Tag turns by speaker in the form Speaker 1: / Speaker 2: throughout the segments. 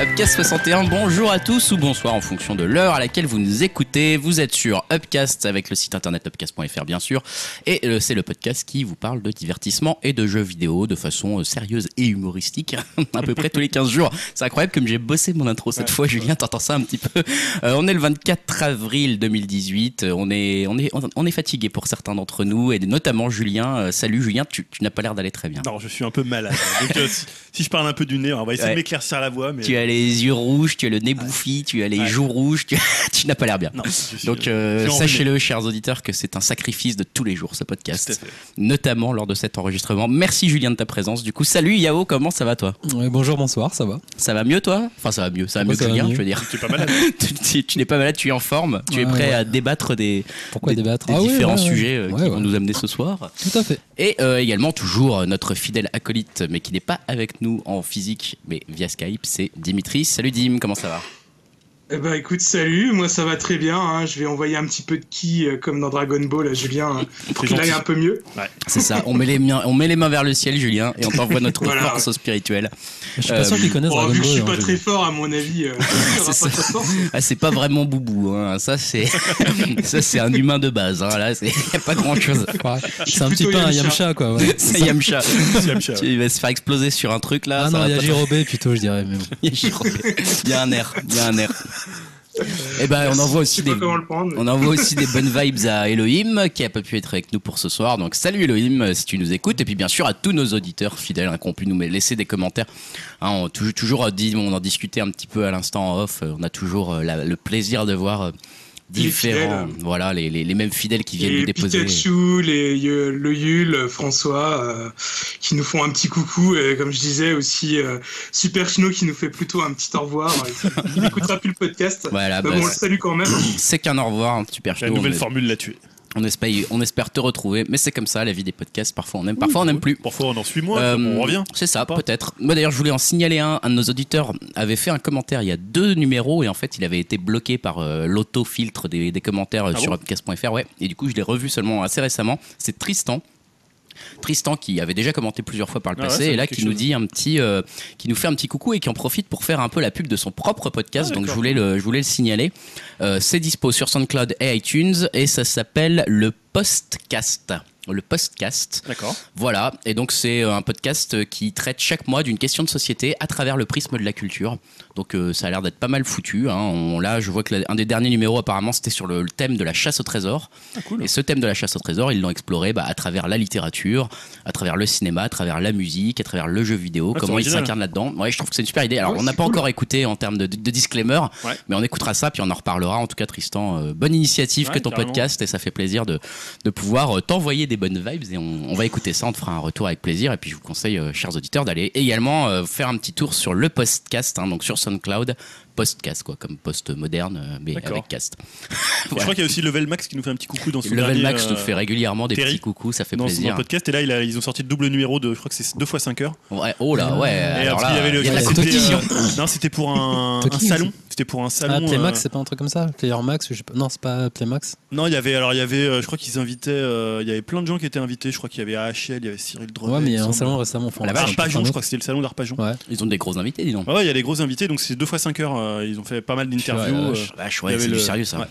Speaker 1: Upcast 61. Bonjour à tous ou bonsoir en fonction de l'heure à laquelle vous nous écoutez. Vous êtes sur Upcast avec le site internet upcast.fr bien sûr. Et euh, c'est le podcast qui vous parle de divertissement et de jeux vidéo de façon euh, sérieuse et humoristique à peu près tous les 15 jours. C'est incroyable comme j'ai bossé mon intro cette fois, Julien, t'entends ça un petit peu. Euh, on est le 24 avril 2018. Euh, On est, on est, on est fatigué pour certains d'entre nous et notamment Julien. Euh, salut Julien, tu, tu n'as pas l'air d'aller très bien.
Speaker 2: Non, je suis un peu malade. Donc, euh, si, si je parle un peu du nez, on va essayer
Speaker 1: Ouais.
Speaker 2: de m'éclaircir la voix. Mais...
Speaker 1: Tu as les yeux rouges, tu as le nez bouffi, tu as les
Speaker 2: Ouais.
Speaker 1: joues rouges, tu, tu n'as pas l'air bien.
Speaker 2: Non, je suis-
Speaker 1: Donc
Speaker 2: je
Speaker 1: euh,
Speaker 2: suis enrhumé.
Speaker 1: sachez-le, chers auditeurs, que c'est un sacrifice de tous les jours ce
Speaker 2: Tout à
Speaker 1: podcast,
Speaker 2: fait.
Speaker 1: notamment lors de cet enregistrement. Merci Julien de ta présence. Du coup, salut Yao, comment ça va toi
Speaker 3: Ouais, bonjour, bonsoir, ça va
Speaker 1: Ça va mieux toi Enfin, ça va mieux, ça va
Speaker 3: Moi,
Speaker 1: mieux
Speaker 3: ça
Speaker 1: que
Speaker 3: va
Speaker 1: Julien,
Speaker 3: mieux.
Speaker 1: je veux dire.
Speaker 2: Tu es pas malade.
Speaker 1: tu tu- tu n'es pas malade, tu es en forme, tu es
Speaker 3: Ouais,
Speaker 1: prêt
Speaker 3: ouais.
Speaker 1: à débattre des,
Speaker 3: Pourquoi
Speaker 1: des,
Speaker 3: débattre
Speaker 1: des
Speaker 3: Ah oui,
Speaker 1: différents
Speaker 3: ouais, ouais.
Speaker 1: sujets euh,
Speaker 3: Ouais,
Speaker 1: qui
Speaker 3: ouais.
Speaker 1: vont nous amener ce soir.
Speaker 3: Tout à fait.
Speaker 1: Et euh, également, toujours euh, notre fidèle acolyte, mais qui n'est pas avec nous en physique, mais via Skype, c'est Dimitri. Salut Dim, comment ça va
Speaker 4: Eh ben écoute, salut, moi ça va très bien, hein. je vais envoyer un petit peu de ki euh, comme dans Dragon Ball à Julien hein, pour
Speaker 2: Très
Speaker 4: qu'il aille
Speaker 2: gentil.
Speaker 4: un peu mieux.
Speaker 1: C'est ça, on met, les mains, on met les mains vers le ciel, Julien, et on t'envoie notre
Speaker 4: Voilà.
Speaker 1: force spirituelle.
Speaker 3: Je suis
Speaker 1: Euh,
Speaker 3: pas sûr qu'ils
Speaker 5: Oh,
Speaker 3: connaissent
Speaker 4: Bon,
Speaker 3: Dragon
Speaker 4: Oh, vu que je
Speaker 3: Ball,
Speaker 4: suis
Speaker 3: hein,
Speaker 4: pas
Speaker 3: je
Speaker 4: très
Speaker 3: veux
Speaker 4: fort à mon avis, euh, ça aura pas
Speaker 1: C'est
Speaker 4: trop de sens.
Speaker 1: Ah, c'est pas vraiment Boubou, hein. ça c'est ça c'est un humain de base, hein. là il n'y a pas grand chose.
Speaker 3: dire. Pareil.
Speaker 4: Je suis
Speaker 3: C'est un petit
Speaker 4: plutôt
Speaker 3: peu un
Speaker 4: Yamcha.
Speaker 3: Yamcha, quoi. ouais.
Speaker 1: C'est Yamcha,
Speaker 2: C'est Yamcha, ouais.
Speaker 1: il va se faire exploser sur un truc là.
Speaker 3: Ah
Speaker 1: ça
Speaker 3: non,
Speaker 1: va
Speaker 3: il y a
Speaker 1: pas-
Speaker 3: Jirobé plutôt, je dirais. Mais bon.
Speaker 1: Il y a Jérôme. Il y a un air, il y a un air. Et ben on envoie
Speaker 4: Je
Speaker 1: aussi
Speaker 4: sais
Speaker 1: des
Speaker 4: pas comment le prendre.
Speaker 1: on envoie aussi des bonnes vibes à Elohim qui a pas pu être avec nous pour ce soir. Donc salut Elohim euh, si tu nous écoutes et puis bien sûr à tous nos auditeurs fidèles hein, qui ont pu nous laisser des commentaires. Hein, on toujours, toujours euh, dit on en discutait un petit peu à l'instant en off. euh, On a toujours euh, la- le plaisir de voir euh,
Speaker 4: Les
Speaker 1: différents
Speaker 4: fidèles.
Speaker 1: voilà les, les- les mêmes fidèles qui viennent nous
Speaker 4: Les
Speaker 1: déposer.
Speaker 4: Pikachu, les, Ye- le Yule, euh, François, euh, qui nous font un petit coucou, et comme je disais aussi, euh, Super Chino qui nous fait plutôt un petit au revoir, euh, il n'écoutera plus le podcast,
Speaker 1: Voilà,
Speaker 4: mais
Speaker 1: bah,
Speaker 4: bon, on le salue quand même.
Speaker 1: c'est qu'un au revoir, hein, super
Speaker 2: La
Speaker 1: chaud, on
Speaker 2: nouvelle
Speaker 1: est-
Speaker 2: formule l'a tué.
Speaker 1: on espère, on espère te retrouver, mais c'est comme ça la vie des podcasts. Parfois on aime, parfois on n'aime plus.
Speaker 2: Parfois, on en suit moins.
Speaker 1: Euh,
Speaker 2: on revient.
Speaker 1: C'est ça,
Speaker 2: Pas.
Speaker 1: peut-être. Moi d'ailleurs, je voulais en signaler un. Un de nos auditeurs avait fait un commentaire il y a deux numéros et en fait, il avait été bloqué par euh, l'auto-filtre des, des commentaires euh,
Speaker 2: Ah
Speaker 1: sur
Speaker 2: bon
Speaker 1: upcast.fr. Ouais. Et du coup, je l'ai revu seulement assez récemment. C'est Tristan. Tristan qui avait déjà commenté plusieurs fois par le
Speaker 2: Ah ouais,
Speaker 1: passé
Speaker 2: ça
Speaker 1: et
Speaker 2: me
Speaker 1: là
Speaker 2: dit quelque
Speaker 1: qui nous
Speaker 2: chose.
Speaker 1: dit un petit euh, qui nous fait un petit coucou et qui en profite pour faire un peu la pub de son propre podcast
Speaker 2: Ah,
Speaker 1: donc je
Speaker 2: d'accord.
Speaker 1: voulais le je voulais le signaler Euh, c'est dispo sur SoundCloud et iTunes et ça s'appelle le Postcast le Postcast
Speaker 2: D'accord.
Speaker 1: voilà, et donc c'est euh, un podcast qui traite chaque mois d'une question de société à travers le prisme de la culture. Donc euh, ça a l'air d'être pas mal foutu. hein. On, là, je vois que la- un des derniers numéros apparemment c'était sur le, le thème de la chasse au trésor.
Speaker 2: Ah, cool.
Speaker 1: Et ce thème de la chasse au trésor, ils l'ont exploré bah, à travers la littérature, à travers le cinéma, à travers la musique, à travers le jeu vidéo,
Speaker 2: Ah, c'est
Speaker 1: comment ils
Speaker 2: original.
Speaker 1: s'incarnent là-dedans. Ouais, je trouve que c'est une super idée. Alors
Speaker 4: Ouais,
Speaker 1: on n'a
Speaker 4: c'est
Speaker 1: pas
Speaker 4: cool.
Speaker 1: encore écouté en termes de, de- de disclaimer,
Speaker 2: Ouais.
Speaker 1: mais on écoutera ça puis on en reparlera. En tout cas, Tristan, euh, bonne initiative
Speaker 2: Ouais,
Speaker 1: que ton
Speaker 2: carrément.
Speaker 1: podcast et ça fait plaisir de, de pouvoir euh, t'envoyer des bonnes vibes et on, on va écouter ça, on te fera un retour avec plaisir et puis je vous conseille, euh, chers auditeurs, d'aller également euh, faire un petit tour sur le podcast, hein, donc sur SoundCloud, podcast quoi, comme post moderne euh, mais
Speaker 2: D'accord.
Speaker 1: avec cast.
Speaker 2: Je
Speaker 1: Voilà.
Speaker 2: crois qu'il y a aussi Level Max qui nous fait un petit coucou dans son
Speaker 1: Level
Speaker 2: dernier,
Speaker 1: Max
Speaker 2: euh,
Speaker 1: nous fait régulièrement des
Speaker 2: Terry.
Speaker 1: petits coucous, ça fait
Speaker 2: dans son
Speaker 1: plaisir.
Speaker 2: podcast. Et là, il a- ils ont sorti le double numéro de, je crois que c'est 2 fois 5 heures.
Speaker 1: Ouais, oh là, ouais.
Speaker 2: et
Speaker 1: alors
Speaker 2: après, il y
Speaker 1: là,
Speaker 2: avait le.
Speaker 1: il y a de la
Speaker 3: c'était,
Speaker 1: compétition.
Speaker 2: euh, non, c'était pour un, un
Speaker 3: Talking,
Speaker 2: salon. C'était pour un salon.
Speaker 3: Ah, Playmax,
Speaker 2: euh,
Speaker 3: c'est pas un truc comme ça Player Max, je sais pas. Non, c'est pas euh, Playmax.
Speaker 2: Non, il y avait, alors il y avait, euh, je crois qu'ils invitaient, euh, il y avait plein de gens qui étaient invités. Je crois qu'il y avait AHL, il y avait Cyril Drevet.
Speaker 3: Ouais, mais il y a
Speaker 2: il me
Speaker 3: un
Speaker 2: semble.
Speaker 3: salon récemment. Enfin,
Speaker 1: La
Speaker 3: c'est un
Speaker 1: vache,
Speaker 3: peu
Speaker 2: Arpajon,
Speaker 3: un
Speaker 2: je
Speaker 3: autre.
Speaker 2: crois que c'était le salon d'Arpajon.
Speaker 3: Ouais.
Speaker 1: Ils ont des gros invités, dis donc.
Speaker 2: Ah ouais, il y a des gros invités, donc c'est 2 fois 5 heures. euh, ils ont fait pas mal d'interviews.
Speaker 3: Ouais, la
Speaker 2: euh.
Speaker 3: vache.
Speaker 1: Vache,
Speaker 2: Il y
Speaker 1: ouais,
Speaker 2: avait
Speaker 1: c'est du
Speaker 2: le-
Speaker 1: sérieux ça.
Speaker 2: ouais.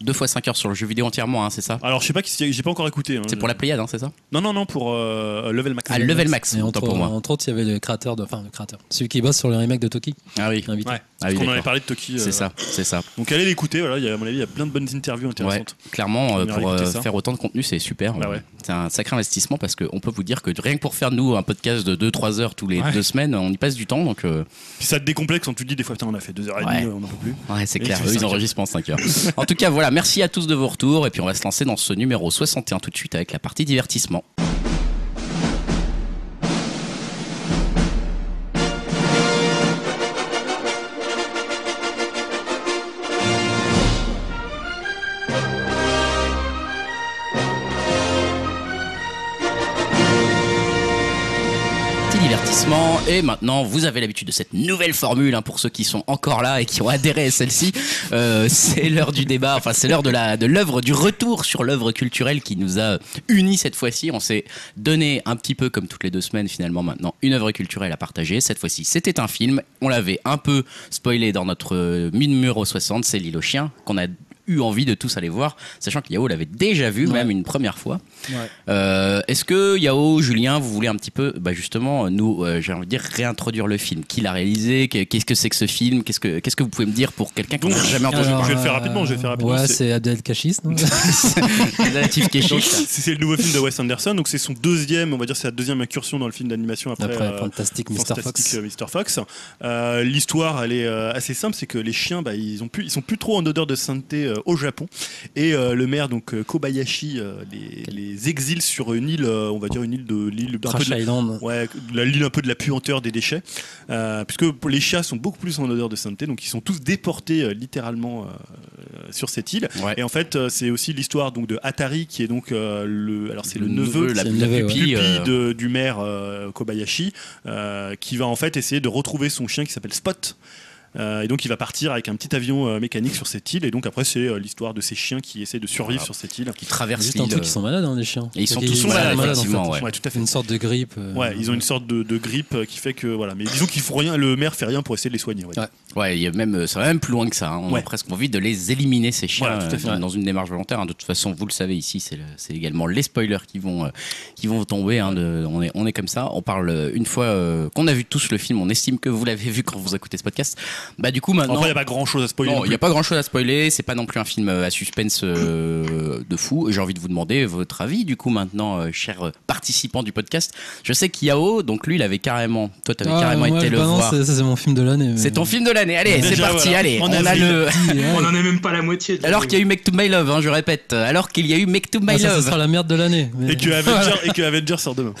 Speaker 1: Deux fois 5 heures sur le jeu vidéo entièrement, hein, c'est ça
Speaker 2: Alors je sais pas, qui c'est- j'ai pas encore écouté. hein.
Speaker 1: C'est pour la Pléiade, hein, c'est ça
Speaker 2: Non, non, non, pour euh, Level Max.
Speaker 1: Ah, Level Max,
Speaker 3: Et
Speaker 1: autant
Speaker 3: entre,
Speaker 1: pour moi.
Speaker 3: entre autres, il y avait le créateur de. Enfin, le créateur. Celui qui bosse sur le remake de Toki.
Speaker 1: Ah oui,
Speaker 3: invité.
Speaker 2: Ouais,
Speaker 1: ah, oui
Speaker 2: on en avait
Speaker 1: d'accord.
Speaker 2: parlé de Toki. euh,
Speaker 1: C'est ça, c'est ça.
Speaker 2: Donc allez l'écouter, voilà, il y a, à mon avis, il y a plein de bonnes interviews
Speaker 1: Ouais,
Speaker 2: intéressantes.
Speaker 1: clairement, euh,
Speaker 2: On ira
Speaker 1: pour
Speaker 2: écouter
Speaker 1: euh,
Speaker 2: ça.
Speaker 1: faire autant de contenu, c'est super.
Speaker 2: Bah ouais.
Speaker 1: C'est un sacré investissement parce qu'on peut vous dire que rien que pour faire nous un podcast de 2-3 heures tous les
Speaker 2: Ouais.
Speaker 1: deux semaines, on y passe du temps. Donc, euh,
Speaker 2: Puis ça te décomplexe quand tu te dis des fois, putain, on a fait 2h30,
Speaker 1: Ouais.
Speaker 2: euh, on en peut plus.
Speaker 1: ouais, c'est
Speaker 2: Et
Speaker 1: clair.
Speaker 2: tu fais
Speaker 1: Eux,
Speaker 2: cinq
Speaker 1: ils
Speaker 2: heures.
Speaker 1: enregistrent pendant 5 heures. en tout cas, voilà, merci à tous de vos retours. Et puis, on va se lancer dans ce numéro 61 tout de suite avec la partie divertissement. Petit divertissement. divertissement. Et maintenant, vous avez l'habitude de cette nouvelle formule hein, pour ceux qui sont encore là et qui ont adhéré à celle-ci. Euh, c'est l'heure du débat, enfin c'est l'heure de la de l'œuvre du retour sur l'œuvre culturelle qui nous a unis cette fois-ci. On s'est donné un petit peu comme toutes les deux semaines finalement maintenant une œuvre culturelle à partager. Cette fois-ci, c'était un film. On l'avait un peu spoilé dans notre euh, numéro 60, c'est L'île aux chiens qu'on a eu envie de tous aller voir, sachant que Yao l'avait déjà vu,
Speaker 3: Ouais.
Speaker 1: même une première fois.
Speaker 3: Ouais.
Speaker 1: Euh, Est-ce que Yao, Julien, vous voulez un petit peu, bah justement, euh, nous, euh, j'ai envie de dire, réintroduire le film Qui l'a réalisé Que- Qu'est-ce que c'est que ce film Qu'est-ce que Qu'est-ce que vous pouvez me dire pour quelqu'un qui
Speaker 5: Donc,
Speaker 1: n'a jamais entendu
Speaker 5: Alors,
Speaker 1: parler
Speaker 5: vais le faire rapidement, je vais le faire rapidement,
Speaker 3: euh, Ouais,
Speaker 5: c'est-
Speaker 3: c'est Abdel Kachis, non
Speaker 1: de Native
Speaker 5: Donc,
Speaker 1: Keshish
Speaker 5: C'est c'est le nouveau film de Wes Anderson, donc c'est son deuxième, on va dire, c'est la deuxième incursion dans le film d'animation après,
Speaker 3: Après
Speaker 5: euh,
Speaker 3: Fantastic Mr.
Speaker 5: Fantastic
Speaker 3: Fox.
Speaker 5: euh, Mr. Fox. Euh, L'histoire, elle est euh, assez simple, c'est que les chiens, bah, ils ont plus, ils sont plus trop en odeur de sainteté euh, au Japon. Et euh, le maire, donc euh, Kobayashi, euh, les, les exile sur une île, euh, on va dire une île de l'île d'un peu
Speaker 3: Trash
Speaker 5: de
Speaker 3: Island.
Speaker 5: Ouais, la- l'île un peu de la puanteur des déchets, euh, puisque pour- les chats sont beaucoup plus en odeur de sainteté, donc ils sont tous déportés euh, littéralement euh, euh, sur cette île.
Speaker 1: Ouais.
Speaker 5: Et en fait, euh, c'est aussi l'histoire donc de Atari qui est donc euh, le, alors c'est le, neveu,
Speaker 1: la, la
Speaker 3: c'est le neveu, ouais.
Speaker 1: pupille.
Speaker 5: pupille
Speaker 1: euh,
Speaker 5: de- du maire euh, Kobayashi, euh, qui va en fait essayer de retrouver son chien qui s'appelle Spot. Euh, et donc il va partir avec un petit avion euh, mécanique sur cette île. Et donc après c'est euh, l'histoire de ces chiens qui essaient de survivre
Speaker 1: Voilà.
Speaker 5: sur cette île.
Speaker 1: qui traverse
Speaker 3: Juste un
Speaker 1: l'île.
Speaker 3: truc, ils sont malades, hein, les chiens.
Speaker 1: euh, Et ils sont
Speaker 3: Donc,
Speaker 1: tous
Speaker 5: sont malades,
Speaker 3: en fait.
Speaker 1: effectivement, ouais.
Speaker 5: tout à fait.
Speaker 3: Une sorte de grippe. euh,
Speaker 5: Ouais, ils ont une sorte de, de grippe euh, qui fait que voilà, mais disons qu'ils font rien, le maire fait rien pour essayer de les soigner. ouais.
Speaker 3: Ouais.
Speaker 1: Ouais, il y a même, euh, ça va même plus loin que ça. hein. On a
Speaker 5: Ouais.
Speaker 1: presque envie de les éliminer, ces chiens,
Speaker 5: Voilà, tout à fait.
Speaker 1: euh, dans une démarche volontaire. hein. De toute façon, vous le savez ici, c'est le- c'est également les spoilers qui vont, euh, qui vont tomber. hein, de- on, est, on est comme ça. On parle euh, une fois euh, qu'on a vu tous le film, on estime que vous l'avez vu quand vous écoutez ce podcast. Bah, du coup,
Speaker 5: En
Speaker 1: maintenant.
Speaker 5: vrai, il n'y a pas grand chose à spoiler. non
Speaker 1: Non, il
Speaker 5: plus.
Speaker 1: n'y a pas grand chose à spoiler, c'est pas non plus un film euh, à suspense euh, de fou. J'ai envie de vous demander votre avis, du coup, maintenant, euh, chers euh, participants du podcast. Je sais qu'Yao, donc lui, il avait carrément. Toi, t'avais
Speaker 3: Ah,
Speaker 1: carrément
Speaker 3: moi,
Speaker 1: été le
Speaker 3: bah non,
Speaker 1: voir.
Speaker 3: c'est- Ça, c'est mon film de l'année. mais-
Speaker 1: C'est ton film de l'année, allez,
Speaker 5: Déjà,
Speaker 1: c'est parti,
Speaker 5: voilà.
Speaker 1: allez.
Speaker 5: En
Speaker 1: on a
Speaker 5: avril.
Speaker 1: le.
Speaker 3: Dis, hein,
Speaker 4: On en est même pas à la moitié. euh, de la
Speaker 1: Alors qu'il y a eu Make to My Love, hein, je répète. Alors qu'il y a eu Make to My
Speaker 3: Ah, ça, ça
Speaker 1: Love.
Speaker 3: sera la merde de l'année. mais-
Speaker 5: Et que Avenger, et que Avenger sort demain.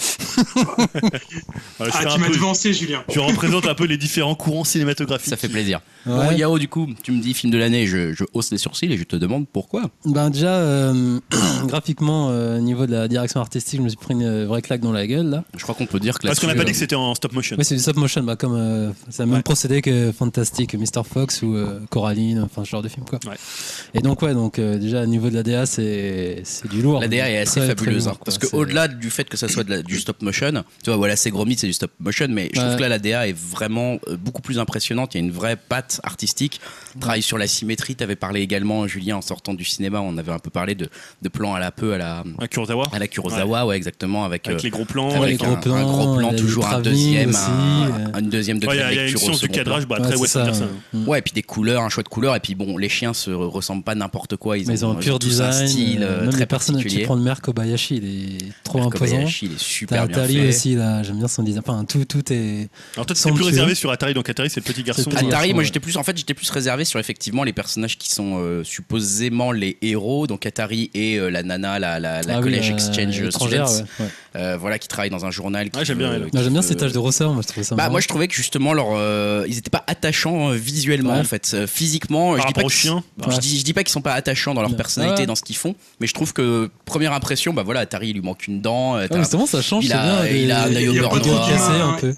Speaker 5: Voilà, je,
Speaker 4: Ah,
Speaker 5: fais
Speaker 4: tu
Speaker 5: un
Speaker 4: m'as
Speaker 5: peu-
Speaker 4: devancé, Julien.
Speaker 5: je représente un peu les différents courants cinématographiques.
Speaker 1: Ça fait plaisir. Bon,
Speaker 3: Ouais.
Speaker 1: Yao, du coup, tu me dis film de l'année, je, je hausse les sourcils et je te demande pourquoi.
Speaker 3: Ben déjà, euh, graphiquement, au niveau de la direction artistique, je me suis pris une euh, vraie claque dans la gueule. Là.
Speaker 1: Je crois qu'on peut dire que
Speaker 5: Parce qu'on n'a
Speaker 1: là-dessus,
Speaker 5: pas dit que
Speaker 1: euh,
Speaker 5: c'était en stop motion.
Speaker 3: Oui, c'est du stop motion, bah, comme euh, c'est le même
Speaker 5: Ouais.
Speaker 3: procédé que Fantastic, Mr. Fox ou euh, Coraline, enfin ce genre de film. Quoi.
Speaker 5: Ouais.
Speaker 3: Et donc, ouais, donc euh, déjà, au niveau de la DA, c'est c'est du lourd.
Speaker 1: euh, La DA est assez
Speaker 3: Très, très
Speaker 1: fabuleuse.
Speaker 3: lourd,
Speaker 1: hein,
Speaker 3: quoi.
Speaker 1: parce
Speaker 3: C'est-
Speaker 1: que au-delà du fait que ça soit de la- du stop motion, tu vois, voilà, c'est Gromit, c'est du stop motion, mais je trouve
Speaker 3: Ouais.
Speaker 1: que là, la DA est vraiment euh, beaucoup plus impressionnante. Il y a une vraie patte artistique. Travail sur la symétrie. Tu avais parlé également, Julien, en sortant du cinéma, on avait un peu parlé de, de plans à la peu à la,
Speaker 5: Un Kurosawa
Speaker 1: à la Kurosawa, ouais, exactement, avec, euh,
Speaker 5: avec les gros plans.
Speaker 3: Ouais,
Speaker 1: avec
Speaker 3: les
Speaker 1: un,
Speaker 3: gros plans,
Speaker 1: un gros plan,
Speaker 3: la-
Speaker 1: toujours
Speaker 3: le
Speaker 1: un
Speaker 3: travelling
Speaker 1: deuxième,
Speaker 3: aussi,
Speaker 1: un,
Speaker 3: euh.
Speaker 1: un deuxième
Speaker 5: Ouais,
Speaker 1: degré
Speaker 5: Il y
Speaker 1: de
Speaker 5: a- il y a une
Speaker 1: lecture au
Speaker 5: science du
Speaker 1: second
Speaker 5: cadrage, bah,
Speaker 3: Ouais,
Speaker 5: très
Speaker 3: c'est
Speaker 5: Wes
Speaker 3: ça,
Speaker 5: Anderson.
Speaker 3: ouais.
Speaker 1: plan. Ouais, et puis des couleurs, un choix de couleurs, et puis bon, les chiens se ressemblent pas n'importe quoi, ils euh,
Speaker 3: Mais ils ont un pur
Speaker 1: tous un
Speaker 3: design.
Speaker 1: style
Speaker 3: euh,
Speaker 1: euh,
Speaker 3: même
Speaker 1: très
Speaker 3: les personnages, tu
Speaker 1: particulier.
Speaker 3: prends le maire Kobayashi, il est trop imposant.
Speaker 1: Kobayashi, il est
Speaker 3: T'as
Speaker 1: super bien
Speaker 3: Atari
Speaker 1: fait.
Speaker 3: aussi, là, j'aime bien son design. Enfin, tout, tout est.
Speaker 5: Alors toi, t'es plus
Speaker 3: Somptueux.
Speaker 5: réservé sur Atari, donc Atari, c'est le petit garçon. euh,
Speaker 3: C'est le petit
Speaker 1: Atari,
Speaker 3: garçon,
Speaker 1: moi
Speaker 3: ouais.
Speaker 1: j'étais plus, en fait, j'étais plus réservé sur effectivement les personnages qui sont euh, supposément les héros, donc Atari et euh, la nana, la, la, la
Speaker 3: Ah oui,
Speaker 1: college
Speaker 3: euh,
Speaker 1: exchange
Speaker 3: étrangère,
Speaker 1: students,
Speaker 3: ouais, ouais.
Speaker 1: euh, voilà, qui travaille dans un journal. qui
Speaker 5: Ouais, j'aime bien
Speaker 1: veut-
Speaker 5: elle.
Speaker 1: qui
Speaker 3: Non, J'aime bien
Speaker 1: veut-
Speaker 3: ces tâches de ressort, moi je trouve ça.
Speaker 1: Bah,
Speaker 3: marrant.
Speaker 1: moi je trouvais que justement leur, euh, ils étaient pas attachants euh, visuellement
Speaker 3: Ouais.
Speaker 1: en fait, Euh, physiquement. je
Speaker 5: Par
Speaker 1: dis pas
Speaker 5: rapport aux
Speaker 1: qu'ils-
Speaker 5: chiens.
Speaker 1: Je,
Speaker 3: Ouais.
Speaker 1: dis, je dis pas qu'ils sont pas attachants dans leur
Speaker 3: Ouais.
Speaker 1: personnalité,
Speaker 3: Ouais.
Speaker 1: dans ce qu'ils font, mais je trouve que première impression, bah voilà, Atari il lui manque une dent. euh,
Speaker 3: Ah,
Speaker 1: t'as-
Speaker 3: justement, ça change,
Speaker 1: il
Speaker 3: c'est
Speaker 1: a-
Speaker 3: bien.
Speaker 1: il a un
Speaker 3: les-
Speaker 1: œil au hein.
Speaker 3: les
Speaker 1: beurre
Speaker 3: côtés
Speaker 4: noir.
Speaker 3: cassés un peu.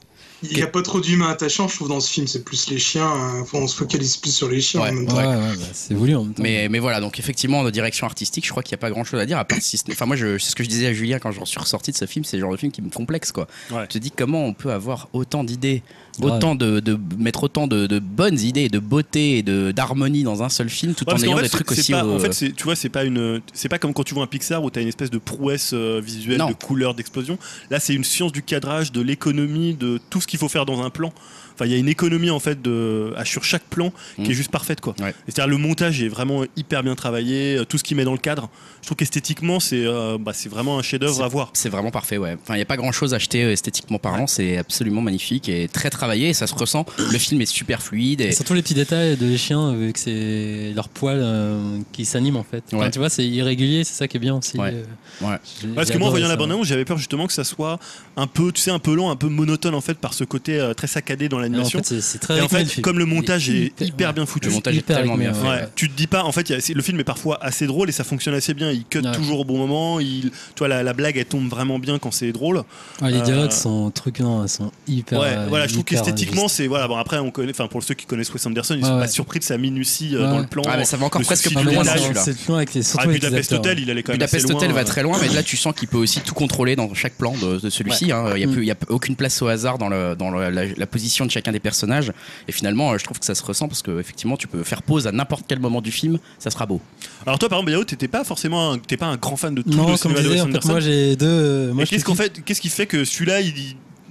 Speaker 4: Il n'y a pas trop d'humains attachants, je trouve, dans ce film. C'est plus les chiens. hein. Enfin, on se focalise plus sur les chiens
Speaker 1: Ouais.
Speaker 4: en même
Speaker 3: Ouais,
Speaker 4: temps.
Speaker 3: ouais, ouais, bah, c'est voulu en même temps.
Speaker 1: Mais, mais voilà, donc effectivement, en direction artistique, je crois qu'il n'y a pas grand chose à dire, à part si. ce n'est- Enfin, moi, je- c'est ce que je disais à Julien quand j'en suis ressorti de ce film, c'est le genre de film qui me complexe, quoi.
Speaker 5: Ouais.
Speaker 1: Je te dis comment on peut avoir autant d'idées,
Speaker 3: Grave.
Speaker 1: autant de, de- mettre autant de, de bonnes idées, de beauté et de- d'harmonie dans un seul film, tout
Speaker 5: Ouais,
Speaker 1: en
Speaker 5: parce qu'en
Speaker 1: ayant
Speaker 5: fait,
Speaker 1: des
Speaker 5: c'est-
Speaker 1: trucs
Speaker 5: c'est
Speaker 1: aussi.
Speaker 5: pas-
Speaker 1: au-
Speaker 5: En fait, c'est- tu vois, c'est pas une, c'est pas comme quand tu vois un Pixar où t'as une espèce de prouesse euh, visuelle,
Speaker 1: Non.
Speaker 5: de couleur, d'explosion. Là, c'est une science du cadrage, de l'économie, de tout ce qu'il faut faire dans un plan. Enfin, il y a une économie en fait de, à- sur chaque plan
Speaker 1: Mm.
Speaker 5: qui est juste parfaite, quoi.
Speaker 1: Ouais.
Speaker 5: C'est-à-dire le montage est vraiment hyper bien travaillé, euh, tout ce qu'il met dans le cadre. Je trouve qu'esthétiquement, c'est, euh, bah, c'est vraiment un chef-d'œuvre à voir.
Speaker 1: C'est vraiment parfait, ouais. Enfin, il n'y a pas grand chose à acheter euh, esthétiquement parlant, c'est absolument magnifique et très travaillé, et ça se ressent. Le film est super fluide. Et...
Speaker 3: Et surtout les petits détails de les chiens, vu que c'est leur poil euh, qui s'anime en fait. Enfin,
Speaker 1: Ouais.
Speaker 3: tu vois, c'est irrégulier, c'est ça qui est bien aussi.
Speaker 1: Ouais.
Speaker 3: euh,
Speaker 1: Ouais.
Speaker 3: j'ai-
Speaker 5: Parce
Speaker 3: j'ai
Speaker 5: que moi, en
Speaker 3: adoré
Speaker 5: voyant la
Speaker 3: ça.
Speaker 5: bande annonce, j'avais peur justement que ça soit un peu, tu sais, un peu lent, un peu monotone en fait, par ce côté euh, très saccadé dans
Speaker 3: Non, en
Speaker 5: l'animation.
Speaker 3: fait, c'est- c'est très
Speaker 5: Et en
Speaker 3: rythmé, le
Speaker 5: fait,
Speaker 3: film.
Speaker 5: comme le montage
Speaker 3: Il est
Speaker 5: est
Speaker 3: hyper-
Speaker 5: hyper bien foutu,
Speaker 1: Le montage est
Speaker 3: hyper
Speaker 1: tellement
Speaker 3: rythmé,
Speaker 1: bien
Speaker 3: ouais.
Speaker 1: fait.
Speaker 5: Ouais, Tu te dis pas, en fait, il y a- c'est- le film est parfois assez drôle et ça fonctionne assez bien. Il cut
Speaker 3: Ouais.
Speaker 5: toujours au bon moment. Il, tu vois, la, la blague elle tombe vraiment bien quand c'est drôle.
Speaker 3: Ouais, Ah, les
Speaker 5: Euh,
Speaker 3: dialogues sont truquants, ils sont hyper.
Speaker 5: ouais,
Speaker 3: euh,
Speaker 5: voilà, je trouve
Speaker 3: hyper
Speaker 5: qu'esthétiquement, c'est voilà. Bon, après, on connaît, enfin, pour ceux qui connaissent Wes Anderson, ils
Speaker 3: Ouais,
Speaker 5: sont
Speaker 3: ouais.
Speaker 5: pas surpris de sa minutie euh,
Speaker 3: Ouais,
Speaker 5: dans
Speaker 3: ouais.
Speaker 5: le plan.
Speaker 1: Ah, mais ça va encore
Speaker 5: le
Speaker 1: presque
Speaker 5: souci
Speaker 1: plus
Speaker 5: du
Speaker 3: mais
Speaker 1: loin
Speaker 3: moi,
Speaker 5: détail,
Speaker 1: celui-là.
Speaker 3: c'est c'est euh. le plan avec les
Speaker 5: Ah,
Speaker 3: surtout avec les
Speaker 5: Budapest
Speaker 3: acteurs. hein.
Speaker 5: Hotel, il allait quand même
Speaker 1: Budapest
Speaker 5: assez loin. euh.
Speaker 1: Hotel va très loin, mais là tu sens qu'il peut aussi tout contrôler dans chaque plan de, de celui-ci. hein. Il n'y a,
Speaker 3: Mm.
Speaker 1: plus- il y a aucune place au hasard dans, le- dans le- la, la position de chacun des personnages. Et finalement, euh, je trouve que ça se ressent parce que effectivement, tu peux faire pause à n'importe quel moment du film, ça sera beau.
Speaker 5: Alors toi, par exemple, Yao, t'étais pas forcément, un- t'es pas un grand fan de tout
Speaker 3: Non,
Speaker 5: le
Speaker 3: comme
Speaker 5: cinéma
Speaker 3: je
Speaker 5: de Wes
Speaker 3: disais, en fait,
Speaker 5: Anderson.
Speaker 3: moi j'ai deux. euh, Moi,
Speaker 5: Et
Speaker 3: je
Speaker 5: qu'est-ce qu'en
Speaker 3: kiffe.
Speaker 5: fait, qu'est-ce qui fait que celui-là, il,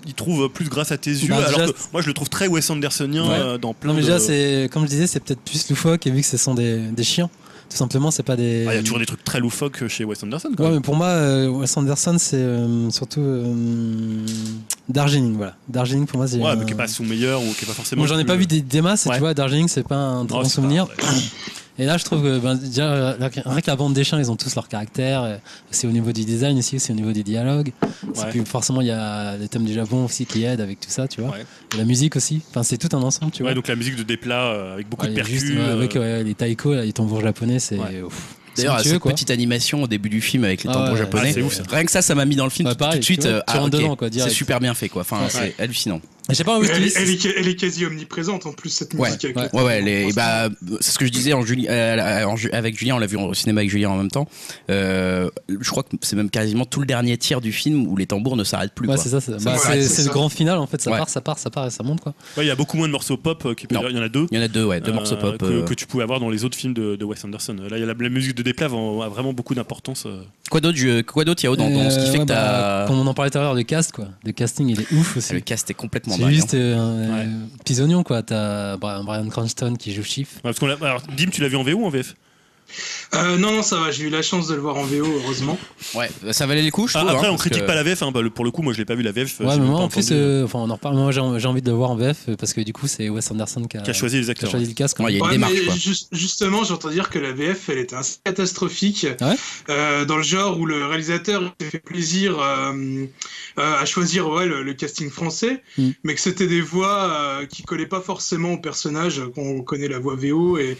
Speaker 5: il trouve plus grâce à tes yeux,
Speaker 3: Bah,
Speaker 5: alors
Speaker 3: déjà,
Speaker 5: que moi, je le trouve très Wes Andersonien
Speaker 3: Ouais.
Speaker 5: euh, dans plein
Speaker 3: Non, mais
Speaker 5: de.
Speaker 3: déjà, c'est comme je disais, c'est peut-être plus loufoque et vu que ce sont des, des chiens, tout simplement, c'est pas des.
Speaker 5: Ah, il y a toujours des trucs très loufoques chez Wes Anderson. Quand
Speaker 3: Ouais,
Speaker 5: même.
Speaker 3: mais pour moi, euh, Wes Anderson, c'est euh, surtout euh, Darjeeling, voilà. Darjeeling, pour moi, c'est.
Speaker 5: Ouais,
Speaker 3: un-
Speaker 5: mais qui est pas son meilleur ou qui est pas forcément.
Speaker 3: Bon, j'en ai
Speaker 5: plus-
Speaker 3: pas vu des, des masses, et
Speaker 5: Ouais.
Speaker 3: tu vois, Darjeeling, c'est pas un très
Speaker 5: Non,
Speaker 3: bon
Speaker 5: c'est pas-
Speaker 3: souvenir.
Speaker 5: ouais.
Speaker 3: Et là, je trouve que ben, déjà, euh, la- rien que la bande des chiens, ils ont tous leur caractère. euh, C'est au niveau du design aussi, c'est au niveau des dialogues. C'est
Speaker 5: Ouais.
Speaker 3: plus- forcément, il y a le thème du Japon aussi qui aide avec tout ça, tu vois.
Speaker 5: Ouais.
Speaker 3: Et la musique aussi. Enfin, c'est tout un ensemble, tu
Speaker 5: Ouais,
Speaker 3: vois.
Speaker 5: donc la musique de Desplat euh, avec beaucoup
Speaker 3: Ouais,
Speaker 5: de
Speaker 3: les- juste,
Speaker 5: percus.
Speaker 3: ouais,
Speaker 5: euh,
Speaker 3: avec ouais, les taiko, là, les tambours japonais, c'est.
Speaker 5: Ouais.
Speaker 3: ouf,
Speaker 1: D'ailleurs,
Speaker 3: somptueux,
Speaker 1: cette
Speaker 3: quoi.
Speaker 1: petite animation au début du film avec les
Speaker 3: Ah
Speaker 1: tambours
Speaker 3: ouais.
Speaker 1: japonais,
Speaker 5: Ah, c'est ouf, ça.
Speaker 1: rien que ça, ça m'a mis dans le film
Speaker 3: Bah,
Speaker 1: tout- tout
Speaker 3: pareil,
Speaker 1: de suite.
Speaker 3: tu vois,
Speaker 1: euh,
Speaker 3: tu
Speaker 1: ah,
Speaker 3: rentres
Speaker 1: ok,
Speaker 3: dedans, quoi,
Speaker 1: c'est
Speaker 3: direct.
Speaker 1: super bien fait, quoi. Enfin,
Speaker 3: Ouais.
Speaker 1: c'est hallucinant.
Speaker 3: Je sais pas, Ah oui,
Speaker 4: Elle,
Speaker 3: tu
Speaker 4: est-
Speaker 3: dis-
Speaker 4: elle est, elle est quasi omniprésente en plus cette
Speaker 1: Ouais,
Speaker 4: musique. avec
Speaker 3: ouais.
Speaker 4: le-
Speaker 1: Ouais, ouais, les- et bah, c'est ce que je disais en Juli- euh, en Ju- avec Julien, on l'a vu au cinéma avec Julien en même temps. Euh, je crois que c'est même quasiment tout le dernier tiers du film où les tambours ne s'arrêtent plus.
Speaker 3: Ouais,
Speaker 1: quoi.
Speaker 3: c'est ça. C'est
Speaker 4: Ça
Speaker 3: bah,
Speaker 4: va,
Speaker 3: c'est-
Speaker 4: c'est
Speaker 3: c'est le
Speaker 4: ça.
Speaker 3: grand final, en fait. Ça
Speaker 1: Ouais.
Speaker 3: part, ça part, ça part et ça monte, quoi.
Speaker 5: ouais, il y a beaucoup moins de morceaux pop. euh, qui peut-
Speaker 1: Non.
Speaker 5: Il y en a deux.
Speaker 1: Il y en a deux, ouais, deux
Speaker 5: euh,
Speaker 1: morceaux pop.
Speaker 5: que,
Speaker 1: euh.
Speaker 5: que tu pouvais avoir dans les autres films de, de Wes Anderson. Là, il y a la, la musique de Desplat a vraiment beaucoup d'importance. euh.
Speaker 1: Quoi d'autre, je- quoi d'autre, Yao, dans, dans ce qui
Speaker 3: Euh,
Speaker 1: fait
Speaker 3: ouais,
Speaker 1: que t'as.
Speaker 3: bah, Comme on en parlait tout à l'heure, le cast, quoi. Le casting, il est ouf
Speaker 1: Ah, Le
Speaker 3: aussi.
Speaker 1: cast est complètement
Speaker 3: C'est
Speaker 1: dingue.
Speaker 3: juste
Speaker 1: hein.
Speaker 3: euh, un euh, petits oignons, quoi. T'as Brian Brian Cranston qui joue Chief.
Speaker 5: Ouais, parce qu'on l'a- alors, Dim, tu l'as vu en VO ou en VF
Speaker 4: Euh, non, non, ça va, j'ai eu la chance de le voir en VO, heureusement.
Speaker 1: hein. Ouais, bah, ça valait les coups, je
Speaker 5: Ah,
Speaker 1: trouve.
Speaker 5: Après,
Speaker 1: hein,
Speaker 5: on
Speaker 1: parce
Speaker 5: critique
Speaker 1: que-
Speaker 5: pas la VF. hein, bah, le- pour le coup, moi, je l'ai pas vu la VF. euh,
Speaker 3: Ouais,
Speaker 5: j'ai
Speaker 3: mais
Speaker 5: même
Speaker 3: moi
Speaker 5: pas
Speaker 3: en plus,
Speaker 5: entendu, euh,
Speaker 3: euh, enfin, on en reparle. Moi, j'ai j'ai envie de le voir en VF euh, parce que du coup, c'est Wes Anderson qui a,
Speaker 5: qui a choisi les
Speaker 3: qui a
Speaker 5: acteurs.
Speaker 3: choisi le casque.
Speaker 1: Ouais, il y a une
Speaker 4: Ouais,
Speaker 1: démarche,
Speaker 4: mais
Speaker 1: quoi.
Speaker 4: jus- justement, j'entends dire que la VF, elle était assez catastrophique.
Speaker 3: Ouais.
Speaker 4: Euh, dans le genre où le réalisateur s'est fait plaisir euh, euh, à choisir ouais, le, le casting français,
Speaker 3: Mm.
Speaker 4: mais que c'était des voix euh, qui collaient pas forcément au personnage, euh, qu'on connaît la voix VO, et,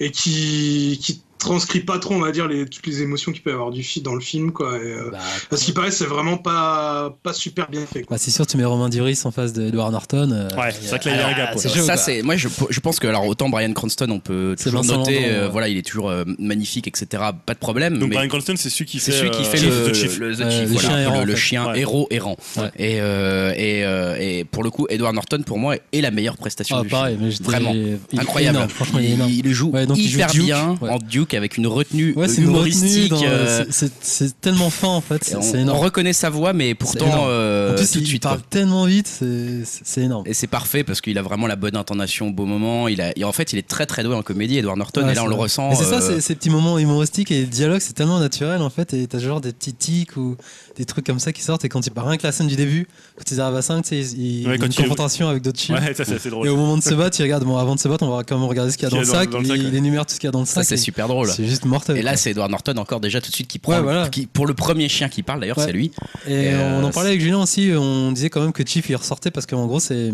Speaker 4: et qui, qui transcrit pas trop, on va dire, les, toutes les émotions qu'il peut y avoir du fi- dans le film. Quoi, et, euh,
Speaker 3: Bah,
Speaker 4: à ce qui paraît, c'est vraiment pas, pas super bien fait.
Speaker 3: bah, c'est sûr, tu mets Romain Duris en face d'Edward Norton. euh,
Speaker 5: Ouais,
Speaker 3: il y
Speaker 5: c'est
Speaker 3: a-
Speaker 5: vrai que là, il y a un
Speaker 3: Ah,
Speaker 5: gap, ouais.
Speaker 3: c'est chaud,
Speaker 1: ça
Speaker 3: quoi.
Speaker 1: c'est moi je, je pense que alors autant Brian Cranston on peut
Speaker 3: C'est
Speaker 1: toujours
Speaker 3: Vincent
Speaker 1: noter
Speaker 3: Landon,
Speaker 1: euh,
Speaker 3: ouais.
Speaker 1: voilà il est toujours euh, magnifique etc pas de problème
Speaker 5: Donc,
Speaker 1: mais
Speaker 5: Brian Cranston, c'est celui qui fait.
Speaker 1: C'est celui qui
Speaker 5: euh,
Speaker 1: fait
Speaker 5: Chief,
Speaker 1: le,
Speaker 5: The Chief.
Speaker 1: le- le
Speaker 3: Euh,
Speaker 1: Chief,
Speaker 3: le
Speaker 1: voilà, un
Speaker 3: chien
Speaker 1: peu
Speaker 3: errant,
Speaker 1: le-
Speaker 3: en
Speaker 1: le
Speaker 3: fait.
Speaker 1: chien
Speaker 5: Ouais.
Speaker 1: héros errant.
Speaker 3: Ouais.
Speaker 1: Et, euh, et, euh, et pour le coup, Edward Norton, pour moi, est la meilleure prestation
Speaker 3: Ah,
Speaker 1: du
Speaker 3: pareil, mais j'étais-
Speaker 1: Vraiment.
Speaker 3: il est
Speaker 1: film. Incroyable.
Speaker 3: énorme, franchement, il est
Speaker 1: il,
Speaker 3: énorme.
Speaker 1: il joue
Speaker 3: Ouais, donc il joue
Speaker 1: hyper
Speaker 3: Duke,
Speaker 1: bien
Speaker 3: ouais.
Speaker 1: en Duke avec une retenue
Speaker 3: Ouais, c'est une retenue
Speaker 1: humoristique.
Speaker 3: dans-
Speaker 1: euh,
Speaker 3: c'est- c'est- C'est tellement fin en fait,
Speaker 1: et
Speaker 3: c'est
Speaker 1: on,
Speaker 3: c'est
Speaker 1: on
Speaker 3: énorme.
Speaker 1: reconnaît sa voix, mais pourtant,
Speaker 3: énorme.
Speaker 1: euh,
Speaker 3: en plus,
Speaker 1: tout de
Speaker 3: il
Speaker 1: suite.
Speaker 3: parle
Speaker 1: quoi.
Speaker 3: tellement vite, c'est- c'est c'est énorme.
Speaker 1: Et c'est parfait parce qu'il a vraiment la bonne intonation au bon moment. Il a, et en fait, il est très très doué en comédie, Edward Norton.
Speaker 3: Ouais,
Speaker 1: et là, on
Speaker 3: c'est
Speaker 1: le
Speaker 3: vrai.
Speaker 1: ressent.
Speaker 3: Mais c'est ça,
Speaker 1: euh,
Speaker 3: c'est- ces petits moments humoristiques et le dialogue, c'est tellement naturel en fait. Et t'as genre des petits tics ou des trucs comme ça qui sortent. Et quand ils partent, rien que la scène du début, quand ils arrivent à 5, tu sais, ils- ils-
Speaker 5: Ouais,
Speaker 3: ils ont
Speaker 5: quand
Speaker 3: une
Speaker 5: il-
Speaker 3: confrontation avec d'autres chiens.
Speaker 5: Ouais, ça, c'est assez
Speaker 3: Et
Speaker 5: drôle.
Speaker 3: au moment de se battre, ils regardent. Bon, avant de se battre, on va quand même regarder ce qu'il y a dans le sac.
Speaker 5: dans le sac,
Speaker 3: ils
Speaker 5: ouais.
Speaker 3: énumèrent tout ce qu'il y a dans le
Speaker 1: ça,
Speaker 3: sac.
Speaker 1: c'est
Speaker 3: et-
Speaker 1: super drôle.
Speaker 3: C'est juste mortel.
Speaker 1: Et là,
Speaker 3: quoi.
Speaker 1: c'est Edward Norton encore déjà tout de suite qui prend,
Speaker 3: Ouais,
Speaker 1: le-
Speaker 3: voilà.
Speaker 1: qui- pour le premier chien qui parle d'ailleurs,
Speaker 3: Ouais.
Speaker 1: c'est lui.
Speaker 3: Et
Speaker 1: Et, euh,
Speaker 3: on en parlait avec Julien aussi, on disait quand même que Chief il ressortait parce qu'en gros c'est.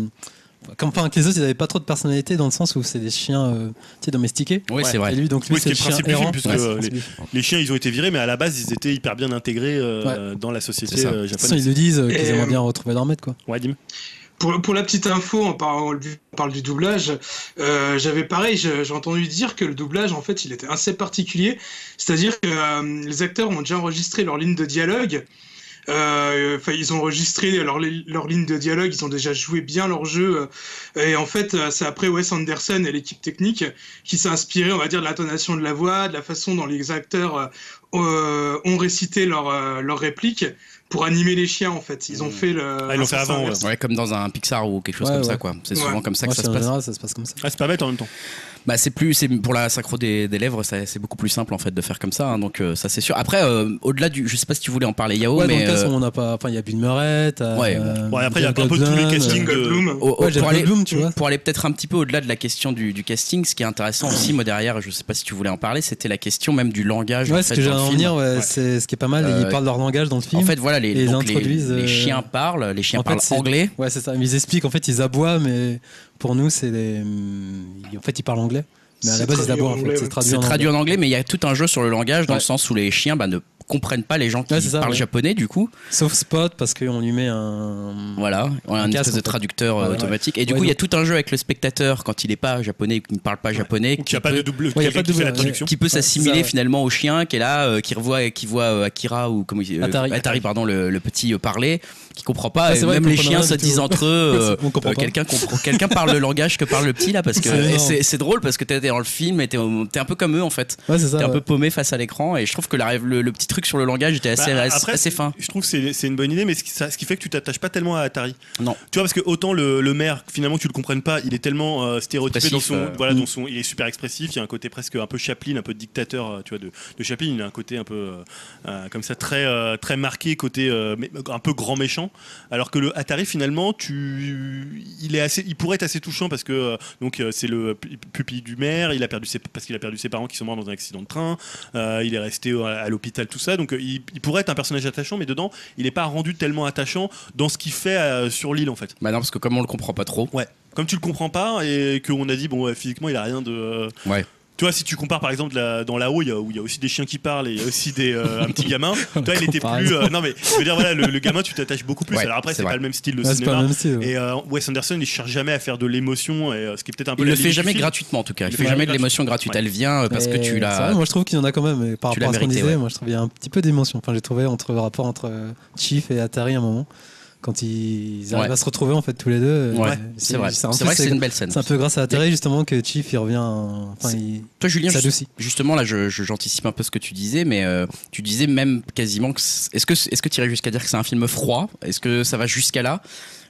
Speaker 3: Comme, enfin, que les autres ils avaient pas trop de personnalité dans le sens où c'est des chiens euh, tu sais, domestiqués.
Speaker 1: Oui, c'est vrai.
Speaker 3: Et lui donc lui
Speaker 5: Oui, ce
Speaker 3: c'est
Speaker 5: qui
Speaker 3: le
Speaker 5: est le
Speaker 3: chien
Speaker 5: principe du film,
Speaker 3: errant.
Speaker 5: puisque, euh,
Speaker 3: c'est le principe.
Speaker 5: Les chiens, ils ont été virés, mais à la base, ils étaient hyper bien intégrés euh, dans la
Speaker 1: C'est
Speaker 5: société
Speaker 1: ça.
Speaker 5: euh,
Speaker 3: De toute façon,
Speaker 5: japonaise.
Speaker 3: ils le disent euh, qu'ils
Speaker 4: Et,
Speaker 3: aimeraient
Speaker 4: euh,
Speaker 3: bien retrouver leur maître quoi.
Speaker 5: Ouais, Dim.
Speaker 4: Pour, pour la petite info, on parle, on du- on parle du doublage. euh, J'avais pareil, je- j'ai entendu dire que le doublage, en fait, il était assez particulier. C'est-à-dire que euh, les acteurs ont déjà enregistré leur ligne de dialogue. Euh, Enfin, ils ont enregistré leur, li- leur ligne de dialogue, ils ont déjà joué bien leur jeu. euh, et en fait, euh, c'est après Wes Anderson et l'équipe technique qui s'est inspiré, on va dire, de l'intonation de la voix, de la façon dont les acteurs euh, euh, ont récité leur, euh, leurs répliques pour animer les chiens, en fait. Ils ont fait le.
Speaker 5: Ah, ils l'ont fait
Speaker 4: un sens
Speaker 5: avant, ouais.
Speaker 4: inverse.
Speaker 1: Ouais, comme dans un Pixar ou quelque chose
Speaker 3: Ouais,
Speaker 1: comme
Speaker 3: ouais.
Speaker 1: ça, quoi. C'est
Speaker 4: Ouais.
Speaker 1: souvent comme ça que
Speaker 3: Moi,
Speaker 1: ça
Speaker 3: c'est
Speaker 1: se
Speaker 3: en
Speaker 1: passe.
Speaker 3: général, ça se passe comme ça.
Speaker 5: Ah, c'est pas bête en même temps.
Speaker 1: Bah, c'est plus, c'est pour la synchro des, des lèvres, ça- c'est beaucoup plus simple en fait de faire comme ça. hein, donc euh, ça, c'est sûr. Après, euh, au-delà du, je sais pas si tu voulais en parler, Yao,
Speaker 3: ouais, dans
Speaker 1: mais
Speaker 3: le cas
Speaker 1: euh,
Speaker 3: on n'a pas. Enfin il y a Bill Murray, t'as,
Speaker 1: Ouais. euh,
Speaker 3: euh,
Speaker 5: Ouais, après, il y a
Speaker 3: Jeff
Speaker 5: un peu tous les
Speaker 3: Goldblum,
Speaker 5: castings.
Speaker 4: Jean-Claude
Speaker 5: de-
Speaker 4: Bloom.
Speaker 1: au- au-
Speaker 3: Ouais, Jeff
Speaker 1: pour aller,
Speaker 3: Goldblum, tu vois.
Speaker 1: pour aller peut-être un petit peu au-delà de la question du, du casting, ce qui est intéressant aussi, moi derrière, je sais pas si tu voulais en parler, c'était la question même du langage.
Speaker 3: euh, Ouais,
Speaker 1: en
Speaker 3: ce
Speaker 1: fait,
Speaker 3: que j'ai à
Speaker 1: dans le
Speaker 3: en
Speaker 1: film.
Speaker 3: venir, ouais,
Speaker 5: Ouais.
Speaker 3: c'est ce qui est pas mal.
Speaker 1: Euh,
Speaker 3: ils parlent leur langage dans le film.
Speaker 1: En fait, voilà, les,
Speaker 3: Et ils
Speaker 1: donc les-
Speaker 3: introduisent,
Speaker 1: les
Speaker 3: euh,
Speaker 1: chiens parlent, les chiens
Speaker 3: en fait,
Speaker 1: parlent
Speaker 3: c'est-
Speaker 1: anglais.
Speaker 3: Ouais, c'est ça. Mais Ils expliquent, en fait, ils aboient, mais pour nous, c'est des. En fait, ils parlent anglais. Mais à la
Speaker 4: C'est
Speaker 3: base, ils
Speaker 4: traduit
Speaker 3: aboient,
Speaker 4: en
Speaker 3: en fait.
Speaker 4: anglais,
Speaker 3: C'est
Speaker 4: ouais.
Speaker 3: traduit
Speaker 1: C'est
Speaker 3: en
Speaker 1: traduit en anglais, mais il y a tout un jeu sur le langage dans
Speaker 3: Ouais.
Speaker 1: le sens où les chiens bah, ne comprennent pas les gens qui
Speaker 3: Ouais, c'est ça,
Speaker 1: parlent
Speaker 3: ouais.
Speaker 1: japonais du coup.
Speaker 3: anglais. Sauf Spot, parce qu'on lui met un.
Speaker 1: Voilà, on a un
Speaker 3: Un casque,
Speaker 1: espèce de
Speaker 3: en fait.
Speaker 1: traducteur euh,
Speaker 3: Ouais, ouais.
Speaker 1: automatique. Et du
Speaker 3: Ouais,
Speaker 1: coup, il y a
Speaker 3: donc-
Speaker 1: tout un jeu avec le spectateur quand il n'est pas japonais, ou qu'il ne parle pas japonais,
Speaker 5: Ou
Speaker 1: qui,
Speaker 5: qu'il n'y a pas
Speaker 1: peut-
Speaker 5: de double,
Speaker 3: Ouais, y a pas de
Speaker 5: qui fait la
Speaker 3: double-
Speaker 5: traduction.
Speaker 1: qui peut s'assimiler
Speaker 3: ça, ouais.
Speaker 1: finalement au chien qui est là, euh, qui revoit, qui voit euh, Akira ou comment il- euh,
Speaker 3: Atari.
Speaker 1: pardon, le, le petit euh, parler, qui comprend pas.
Speaker 3: Ah,
Speaker 1: et
Speaker 3: c'est vrai,
Speaker 1: même
Speaker 3: il
Speaker 1: les
Speaker 3: comprend
Speaker 1: chiens
Speaker 3: rien
Speaker 1: se
Speaker 3: du tout.
Speaker 1: disent entre eux. euh,
Speaker 3: On comprend
Speaker 1: euh,
Speaker 3: pas.
Speaker 1: quelqu'un comprend- quelqu'un parle le langage que parle le petit là parce que
Speaker 3: C'est
Speaker 1: et
Speaker 3: énorme.
Speaker 1: c'est c'est drôle parce que t'es dans le film et t'es au- t'es un peu comme eux en fait
Speaker 3: Ouais, c'est ça.
Speaker 1: t'es un
Speaker 3: ouais.
Speaker 1: peu paumé face à l'écran et je trouve que la, le, le petit truc sur le langage était assez,
Speaker 5: Bah,
Speaker 1: assez-
Speaker 5: après,
Speaker 1: assez fin
Speaker 5: Je trouve que c'est c'est une bonne idée, mais ce qui, ça- ce qui fait que tu t'attaches pas tellement à Atari.
Speaker 1: Non.
Speaker 5: Tu vois, parce que autant le, le maire, finalement, tu le comprennes pas, il est tellement euh, stéréotypé dans
Speaker 1: Expressif,
Speaker 5: son,
Speaker 1: euh,
Speaker 5: voilà,
Speaker 3: mm.
Speaker 5: dans son, il est super expressif. Il y a un côté presque un peu Chaplin, un peu dictateur, euh, tu vois, de, de Chaplin. Il a un côté un peu euh, euh, comme ça très euh, très marqué, côté euh, mais- un peu grand méchant. Alors que le Atari, finalement, tu, il est assez, il pourrait être assez touchant parce que euh, donc euh, c'est le pu- pupille du maire. Il a perdu ses, parce qu'il a perdu ses parents qui sont morts dans un accident de train. Euh, il est resté à, à l'hôpital, tout ça. Donc euh, il, il pourrait être un personnage attachant, mais dedans, il n'est pas rendu tellement attachant dans ce qu'il fait euh, sur l'île en fait.
Speaker 1: bah non parce que comme on le comprend pas trop
Speaker 5: Comme tu le comprends pas et qu'on a dit bon ouais, physiquement il a rien de. euh,
Speaker 1: Ouais.
Speaker 5: Tu vois, si tu compares par exemple la- dans là-haut, il y a- où il y a aussi des chiens qui parlent et il y a aussi des, euh, un petit gamin, toi il était plus. euh, non mais je veux dire, voilà, le, le gamin tu t'attaches beaucoup plus.
Speaker 1: Ouais,
Speaker 5: Alors après,
Speaker 1: c'est
Speaker 5: c'est
Speaker 1: vrai.
Speaker 5: pas le même style de
Speaker 3: Ouais, c'est pas
Speaker 5: cinéma.
Speaker 3: le même style. ouais.
Speaker 5: Et euh, Wes Anderson il cherche jamais à faire de l'émotion, et euh, ce qui est peut-être un peu
Speaker 1: il
Speaker 5: la
Speaker 1: le
Speaker 5: limite
Speaker 1: fait
Speaker 5: du
Speaker 1: jamais
Speaker 5: film.
Speaker 1: gratuitement en tout cas il
Speaker 5: Il
Speaker 1: fait
Speaker 5: fait
Speaker 1: jamais de
Speaker 5: gratuit.
Speaker 1: l'émotion gratuite
Speaker 5: Ouais.
Speaker 1: elle vient euh, parce que
Speaker 3: Mais hein.
Speaker 1: tu
Speaker 3: c'est vrai,
Speaker 1: l'as
Speaker 3: moi, je trouve qu'il y en a quand même. et Par
Speaker 1: tu l'as
Speaker 3: rapport à ce qu'on
Speaker 1: mérité,
Speaker 3: disait,
Speaker 1: ouais.
Speaker 3: moi, je trouve qu'il y a un petit peu d'émotion. Enfin, j'ai trouvé entre le rapport entre euh, Chief et Atari à un moment, quand ils, ils arrivent
Speaker 1: Ouais.
Speaker 3: à se retrouver en fait tous les deux.
Speaker 1: Ouais,
Speaker 3: euh,
Speaker 1: c'est vrai
Speaker 3: un
Speaker 1: c'est
Speaker 3: peu-
Speaker 1: vrai que c'est une belle scène
Speaker 3: c'est un peu grâce à Atari justement que Chief il revient. en- Enfin,
Speaker 1: C'est-
Speaker 3: il
Speaker 1: toi Julien juste-
Speaker 3: s'adoucit.
Speaker 1: justement là je- je- j'anticipe un peu ce que tu disais mais euh, tu disais même quasiment que c'est- est-ce que est-ce que tu irais jusqu'à dire que c'est un film froid est-ce que ça va jusqu'à là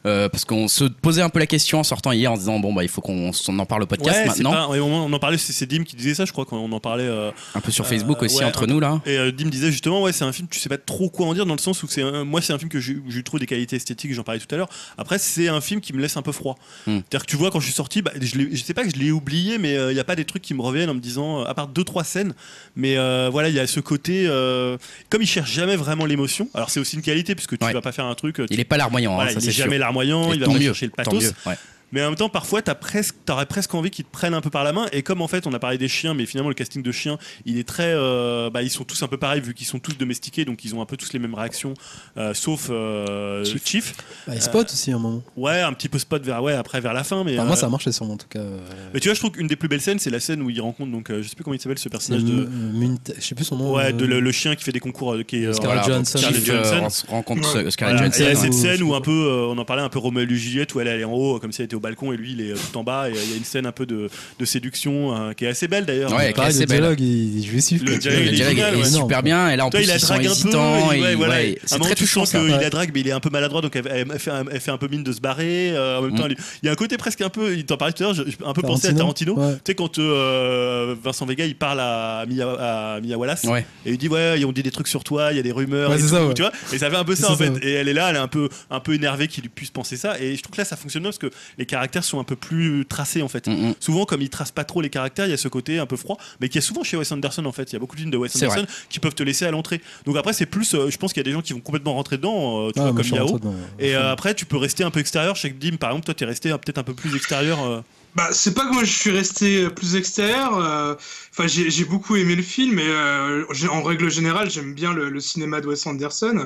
Speaker 1: Euh, parce qu'on se posait un peu la question en sortant hier en disant bon bah il faut qu'on s'en- en parle au podcast
Speaker 5: Ouais, c'est
Speaker 1: maintenant
Speaker 5: pas- ouais, on en parlait, c'est c'est Dim qui disait ça, je crois qu'on en parlait euh,
Speaker 1: un peu sur Facebook
Speaker 5: Euh,
Speaker 1: aussi
Speaker 5: ouais,
Speaker 1: entre
Speaker 5: un-
Speaker 1: nous là
Speaker 5: Et euh, Dim disait justement, ouais, c'est un film, tu sais pas trop quoi en dire, dans le sens où c'est un- moi, c'est un film que j'ai- j'ai trouvé des qualités esthétiques, j'en parlais tout à l'heure. Après, c'est un film qui me laisse un peu froid.
Speaker 1: Hmm.
Speaker 5: C'est-à-dire que tu vois, quand je suis sorti, bah, je, l'ai- je sais pas que je l'ai oublié, mais euh, il n'y a pas des trucs qui me reviennent en me disant, euh, à part deux, trois scènes, mais euh, voilà, il y a ce côté, euh, comme il cherche jamais vraiment l'émotion, alors c'est aussi une qualité, puisque tu
Speaker 1: Ouais.
Speaker 5: vas pas faire un truc, euh, tu-
Speaker 1: Il est pas larmoyant,
Speaker 5: voilà,
Speaker 1: hein, ça
Speaker 5: il est
Speaker 1: c'est sûr.
Speaker 5: jamais larmoyant,
Speaker 1: Et
Speaker 5: il va
Speaker 1: tant
Speaker 5: pas
Speaker 1: mieux,
Speaker 5: chercher le
Speaker 1: tant
Speaker 5: pathos.
Speaker 1: mieux, ouais.
Speaker 5: Mais en même temps, parfois, t'as presque, t'aurais presque envie qu'ils te prennent un peu par la main. Et comme en fait, on a parlé des chiens, mais finalement, le casting de chiens, il est très, euh, bah, ils sont tous un peu pareils vu qu'ils sont tous domestiqués, donc ils ont un peu tous les mêmes réactions, euh, sauf euh, Chief.
Speaker 3: Chief. Bah, il spot aussi à un moment.
Speaker 5: Ouais, un petit peu spot vers, ouais, après vers la fin, mais.
Speaker 3: Enfin, moi,
Speaker 5: euh,
Speaker 3: ça a marché sur moi en tout cas. euh,
Speaker 5: Mais tu vois, je trouve qu'une des plus belles scènes, c'est la scène où il rencontre donc, euh, je sais plus comment il s'appelle ce
Speaker 3: c'est
Speaker 5: personnage de,
Speaker 3: M- Munta- je sais plus son nom.
Speaker 5: ouais,
Speaker 3: euh,
Speaker 5: de le, le chien qui fait des concours, euh, qui est. euh,
Speaker 3: Scarlett
Speaker 1: Voilà, donc
Speaker 3: Johansson.
Speaker 1: Chief,
Speaker 5: Scarlett
Speaker 1: euh,
Speaker 5: Johansson.
Speaker 1: rencontre
Speaker 4: Ouais.
Speaker 1: Scarlett
Speaker 5: Voilà,
Speaker 1: Johansson.
Speaker 5: et il y a cette
Speaker 3: ou-
Speaker 5: scène où un peu, euh, on en parlait un peu Roméo et Juliette, où elle, elle est en haut, euh, comme si elle était au balcon, et lui, il est euh, tout en bas. Et euh, il y a une scène un peu de, de séduction euh, qui est assez belle d'ailleurs.
Speaker 1: Ouais,
Speaker 5: Euh,
Speaker 1: classe,
Speaker 3: Pareil,
Speaker 1: c'est
Speaker 3: le
Speaker 1: belle.
Speaker 3: dialogue, il, il jouait
Speaker 5: Le
Speaker 1: Ben. Le
Speaker 5: dialogue, il est
Speaker 1: dialogue
Speaker 5: génial,
Speaker 1: est
Speaker 5: ouais.
Speaker 1: super bien et là en
Speaker 5: Toi,
Speaker 1: plus
Speaker 5: il la
Speaker 1: ils sont
Speaker 5: drague un peu.
Speaker 1: hésitants
Speaker 5: il-
Speaker 1: et
Speaker 5: ouais, voilà, et
Speaker 1: ouais,
Speaker 5: à un
Speaker 1: c'est
Speaker 5: moment,
Speaker 1: très
Speaker 5: tu
Speaker 1: touchant
Speaker 5: sens
Speaker 1: ça.
Speaker 5: qu'il
Speaker 3: Ouais.
Speaker 5: la drague, mais il est un peu maladroit, donc elle, elle fait, un, elle fait un peu mine de se barrer. euh, en même temps,
Speaker 1: Mm.
Speaker 5: elle- il y a un côté presque un peu. Il t'en parlait tout à l'heure, je- j'ai un peu pensé à Tarantino.
Speaker 3: Ouais.
Speaker 5: Tu sais, quand euh, Vincent Vega il parle à Mia, à Mia Wallace
Speaker 1: Ouais.
Speaker 5: et il dit Ouais, ils ont dit des trucs sur toi, il y a des rumeurs.
Speaker 3: Ouais,
Speaker 5: Euh, et
Speaker 3: c'est
Speaker 5: tout,
Speaker 3: ça, ouais.
Speaker 5: Tu vois Et ça fait un peu ça
Speaker 3: C'est
Speaker 5: en
Speaker 3: ça,
Speaker 5: fait.
Speaker 3: ouais.
Speaker 5: Et elle est là, elle est un peu, un peu énervée qu'il lui puisse penser ça. Et je trouve que là, ça fonctionne bien parce que les caractères sont un peu plus tracés en fait.
Speaker 1: Mm, mm.
Speaker 5: Souvent, comme il trace pas trop les caractères, il y a ce côté un peu froid, mais qui est souvent chez Wes Anderson en fait. Il y a beaucoup de films de Wes
Speaker 1: C'est
Speaker 5: Anderson qui peuvent te laisser à l'entrée. Donc après, c'est plus, euh, je pense qu'il y a des gens qui vont complètement rentrer dedans, euh, tu
Speaker 3: Ah,
Speaker 5: vois,
Speaker 3: moi,
Speaker 5: comme
Speaker 3: je suis
Speaker 5: Yao.
Speaker 3: rentré dedans.
Speaker 5: Et euh, après, tu peux rester un peu extérieur. Chaque Dim, par exemple, toi, t'es resté euh, peut-être un peu plus extérieur. euh.
Speaker 4: Bah, c'est pas que moi je suis resté euh, plus extérieur. euh, Enfin, j'ai j'ai beaucoup aimé le film et euh, j'ai- en règle générale, j'aime bien le, le cinéma de Wes Anderson.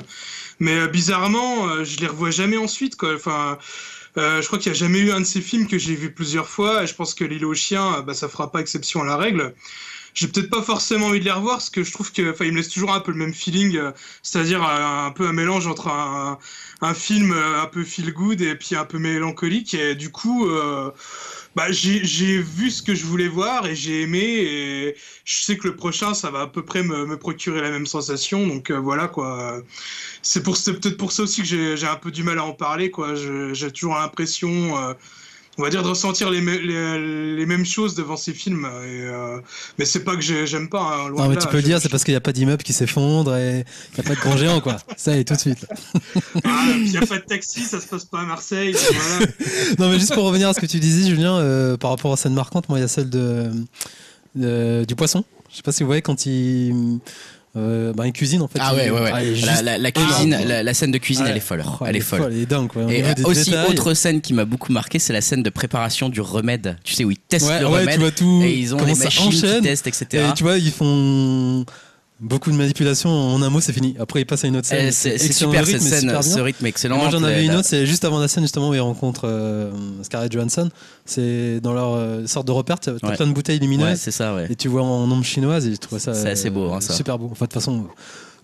Speaker 4: Mais euh, bizarrement, euh, je les revois jamais ensuite. Quoi. Enfin, euh, je crois qu'il n'y a jamais eu un de ces films que j'ai vu plusieurs fois. Et je pense que L'île aux chiens, euh, bah, ça fera pas exception à la règle. J'ai peut-être pas forcément envie de les revoir parce que je trouve que, enfin, il me laisse toujours un peu le même feeling, euh, c'est-à-dire euh, un peu un mélange entre un, un film euh, un peu feel good et puis un peu mélancolique. Et du coup, euh, bah, j'ai j'ai vu ce que je voulais voir et j'ai aimé. Et je sais que le prochain, ça va à peu près me, me procurer la même sensation. Donc euh, voilà quoi. C'est pour- c'est peut-être pour ça aussi que j'ai j'ai un peu du mal à en parler. quoi. Je- J'ai toujours l'impression. euh, on va dire de ressentir les, mê- les, les mêmes choses devant ces films. Et, euh, mais c'est pas que j'ai- j'aime pas. hein, loin
Speaker 3: Non,
Speaker 4: de
Speaker 3: mais
Speaker 4: là.
Speaker 3: tu peux le
Speaker 4: Je-
Speaker 3: dire, c'est parce qu'il n'y a pas d'immeuble qui s'effondre et il n'y a pas de grand géant, quoi. Ça, et tout de suite.
Speaker 4: Ah, puis y a pas de taxi, ça se passe pas à Marseille. voilà.
Speaker 3: Non, mais juste pour revenir à ce que tu disais, Julien, euh, par rapport aux scènes euh, marquantes, moi, il y a celle de, de- du poisson. Je sais pas si vous voyez quand il. euh, bah, une cuisine en fait.
Speaker 1: Ah
Speaker 3: il-
Speaker 1: ouais, ouais, ouais.
Speaker 3: ah, il est
Speaker 1: la,
Speaker 3: juste-
Speaker 1: la- la cuisine,
Speaker 3: Ah,
Speaker 1: la, la scène de cuisine,
Speaker 3: ouais.
Speaker 1: elle est folle.
Speaker 3: Oh,
Speaker 1: elle est folle.
Speaker 3: Elle est dingue. quoi. Au
Speaker 1: Et
Speaker 3: niveau
Speaker 1: euh,
Speaker 3: des
Speaker 1: aussi,
Speaker 3: détails,
Speaker 1: autre scène qui m'a beaucoup marqué, c'est la scène de préparation du remède. Tu sais, où ils testent
Speaker 3: Ouais,
Speaker 1: le
Speaker 3: ouais, tu
Speaker 1: remède.
Speaker 3: vois tout.
Speaker 1: et ils ont
Speaker 3: comment
Speaker 1: les
Speaker 3: ça
Speaker 1: machines qui
Speaker 3: enchaîne.
Speaker 1: testent, etc.
Speaker 3: Et tu vois, ils font beaucoup de manipulations. En un mot, c'est fini. Après, ils passent à une autre scène.
Speaker 1: Eh, c'est c'est
Speaker 3: Excellent,
Speaker 1: super
Speaker 3: le
Speaker 1: cette
Speaker 3: rythme est
Speaker 1: scène,
Speaker 3: super bien.
Speaker 1: ce rythme excellent.
Speaker 3: Moi j'en avais
Speaker 1: La-
Speaker 3: une autre, c'est juste avant la scène justement où ils rencontrent euh, Scarlett Johansson. C'est dans leur euh, sorte de repère, t'as t'as
Speaker 1: Ouais.
Speaker 3: plein de bouteilles
Speaker 1: Ouais,
Speaker 3: lumineuses
Speaker 1: c'est ça, ouais.
Speaker 3: et tu vois en ombre chinoise et je trouvais ça
Speaker 1: C'est assez beau, hein,
Speaker 3: euh,
Speaker 1: ça.
Speaker 3: super beau. Enfin, de toute façon,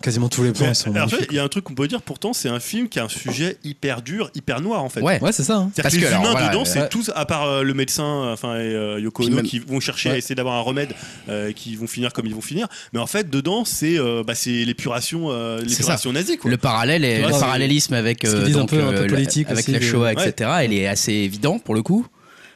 Speaker 3: quasiment tous les plans ils sont
Speaker 5: Alors, en fait,
Speaker 3: magnifiques.
Speaker 5: il y a un truc qu'on peut dire, pourtant, c'est un film qui a un sujet hyper dur, hyper noir en fait.
Speaker 1: Ouais.
Speaker 3: Ouais, c'est ça. hein.
Speaker 5: C'est-à-dire
Speaker 1: Parce
Speaker 5: que
Speaker 1: que,
Speaker 5: les
Speaker 1: alors,
Speaker 5: humains
Speaker 1: voilà,
Speaker 5: dedans,
Speaker 1: euh,
Speaker 5: c'est
Speaker 3: ouais.
Speaker 5: tous, à part euh, le médecin, euh, enfin et, euh, Yoko
Speaker 1: Puis
Speaker 5: Ono,
Speaker 1: même-
Speaker 5: qui vont chercher à
Speaker 3: Ouais.
Speaker 5: essayer d'avoir un remède, euh, qui vont finir comme ils vont finir. Mais en fait, dedans, c'est euh, bah, c'est l'épuration, euh,
Speaker 1: C'est
Speaker 5: l'épuration nazie. Quoi.
Speaker 1: Le parallèle et
Speaker 5: Tu vois,
Speaker 1: le
Speaker 5: c'est-
Speaker 1: parallélisme avec
Speaker 3: ce qu'ils
Speaker 1: euh,
Speaker 3: disent un
Speaker 1: donc,
Speaker 3: peu- un peu
Speaker 1: euh, la-
Speaker 3: politique
Speaker 1: avec
Speaker 3: aussi,
Speaker 1: la
Speaker 3: de-
Speaker 1: Shoah,
Speaker 5: Ouais.
Speaker 1: etc. Elle est assez évidente pour le coup.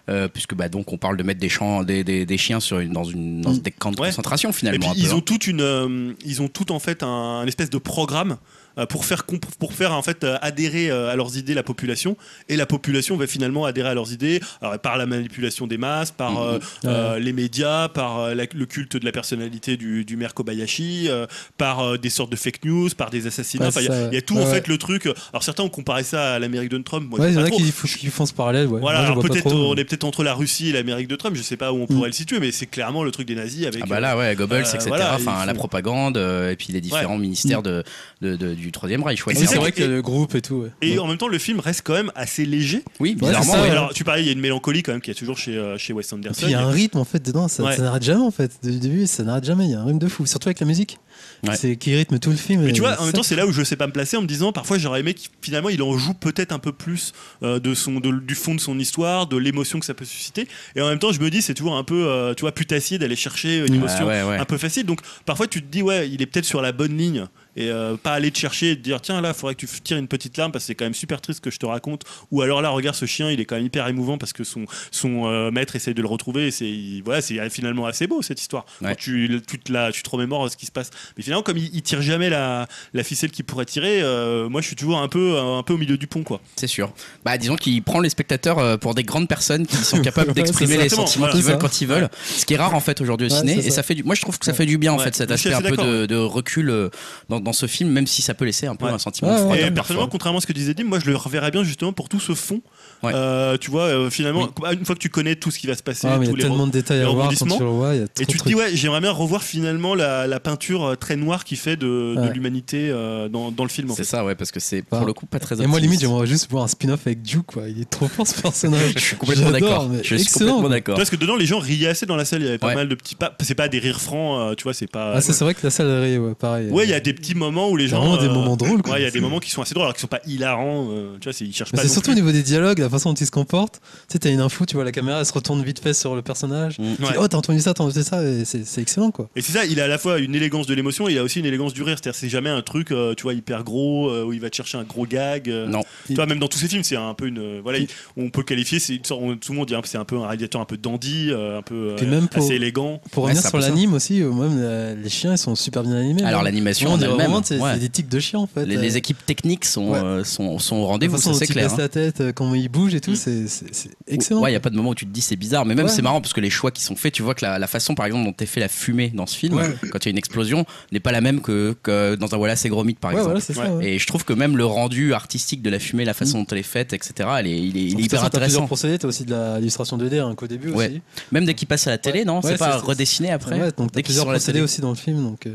Speaker 1: euh, puisque bah donc on parle de mettre des, champs, des, des, des chiens sur une, dans, une, dans
Speaker 3: Mm.
Speaker 1: des camps de
Speaker 5: Ouais.
Speaker 1: concentration
Speaker 5: Et
Speaker 1: finalement.
Speaker 5: puis
Speaker 1: un peu,
Speaker 5: ils
Speaker 1: hein.
Speaker 5: ont toute une, euh, ils ont tout en fait un, un espèce de programme euh, pour faire comp- pour faire en fait euh, adhérer euh, à leurs idées la population et la population va finalement adhérer à leurs idées alors, par la manipulation des masses,
Speaker 3: Mm,
Speaker 5: par euh, euh, les médias, par euh, la- le culte de la personnalité du, du maire Kobayashi, euh, par euh, des sortes de fake news, par des assassinats.
Speaker 3: Ouais,
Speaker 5: Enfin, il y a-
Speaker 3: ça,
Speaker 5: il y, a tout
Speaker 3: ouais,
Speaker 5: en
Speaker 3: ouais.
Speaker 5: fait le truc. Alors certains ont comparé ça à l'Amérique de Trump. Moi,
Speaker 3: Ouais,
Speaker 5: je
Speaker 3: il y
Speaker 5: sais
Speaker 3: en
Speaker 5: pas
Speaker 3: a
Speaker 5: trop.
Speaker 3: qui, f- qui font ce parallèle. Ouais.
Speaker 5: Voilà,
Speaker 3: Moi, je
Speaker 5: alors
Speaker 3: vois pas
Speaker 5: peut-être
Speaker 3: trop,
Speaker 5: on
Speaker 3: mais- Mm.
Speaker 5: est peut-être entre la Russie et l'Amérique de Trump, je sais pas où on pourrait le situer, mais c'est clairement le truc des nazis avec.
Speaker 1: Ah bah là, ouais, Goebbels,
Speaker 5: euh,
Speaker 1: etc.
Speaker 5: voilà,
Speaker 1: enfin,
Speaker 5: ils
Speaker 1: la
Speaker 5: font-
Speaker 1: propagande euh, et puis les différents ministères de, de- de- du Troisième Reich. ouais,
Speaker 5: Et
Speaker 3: Oui,
Speaker 1: clairement.
Speaker 3: c'est vrai
Speaker 5: Et-
Speaker 3: que le groupe et tout. ouais.
Speaker 5: Et
Speaker 3: Ouais.
Speaker 5: en même temps, le film reste quand même assez léger.
Speaker 1: Oui, bizarrement.
Speaker 3: c'est ça,
Speaker 1: ouais.
Speaker 3: ouais.
Speaker 5: Alors, tu parlais, il y a une mélancolie quand même qui est toujours chez, euh, chez Wes
Speaker 3: Et
Speaker 5: Anderson.
Speaker 3: puis il y a un rythme en fait dedans, ça,
Speaker 5: Ouais.
Speaker 3: ça n'arrête jamais en fait. Du début, ça n'arrête jamais. Il y a un rythme de fou, surtout avec la musique.
Speaker 1: Ouais.
Speaker 3: C'est qui rythme tout le film.
Speaker 5: Mais
Speaker 3: et
Speaker 5: tu vois, en
Speaker 3: ça,
Speaker 5: même temps, c'est là où je sais pas me placer en me disant parfois j'aurais aimé qu'il finalement il en joue peut-être un peu plus euh, de son, de- du fond de son histoire, de l'émotion que ça peut susciter. Et en même temps, je me dis c'est toujours un peu, euh, tu vois, putassier d'aller chercher une
Speaker 1: Ah,
Speaker 5: émotion
Speaker 1: ouais, ouais.
Speaker 5: un peu facile. Donc parfois tu te dis ouais, il est peut-être sur la bonne ligne et euh, pas aller te chercher et te dire tiens là, faudrait que tu f- tires une petite larme parce que c'est quand même super triste ce que je te raconte. Ou alors là, regarde ce chien, il est quand même hyper émouvant parce que son son euh, maître essaye de le retrouver. Et c'est il- voilà, c'est finalement assez beau cette histoire.
Speaker 1: Ouais.
Speaker 5: Quand Tu tu te la- tu te remémores ce qui se passe. Mais finalement comme il, il tire jamais la, la ficelle qu'il pourrait tirer, euh, moi je suis toujours un peu un peu au milieu du pont quoi.
Speaker 1: C'est sûr. Bah, disons qu'il prend les spectateurs euh, pour des grandes personnes qui sont capables
Speaker 3: Ouais,
Speaker 1: d'exprimer
Speaker 5: c'est
Speaker 1: les
Speaker 5: exactement,
Speaker 1: sentiments
Speaker 5: voilà.
Speaker 1: qu'ils
Speaker 3: C'est
Speaker 1: veulent
Speaker 3: ça.
Speaker 1: quand ils veulent. Ce qui est rare en fait aujourd'hui au
Speaker 3: Ouais,
Speaker 1: ciné.
Speaker 3: c'est
Speaker 1: Et
Speaker 3: ça.
Speaker 1: ça fait du... Moi, je trouve que ça fait du bien en
Speaker 5: Ouais.
Speaker 1: fait cet
Speaker 5: Je suis
Speaker 1: aspect un
Speaker 5: assez
Speaker 1: peu de,
Speaker 5: d'accord.
Speaker 1: de recul euh, dans, dans ce film, même si ça peut laisser un peu
Speaker 5: Ouais.
Speaker 1: un sentiment de
Speaker 5: Et
Speaker 3: Ouais, ouais.
Speaker 5: euh,
Speaker 1: froideur
Speaker 5: personnellement,
Speaker 1: parfois.
Speaker 5: contrairement à ce que disait Dim, moi je le reverrais bien justement pour tout ce fond.
Speaker 1: Ouais.
Speaker 5: Euh, tu vois, euh, finalement, une fois que tu connais tout ce qui va se passer,
Speaker 3: Ah, mais
Speaker 5: tous
Speaker 3: il y a
Speaker 5: les re-
Speaker 3: tellement de détails
Speaker 5: les
Speaker 3: à voir quand
Speaker 5: rebondissements.
Speaker 3: tu le vois. il y a
Speaker 5: et
Speaker 3: trop
Speaker 5: tu
Speaker 3: de
Speaker 5: te
Speaker 3: trucs.
Speaker 5: dis ouais, j'aimerais bien revoir finalement la, la peinture euh, très noire qui fait de, de
Speaker 3: Ouais.
Speaker 5: l'humanité euh, dans, dans le film. en
Speaker 1: C'est
Speaker 5: fait.
Speaker 1: ça, ouais, parce que c'est
Speaker 3: Bah.
Speaker 1: pour le coup pas très
Speaker 3: Et moi, limite,
Speaker 1: optimiste.
Speaker 3: j'aimerais juste voir un spin-off avec Duke, quoi. Il est trop fort ce personnage.
Speaker 1: je suis complètement
Speaker 3: J'adore,
Speaker 1: d'accord.
Speaker 3: mais
Speaker 1: Je suis
Speaker 3: excellent,
Speaker 1: complètement
Speaker 3: quoi.
Speaker 1: d'accord.
Speaker 5: Parce que dedans, les gens riaient assez dans la salle. Il y avait pas
Speaker 1: Ouais.
Speaker 5: mal de petits pas. C'est pas des rires francs, euh, tu vois. C'est pas.
Speaker 3: Ah, ça, c'est vrai que la salle est rayée, ouais, pareil.
Speaker 5: ouais, il y a des petits moments où les
Speaker 3: C'est
Speaker 5: gens. euh,
Speaker 3: vraiment des moments drôles, quoi.
Speaker 5: Ouais, il y a des
Speaker 3: C'est-
Speaker 5: moments qui sont assez drôles, alors qu'ils sont pas hilarants. euh, tu vois, c'est- ils cherchent
Speaker 3: Mais
Speaker 5: pas.
Speaker 3: c'est
Speaker 5: non
Speaker 3: surtout au
Speaker 5: plus.
Speaker 3: niveau des dialogues, la façon dont il se comporte. Tu sais, t'as une info, tu vois la caméra, elle se retourne vite fait sur le personnage.
Speaker 1: Mm.
Speaker 3: Tu dis,
Speaker 5: Ouais.
Speaker 3: oh, t'as entendu ça, t'as entendu ça, et c'est c'est excellent, quoi.
Speaker 5: Et c'est ça, il a à la fois une élégance de l'émotion, et il a aussi une élégance du rire. C'est-à-dire, c'est jamais un truc, euh, tu vois, hyper gros euh, où il va te chercher un gros gag. euh,
Speaker 1: Non.
Speaker 5: Tu vois, même dans tous ces films, c'est un peu une. euh, voilà, il- on peut qualifier, c'est une sorte, on- tout le monde dit, hein, c'est un peu un réalisateur un peu dandy, euh, un peu euh,
Speaker 3: Puis même pour-
Speaker 5: assez élégant.
Speaker 3: Pour
Speaker 1: Ouais,
Speaker 3: revenir
Speaker 1: c'est un
Speaker 3: sur
Speaker 1: peu ça.
Speaker 3: l'anime aussi, euh, même euh, les chiens, ils sont super bien animés.
Speaker 1: Alors
Speaker 3: même.
Speaker 1: l'animation,
Speaker 3: on
Speaker 1: en
Speaker 3: dirait
Speaker 1: elle-même,
Speaker 3: vraiment, c'est
Speaker 1: ouais.
Speaker 3: c'est des tics de chiens, en fait.
Speaker 1: les, les équipes techniques sont,
Speaker 3: Ouais.
Speaker 1: euh, sont, sont au
Speaker 3: des
Speaker 1: rendez-vous, ça
Speaker 3: façon dont
Speaker 1: c'est
Speaker 3: ils
Speaker 1: clair.
Speaker 3: baissent
Speaker 1: hein.
Speaker 3: la tête, euh, comment ils bougent et
Speaker 5: Mm.
Speaker 3: tout, c'est c'est- c'est excellent.
Speaker 1: Ouais, il n'y a pas de moment où tu te dis c'est bizarre, mais même
Speaker 3: Ouais.
Speaker 1: c'est marrant parce que les choix qui sont faits, tu vois que la, la façon par exemple dont est fait la fumée dans ce film,
Speaker 6: Ouais.
Speaker 1: quand il y a une explosion, n'est pas la même que, que dans un Wallace et Gromit par
Speaker 3: Ouais,
Speaker 1: exemple.
Speaker 3: voilà, c'est Mm. ça. ouais.
Speaker 1: Et je trouve que même le rendu artistique de la fumée, la façon dont elle est faite, etc., elle est, il est, il est
Speaker 3: De
Speaker 1: hyper
Speaker 3: toute façon, T'as plusieurs
Speaker 1: intéressant.
Speaker 3: procédés, t'as aussi de la- l'illustration 2D hein, qu'au début
Speaker 1: Ouais.
Speaker 3: aussi.
Speaker 1: Même dès qu'il passe à la télé, non
Speaker 3: Ouais,
Speaker 1: C'est pas
Speaker 3: c'est- c'est-
Speaker 1: redessiné après
Speaker 3: Ouais, donc t'as
Speaker 1: Dès qu'ils
Speaker 3: plusieurs
Speaker 1: sont à la
Speaker 3: procédés
Speaker 1: télé.
Speaker 3: aussi dans le film. Donc, euh,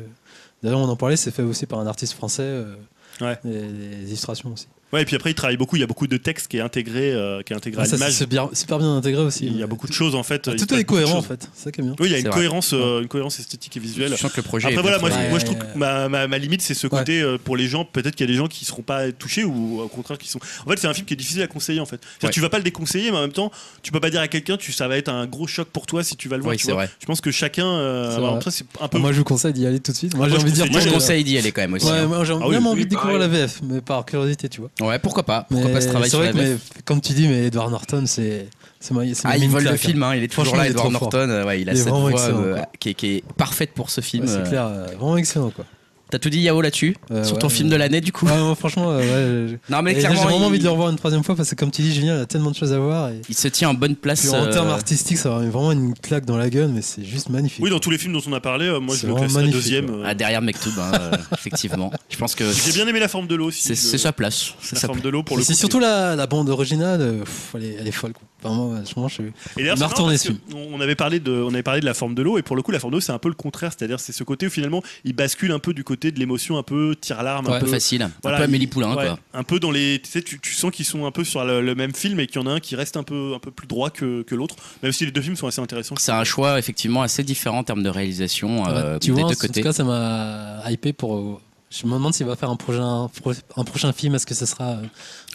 Speaker 3: d'ailleurs, on en parlait, c'est fait aussi par un artiste français. euh,
Speaker 5: Ouais.
Speaker 3: et les illustrations aussi.
Speaker 5: Ouais, et puis après, il travaille beaucoup, il y a beaucoup de texte qui est intégré, euh, qui est intégré
Speaker 3: Ah,
Speaker 5: à
Speaker 3: ça, c'est
Speaker 5: l'image.
Speaker 3: super, super bien intégré aussi. Ah,
Speaker 5: Il y a beaucoup de choses en fait. il
Speaker 3: Tout
Speaker 5: passe
Speaker 3: est
Speaker 5: beaucoup de
Speaker 3: cohérent en
Speaker 5: choses.
Speaker 3: fait, c'est ça qui est bien.
Speaker 5: Oui, il y a
Speaker 1: C'est
Speaker 5: une
Speaker 1: vrai.
Speaker 5: cohérence, euh, une cohérence esthétique et visuelle.
Speaker 1: Je sens que le projet.
Speaker 5: Après
Speaker 1: est
Speaker 5: voilà,
Speaker 1: bien
Speaker 5: moi,
Speaker 1: travaillé.
Speaker 5: je-
Speaker 3: Ouais.
Speaker 5: moi je trouve que ma, ma, ma limite c'est ce
Speaker 3: Ouais.
Speaker 5: côté euh, pour les gens peut-être qu'il y a des gens qui seront pas touchés ou au contraire qui sont. En fait c'est un film qui est difficile à conseiller en fait. C'est-à-dire,
Speaker 1: Ouais.
Speaker 5: Tu vas pas le déconseiller mais en même temps tu peux pas dire à quelqu'un tu ça va être un gros choc pour toi si tu vas le voir.
Speaker 1: Oui,
Speaker 5: tu
Speaker 1: c'est
Speaker 5: vois.
Speaker 1: vrai.
Speaker 5: Je pense que chacun. euh,
Speaker 3: C'est
Speaker 5: voilà,
Speaker 3: vrai.
Speaker 5: après, c'est un peu. Ah,
Speaker 3: Ah, Moi je vous conseille d'y aller tout de suite. Moi j'ai
Speaker 5: Moi, je
Speaker 3: envie de dire.
Speaker 5: conseille
Speaker 1: Moi je
Speaker 5: Ouais.
Speaker 1: conseille d'y aller quand même aussi.
Speaker 3: Ouais,
Speaker 1: hein.
Speaker 3: moi, j'ai
Speaker 5: Ah oui,
Speaker 3: vraiment
Speaker 5: oui,
Speaker 3: envie de découvrir la
Speaker 6: pareil.
Speaker 3: VF, mais par curiosité, tu vois.
Speaker 1: Ouais, pourquoi pas Pourquoi
Speaker 3: Mais
Speaker 1: pas ce travail
Speaker 3: C'est
Speaker 1: sur la
Speaker 3: vrai que,
Speaker 1: VF
Speaker 3: mais, comme tu dis, mais Edward Norton, c'est. c'est ma- c'est ma
Speaker 1: Ah, il
Speaker 3: mine
Speaker 1: vole le
Speaker 3: claque,
Speaker 1: film, hein, il est toujours
Speaker 3: Franchement,
Speaker 1: là,
Speaker 3: il est
Speaker 1: Edward
Speaker 3: trop fort.
Speaker 1: Norton. euh, ouais, il a
Speaker 3: Il est
Speaker 1: cette
Speaker 3: vraiment
Speaker 1: voix
Speaker 3: excellent,
Speaker 1: euh,
Speaker 3: quoi.
Speaker 1: qui, est, qui est parfaite pour ce
Speaker 3: hein.
Speaker 1: film.
Speaker 3: Ouais, c'est
Speaker 1: euh,
Speaker 3: clair, euh, vraiment excellent quoi.
Speaker 1: T'as tout dit Yao là-dessus
Speaker 3: Euh,
Speaker 1: Sur
Speaker 3: ouais,
Speaker 1: ton
Speaker 3: ouais.
Speaker 1: film de l'année, du coup
Speaker 3: Ouais, moi, franchement, euh, ouais, je-
Speaker 1: Non, mais
Speaker 3: et j'ai
Speaker 1: clairement,
Speaker 3: vraiment
Speaker 1: il,
Speaker 3: envie de le revoir une troisième fois parce que, comme tu dis, Julien, il y a tellement de choses à voir. Et...
Speaker 1: il se tient en bonne place.
Speaker 3: Puis en
Speaker 1: euh,
Speaker 3: termes artistiques, ça aurait vraiment une claque dans la gueule, mais c'est juste magnifique.
Speaker 5: Oui, dans tous les films dont on a parlé, euh, moi
Speaker 3: C'est
Speaker 5: je le
Speaker 3: vraiment
Speaker 5: classerais
Speaker 3: magnifique,
Speaker 5: deuxième. euh.
Speaker 1: ah, derrière Mektoub, hein, euh, effectivement. Je pense que
Speaker 5: J'ai bien aimé la forme de l'eau aussi.
Speaker 1: c'est
Speaker 5: je-
Speaker 1: c'est sa place. C'est
Speaker 5: La
Speaker 1: sa
Speaker 5: forme de l'eau pour le
Speaker 3: Mais
Speaker 5: coup.
Speaker 3: c'est surtout la, la bande originale, euh, pff, elle, est, elle est folle. Quoi. Vraiment, franchement, je suis.
Speaker 5: Et d'ailleurs, c'est
Speaker 3: On a
Speaker 5: marrant
Speaker 3: retourné
Speaker 5: parce que On avait parlé de, on avait parlé de la forme de l'eau et pour le coup, la forme de l'eau, c'est un peu le contraire, c'est-à-dire c'est ce côté où finalement, il bascule un peu du côté de l'émotion, un peu tire larme,
Speaker 1: un
Speaker 5: un
Speaker 1: peu
Speaker 5: peu.
Speaker 1: facile.
Speaker 5: Voilà,
Speaker 1: un peu Amélie
Speaker 5: il-
Speaker 1: Poulain,
Speaker 5: ouais,
Speaker 1: Hein, quoi.
Speaker 5: Un peu dans les, tu sais, tu, tu sens qu'ils sont un peu sur le, le même film et qu'il y en a un qui reste un peu, un peu plus droit que, que l'autre, même si les deux films sont assez intéressants.
Speaker 1: C'est un choix, effectivement, assez différent en termes de réalisation euh,
Speaker 3: Ouais, tu
Speaker 1: des
Speaker 3: vois, en
Speaker 1: deux
Speaker 3: tout
Speaker 1: côtés.
Speaker 3: cas, ça m'a hypé pour. euh, Je me demande s'il va faire un prochain, un prochain film. Est-ce que ce sera euh,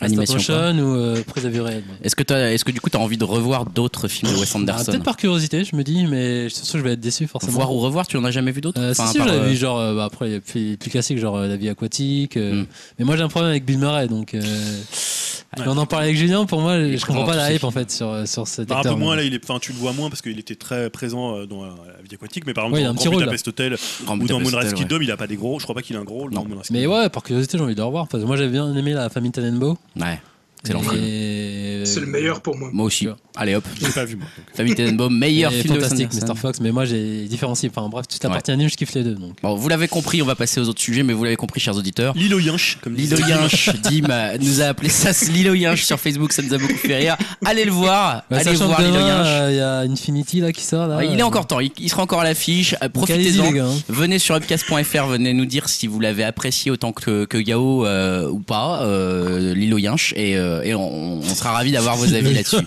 Speaker 1: Animation,
Speaker 3: stop motion ou euh, prise à vue réelle moi.
Speaker 1: Est-ce que, t'as- est-ce que du coup, t'as envie de revoir d'autres films de Wes
Speaker 3: Ah,
Speaker 1: Anderson
Speaker 3: Peut-être par curiosité, je me dis, mais je suis sûr que je vais être déçu forcément.
Speaker 1: Voir ou revoir, tu n'en as jamais vu d'autres
Speaker 3: Euh, si,
Speaker 1: Enfin,
Speaker 3: si,
Speaker 1: à part,
Speaker 3: j'avais
Speaker 1: euh,
Speaker 3: vu genre euh, bah, après les plus, les plus classiques genre euh, la vie aquatique euh,
Speaker 1: Hmm.
Speaker 3: mais moi j'ai un problème avec Bill Murray donc euh,
Speaker 5: Ouais.
Speaker 3: on en parlait avec Julien pour moi
Speaker 1: est
Speaker 3: je comprends
Speaker 1: présent
Speaker 3: pas
Speaker 1: dans tous
Speaker 3: la
Speaker 1: ses
Speaker 3: hype en fait sur, euh, sur cet
Speaker 5: Bah, un
Speaker 3: acteur
Speaker 5: peu moins là, il est, enfin, tu le vois moins parce qu'il était très présent euh, dans euh, la vie aquatique, mais par exemple
Speaker 3: Ouais, il a
Speaker 5: dans
Speaker 3: un
Speaker 5: Grand
Speaker 3: petit rôle, là.
Speaker 5: Budapest Hotel
Speaker 1: Grand
Speaker 5: ou dans
Speaker 1: Budapest
Speaker 5: Moonrise
Speaker 1: Hotel, ouais.
Speaker 5: Kingdom, il a pas des gros, je crois pas qu'il a un gros rôle
Speaker 1: Non.
Speaker 5: dans Moonrise
Speaker 3: mais
Speaker 5: Kingdom.
Speaker 3: ouais par curiosité j'ai envie de le revoir parce que moi j'avais bien aimé la famille Tenenbaum
Speaker 1: Ouais, excellent film.
Speaker 3: Et-
Speaker 4: C'est le
Speaker 1: Euh,
Speaker 4: meilleur pour moi.
Speaker 1: Moi aussi.
Speaker 3: Ouais.
Speaker 1: Allez hop,
Speaker 5: Je l'ai pas vu moi. donc.
Speaker 1: Famille Tenenbaum,
Speaker 3: et
Speaker 1: meilleur film de Wes
Speaker 3: fantastique
Speaker 1: Anderson.
Speaker 3: Mr Fox mais moi j'ai différencié enfin bref toute la
Speaker 1: Ouais.
Speaker 3: partie anime je kiffe les deux donc
Speaker 1: Bon, vous l'avez compris, on va passer aux autres sujets, mais vous l'avez compris, chers auditeurs.
Speaker 5: Lilo Yinch, comme
Speaker 1: Lilo
Speaker 5: disait-
Speaker 1: Yinch, Dim euh, nous a appelé ça c'est Lilo Yinch sur Facebook, ça nous a beaucoup fait rire. Allez le voir,
Speaker 3: Bah,
Speaker 1: allez
Speaker 3: sachant
Speaker 1: voir
Speaker 3: que
Speaker 1: Lilo
Speaker 3: demain,
Speaker 1: Yinch.
Speaker 3: euh, il y a Infinity là qui sort là
Speaker 1: Ouais, il est
Speaker 3: euh,
Speaker 1: encore temps, il, il sera encore à l'affiche. euh,
Speaker 3: donc allez-y,
Speaker 1: Profitez-en.
Speaker 3: les gars, hein.
Speaker 1: Venez sur upcast.fr, venez nous dire si vous l'avez apprécié autant que, que Yao euh, ou pas, euh, Lilo Yinch, et, euh, et on, on sera ravis d'avoir vos avis là-dessus.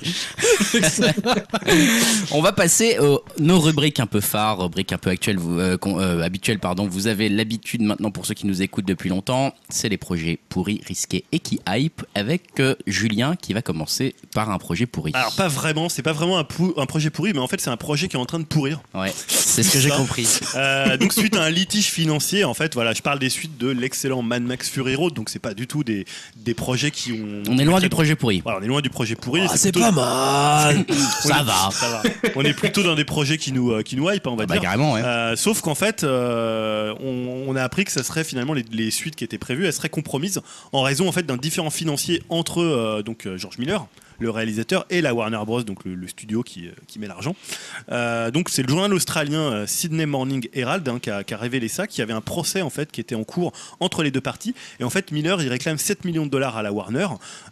Speaker 1: on va passer aux nos rubriques un peu phares, rubriques un peu actuelles, vous, euh, qu'on- euh, habituelles, pardon. Vous avez l'habitude maintenant pour ceux qui nous écoutent depuis longtemps, c'est les projets pourris, risqués et qui hype, avec euh, Julien qui va commencer par un projet pourri.
Speaker 5: Alors pas vraiment, c'est pas vraiment un, pou- un projet pourri, mais en fait c'est un projet qui est en train de pourrir.
Speaker 1: Ouais, c'est ce que j'ai
Speaker 5: Ça.
Speaker 1: compris.
Speaker 5: Euh, donc suite à un litige financier, en fait, voilà, je parle des suites de l'excellent Mad Max Fury Road, donc c'est pas du tout des, des projets qui ont.
Speaker 1: On est loin du projet pourri.
Speaker 5: Voilà, on est loin du projet pourri.
Speaker 3: Ah,
Speaker 5: c'est
Speaker 3: c'est
Speaker 5: plutôt-
Speaker 3: pas
Speaker 1: Bah.
Speaker 3: mal
Speaker 1: Ça va.
Speaker 5: Ça va. On est plutôt dans des projets qui nous, euh, qui nous hype, hein, on va
Speaker 1: Bah,
Speaker 5: dire.
Speaker 1: carrément, ouais.
Speaker 5: Euh, sauf qu'en fait, euh, on, on a appris que ça serait finalement les, les suites qui étaient prévues, elles seraient compromises en raison en fait d'un différent financier entre euh, donc euh, George Miller, le réalisateur, et la Warner Bros, donc le, le studio qui, euh, qui met l'argent. Euh, donc c'est le journal australien euh, Sydney Morning Herald hein, qui, a, qui a révélé ça, qu'il y avait un procès en fait qui était en cours entre les deux parties. Et en fait, Miller il réclame 7 millions de dollars à la Warner.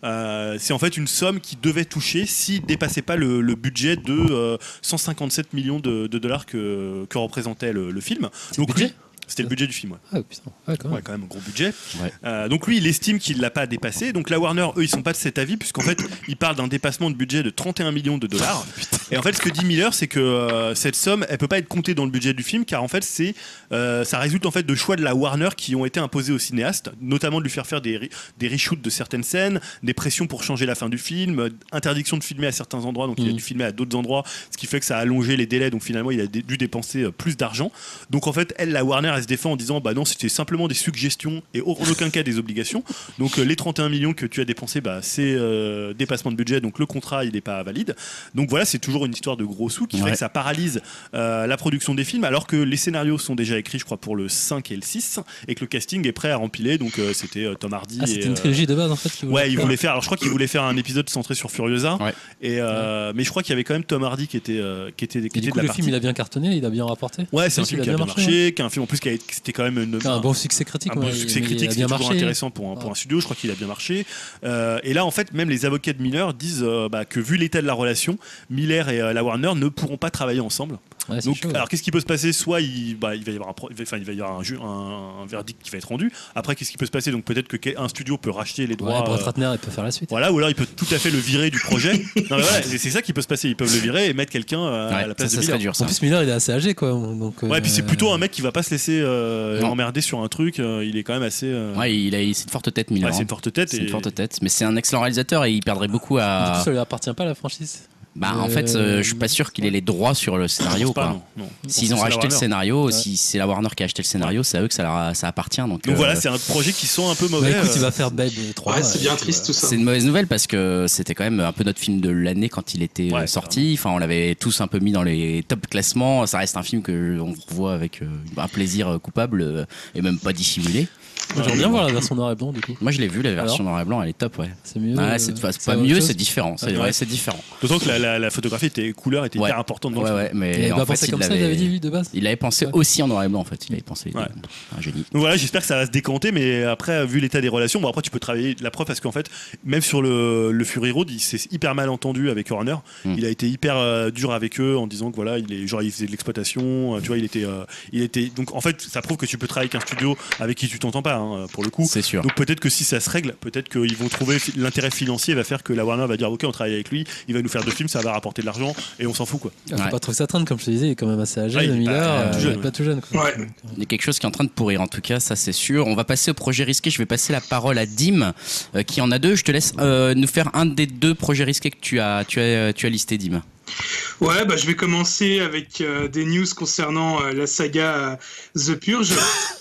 Speaker 5: Euh, c'est en fait une somme qui devait toucher s'il dépassait pas le, le budget de euh, 157 millions de, de dollars que, que représentait le, le film. Donc
Speaker 3: budget
Speaker 5: lui- c'était le budget du film, ouais.
Speaker 3: ah putain ouais, quand même.
Speaker 5: Ouais, quand même un gros budget.
Speaker 1: Ouais.
Speaker 5: Euh, donc lui, il estime qu'il l'a pas dépassé. Donc la Warner, eux, ils sont pas de cet avis puisqu'en fait, ils parlent d'un dépassement de budget de 31 millions de dollars. Et en fait, ce que dit Miller, c'est que euh, cette somme, elle peut pas être comptée dans le budget du film car en fait, c'est euh, ça résulte en fait de choix de la Warner qui ont été imposés au cinéaste, notamment de lui faire faire des, re- des reshoots de certaines scènes, des pressions pour changer la fin du film, euh, interdiction de filmer à certains endroits, donc il a
Speaker 3: Mhm.
Speaker 5: dû filmer à d'autres endroits, ce qui fait que ça a allongé les délais. Donc finalement, il a dé- dû dépenser euh, plus d'argent. Donc en fait, elle, la Warner, elle se défend en disant bah non, c'était simplement des suggestions et en aucun cas des obligations. Donc euh, les 31 millions que tu as dépensés, bah, c'est euh, dépassement de budget, donc le contrat il n'est pas valide. Donc voilà, c'est toujours une histoire de gros sous qui
Speaker 1: Ouais.
Speaker 5: fait que ça paralyse euh, la production des films, alors que les scénarios sont déjà écrits, je crois, pour le 5 et le 6, et que le casting est prêt à empiler. Donc euh, c'était euh, Tom Hardy.
Speaker 3: ah
Speaker 5: et,
Speaker 3: c'était
Speaker 5: euh,
Speaker 3: une trilogie de base en fait qui voulait
Speaker 5: Ouais, il
Speaker 3: faire.
Speaker 5: voulait faire. Alors, je crois qu'il voulait faire un épisode centré sur Furiosa.
Speaker 1: Ouais.
Speaker 5: Et euh, mais je crois qu'il y avait quand même Tom Hardy qui était euh, qui était, qui
Speaker 3: Et
Speaker 5: était
Speaker 3: du coup,
Speaker 5: de
Speaker 3: le
Speaker 5: la
Speaker 3: film,
Speaker 5: partie.
Speaker 3: il a bien cartonné, il a bien rapporté.
Speaker 5: Ouais, c'est un
Speaker 3: Oui,
Speaker 5: film
Speaker 3: il
Speaker 5: qui a bien marché, qui est un film en plus qui a- c'était quand même une,
Speaker 3: T'as hein. un bon succès critique.
Speaker 5: un bon
Speaker 3: ouais,
Speaker 5: succès
Speaker 3: mais
Speaker 5: critique,
Speaker 3: il a
Speaker 5: c'est
Speaker 3: bien
Speaker 5: toujours
Speaker 3: marché.
Speaker 5: intéressant pour un, pour un studio. Je crois qu'il a bien marché. Euh, et là, en fait, même les avocats de Miller disent euh, bah, que vu l'état de la relation, Miller et euh, la Warner ne pourront pas travailler ensemble.
Speaker 3: Ouais, Ah, c'est
Speaker 5: Donc,
Speaker 3: chaud, ouais.
Speaker 5: alors, qu'est-ce qui peut se passer Soit il, bah, il va y avoir, un, pro- il va- enfin, il va y avoir un, ju- un- un verdict qui va être rendu. Après, qu'est-ce qui peut se passer Donc, peut-être que quel- un studio peut racheter les
Speaker 3: Ouais,
Speaker 5: droits.
Speaker 3: Brett
Speaker 5: euh,
Speaker 3: Ratner, il peut faire la suite.
Speaker 5: voilà, ou alors il peut tout à fait le virer du projet. Non, mais voilà, c'est c'est ça qui peut se passer. Ils peuvent le virer et mettre quelqu'un euh, à
Speaker 1: Ouais,
Speaker 5: la
Speaker 1: ça,
Speaker 5: place
Speaker 1: ça
Speaker 5: de
Speaker 1: serait
Speaker 5: Miller.
Speaker 1: dur ça.
Speaker 3: En plus, Miller, il est assez âgé, quoi. Donc,
Speaker 5: Ouais,
Speaker 3: euh,
Speaker 5: puis c'est plutôt un mec qui va pas se laisser euh,
Speaker 1: Non.
Speaker 5: emmerder sur un truc. euh, il est quand même assez. euh,
Speaker 1: Ouais, il a, il- c'est une forte tête,
Speaker 5: ouais,
Speaker 1: Miller. hein.
Speaker 5: c'est une forte tête.
Speaker 1: C'est
Speaker 5: et-
Speaker 1: une forte tête, mais c'est un excellent réalisateur et il perdrait beaucoup
Speaker 3: Du coup,
Speaker 1: à.
Speaker 3: ça lui appartient pas la franchise.
Speaker 1: Bah, en fait, euh, je suis pas sûr qu'il ait les droits sur le scénario.
Speaker 5: Je pense pas,
Speaker 1: quoi.
Speaker 5: non, non. Je
Speaker 1: S'ils
Speaker 5: pense
Speaker 1: ont
Speaker 5: que c'est
Speaker 1: racheté
Speaker 5: la
Speaker 1: le
Speaker 5: Warner.
Speaker 1: scénario,
Speaker 5: Ouais.
Speaker 1: si c'est la Warner qui a acheté le scénario, c'est à eux que ça, leur- ça appartient. Donc,
Speaker 5: Donc
Speaker 1: euh,
Speaker 5: voilà, c'est un projet qui sent un peu
Speaker 3: Bah
Speaker 5: mauvais.
Speaker 3: écoute, il
Speaker 5: euh,
Speaker 3: va faire Babe 3.
Speaker 4: Ouais, c'est bien triste tout ça.
Speaker 1: c'est une mauvaise nouvelle parce que c'était quand même un peu notre film de l'année quand il était euh,
Speaker 5: Ouais,
Speaker 1: sorti. Enfin, on l'avait tous un peu mis dans les top classements. Ça reste un film que on revoit avec euh, un plaisir euh, coupable euh, et même pas dissimulé.
Speaker 7: Moi, J'aimerais bien voir la version noir et blanc, du coup.
Speaker 1: Moi, je l'ai vu, la version noir et blanc, elle est top, ouais.
Speaker 7: C'est mieux.
Speaker 1: Ouais,
Speaker 7: euh,
Speaker 1: c'est enfin, c'est
Speaker 7: ça
Speaker 1: pas
Speaker 7: va autre
Speaker 1: mieux,
Speaker 7: chose.
Speaker 1: c'est différent. C'est
Speaker 5: Ouais.
Speaker 1: ouais, c'est différent.
Speaker 5: D'autant que la, la- la photographie était couleur était
Speaker 1: Ouais.
Speaker 5: hyper importante dans le
Speaker 1: Ouais,
Speaker 5: film.
Speaker 1: ouais,
Speaker 7: Il
Speaker 1: mais
Speaker 7: avait
Speaker 1: en
Speaker 3: bah,
Speaker 7: pas
Speaker 1: fait,
Speaker 7: pensé
Speaker 1: il
Speaker 7: comme ça, il avait dit
Speaker 1: l'avait.
Speaker 7: lui de base.
Speaker 1: Il avait pensé
Speaker 7: Ouais.
Speaker 1: aussi en noir et blanc, en fait. Il avait pensé.
Speaker 5: Ouais.
Speaker 1: Un génie.
Speaker 5: Donc voilà, j'espère que ça va se décanter, mais après, vu l'état des relations, bon après tu peux travailler la preuve parce qu'en fait, même sur le, le Fury Road, il s'est hyper mal entendu avec Warner.
Speaker 1: Mm.
Speaker 5: Il a été hyper euh, dur avec eux en disant que voilà, il est genre il faisait de l'exploitation, euh, tu vois, il était, euh, il était. Donc en fait, ça prouve que tu peux travailler avec un studio avec qui tu t'entends pas hein, pour le coup.
Speaker 1: C'est sûr.
Speaker 5: Donc peut-être que si ça se règle, peut-être qu'ils vont trouver fi- l'intérêt financier va faire que la Warner va dire ok, on travaille avec lui, il va nous faire deux films, ça va rapporter de l'argent et on s'en fout quoi.
Speaker 3: Ah, faut
Speaker 1: Ouais.
Speaker 3: pas trop que ça traîne, comme je te disais, il est quand même assez âgé,
Speaker 5: Ah, il est
Speaker 3: le
Speaker 5: pas-
Speaker 3: Miller.
Speaker 1: euh,
Speaker 5: tout
Speaker 3: euh,
Speaker 5: jeune,
Speaker 3: il est pas
Speaker 5: ouais.
Speaker 3: tout jeune. quoi.
Speaker 4: Ouais.
Speaker 3: Donc, euh,
Speaker 1: Il y a quelque chose qui est en train de pourrir, en tout cas, ça c'est sûr. On va passer au projet risqué. Je vais passer la parole à Dim, euh, qui en a deux. Je te laisse euh, nous faire un des deux projets risqués que tu as, tu as, tu as listé, Dim.
Speaker 4: Ouais, bah, je vais commencer avec euh, des news concernant euh, la saga euh, The Purge.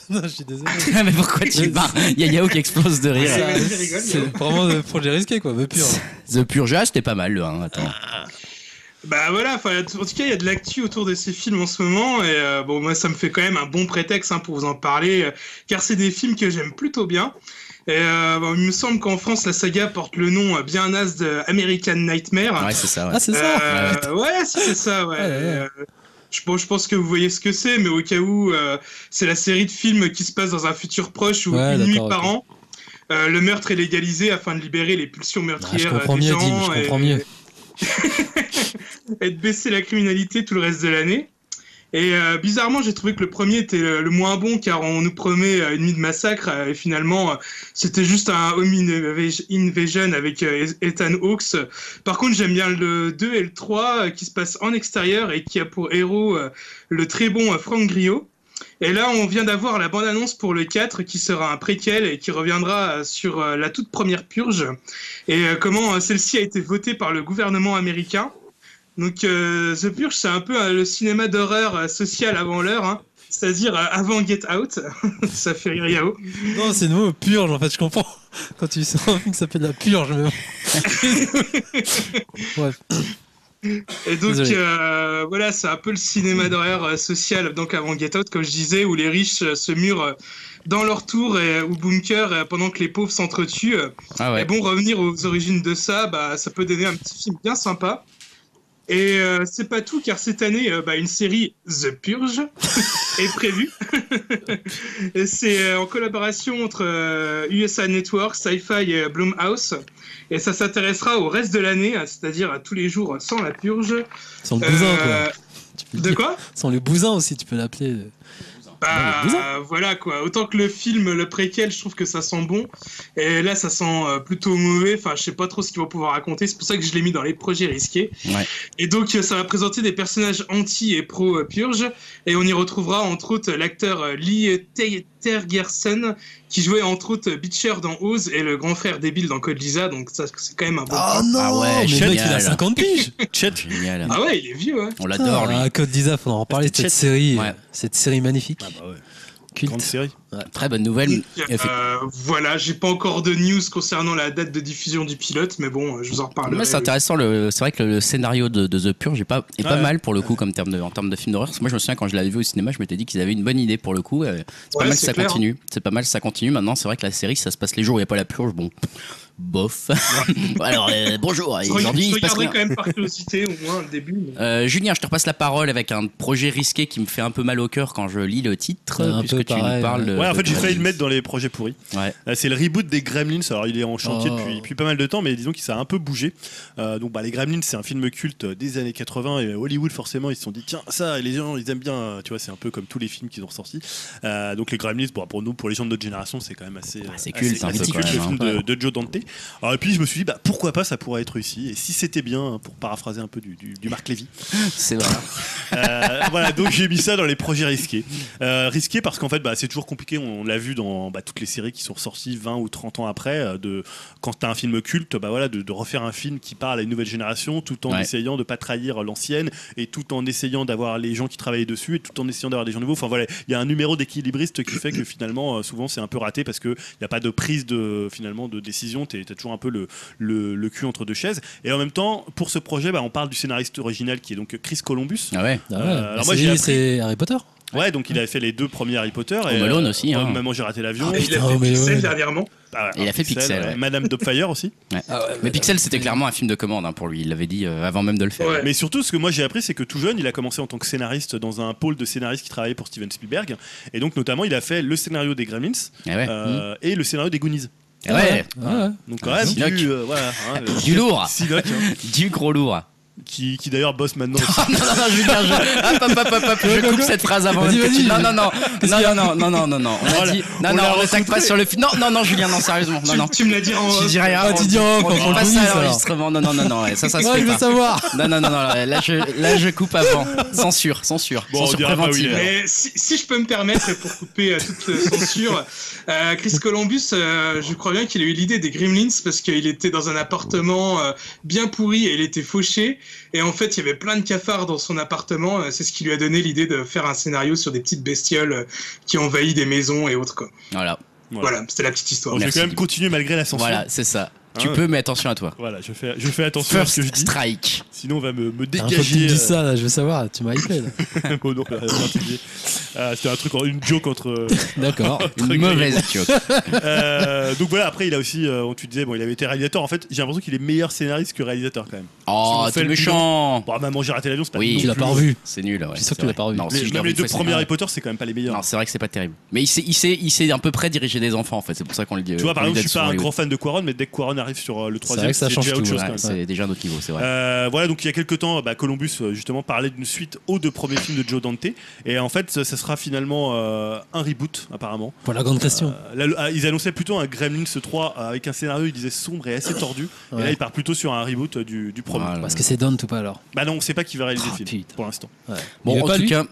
Speaker 3: Non, je suis désolé.
Speaker 1: Mais pourquoi tu te barres Il y a Yao qui explose de
Speaker 4: Vas-y,
Speaker 1: rire.
Speaker 4: vas-y, rigole,
Speaker 3: C'est
Speaker 4: Yao.
Speaker 3: vraiment un projet risqué, quoi. Veux pur.
Speaker 1: The Purge, Ah, c'était pas mal le 1. Attends.
Speaker 4: Bah voilà, enfin, en tout cas, il y a de l'actu autour de ces films en ce moment, et euh, bon, moi, ça me fait quand même un bon prétexte hein, pour vous en parler, euh, car c'est des films que j'aime plutôt bien. Et, euh, bon, il me semble qu'en France, la saga porte le nom euh, bien naze de American Nightmare.
Speaker 1: Ouais, c'est ça. ouais.
Speaker 3: Ah, c'est ça
Speaker 4: Euh, ouais, si, c'est ça, ouais.
Speaker 3: Ouais, ouais, ouais.
Speaker 4: Euh, Je, bon, je pense que vous voyez ce que c'est, mais au cas où, euh, c'est la série de films qui se passe dans un futur proche où
Speaker 3: Ouais,
Speaker 4: une nuit
Speaker 3: d'accord, ok.
Speaker 4: par an, euh, le meurtre est légalisé afin de libérer les pulsions
Speaker 3: Ah, Je
Speaker 4: meurtrières
Speaker 3: comprends
Speaker 4: euh, des
Speaker 3: mieux, Dim,
Speaker 4: gens
Speaker 3: je
Speaker 4: et-
Speaker 3: comprends mieux.
Speaker 4: et de baisser la criminalité tout le reste de l'année. Et euh, bizarrement, j'ai trouvé que le premier était le, le moins bon car on nous promet euh, une nuit de massacre euh, et finalement euh, c'était juste un Home Invasion- Invasion avec euh, Ethan Hawkes. Par contre, j'aime bien le 2 et le 3 euh, qui se passent en extérieur et qui a pour héros euh, le très bon euh, Franck Griot. Et là, on vient d'avoir la bande-annonce pour le 4 qui sera un préquel et qui reviendra euh, sur euh, la toute première purge et euh, comment euh, celle-ci a été votée par le gouvernement américain. Donc euh, The Purge, c'est un peu euh, le cinéma d'horreur euh, social avant l'heure, hein. c'est-à-dire euh, avant Get Out. Ça fait rire Yao.
Speaker 3: Non, c'est le mot purge, en fait, je comprends. Quand tu sens un film qui s'appelle la purge, mais bon. Ouais.
Speaker 4: Et donc
Speaker 3: Désolé.
Speaker 4: euh, voilà, c'est un peu le cinéma d'horreur euh, social, donc avant Get Out, comme je disais, où les riches euh, se murent euh, dans leur tour et, euh, ou bunker euh, pendant que les pauvres s'entretuent. euh,
Speaker 1: Ah
Speaker 4: Et
Speaker 1: ouais.
Speaker 4: bon, revenir aux origines de ça, bah, ça peut donner un petit film bien sympa. Et euh, c'est pas tout, car cette année, euh, bah, une série The Purge est prévue. Et c'est euh, en collaboration entre euh, USA Network, Sci-Fi et euh, Blumhouse. Et ça s'intéressera au reste de l'année, euh, c'est-à-dire à tous les jours sans la purge.
Speaker 3: Sans le bousin,
Speaker 4: Euh,
Speaker 3: quoi. Tu peux le
Speaker 4: de
Speaker 3: dire.
Speaker 4: quoi
Speaker 3: Sans le bousin aussi, tu peux l'appeler. euh.
Speaker 4: Bah,
Speaker 3: Ouais, mais
Speaker 4: voilà quoi. Autant que le film, le préquel, je trouve que ça sent bon. Et là, ça sent euh, plutôt mauvais. Enfin, je sais pas trop ce qu'ils vont pouvoir raconter. C'est pour ça que je l'ai mis dans les projets risqués.
Speaker 1: Ouais.
Speaker 4: Et donc, euh, ça va présenter des personnages anti et pro euh, purge. Et on y retrouvera entre autres l'acteur euh, Lee Te- Tergersen, qui jouait entre autres euh, Beecher dans Oz et le grand frère débile dans Code Lisa. Donc, ça, c'est quand même un bon.
Speaker 3: Ah
Speaker 4: point.
Speaker 3: non,
Speaker 1: Ah ouais,
Speaker 3: mais le
Speaker 1: génial.
Speaker 3: mec, il a 50 piges.
Speaker 5: Chet,
Speaker 1: Génial.
Speaker 4: Ah ouais, il est vieux, ouais.
Speaker 1: On l'adore lui.
Speaker 3: Ah, Code Lisa, faudra en reparler de
Speaker 1: C'était
Speaker 3: cette série. euh,
Speaker 1: Ouais.
Speaker 3: Cette série magnifique.
Speaker 5: Ah bah ouais, grande
Speaker 3: Culte.
Speaker 5: série.
Speaker 1: Très bonne nouvelle.
Speaker 4: Donc,
Speaker 1: Effect-
Speaker 4: euh, voilà, j'ai pas encore de news concernant la date de diffusion du pilote, mais bon, euh, je vous en reparlerai.
Speaker 1: Moi, c'est intéressant. le- C'est vrai que le scénario de, de The Purge est pas, est pas
Speaker 5: Ouais.
Speaker 1: mal pour le coup, comme terme de, en termes de film d'horreur. Parce que Moi, je me souviens quand je l'avais vu au cinéma, je m'étais dit qu'ils avaient une bonne idée pour le coup. euh, C'est pas
Speaker 4: Ouais,
Speaker 1: mal que
Speaker 4: c'est
Speaker 1: ça
Speaker 4: clair.
Speaker 1: continue. C'est pas mal que ça continue. Maintenant, c'est vrai que la série, ça se passe les jours où il n'y a pas la purge. Bon, bof. Alors, euh, bonjour. Et
Speaker 4: Je
Speaker 1: Aujourd'hui, il se passe
Speaker 4: regarderai
Speaker 1: rien.
Speaker 4: quand même par curiosité au moins le début. mais-
Speaker 1: Euh, Julien, je te repasse la parole avec un projet risqué qui me fait un peu mal au cœur quand je lis le titre,
Speaker 3: Un
Speaker 1: puisque
Speaker 3: peu
Speaker 1: tu nous
Speaker 3: pareil,
Speaker 1: parles.
Speaker 3: ouais.
Speaker 1: de-
Speaker 5: Ouais, en
Speaker 1: de
Speaker 5: fait, j'ai failli
Speaker 1: Gremlins.
Speaker 5: le mettre dans les projets pourris.
Speaker 1: Ouais.
Speaker 5: Là, c'est le reboot des Gremlins. Alors, il est en chantier
Speaker 3: Oh.
Speaker 5: depuis, depuis pas mal de temps, mais disons qu'il ça a un peu bougé. Euh, donc, bah, les Gremlins, c'est un film culte euh, des années 80 et Hollywood, forcément, ils se sont dit tiens, ça, les gens, ils aiment bien. euh, Tu vois, c'est un peu comme tous les films qu'ils ont ressortis. Euh, donc, les Gremlins, bon, pour nous, pour les gens de notre génération, c'est quand même assez. euh,
Speaker 1: Bah, c'est culte,
Speaker 5: assez
Speaker 1: un peu,
Speaker 5: mythique,
Speaker 1: quand
Speaker 5: le
Speaker 1: même, hein.
Speaker 5: film de, de Joe Dante. Alors, et puis je me suis dit, bah, pourquoi pas, ça pourrait être ici. Et si c'était bien, pour paraphraser un peu du, du- du Marc Lévy.
Speaker 1: C'est vrai.
Speaker 5: Euh, voilà, donc j'ai mis ça dans les projets risqués. Euh, risqué parce qu'en fait, bah, c'est toujours compliqué. On, l'a vu dans bah, toutes les séries qui sont ressorties 20 ou 30 ans après. euh, De, quand t'as un film culte, bah, voilà, de, de refaire un film qui parle à une nouvelle génération tout en
Speaker 1: Ouais.
Speaker 5: essayant de pas trahir l'ancienne et tout en essayant d'avoir les gens qui travaillaient dessus et tout en essayant d'avoir des gens nouveaux. Enfin voilà, il y a un numéro d'équilibriste qui fait que finalement, euh, souvent, c'est un peu raté parce qu'il n'y a pas de prise de, finalement, de décision. T'es t'as toujours un peu le, le, le cul entre deux chaises. Et en même temps, pour ce projet, bah, on parle du scénariste original qui est donc Chris Columbus.
Speaker 1: Ah ouais.
Speaker 3: Ah
Speaker 5: Euh,
Speaker 3: ouais.
Speaker 5: alors
Speaker 3: Bah,
Speaker 5: moi,
Speaker 3: c'est-
Speaker 5: j'ai appris-
Speaker 3: c'est Harry Potter.
Speaker 5: Ouais, donc il avait fait les deux premiers Harry Potter. euh,
Speaker 1: Home Alone aussi, hein.
Speaker 5: Maman, j'ai raté l'avion.
Speaker 4: il
Speaker 3: putain,
Speaker 4: a fait
Speaker 3: mais
Speaker 4: Pixel
Speaker 3: ouais.
Speaker 4: dernièrement.
Speaker 5: Ah,
Speaker 1: Il a fait Pixel, ouais.
Speaker 5: Madame Doubtfire aussi.
Speaker 1: Mais Pixel, c'était clairement un film de commande hein, pour lui. Il l'avait dit euh, avant même de le faire.
Speaker 4: Ouais.
Speaker 5: Mais surtout, ce que moi j'ai appris, c'est que tout jeune, il a commencé en tant que scénariste dans un pôle de scénaristes qui travaillait pour Steven Spielberg. Et donc, notamment, il a fait le scénario des Gremlins
Speaker 1: Eh ouais.
Speaker 5: euh, et le scénario des Goonies.
Speaker 1: Eh ouais.
Speaker 3: Ah ouais.
Speaker 5: Donc, quand
Speaker 1: Ah,
Speaker 5: même,
Speaker 1: Siloc.
Speaker 5: du, euh, voilà, hein, le-
Speaker 1: Du lourd.
Speaker 5: Siloc, hein,
Speaker 1: Du gros lourd.
Speaker 5: qui, qui d'ailleurs bosse maintenant.
Speaker 1: Oh, non, non, non, Julien, je, hop, hop, hop, hop, hop, je coupe cette phrase avant.
Speaker 3: Vas-y,
Speaker 1: que
Speaker 3: vas-y.
Speaker 1: tu- Non, non, non, non, non, non, non, non, non, on a
Speaker 5: Voilà.
Speaker 1: dit, non,
Speaker 5: On
Speaker 1: non,
Speaker 5: l'a
Speaker 1: on n'attaque pas
Speaker 5: recouplé.
Speaker 1: sur le film. Non, non, non, Julien, non, sérieusement, non,
Speaker 4: tu,
Speaker 1: non.
Speaker 4: tu me l'as dit en.
Speaker 1: Je dis rien.
Speaker 3: Ah,
Speaker 1: on-
Speaker 3: tu dis, oh,
Speaker 1: on
Speaker 3: quand
Speaker 1: dit
Speaker 3: on le
Speaker 1: pas
Speaker 3: dit,
Speaker 1: ça à
Speaker 3: ça,
Speaker 1: l'enregistrement. Non, non, non, non, ouais, ça, ça se
Speaker 3: Ouais,
Speaker 1: fait
Speaker 3: je veux
Speaker 1: pas.
Speaker 3: savoir.
Speaker 1: Non, non, non, non, là, je, là, je coupe avant. Censure, censure,
Speaker 5: Bon, on
Speaker 1: censure
Speaker 5: dira pas où
Speaker 1: préventive.
Speaker 5: il est.
Speaker 4: Mais si, si je peux me permettre, et pour couper à toute euh, censure, euh, Chris Columbus, euh, je crois bien qu'il a eu l'idée des Gremlins parce qu'il était dans un appartement euh, bien pourri et il était fauché. Et en fait, il y avait plein de cafards dans son appartement. euh, C'est ce qui lui a donné l'idée de faire un scénario sur des petites bestioles euh, qui envahissent des maisons et autres. Quoi.
Speaker 1: Voilà,
Speaker 4: Voilà, c'était la petite histoire.
Speaker 5: Bon, je vais
Speaker 1: Merci,
Speaker 5: quand même
Speaker 1: Guy.
Speaker 5: continuer malgré la censure.
Speaker 1: voilà, c'est ça. Tu
Speaker 5: Ah ouais.
Speaker 1: peux, mais attention à toi.
Speaker 5: Voilà, je fais, je fais attention à
Speaker 1: First
Speaker 5: ce
Speaker 1: Ah,
Speaker 5: que je dis.
Speaker 1: strike.
Speaker 5: Sinon, on va me, me
Speaker 3: Putain, Faut que tu
Speaker 5: dégager.
Speaker 3: me dises
Speaker 5: euh,
Speaker 3: ça, là, je veux savoir. Tu m'as hypé. là.
Speaker 5: Bon, non, euh, euh, C'était un truc, en- une joke entre. euh,
Speaker 3: D'accord.
Speaker 1: Une
Speaker 5: Truc
Speaker 1: mauvaise joke.
Speaker 5: Euh, donc voilà, après, il a aussi, euh, tu disais, bon, il avait été réalisateur. En fait, j'ai l'impression qu'il est meilleur scénariste que réalisateur quand même.
Speaker 1: Oh,
Speaker 5: on fait
Speaker 1: t'es
Speaker 5: le
Speaker 1: méchant.
Speaker 5: Bon, maman, j'ai raté l'avion, c'est pas
Speaker 1: Oui.
Speaker 5: non
Speaker 3: Tu l'as
Speaker 5: plus-
Speaker 3: pas revu.
Speaker 1: C'est nul, ouais.
Speaker 3: Je suis
Speaker 1: c'est
Speaker 3: sûr que tu l'as
Speaker 1: vrai.
Speaker 3: pas revu.
Speaker 1: Non, si
Speaker 5: Les-
Speaker 1: je l'ai
Speaker 5: même
Speaker 1: revu
Speaker 5: les
Speaker 1: une
Speaker 5: deux hein.
Speaker 1: fois, c'est-
Speaker 5: premiers Harry Potter, c'est quand même pas les meilleurs.
Speaker 1: Non, c'est vrai que c'est pas terrible. Mais il sait, il sait, il sait à peu près diriger des enfants en fait. C'est pour ça qu'on le dit.
Speaker 5: tu vois, par exemple, je suis pas un grand fan de Quaron, mais dès que Quaron arrive sur euh, le troisième,
Speaker 3: vrai que ça
Speaker 5: c'est
Speaker 3: change
Speaker 5: déjà autre
Speaker 3: tout,
Speaker 5: chose
Speaker 3: ouais.
Speaker 5: quand même.
Speaker 1: C'est déjà un autre niveau, c'est vrai.
Speaker 5: Euh, voilà, donc il y a quelques temps, bah, Columbus euh, justement parlait d'une suite aux deux premiers films de Joe Dante. Et en fait, ça, ça sera finalement euh, un reboot, apparemment.
Speaker 3: Pour la grande question.
Speaker 5: Euh, là, le- ah, ils annonçaient plutôt un Gremlins 3 euh, avec un scénario, ils disaient sombre et assez tordu. Et
Speaker 3: Ouais.
Speaker 5: là, ils partent plutôt sur un reboot euh, du, du premier.
Speaker 1: Voilà.
Speaker 3: Parce que c'est Don ou pas alors
Speaker 5: Bah non, on sait pas qui va réaliser
Speaker 3: Ah,
Speaker 5: le film
Speaker 3: putain.
Speaker 5: pour l'instant.
Speaker 1: Bon,
Speaker 3: Il est
Speaker 1: en
Speaker 3: pas,
Speaker 1: tout
Speaker 3: lui
Speaker 1: cas,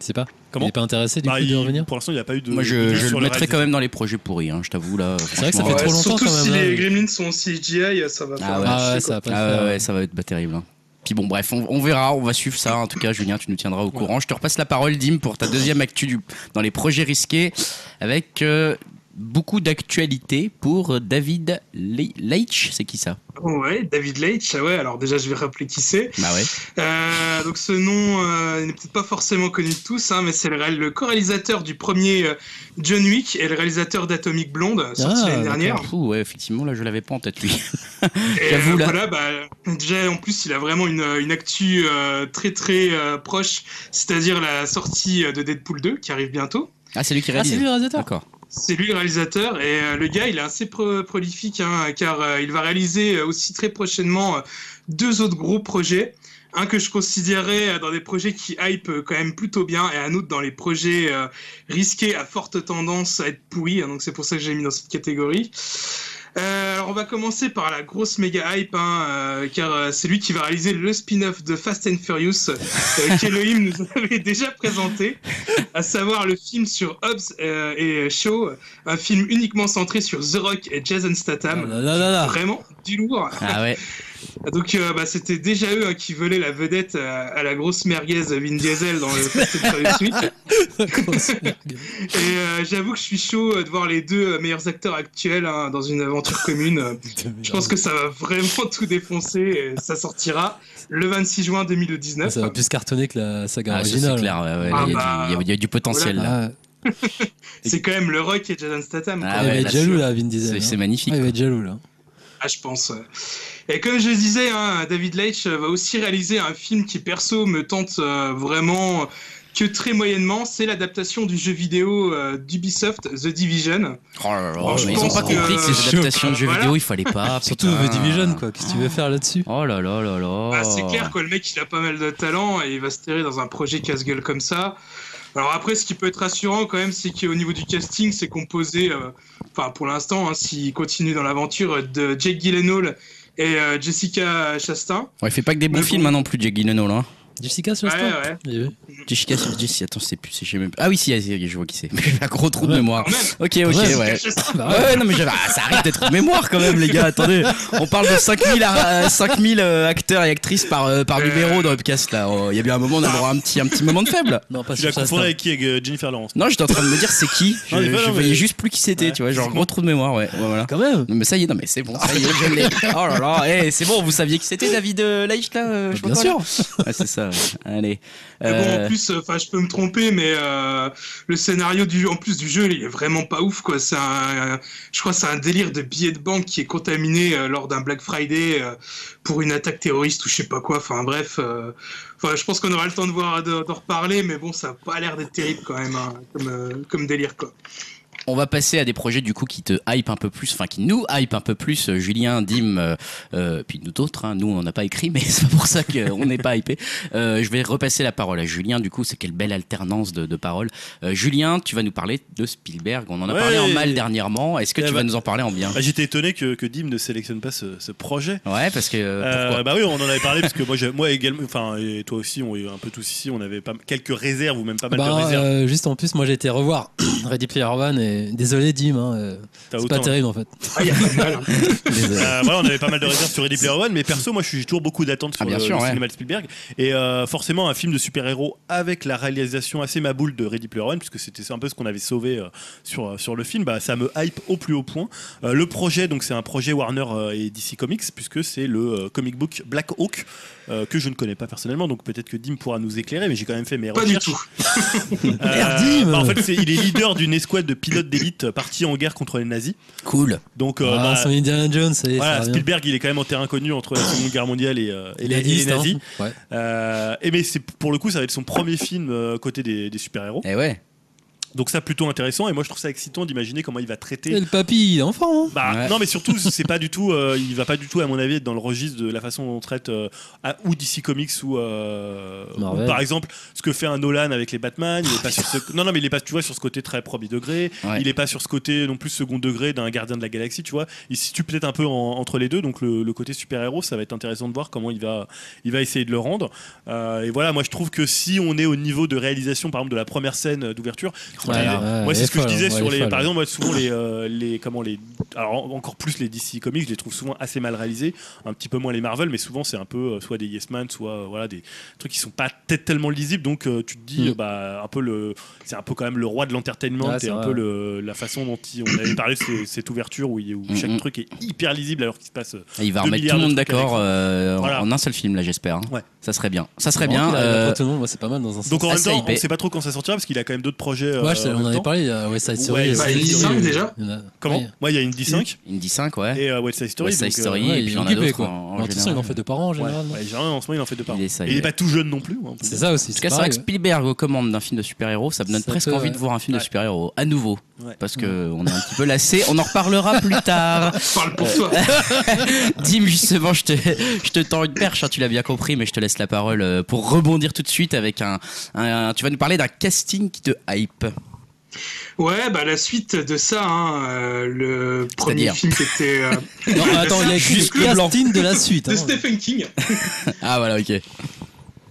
Speaker 3: Je sais pas.
Speaker 5: Comment
Speaker 3: Il est pas intéressé du
Speaker 5: Bah,
Speaker 3: coup de
Speaker 5: il-
Speaker 3: revenir
Speaker 5: pour l'instant, il n'y a pas eu de.
Speaker 1: moi je,
Speaker 5: de-
Speaker 1: je
Speaker 5: sur
Speaker 1: le mettrais quand
Speaker 5: réalisateur.
Speaker 1: même dans les projets pourris, hein, je t'avoue là.
Speaker 3: vrai que ça fait
Speaker 1: franchement,
Speaker 3: trop longtemps,
Speaker 4: surtout
Speaker 3: quand même,
Speaker 4: si
Speaker 3: là.
Speaker 4: les Gremlins sont aussi CGI, ça va faire
Speaker 1: Ah ouais.
Speaker 4: un
Speaker 3: Ah ouais,
Speaker 4: chier, quoi.
Speaker 3: ça va pas le
Speaker 1: Ah
Speaker 3: faire.
Speaker 1: ouais, ouais, ça va être pas terrible. hein. Puis bon, bref, on, on verra, on va suivre ça. En tout cas, Julien, tu nous tiendras au courant. Je te repasse la parole, Dim, pour ta deuxième actu du- dans les projets risqués, avec euh, beaucoup d'actualité pour euh, David Le- Leitch. C'est qui ça
Speaker 4: Ouais, David Leitch, ah ouais, alors déjà je vais rappeler qui c'est.
Speaker 1: Bah ouais.
Speaker 4: Euh, donc ce nom euh, n'est peut-être pas forcément connu de tous, hein, mais c'est le, réal- le co-réalisateur du premier euh, John Wick et le réalisateur d'Atomic Blonde, euh, sorti
Speaker 3: Ah,
Speaker 4: l'année dernière.
Speaker 1: Fou, ouais, effectivement, là, je l'avais pas en tête, lui.
Speaker 4: Et
Speaker 1: J'avoue,
Speaker 4: euh,
Speaker 1: là.
Speaker 4: voilà, bah, déjà en plus il a vraiment une, une actu euh, très très euh, proche, c'est-à-dire la sortie euh, de Deadpool 2 qui arrive bientôt.
Speaker 1: Ah, c'est lui qui
Speaker 3: Ah,
Speaker 1: réalise.
Speaker 3: c'est lui le réalisateur.
Speaker 1: D'accord.
Speaker 4: C'est lui le réalisateur et euh, le gars il est assez pro- prolifique hein, car euh, il va réaliser euh, aussi très prochainement euh, deux autres gros projets. Un que je considérais euh, dans des projets qui hype euh, quand même plutôt bien et un autre dans les projets euh, risqués à forte tendance à être pourris. hein, donc c'est pour ça que j'ai mis dans cette catégorie. Euh, alors on va commencer par la grosse méga hype hein, euh, car euh, c'est lui qui va réaliser le spin-off de Fast and Furious euh, qu'Elohim nous avait déjà présenté à savoir le film sur Hobbs euh, et Shaw, un film uniquement centré sur The Rock et Jason
Speaker 3: Ah
Speaker 4: Statham.
Speaker 3: là là là là.
Speaker 4: Vraiment du lourd.
Speaker 1: Ah ouais.
Speaker 4: Donc euh, bah, c'était déjà eux hein, qui volaient la vedette euh, à la grosse merguez Vin Diesel dans le Fast and Furious 8.
Speaker 3: Grosse mergueule.
Speaker 4: Et euh, j'avoue que je suis chaud euh, de voir les deux euh, meilleurs acteurs actuels hein, dans une aventure commune. Euh, Je pense que ça va vraiment tout défoncer et ça sortira le 26 juin 2019.
Speaker 3: Ah, Ça va plus cartonner que la saga
Speaker 1: Ah, ça, c'est
Speaker 3: originale.
Speaker 1: clair, ouais, ouais,
Speaker 4: Ah
Speaker 1: il, y a
Speaker 4: bah,
Speaker 1: du, il y a- il y a du potentiel là.
Speaker 3: Ah,
Speaker 4: C'est quand même le Rock et Jason Statham.
Speaker 1: Ah
Speaker 4: quoi.
Speaker 3: il va
Speaker 1: ouais,
Speaker 3: être
Speaker 1: là,
Speaker 3: jaloux
Speaker 1: c'est-
Speaker 3: là, Vin Diesel.
Speaker 1: C'est c'est
Speaker 3: hein.
Speaker 1: magnifique.
Speaker 3: Ah, il va être jaloux là.
Speaker 4: Ah, je pense. ouais. Et comme je le disais, hein, David Leitch euh, va aussi réaliser un film qui, perso, me tente euh, vraiment que très moyennement. C'est l'adaptation du jeu vidéo euh, d'Ubisoft, The Division.
Speaker 1: Oh là là,
Speaker 4: Bon,
Speaker 1: mais
Speaker 4: je
Speaker 1: ils ont
Speaker 4: pense
Speaker 1: pas
Speaker 4: que-
Speaker 1: compris que ces
Speaker 3: Chaud.
Speaker 1: adaptations de jeux
Speaker 4: Voilà.
Speaker 1: vidéo, il fallait pas.
Speaker 3: Surtout
Speaker 1: putain.
Speaker 3: The Division quoi. Qu'est-ce que tu veux faire là-dessus
Speaker 1: Oh là là là là.
Speaker 4: Ah, c'est clair, quoi. Le mec, il a pas mal de talent et il va se terrer dans un projet casse-gueule comme ça. Alors après, ce qui peut être rassurant quand même, c'est qu'au niveau du casting, c'est composé, euh, enfin pour l'instant, hein, s'il continue dans l'aventure, de Jake Gyllenhaal et euh, Jessica Chastain.
Speaker 1: Ouais, il fait pas que des bons
Speaker 4: Mais
Speaker 1: films
Speaker 4: bon.
Speaker 1: maintenant plus, Jake Gyllenhaal. Hein.
Speaker 8: Jessica sur
Speaker 4: Ouais,
Speaker 8: Insta
Speaker 4: ouais.
Speaker 8: Il y
Speaker 3: Eh
Speaker 8: avait-
Speaker 1: Jessica Chastain, si, attends, je sais plus, si j'ai même. Ah oui, si, si, je vois qui c'est. Mais j'ai un gros trou de
Speaker 8: Ouais.
Speaker 1: mémoire.
Speaker 4: Quand même.
Speaker 1: Ok, ok,
Speaker 8: Ouais.
Speaker 1: ouais.
Speaker 4: Jessica Chastain.
Speaker 3: bah
Speaker 1: Ah ouais, non, mais j'avais- ah, ça arrive d'être en mémoire quand même, les gars. Attendez, on parle de 5000, à- euh, 5000 euh, acteurs et actrices par, euh, par
Speaker 4: Euh.
Speaker 1: numéro dans Upcast là. Oh, Il y a bien un moment, on a le droit à un petit, un petit moment de faible.
Speaker 8: Non, pas
Speaker 5: Tu l'as
Speaker 8: sur
Speaker 5: confondu
Speaker 8: Insta.
Speaker 5: avec qui Avec euh, Jennifer Lawrence.
Speaker 1: Non, j'étais en train de me dire c'est qui. Je,
Speaker 5: Non, mais
Speaker 1: je
Speaker 5: voilà,
Speaker 1: voyais
Speaker 5: mais-
Speaker 1: juste plus qui c'était,
Speaker 5: Ouais.
Speaker 1: tu vois. Genre gros trou de mémoire, ouais. ouais, voilà.
Speaker 8: Quand même
Speaker 1: Non, mais ça y est, non, mais c'est bon, ça y est, je l'ai. Oh là là, eh, c'est bon, vous saviez qui c'était David euh, Laïch là euh, je sais pas
Speaker 8: Bien
Speaker 1: quoi,
Speaker 8: sûr
Speaker 1: là Ouais, c'est ça, ouais. allez.
Speaker 4: Mais bon, en
Speaker 1: Euh,
Speaker 4: plus, enfin, je peux me tromper, mais euh, le scénario du, en plus du jeu, il est vraiment pas ouf, quoi. C'est un, je crois, que c'est un délire de billet de banque qui est contaminé euh, lors d'un Black Friday euh, pour une attaque terroriste ou je sais pas quoi. Enfin, bref. euh, Enfin, je pense qu'on aura le temps de voir, de- d'en reparler, mais bon, ça a pas l'air d'être terrible quand même, hein, comme, euh, comme délire, quoi.
Speaker 1: On va passer à des projets du coup qui te hype un peu plus, enfin qui nous hype un peu plus, euh, Julien, Dim, euh, euh, puis nous d'autres, hein. nous on n'en a pas écrit, mais c'est pas pour ça qu'on n'est pas hypé. Euh, je vais repasser la parole à Julien, du coup c'est quelle belle alternance de, de paroles. Euh, Julien, tu vas nous parler de Spielberg, on en a
Speaker 5: Ouais.
Speaker 1: parlé en mal dernièrement, est-ce que
Speaker 5: Eh
Speaker 1: tu
Speaker 5: bah-
Speaker 1: vas nous en parler en bien
Speaker 5: Ah, J'étais étonné que, que Dim ne sélectionne pas ce, ce projet.
Speaker 1: Ouais, parce que... euh,
Speaker 5: Euh,
Speaker 1: pourquoi
Speaker 5: bah oui, on en avait parlé parce que moi, j'ai- moi également, enfin et toi aussi, on a eu un peu tous ici, on avait pas, quelques réserves ou même pas mal de
Speaker 3: Bah,
Speaker 5: réserves.
Speaker 3: euh, juste en plus, moi j'ai été revoir Ready Player One et désolé Dim, hein, euh,
Speaker 5: T'as
Speaker 3: c'est pas
Speaker 5: autant.
Speaker 3: terrible en fait.
Speaker 4: Ah, y a pas de mal, hein.
Speaker 3: Désolé.
Speaker 5: Euh, voilà, on avait pas mal de réserves sur Ready Player One, mais perso, moi, je suis toujours beaucoup d'attentes sur
Speaker 1: Ah, bien
Speaker 5: le,
Speaker 1: sûr,
Speaker 5: le
Speaker 1: ouais.
Speaker 5: cinéma de Spielberg. Et euh, forcément, un film de super-héros avec la réalisation assez maboule de Ready Player One, puisque c'était un peu ce qu'on avait sauvé euh, sur, euh, sur le film, bah, ça me hype au plus haut point. Euh, le projet, donc, c'est un projet Warner euh, et DC Comics, puisque c'est le euh, comic book Black Hawk, euh, que je ne connais pas personnellement, donc peut-être que Dim pourra nous éclairer, mais j'ai quand même fait mes
Speaker 4: Pas du
Speaker 5: recherches.
Speaker 4: tout.
Speaker 5: Euh,
Speaker 3: Merde, Dim
Speaker 5: bah, en fait, c'est- il est leader d'une escouade de pilotes d'élite euh, partis en guerre contre les nazis.
Speaker 1: Cool.
Speaker 5: Donc, euh,
Speaker 3: ah,
Speaker 5: bah,
Speaker 3: son Indiana Jones, ça y est,
Speaker 5: voilà,
Speaker 3: ça va bien.
Speaker 5: Spielberg, il est quand même en terrain connu entre la Seconde Guerre mondiale et, euh, et
Speaker 3: Il
Speaker 5: les,
Speaker 3: est
Speaker 5: et les
Speaker 3: liste, hein.
Speaker 5: nazis.
Speaker 3: Ouais.
Speaker 5: Euh, et mais c'est pour le coup, ça va être son premier film euh, côté des, des super-héros.
Speaker 1: Eh ouais.
Speaker 5: Donc ça, plutôt intéressant. Et moi, je trouve ça excitant d'imaginer comment il va
Speaker 3: Et
Speaker 5: traiter.
Speaker 3: le papy, il est enfant. hein.
Speaker 5: Bah,
Speaker 1: Ouais.
Speaker 5: Non, mais surtout, c'est pas du tout. euh, il va pas du tout, à mon avis, être dans le registre de la façon dont on traite euh, à- ou DC Comics ou, euh, ou
Speaker 3: Marvel.
Speaker 5: par exemple ce que fait un Nolan avec les Batman. Il est pas sur ce. Non, non, mais il est pas. Tu vois, sur ce côté très premier degré.
Speaker 1: Ah, Ouais.
Speaker 5: Il est pas sur ce côté non plus second degré d'un gardien de la galaxie, tu vois. Il se situe peut-être un peu en- entre les deux, donc le, le côté super-héros, ça va être intéressant de voir comment il va, il va essayer de le rendre. Euh, et voilà, moi je trouve que si on est au niveau de réalisation, par exemple, de la première scène d'ouverture, on
Speaker 3: Ouais,
Speaker 5: est-
Speaker 3: ouais,
Speaker 5: moi
Speaker 3: elle
Speaker 5: c'est
Speaker 3: est
Speaker 5: ce que je
Speaker 3: folle, hein,
Speaker 5: disais
Speaker 3: ouais, elle
Speaker 5: sur
Speaker 3: est
Speaker 5: les.
Speaker 3: folle.
Speaker 5: Par exemple, moi souvent les, euh, les comment les, alors en- encore plus les DC comics, je les trouve souvent assez mal réalisés, un petit peu moins les Marvel, mais souvent c'est un peu euh, soit des Yes Man, soit euh, voilà des trucs qui sont pas peut-être tellement lisibles, donc euh, tu te dis
Speaker 3: Mm.
Speaker 5: euh, bah un peu le, c'est un peu quand même le roi de l'entertainment
Speaker 3: Ouais,
Speaker 5: et
Speaker 3: c'est
Speaker 5: un
Speaker 3: vrai.
Speaker 5: peu le, la façon dont il- on avait parlé de ces- cette ouverture où, il- où
Speaker 1: Mm,
Speaker 5: chaque
Speaker 1: mm.
Speaker 5: truc est hyper lisible alors qu'il se passe. euh,
Speaker 1: Et il va
Speaker 5: Deux
Speaker 1: remettre tout
Speaker 5: milliards
Speaker 1: le
Speaker 5: de
Speaker 1: monde
Speaker 5: trucs
Speaker 1: d'accord
Speaker 5: avec.
Speaker 1: euh, en-
Speaker 5: Voilà.
Speaker 1: en un seul film là, j'espère. hein.
Speaker 5: Ouais.
Speaker 1: Ça serait bien. Ça serait
Speaker 3: Vraiment,
Speaker 1: bien.
Speaker 3: qu'il arrive
Speaker 1: euh,
Speaker 3: après tout le monde, moi, c'est pas mal dans un sens.
Speaker 5: Donc en même
Speaker 1: assez
Speaker 5: temps,
Speaker 1: hypé.
Speaker 5: on sait pas trop quand ça sortira parce qu'il a quand même d'autres projets. euh,
Speaker 3: Ouais, je-
Speaker 5: en
Speaker 3: on en
Speaker 5: même
Speaker 3: avait
Speaker 5: temps.
Speaker 3: parlé, il y a West Side Story.
Speaker 5: Ouais,
Speaker 3: et
Speaker 5: bah,
Speaker 3: West Side
Speaker 5: il y en a
Speaker 3: Story,
Speaker 4: cinq,
Speaker 3: euh,
Speaker 4: déjà
Speaker 3: il y en a-
Speaker 5: Comment
Speaker 3: ouais.
Speaker 5: Moi, il y a Indy 5
Speaker 1: Indy 5, ouais.
Speaker 5: et euh, West Side Story.
Speaker 1: West Side
Speaker 5: donc, euh,
Speaker 1: Story,
Speaker 3: ouais,
Speaker 1: et puis
Speaker 3: il
Speaker 1: il
Speaker 3: est
Speaker 1: y en a
Speaker 3: occupé,
Speaker 1: d'autres.
Speaker 3: quoi.
Speaker 1: En, en
Speaker 3: Alors, tout ça, il
Speaker 1: général.
Speaker 3: en fait deux par an en
Speaker 5: ouais,
Speaker 3: général. non
Speaker 5: ouais, généralement, en ce moment, il en fait deux par an.
Speaker 1: Il essaye,
Speaker 5: Et il est
Speaker 1: ouais.
Speaker 5: pas tout jeune non plus. hein, on peut
Speaker 3: C'est
Speaker 5: dire.
Speaker 3: ça aussi.
Speaker 1: En tout cas, c'est vrai que Spielberg aux commandes d'un film de super-héros, ça me donne
Speaker 3: Ça
Speaker 1: presque
Speaker 3: peut,
Speaker 1: envie
Speaker 3: ouais.
Speaker 1: de voir un film de
Speaker 5: Ouais.
Speaker 1: super-héros à nouveau.
Speaker 5: Ouais.
Speaker 1: Parce que on est un petit peu lassé. On en reparlera plus tard.
Speaker 4: Parle pour toi.
Speaker 1: Euh. Dim, justement, je te, je te tends une perche, hein, tu l'as bien compris, mais je te laisse la parole euh, pour rebondir tout de suite avec un. un- tu vas nous parler d'un casting qui te hype.
Speaker 4: Ouais, bah la suite de ça, hein, euh, le premier
Speaker 1: C'est-à-dire
Speaker 4: film qui était euh,
Speaker 3: Non, attends, il y a
Speaker 4: Juste
Speaker 3: écrit le casting de la suite.
Speaker 4: de
Speaker 3: hein.
Speaker 4: Stephen King.
Speaker 1: Ah, voilà, ok.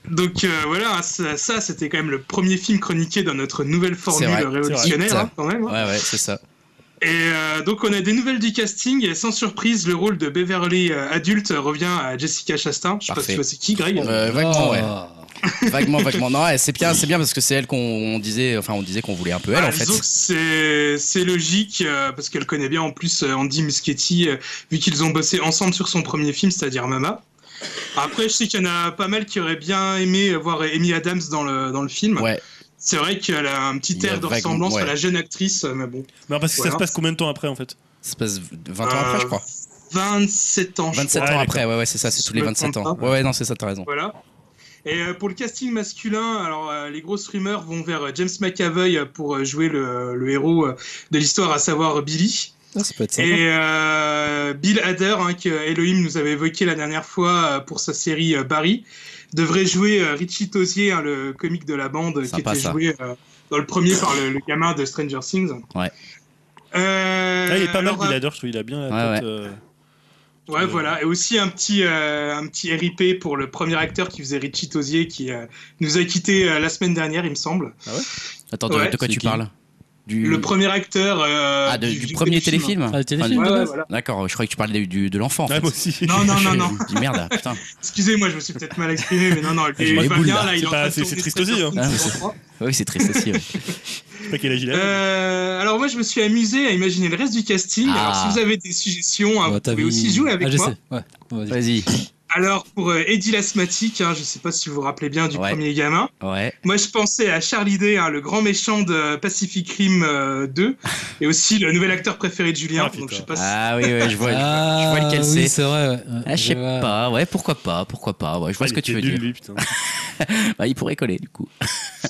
Speaker 4: Donc euh, voilà, ça, ça, c'était quand même le premier film chroniqué dans notre nouvelle formule
Speaker 1: C'est vrai, c'est
Speaker 4: révolutionnaire,
Speaker 1: vrai.
Speaker 4: hein, quand même. hein.
Speaker 1: Ouais, ouais, c'est ça.
Speaker 4: Et euh, donc on a des nouvelles du casting, et sans surprise, le rôle de Beverly euh, adulte revient à Jessica Chastain. Je sais pas
Speaker 1: Parfait.
Speaker 4: si tu vois c'est qui, Greg.
Speaker 1: Euh, vaguement, ouais.
Speaker 3: Ah.
Speaker 1: Vaguement, vaguement. Non, ouais, c'est bien, c'est bien parce que c'est elle qu'on on disait, enfin, on disait qu'on voulait un peu elle,
Speaker 4: Ah,
Speaker 1: en fait.
Speaker 4: disons que c'est c'est logique euh, parce qu'elle connaît bien en plus euh, Andy Muschietti euh, vu qu'ils ont bossé ensemble sur son premier film, c'est-à-dire Mama. Après, je sais qu'il y en a pas mal qui auraient bien aimé voir Amy Adams dans le dans le film.
Speaker 1: Ouais.
Speaker 4: C'est vrai qu'elle a un petit
Speaker 1: Il y a
Speaker 4: air de
Speaker 1: vague-
Speaker 4: ressemblance
Speaker 1: ouais.
Speaker 4: à la jeune actrice, euh, mais bon.
Speaker 5: Non, parce que ça
Speaker 4: Voilà.
Speaker 5: se passe combien de temps après en fait
Speaker 1: Ça se passe 20 ans après, je crois.
Speaker 4: 27 ans, Euh, je
Speaker 1: 27
Speaker 4: crois.
Speaker 1: ans
Speaker 5: Ouais,
Speaker 1: après, ouais, ouais, c'est ça, c'est tous
Speaker 4: Je
Speaker 1: les
Speaker 4: me
Speaker 1: 27 ans.
Speaker 4: trompe
Speaker 1: Ouais, ouais, non, c'est ça, t'as raison.
Speaker 4: Voilà. Et euh, pour le casting masculin, alors euh, les grosses rumeurs vont vers euh, James McAvoy euh, pour euh, jouer le, le héros euh, de l'histoire, à savoir Billy.
Speaker 3: Ah, ça peut être sympa.
Speaker 4: Et euh, Bill Hader, hein, que Elohim nous avait évoqué la dernière fois euh, pour sa série euh, Barry, devrait jouer euh, Richie Tosier, hein, le comique de la bande,
Speaker 1: Sympa,
Speaker 4: qui était
Speaker 1: ça.
Speaker 4: joué euh, dans le premier par le, le gamin de Stranger Things.
Speaker 1: Ouais.
Speaker 4: Euh,
Speaker 2: Ah, il est pas mal,
Speaker 4: alors,
Speaker 2: il adore, je trouve, il a bien la
Speaker 1: Ouais,
Speaker 2: tête. euh,
Speaker 4: Ouais,
Speaker 2: Euh,
Speaker 4: voilà. Et aussi un petit, euh, un petit RIP pour le premier acteur qui faisait Richie Tosier, qui euh, nous a quitté la semaine dernière, il me semble.
Speaker 1: Attends, de,
Speaker 4: Ouais.
Speaker 1: de quoi
Speaker 5: C'est
Speaker 1: tu
Speaker 5: qui
Speaker 1: parles du...
Speaker 4: Le premier acteur. euh,
Speaker 1: Ah, de- du, premier téléfilm
Speaker 5: Ah, le téléfilm
Speaker 1: Enfin,
Speaker 4: Ouais,
Speaker 5: de
Speaker 4: ouais,
Speaker 5: base.
Speaker 4: voilà.
Speaker 1: D'accord, je croyais que tu parlais du, de l'enfant. en
Speaker 2: ouais,
Speaker 1: fait.
Speaker 2: Ah, moi aussi.
Speaker 4: Non, non, non, non.
Speaker 1: Je me dis, Merde, putain.
Speaker 4: Excusez-moi, je me suis peut-être mal exprimé, mais non, non.
Speaker 1: j'ai les
Speaker 4: Il va
Speaker 1: boules,
Speaker 4: bien,
Speaker 1: là.
Speaker 4: là. il
Speaker 2: C'est
Speaker 4: en
Speaker 2: pas-
Speaker 4: train de
Speaker 2: c'est-
Speaker 4: tourner
Speaker 2: c'est Tristosier, hein.
Speaker 4: Stranger Things
Speaker 1: Ah,
Speaker 4: en trois.
Speaker 1: Oui, c'est triste aussi. ouais.
Speaker 2: Je sais pas quel âge il a.
Speaker 4: Euh, alors moi je me suis amusé à imaginer le reste du casting.
Speaker 1: Ah.
Speaker 4: Alors si vous avez des suggestions, hein,
Speaker 3: Bah,
Speaker 4: vous
Speaker 3: t'as
Speaker 4: pouvez
Speaker 3: vu-
Speaker 4: aussi jouer avec
Speaker 3: Ah, je
Speaker 4: moi.
Speaker 3: sais. Ouais. Bon, vas-y.
Speaker 1: Vas-y.
Speaker 4: Alors pour euh, Eddie l'asthmatique, hein, je sais pas si vous vous rappelez bien du
Speaker 1: Ouais.
Speaker 4: premier gamin.
Speaker 1: Ouais.
Speaker 4: Moi je pensais à Charlie Day, hein, le grand méchant de Pacific Rim euh, 2, et aussi le nouvel acteur préféré de Julien.
Speaker 2: Ah,
Speaker 4: donc je sais
Speaker 2: putain.
Speaker 4: pas si-
Speaker 1: Ah oui, ouais, je vois.
Speaker 3: Ah,
Speaker 1: je vois lequel c'est.
Speaker 3: oui, c'est vrai. ouais. Ouais,
Speaker 1: Ah, je sais
Speaker 3: vois.
Speaker 1: pas, ouais, pourquoi pas, pourquoi pas, ouais, je vois
Speaker 2: Ah,
Speaker 1: ce
Speaker 2: il
Speaker 1: que tu
Speaker 2: était
Speaker 1: veux
Speaker 2: nul,
Speaker 1: dire.
Speaker 2: lui, putain.
Speaker 1: Bah, il pourrait coller, du coup.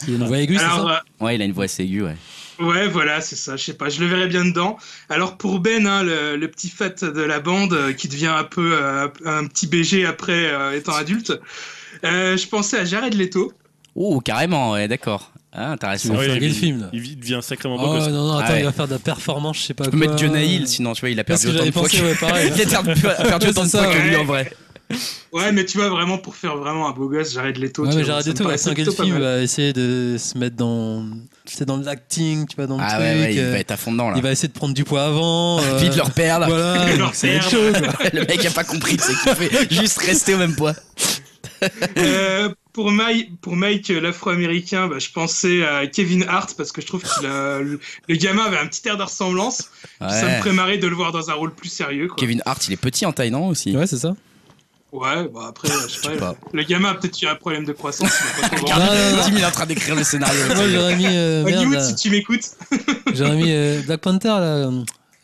Speaker 5: Il y a une voix aiguë, c'est
Speaker 4: Alors
Speaker 5: ça
Speaker 4: euh,
Speaker 1: Ouais, il a une voix assez aiguë, ouais.
Speaker 4: Ouais, voilà, c'est ça. Je sais pas, je le verrai bien dedans. Alors pour Ben, hein, le, le petit fat de la bande euh, qui devient un peu euh, un petit BG après euh, étant adulte, euh, je pensais à Jared Leto.
Speaker 1: Oh, carrément, ouais, d'accord. Ah,
Speaker 5: Tu
Speaker 1: intéressant.
Speaker 5: vas
Speaker 2: Ouais,
Speaker 5: flinguer
Speaker 2: il-
Speaker 5: le film.
Speaker 2: Il il devient sacrément
Speaker 3: Oh,
Speaker 2: beau gosse.
Speaker 3: non, non, attends,
Speaker 1: Ah ouais.
Speaker 3: il va faire de la performance, je sais pas
Speaker 1: Tu
Speaker 3: quoi.
Speaker 1: peux mettre Jonah Hill, sinon, tu vois, il a
Speaker 3: Parce
Speaker 1: perdu
Speaker 3: que
Speaker 1: autant de fois
Speaker 3: j'avais pensé,
Speaker 1: que...
Speaker 3: ouais, pareil.
Speaker 1: Il a perdu, perdu autant de
Speaker 3: C'est
Speaker 1: fois
Speaker 3: ça,
Speaker 1: que lui,
Speaker 4: ouais.
Speaker 1: en vrai.
Speaker 4: Ouais, mais tu vois vraiment pour faire vraiment un beau gosse, Jared Leto.
Speaker 3: Ouais,
Speaker 4: tu
Speaker 3: mais
Speaker 4: vois,
Speaker 3: j'arrête
Speaker 4: ça
Speaker 3: de
Speaker 4: me
Speaker 3: tout,
Speaker 4: paraissait
Speaker 3: c'est un quel
Speaker 4: plutôt pas
Speaker 3: film
Speaker 4: mal.
Speaker 3: va essayer de se mettre dans, tu sais, dans l'acting, tu vois, dans le
Speaker 1: Ah
Speaker 3: truc.
Speaker 1: ouais, ouais, il
Speaker 3: euh,
Speaker 1: va être à fond dedans, là.
Speaker 3: il va essayer de prendre du poids avant. euh,
Speaker 1: Vite leur père, là.
Speaker 3: Voilà,
Speaker 4: leur
Speaker 3: donc c'est autre
Speaker 4: perdre.
Speaker 3: chose.
Speaker 1: Le mec a pas compris, c'est qu'il fait juste rester au même poids.
Speaker 4: Euh, pour Mike, pour Mike euh, l'afro-américain, bah, je pensais à Kevin Hart parce que je trouve que le, le gamin avait un petit air de ressemblance. Ça me
Speaker 1: Ouais.
Speaker 4: ferait marrer de le voir dans un rôle plus sérieux. Quoi.
Speaker 1: Kevin Hart, il est petit en taille, non, aussi
Speaker 3: Ouais, c'est ça.
Speaker 4: Ouais, bah après, je sais
Speaker 1: pas.
Speaker 4: pas. Le gamin a peut-être eu un problème de croissance. il va pas trop
Speaker 3: Non,
Speaker 4: voir.
Speaker 3: non, non.
Speaker 1: Tim, il est en train d'écrire le scénario.
Speaker 3: Moi, j'aurais mis. euh, merde,
Speaker 4: Hollywood,
Speaker 3: là.
Speaker 4: si tu m'écoutes.
Speaker 3: J'aurais mis euh, Black Panther, là.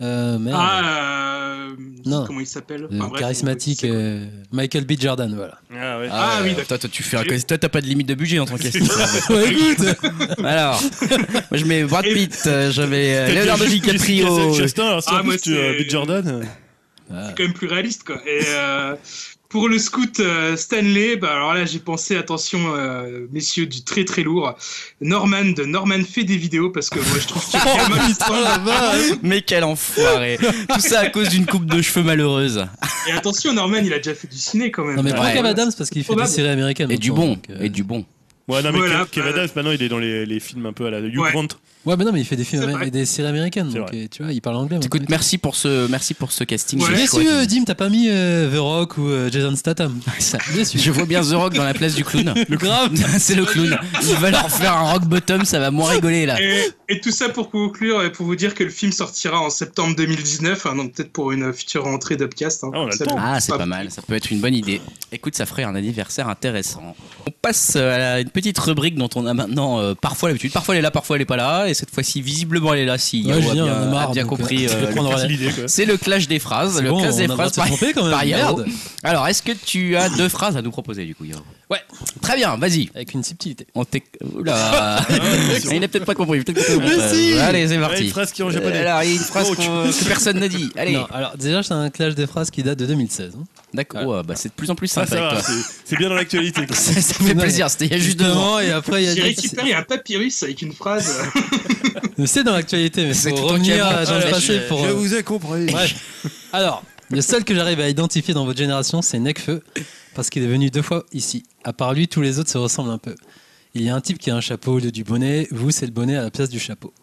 Speaker 3: Euh, merde.
Speaker 4: Ah, euh,
Speaker 3: Non.
Speaker 4: comment il s'appelle
Speaker 3: Le
Speaker 4: Enfin, bref,
Speaker 3: charismatique
Speaker 4: on-
Speaker 3: euh, Michael B. Jordan, voilà.
Speaker 2: Ah ouais.
Speaker 1: Ah,
Speaker 4: Ah
Speaker 1: ouais,
Speaker 4: oui, d'accord.
Speaker 1: toi, toi, tu fais un... toi, t'as pas de limite de budget en tant qu'assistant.
Speaker 3: ouais, écoute
Speaker 1: Alors, moi je mets Brad
Speaker 4: Et-
Speaker 1: Pitt, euh, j'avais euh, Leonardo
Speaker 2: Juste- juste
Speaker 1: DiCaprio.
Speaker 2: Jessica Chastain, alors si
Speaker 4: Ah,
Speaker 2: en
Speaker 4: moi,
Speaker 2: plus tu
Speaker 4: c'est-
Speaker 2: euh, Big Jordan.
Speaker 4: C'est quand même plus réaliste, quoi. Et euh, pour le scout euh, Stanley, bah, alors là, j'ai pensé, attention, euh, messieurs, du très très lourd. Norman, de Norman fait des vidéos, parce que moi, je trouve que
Speaker 1: Oh, putain, la vache. Ah, Mais quel enfoiré Tout ça à cause d'une coupe de cheveux
Speaker 3: Ah,
Speaker 1: malheureuse.
Speaker 4: Et attention, Norman, il a déjà fait du ciné, quand même.
Speaker 3: Non, mais pourquoi
Speaker 1: Ouais.
Speaker 3: Kev Adams Parce qu'il fait des
Speaker 4: Probable.
Speaker 3: séries américaines.
Speaker 1: Et du
Speaker 3: maintenant,
Speaker 1: bon,
Speaker 3: donc, euh,
Speaker 1: et du bon.
Speaker 2: Ouais, non, mais
Speaker 4: Voilà,
Speaker 2: Kev- Kev
Speaker 4: euh,
Speaker 2: Adams, maintenant il est dans les, les films un peu à la Hugh
Speaker 4: Ouais.
Speaker 2: Grant.
Speaker 3: euh, Ouais, mais non, mais il fait des films
Speaker 4: C'est
Speaker 3: amé-
Speaker 4: vrai.
Speaker 3: et des séries américaines.
Speaker 2: C'est
Speaker 3: Donc,
Speaker 2: vrai.
Speaker 3: euh, tu vois, il parle anglais. mon
Speaker 1: Écoute,
Speaker 3: mec.
Speaker 1: merci pour ce, merci pour ce casting.
Speaker 4: Ouais.
Speaker 1: c'est
Speaker 3: Déçu,
Speaker 1: chouette.
Speaker 3: euh, Dim, t'as pas mis euh, The Rock ou euh, Jason Statham. Déçu.
Speaker 1: Je vois bien The Rock dans la place du clown. Le grave, c'est le clown. Il va leur faire un rock bottom, ça va moins rigoler là.
Speaker 4: Et, et tout ça pour conclure et pour vous dire que le film sortira en septembre 2019, hein, donc peut-être pour une future rentrée d'Upcast. hein.
Speaker 2: Ah, on a le
Speaker 4: Ça,
Speaker 2: temps.
Speaker 1: Ah, c'est pas mal, ça peut être une bonne idée. Écoute, ça ferait un anniversaire intéressant. On passe euh, à la- une petite rubrique dont on a maintenant euh, parfois l'habitude. Parfois elle est là, parfois elle est pas là. Et cette fois-ci, visiblement, elle est là. Si
Speaker 3: Ouais,
Speaker 1: on a
Speaker 3: Julien,
Speaker 1: bien,
Speaker 3: on en a marre,
Speaker 1: bien
Speaker 3: donc,
Speaker 1: compris.
Speaker 3: euh, je vais
Speaker 1: euh,
Speaker 3: prendre
Speaker 2: Petite
Speaker 3: relais.
Speaker 2: idée, quoi.
Speaker 1: C'est le clash des phrases.
Speaker 3: C'est
Speaker 1: le
Speaker 3: bon,
Speaker 1: clash
Speaker 3: on
Speaker 1: des
Speaker 3: a le droit
Speaker 1: phrases
Speaker 3: de se tromper quand même.
Speaker 1: par Yao.
Speaker 3: merde.
Speaker 1: Alors, est-ce que tu as deux phrases à nous proposer du coup, Yao
Speaker 3: Ouais.
Speaker 1: Très bien, vas-y.
Speaker 3: Avec une subtilité.
Speaker 1: On t'éc- Oula Il n'a peut-être pas compris. peut-être que-
Speaker 2: Mais si
Speaker 1: Allez, c'est
Speaker 2: Ouais,
Speaker 1: parti. Euh,
Speaker 2: une phrase qui est en japonais.
Speaker 1: Alors, il y a une phrase
Speaker 2: Oh,
Speaker 1: qu'on- que personne n'a dit. Allez.
Speaker 3: Non, alors déjà, c'est un clash des phrases qui date de 2016. hein.
Speaker 1: D'accord. Ouais, bah, c'est de plus en plus
Speaker 2: Ah,
Speaker 1: simple
Speaker 2: ça
Speaker 1: avec
Speaker 2: va,
Speaker 1: toi.
Speaker 2: c'est- c'est bien dans l'actualité. quoi.
Speaker 1: Ça, ça fait
Speaker 3: Non,
Speaker 1: plaisir. C'était il y a juste deux ans.
Speaker 3: Justement, et après, il y a
Speaker 4: J'ai
Speaker 3: des-
Speaker 4: récupéré un papyrus avec une phrase. euh,
Speaker 3: c'est- C'est dans l'actualité, mais
Speaker 1: C'est
Speaker 3: faut
Speaker 1: tout en
Speaker 3: revenir
Speaker 1: camion.
Speaker 3: euh, dans le
Speaker 1: Ouais,
Speaker 3: passé
Speaker 1: je-
Speaker 3: pour. euh,
Speaker 2: ai compris.
Speaker 3: Ouais. Alors, le seul que j'arrive à identifier dans votre génération, c'est Necfeu, parce qu'il est venu deux fois ici. À part lui, tous les autres se ressemblent un peu. Il y a un type qui a un chapeau au lieu du bonnet, vous, c'est le bonnet à la place du chapeau.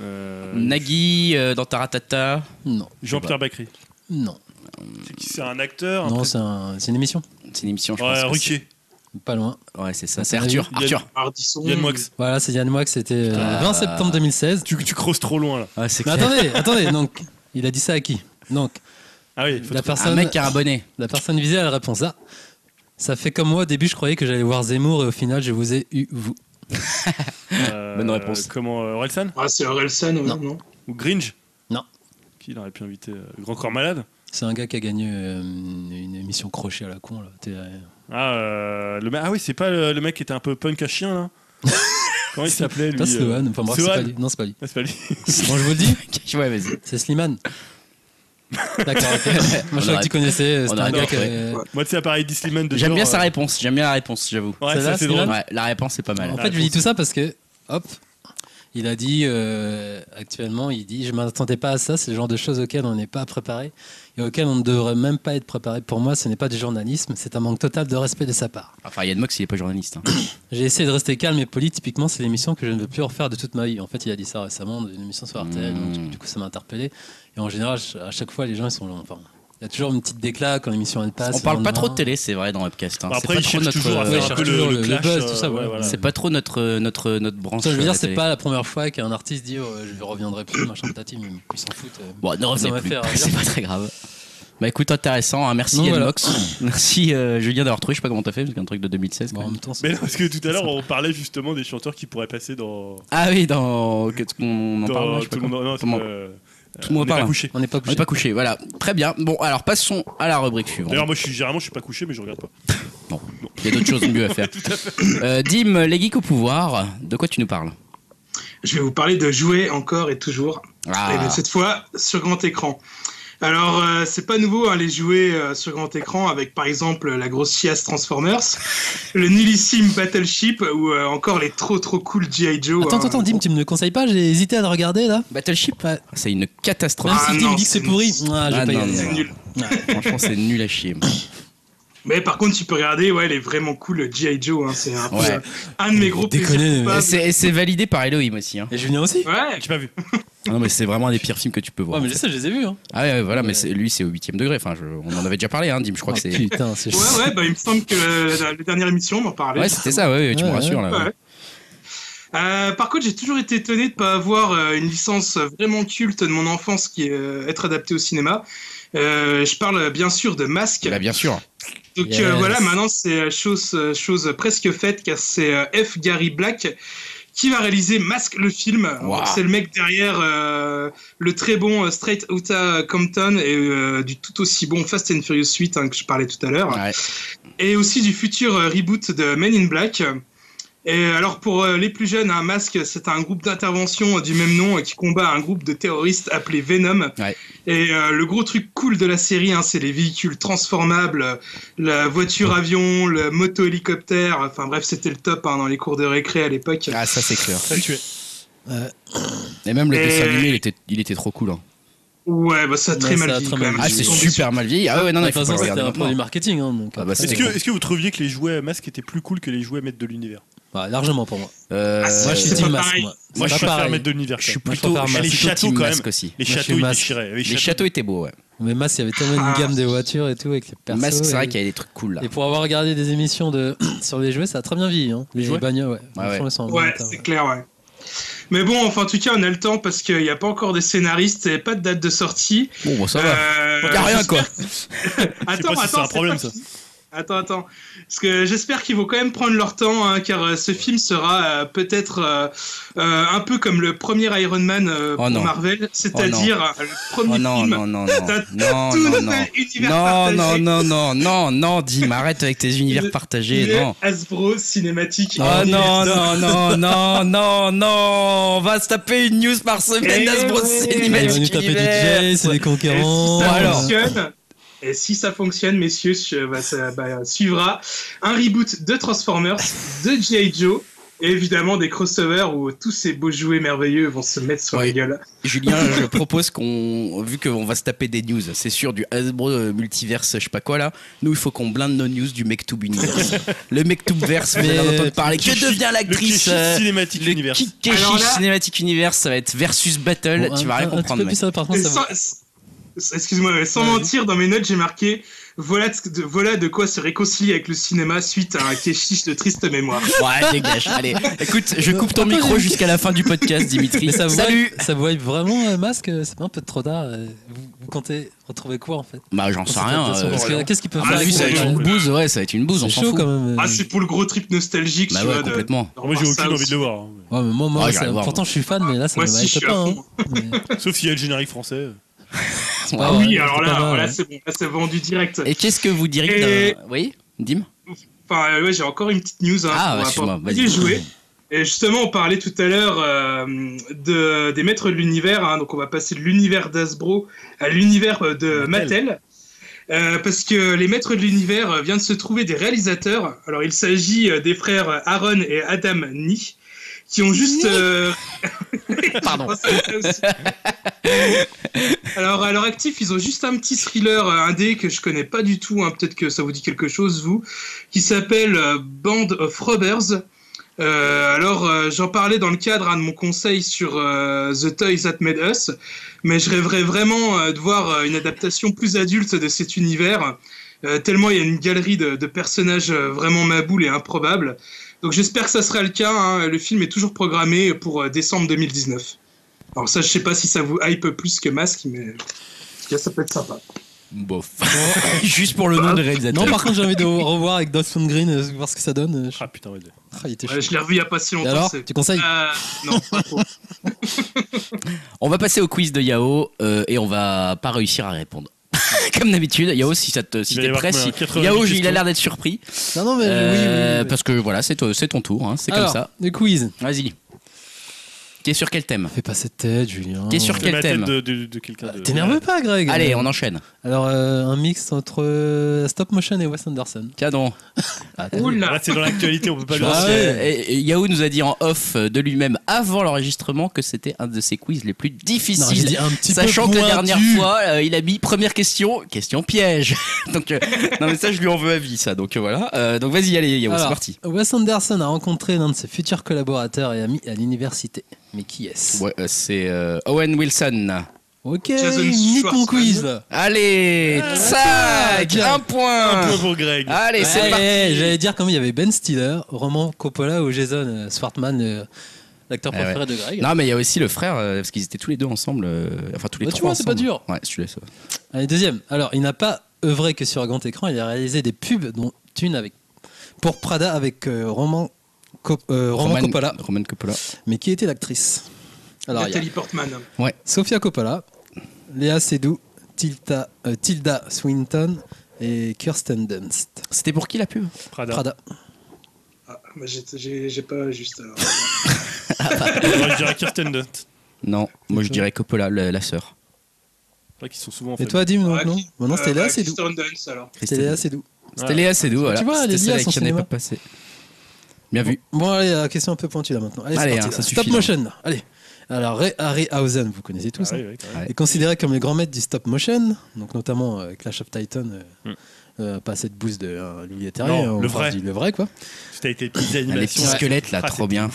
Speaker 2: Euh,
Speaker 1: Nagui euh, dans Taratata.
Speaker 3: Non,
Speaker 2: Jean-Pierre Bacry.
Speaker 3: non,
Speaker 2: C'est qui, C'est un acteur un
Speaker 3: non,
Speaker 2: pré-
Speaker 3: c'est un- c'est une émission.
Speaker 1: C'est une émission, je
Speaker 2: Ouais,
Speaker 1: pense. que
Speaker 2: Ruquier.
Speaker 3: Pas loin.
Speaker 1: c'est- Ouais, c'est ça. C'est
Speaker 3: Ah, oui.
Speaker 1: Arthur.
Speaker 2: Il y a-
Speaker 1: Arthur.
Speaker 4: Ardisson.
Speaker 2: Yann Moix.
Speaker 3: Voilà, c'est Yann Moix, c'était euh,
Speaker 1: Ah.
Speaker 3: 20 septembre 2016.
Speaker 2: Tu, tu crosses trop loin là.
Speaker 1: Ouais, c'est
Speaker 3: Mais
Speaker 1: clair.
Speaker 3: attendez, attendez, donc, il a dit ça à qui Donc,
Speaker 2: Ah oui, faut
Speaker 3: la
Speaker 1: Un
Speaker 3: personne,
Speaker 1: mec qui a un bonnet.
Speaker 3: la personne visée, elle répond ça. Ça fait comme moi, au début, je croyais que j'allais voir Zemmour, et au final, je vous ai eu, vous.
Speaker 2: euh,
Speaker 1: Bonne réponse.
Speaker 2: Comment euh, Orelsan
Speaker 4: Ah, c'est Orelsan, ouais,
Speaker 3: Non.
Speaker 4: non,
Speaker 2: Ou Gringe
Speaker 3: Non.
Speaker 2: Qui il aurait pu inviter euh, Grand Corps Malade
Speaker 3: C'est un gars qui a gagné euh, une émission crochet à la con là. T'es, euh,
Speaker 2: Ah, euh, le mec- ah oui, c'est pas le, le mec qui était un peu punk à chien là Comment il s'appelait lui euh,
Speaker 3: pas Sloan, enfin bref, c'est
Speaker 2: Sloan.
Speaker 3: pas lui. Non, c'est pas lui.
Speaker 2: Ah, c'est pas lui.
Speaker 3: Bon, je vous le dis,
Speaker 1: Ouais, vas-y.
Speaker 3: c'est Slimane. D'accord, ok. Moi, je crois
Speaker 1: aurait-
Speaker 3: que tu connaissais. euh,
Speaker 1: on
Speaker 3: C'était
Speaker 1: aurait
Speaker 3: un gars
Speaker 1: pu,
Speaker 3: qui. euh,
Speaker 2: Moi, tu sais, à Paris Disneyland de
Speaker 1: J'aime
Speaker 2: genre,
Speaker 1: bien sa
Speaker 2: euh,
Speaker 1: réponse. J'aime bien la réponse, j'avoue.
Speaker 2: Ouais,
Speaker 3: Celle-là,
Speaker 2: ça, c'est
Speaker 3: Slimane
Speaker 2: drôle.
Speaker 1: Ouais, la réponse, c'est pas mal.
Speaker 3: En
Speaker 2: la
Speaker 3: fait, je lui dis
Speaker 2: réponse.
Speaker 3: tout ça parce que. hop, il a dit euh, actuellement, il dit je m'attendais pas à ça, c'est le genre de choses auxquelles on n'est pas préparé et auxquelles on ne devrait même pas être préparé. Pour moi, ce n'est pas du journalisme, c'est un manque total de respect de sa part.
Speaker 1: Enfin, Yann Mox, il n'est pas journaliste. hein.
Speaker 3: J'ai essayé de rester calme et poli. Typiquement, c'est l'émission que je ne veux plus refaire de toute ma vie. En fait, il a dit ça récemment dans une émission sur RTL. donc,
Speaker 1: Mmh.
Speaker 3: du coup, ça m'a interpellé. Et en général, je- à chaque fois, les gens ils sont enfin, il y a toujours une petite décla quand l'émission elle passe.
Speaker 1: On
Speaker 3: le
Speaker 1: parle pas
Speaker 3: lendemain.
Speaker 1: trop de télé, c'est vrai, dans Upcast. hein.
Speaker 2: Bon,
Speaker 1: C'est
Speaker 2: après,
Speaker 1: pas
Speaker 2: ils
Speaker 1: trop
Speaker 2: cherchent
Speaker 1: notre,
Speaker 2: toujours à
Speaker 1: euh,
Speaker 3: ouais,
Speaker 2: faire
Speaker 3: ils
Speaker 2: un
Speaker 3: cherchent
Speaker 2: peu le,
Speaker 3: toujours
Speaker 2: le
Speaker 3: le- le
Speaker 2: clash.
Speaker 3: buzz,
Speaker 2: euh,
Speaker 3: tout ça,
Speaker 2: ouais,
Speaker 3: ouais.
Speaker 2: voilà.
Speaker 1: C'est pas trop notre, euh, notre, notre branche.
Speaker 3: Ça, je veux
Speaker 1: euh,
Speaker 3: dire,
Speaker 1: la
Speaker 3: c'est
Speaker 1: télé.
Speaker 3: pas la première fois qu'un artiste dit euh, je reviendrai plus, machin patati, mais ils s'en foutent. euh.
Speaker 1: Bon, ne revenez
Speaker 3: va
Speaker 1: plus.
Speaker 3: faire,
Speaker 1: C'est pas très grave. Bah écoute, intéressant. hein. Merci
Speaker 3: Donc,
Speaker 1: Yann
Speaker 3: voilà.
Speaker 1: Mox. Merci euh, Julien d'avoir trouvé. Je sais pas comment t'as fait, parce qu'un truc de 2016. quand
Speaker 3: Bon, en
Speaker 1: même.
Speaker 3: même temps, c'est-
Speaker 2: Mais non, parce que tout à l'heure, on parlait justement des chanteurs qui pourraient passer dans.
Speaker 1: Ah oui, dans. Qu'est-ce qu'on en
Speaker 2: dans-
Speaker 1: parle là, je sais
Speaker 2: tout
Speaker 1: pas
Speaker 2: le monde. Non, c'est,
Speaker 1: Comment-
Speaker 2: euh,
Speaker 1: Tout le monde
Speaker 2: on n'est pas
Speaker 1: parle.
Speaker 2: couché.
Speaker 3: on n'est pas
Speaker 1: On n'est
Speaker 3: couché.
Speaker 1: pas couché, voilà. Très bien. Bon, alors passons à la rubrique suivante.
Speaker 2: D'ailleurs, moi, je suis, généralement, je suis pas couché, mais je regarde pas.
Speaker 1: Il y a d'autres choses mieux à faire. Euh, Dim, les geeks au pouvoir, de quoi tu nous parles
Speaker 4: Je vais vous parler de jouer encore et toujours. Et bien,
Speaker 1: Ah,
Speaker 4: Eh ben, cette fois, sur grand écran. Alors, euh, c'est pas nouveau, hein, les jouets euh, sur grand écran, avec par exemple la grosse chiasse Transformers, le nihilissime Battleship, ou euh, encore les trop trop cool G.I. Joe.
Speaker 3: Attends,
Speaker 4: hein.
Speaker 3: attends, attends, Dim, tu me le conseilles pas J'ai hésité à le regarder là.
Speaker 1: Battleship, c'est une
Speaker 3: Même
Speaker 1: catastrophe.
Speaker 4: Ah
Speaker 3: si Dim
Speaker 4: non,
Speaker 3: dit que c'est
Speaker 4: c'est-
Speaker 3: pourri, ah, je
Speaker 1: Ah,
Speaker 3: vais pas y
Speaker 1: non,
Speaker 3: aller.
Speaker 1: non,
Speaker 4: C'est
Speaker 1: non.
Speaker 4: nul.
Speaker 1: Franchement, Ah. c'est nul à chier.
Speaker 4: Mais par contre, tu peux regarder, ouais, les vraiment cool G.I. Joe, hein, c'est un, peu,
Speaker 1: Ouais.
Speaker 4: euh, un de mes gros
Speaker 3: Déconnez,
Speaker 4: plaisirs
Speaker 3: mais
Speaker 1: Et
Speaker 4: coupables.
Speaker 1: c'est et c'est validé par Elohim aussi. hein.
Speaker 3: Et Julien aussi
Speaker 4: Ouais,
Speaker 2: J'ai pas vu.
Speaker 1: Non, mais c'est vraiment un des pires films que tu peux
Speaker 3: Ouais,
Speaker 1: voir.
Speaker 3: mais
Speaker 1: en
Speaker 3: je
Speaker 1: fait.
Speaker 3: sais, je les ai vus. Hein.
Speaker 1: Ah ouais, ouais, voilà, mais c'est- lui, c'est au 8 degré. Enfin, je- on en avait déjà parlé, hein, Dim. Je crois que
Speaker 3: Ah,
Speaker 1: c'est.
Speaker 3: Putain, c'est
Speaker 4: ouais, ouais, bah, il me semble que euh, la, la dernière émission, on en parlait.
Speaker 1: Ouais, c'était ça, ouais, ouais, tu me
Speaker 3: Ouais,
Speaker 1: rassures là. ouais.
Speaker 4: Ah, Ouais. Euh, par contre, j'ai toujours été étonné de ne pas avoir euh, une licence vraiment culte de mon enfance qui est euh, être adaptée au cinéma. Euh, je parle euh, bien sûr de Masque.
Speaker 1: Bah, bien sûr.
Speaker 4: Donc
Speaker 3: Yes.
Speaker 4: euh, voilà, maintenant c'est euh, chose, euh, chose presque faite car c'est euh, F. Gary Black qui va réaliser Masque le film.
Speaker 1: Wow.
Speaker 4: Donc, C'est le mec derrière euh, le très bon euh, Straight Outta Compton et euh, du tout aussi bon Fast and Furious 8 hein, que je parlais tout à l'heure
Speaker 1: Ouais.
Speaker 4: et aussi du futur euh, reboot de Men in Black. Et alors pour euh, les plus jeunes, un masque, c'est un groupe d'intervention euh, du même nom euh, qui combat un groupe de terroristes appelé Venom.
Speaker 1: Ouais.
Speaker 4: Et euh, le gros truc cool de la série, hein, c'est les véhicules transformables, euh, la voiture avion, le moto hélicoptère. Enfin bref, c'était le top hein, dans les cours de récré à l'époque.
Speaker 1: Ah, ça, c'est clair.
Speaker 2: Ça, tu es.
Speaker 1: Et même le
Speaker 4: Et-
Speaker 1: dessin animé, il était, il était trop cool. hein.
Speaker 4: Ouais, bah ça a
Speaker 3: Ouais,
Speaker 4: très
Speaker 3: ça
Speaker 4: mal
Speaker 3: a
Speaker 4: vieilli
Speaker 3: très
Speaker 4: quand
Speaker 3: mal
Speaker 4: même.
Speaker 1: Ah,
Speaker 4: Je
Speaker 1: c'est
Speaker 4: suis tombé
Speaker 1: super mal vieilli. Ah ouais, non, non,
Speaker 3: de
Speaker 1: il
Speaker 3: toute
Speaker 1: faut pas
Speaker 3: façon,
Speaker 1: le
Speaker 3: c'était
Speaker 1: regarder
Speaker 3: un
Speaker 1: maintenant.
Speaker 3: produit marketing. Hein, donc,
Speaker 1: Ah bah,
Speaker 3: après,
Speaker 1: c'était
Speaker 2: Est-ce
Speaker 1: C'est
Speaker 2: que,
Speaker 1: bon.
Speaker 2: est-ce que vous trouviez que les jouets à masque étaient plus cool que les jouets maîtres de l'univers
Speaker 3: bah, largement pour moi.
Speaker 1: Euh,
Speaker 4: Ah, c'est-
Speaker 3: moi, je suis
Speaker 4: pas
Speaker 3: Team Masque.
Speaker 4: pareil.
Speaker 3: Moi,
Speaker 2: Moi, je
Speaker 3: C'est pas
Speaker 2: préfère
Speaker 3: pareil.
Speaker 2: maître de l'univers.
Speaker 1: Je suis
Speaker 3: Moi, je
Speaker 1: plutôt,
Speaker 3: préfère
Speaker 1: je suis
Speaker 2: Masque.
Speaker 1: plutôt
Speaker 2: Les châteaux,
Speaker 1: team
Speaker 2: quand
Speaker 1: masque
Speaker 2: même.
Speaker 1: aussi.
Speaker 2: Les
Speaker 3: Moi, je suis
Speaker 2: châteaux, ils
Speaker 3: Masque.
Speaker 2: déchiraient. Les,
Speaker 1: Les
Speaker 2: châteaux.
Speaker 1: châteaux étaient beaux, ouais.
Speaker 3: Mais Mas, il y avait tellement une
Speaker 4: Ah.
Speaker 3: gamme de voitures et tout avec les persos.
Speaker 1: Masque, c'est
Speaker 3: et-
Speaker 1: vrai qu'il y avait des trucs cool là.
Speaker 3: Et pour avoir regardé des émissions de sur les jouets, ça a très bien vieilli. Hein. Les,
Speaker 2: jouets
Speaker 3: bagnoles, ouais.
Speaker 1: Ah Ouais,
Speaker 3: Franchement,
Speaker 1: ouais.
Speaker 3: elles sont en bon
Speaker 4: Ouais,
Speaker 3: état,
Speaker 4: c'est clair, ouais. Mais bon, enfin, en tout cas, on a le temps parce qu'il n'y a pas encore de scénariste et pas de date de sortie.
Speaker 1: Bon, bon, ça va.
Speaker 4: Euh,
Speaker 1: Y a rien quoi.
Speaker 4: Attends,
Speaker 2: pas si
Speaker 4: attends,
Speaker 2: c'est un problème,
Speaker 4: pas
Speaker 2: ça.
Speaker 4: fini. Attends, attends. Parce que j'espère qu'ils vont quand même prendre leur temps, hein, car euh, ce film sera euh, peut-être euh, euh, un peu comme le premier Iron Man euh,
Speaker 1: Oh
Speaker 4: pour
Speaker 1: non.
Speaker 4: Marvel, c'est-à-dire euh, le
Speaker 1: Oh
Speaker 4: premier
Speaker 1: non,
Speaker 4: film.
Speaker 1: non, non, non.
Speaker 4: T'as
Speaker 1: Non,
Speaker 4: tout
Speaker 1: non,
Speaker 4: notre
Speaker 1: non.
Speaker 4: univers
Speaker 1: Non,
Speaker 4: partagé.
Speaker 1: non, non, non, non, non, Dim, arrête avec tes univers
Speaker 4: Il-
Speaker 1: partagés,
Speaker 4: Il est
Speaker 1: non.
Speaker 4: Hasbro cinématique.
Speaker 1: Oh non, non, non, non, non, non, on va se taper une news par semaine
Speaker 4: Eh
Speaker 1: d'Asbro
Speaker 4: ouais.
Speaker 3: ouais. Ils vont
Speaker 1: Cinematic
Speaker 3: nous taper du
Speaker 1: Universe.
Speaker 3: Jay, c'est des
Speaker 4: Et
Speaker 3: conquérants.
Speaker 4: si ça
Speaker 1: alors.
Speaker 4: fonctionne, et si ça fonctionne, messieurs, je- bah, ça bah, suivra un reboot de Transformers, de G.I. Joe, et évidemment des crossovers où tous ces beaux jouets merveilleux vont se mettre sur
Speaker 1: Ouais.
Speaker 4: la gueule.
Speaker 1: Julien, je propose qu'on, vu qu'on va se taper des news, c'est sûr, du Hasbro euh, multiverse, je sais pas quoi là, nous il faut qu'on blinde nos news du Mektoub Universe. le Mektoubverse, vous
Speaker 3: Mais-
Speaker 1: allez en entendre parler. Que
Speaker 2: Keshi-
Speaker 1: devient
Speaker 2: Le
Speaker 1: l'actrice
Speaker 2: Keshi
Speaker 1: euh,
Speaker 2: cinématique
Speaker 1: Le
Speaker 2: univers.
Speaker 1: Kikeshi
Speaker 4: Alors là-
Speaker 1: Cinematic Universe, ça va être versus battle,
Speaker 3: Bon,
Speaker 1: tu
Speaker 3: un-
Speaker 1: vas rien
Speaker 3: un- Un
Speaker 1: comprendre.
Speaker 3: petit peu
Speaker 1: mec.
Speaker 3: plus ça, par contre,
Speaker 4: Et
Speaker 3: ça
Speaker 4: sans-
Speaker 3: va.
Speaker 4: s- Excuse-moi, mais sans
Speaker 3: Vas-y.
Speaker 4: mentir, dans mes notes, j'ai marqué voilà de, de- voilà de quoi se réconcilier avec le cinéma suite à un kéchiche de triste mémoire.
Speaker 1: Ouais, dégage. Allez, écoute, je coupe ton
Speaker 3: Attends,
Speaker 1: micro
Speaker 3: j'ai-
Speaker 1: jusqu'à la fin du podcast, Dimitri.
Speaker 3: Mais ça vous
Speaker 1: Salut.
Speaker 3: Ça vous hype vraiment euh, Masque C'est pas un peu trop tard. euh, Vous, vous comptez retrouver quoi en fait
Speaker 1: Bah, j'en sais rien.
Speaker 3: Parce que-
Speaker 1: euh,
Speaker 3: Qu'est-ce qu'ils peuvent
Speaker 1: À mon
Speaker 3: faire
Speaker 1: avis, ça va
Speaker 3: avec
Speaker 1: être
Speaker 3: ça
Speaker 1: une bouse. Ouais, ça va être une bouse. On
Speaker 3: Ah, C'est
Speaker 1: s'en
Speaker 3: chaud
Speaker 1: fout.
Speaker 3: quand même. euh.
Speaker 4: Ah, c'est pour le gros trip nostalgique,
Speaker 1: Bah
Speaker 4: tu
Speaker 1: ouais,
Speaker 4: vois. de-
Speaker 1: complètement.
Speaker 4: de
Speaker 2: Moi, j'ai
Speaker 4: revoir ça
Speaker 2: aucune envie
Speaker 4: aussi.
Speaker 2: de le voir. hein.
Speaker 3: Ouais, mais moi, moi,
Speaker 1: Ouais,
Speaker 3: ça-
Speaker 1: j'irai voir,
Speaker 3: pourtant, je suis fan, mais là, ça
Speaker 4: Moi
Speaker 3: me
Speaker 4: aussi, je
Speaker 3: hype
Speaker 4: suis
Speaker 3: pas.
Speaker 4: à
Speaker 3: hein.
Speaker 4: fond.
Speaker 3: Mais-
Speaker 2: Sauf s'il y a le générique français.
Speaker 3: c'est pas
Speaker 1: Ah
Speaker 4: Ah
Speaker 3: vrai,
Speaker 4: oui,
Speaker 3: c'est
Speaker 4: alors
Speaker 3: pas
Speaker 4: là,
Speaker 3: mal,
Speaker 4: voilà,
Speaker 3: ouais.
Speaker 4: c'est bon, là, c'est vendu direct.
Speaker 1: Et qu'est-ce que vous diriez
Speaker 4: Et-
Speaker 1: d'un. Oui, Dim
Speaker 4: Enfin, euh, ouais, j'ai encore une petite news. Hein,
Speaker 1: Ah,
Speaker 4: pour-
Speaker 1: excuse-moi,
Speaker 4: pour
Speaker 1: vas-y.
Speaker 4: les jouets. Et justement, on parlait tout à l'heure euh, de, des maîtres de l'univers. hein. donc, on va passer de l'univers d'Asbro à l'univers euh, de
Speaker 2: Mattel.
Speaker 4: Mattel. Euh, parce que les maîtres de l'univers euh, euh, viennent de se trouver des réalisateurs. Alors, il s'agit euh, des frères Aaron et Adam Nee, qui ont juste. euh,
Speaker 1: Pardon.
Speaker 4: Alors, à leur actif, ils ont juste un petit thriller euh, indé que je connais pas du tout, hein, peut-être que ça vous dit quelque chose, vous, qui s'appelle euh, Band of Robbers. Euh, alors, euh, j'en parlais dans le cadre hein, de mon conseil sur euh, The Toys That Made Us, mais je rêverais vraiment euh, de voir euh, une adaptation plus adulte de cet univers, euh, tellement il y a une galerie de, de personnages euh, vraiment maboules et improbables. Donc, j'espère que ça sera le cas. hein. Le film est toujours programmé pour euh, décembre 2019. Alors ça, je sais pas si ça vous hype plus que Masque, mais en tout cas, ça peut être sympa.
Speaker 1: Bof. Juste pour le nom de réalisateur.
Speaker 3: Non, par contre, j'ai envie de revoir avec Dawson Green, euh, voir ce que ça donne. euh, je-
Speaker 5: Ah putain, ouais.
Speaker 3: Ah, il était
Speaker 4: Ouais,
Speaker 3: chaud.
Speaker 4: je l'ai revu il y a pas si
Speaker 3: Et
Speaker 4: longtemps.
Speaker 3: alors,
Speaker 4: c'est-
Speaker 3: tu conseilles
Speaker 4: Euh, non, pas trop.
Speaker 1: On va passer au quiz de Yao euh, et on va pas réussir à répondre. Comme d'habitude, Yao, si, ça te, si
Speaker 5: Il va y
Speaker 1: t'es
Speaker 5: avoir
Speaker 1: prêt,
Speaker 5: combien
Speaker 1: si-
Speaker 5: 90
Speaker 1: Yao, il a
Speaker 5: questions.
Speaker 1: l'air d'être surpris.
Speaker 3: Non, non, mais oui, oui,
Speaker 1: Euh,
Speaker 3: oui, oui.
Speaker 1: Parce que voilà, c'est, to- c'est ton tour, hein, c'est
Speaker 3: Alors,
Speaker 1: comme ça.
Speaker 3: Le quiz.
Speaker 1: Vas-y. T'es sur quel thème
Speaker 3: Fais pas cette tête, Julien.
Speaker 1: T'es sur
Speaker 5: C'est
Speaker 1: Quel
Speaker 5: ma
Speaker 1: thème
Speaker 5: tête de, de- de quelqu'un de.
Speaker 3: T'énerve pas, Greg.
Speaker 1: Allez, on enchaîne.
Speaker 3: Alors, euh, un mix entre euh, stop motion et Wes Anderson.
Speaker 1: Tiens donc.
Speaker 4: Oula.
Speaker 5: Là, c'est dans l'actualité, on peut pas
Speaker 1: Je
Speaker 5: le
Speaker 1: pense
Speaker 3: Ah
Speaker 1: que-
Speaker 3: ouais.
Speaker 1: et- et Yao nous a dit en off euh, de lui-même avant l'enregistrement que c'était un de ses quiz les plus
Speaker 3: Non, j'ai
Speaker 1: difficiles.
Speaker 3: dit un petit
Speaker 1: Sachant
Speaker 3: peu
Speaker 1: que la
Speaker 3: pointu.
Speaker 1: dernière fois, euh, il a mis première question, question piège. donc, euh, non, mais ça, je lui en veux à vie, ça. Donc euh, voilà. Euh, donc vas-y, allez, Yao, c'est
Speaker 3: Alors,
Speaker 1: parti.
Speaker 3: Wes Anderson a rencontré l'un de ses futurs collaborateurs et amis à l'université. Mais qui est-ce
Speaker 1: Ouais, euh, c'est euh, Owen Wilson.
Speaker 3: Ok,
Speaker 4: Jason
Speaker 3: nique mon
Speaker 4: Schwartzman.
Speaker 3: quiz là.
Speaker 1: Allez, tac,
Speaker 3: Ah, bien.
Speaker 1: un point.
Speaker 5: Un point pour Greg.
Speaker 1: Allez, c'est
Speaker 3: Ouais,
Speaker 1: parti.
Speaker 3: J'allais dire comme il y avait Ben Stiller, Roman Coppola ou Jason euh, Swartman, euh, l'acteur
Speaker 1: Eh
Speaker 3: préféré de Greg.
Speaker 1: Non, mais il y a aussi le frère, euh, parce qu'ils étaient tous les deux ensemble. euh, enfin, tous les
Speaker 3: Bah, tu
Speaker 1: trois.
Speaker 3: vois, c'est pas
Speaker 1: ensemble.
Speaker 3: dur.
Speaker 1: Ouais, celui-là, ça va.
Speaker 3: Allez, deuxième. Alors, il n'a pas œuvré que sur grand écran, il a réalisé des pubs, dont une avec, pour Prada avec euh, Roman, Cop- euh, Roman Coppola.
Speaker 1: Roman Coppola.
Speaker 3: Mais qui était l'actrice Alors, il y a
Speaker 4: Nathalie Portman.
Speaker 3: Sofia Coppola, Léa Seydoux, Tilda, euh, Tilda Swinton et Kirsten Dunst.
Speaker 1: C'était pour qui la pub
Speaker 5: Prada.
Speaker 3: Prada.
Speaker 4: Ah, bah, j'ai- j'ai j'ai pas juste. alors.
Speaker 5: Moi, je dirais Kirsten Dunst.
Speaker 1: Non, moi je
Speaker 3: toi.
Speaker 1: dirais Coppola, la, la sœur.
Speaker 5: C'est vrai qu'ils sont souvent en
Speaker 3: Et
Speaker 5: famille.
Speaker 3: toi, Dim, non,
Speaker 4: Ouais,
Speaker 3: non
Speaker 4: qui-
Speaker 3: Bah non, c'était
Speaker 4: Euh,
Speaker 3: Léa
Speaker 4: bah,
Speaker 3: Seydoux.
Speaker 4: Kirsten Dunst, alors.
Speaker 1: Christine.
Speaker 3: C'était Léa Seydoux.
Speaker 1: C'était Léa Seydoux, voilà.
Speaker 3: vois, elle est
Speaker 1: C'était
Speaker 3: liée à
Speaker 1: celle
Speaker 3: son
Speaker 1: qui n'est
Speaker 3: cinéma.
Speaker 1: pas passée. Bien vu.
Speaker 3: Bon, allez, la question un peu pointue là maintenant. Allez, c'est
Speaker 1: Allez,
Speaker 3: parti,
Speaker 1: hein,
Speaker 3: là.
Speaker 1: ça
Speaker 3: Stop
Speaker 1: suffit, là.
Speaker 3: motion. Allez. Alors, Ray Harryhausen, vous connaissez tous.
Speaker 5: Ah
Speaker 3: hein.
Speaker 5: oui, oui, carrément.
Speaker 3: est considéré comme le grand maître du stop motion, donc notamment euh, Clash of Titan, euh,
Speaker 5: Hmm.
Speaker 3: euh, pas cette bouse de euh, Louis
Speaker 5: Non,
Speaker 3: Terrier,
Speaker 5: le vrai.
Speaker 3: le vrai quoi.
Speaker 5: C'était avec les petites
Speaker 1: Ah, les
Speaker 5: animations.
Speaker 1: petits squelettes là,
Speaker 5: Ah,
Speaker 1: trop
Speaker 5: c'est-
Speaker 1: bien.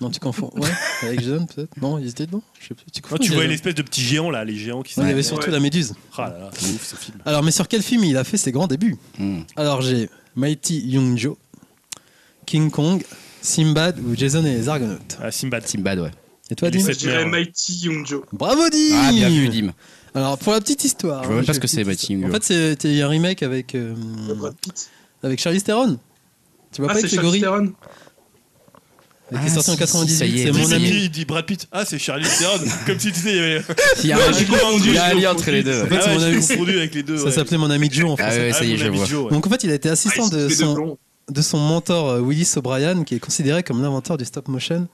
Speaker 3: Non, tu confonds. Ouais, avec Jason peut-être. Non, ils étaient dedans. Je sais plus. Tu confonds.
Speaker 5: Non, tu
Speaker 3: Jason.
Speaker 5: vois l'espèce de petits géants là, les géants qui
Speaker 3: Ouais, il y avait
Speaker 5: s'arrêtent.
Speaker 3: surtout
Speaker 4: Ouais.
Speaker 3: la Méduse.
Speaker 5: Ah là là, c'est ouf ce film.
Speaker 3: Alors, mais sur quel film il a fait ses grands débuts
Speaker 1: Hmm.
Speaker 3: Alors j'ai Mighty Young Joe, King Kong, Simbad ou Jason et les Argonautes.
Speaker 5: Ah, Simbad.
Speaker 1: Simbad, ouais.
Speaker 3: Et toi,
Speaker 5: Il est
Speaker 3: Dim
Speaker 5: sept.
Speaker 4: Je dirais
Speaker 5: merde.
Speaker 4: Mighty Young Joe.
Speaker 3: Bravo Dim
Speaker 1: Ah, bien vu, Dim.
Speaker 3: Alors pour la petite histoire.
Speaker 1: Je vois même
Speaker 3: hein,
Speaker 1: pas
Speaker 3: j'ai
Speaker 1: ce que
Speaker 3: une
Speaker 1: c'est,
Speaker 3: petite-
Speaker 1: Mighty Young
Speaker 3: En
Speaker 1: Joe.
Speaker 3: fait, c'est- c'était un remake avec euh,
Speaker 4: Brad Pitt.
Speaker 3: avec Charlize Theron. Tu vois bah, pas
Speaker 4: Ah, c'est
Speaker 3: avec les
Speaker 4: Charles
Speaker 3: gorilles
Speaker 4: Theron.
Speaker 3: qui
Speaker 1: Ah,
Speaker 3: est sorti en
Speaker 1: si, si, ça y
Speaker 3: 98,
Speaker 1: est,
Speaker 3: c'est
Speaker 1: oui,
Speaker 3: mon
Speaker 1: ça y
Speaker 3: ami.
Speaker 1: est.
Speaker 5: Il dit Brad Pitt. Ah, c'est Charlie Theron. Comme si tu disais, il y avait.
Speaker 1: Il y a
Speaker 4: j'ai confondu,
Speaker 1: il y a
Speaker 4: j'ai
Speaker 1: un lien
Speaker 4: confondu.
Speaker 1: entre les deux.
Speaker 5: Ah,
Speaker 1: ouais.
Speaker 3: fait, c'est mon
Speaker 5: ouais,
Speaker 3: ami.
Speaker 5: j'ai confondu avec les deux.
Speaker 3: Ça
Speaker 5: ouais.
Speaker 3: s'appelait mon ami Joe en
Speaker 1: Ah
Speaker 3: français.
Speaker 1: ouais,
Speaker 5: Ah,
Speaker 1: ça y est,
Speaker 5: mon
Speaker 1: je
Speaker 5: ami
Speaker 1: vois.
Speaker 5: Joe, ouais.
Speaker 3: Donc en fait, il a été
Speaker 4: Ah, ils
Speaker 3: assistant
Speaker 4: sont
Speaker 3: de
Speaker 4: tous les deux
Speaker 3: son
Speaker 4: blonds.
Speaker 3: de son mentor euh, Willis O'Brien qui est considéré comme l'inventeur du stop motion.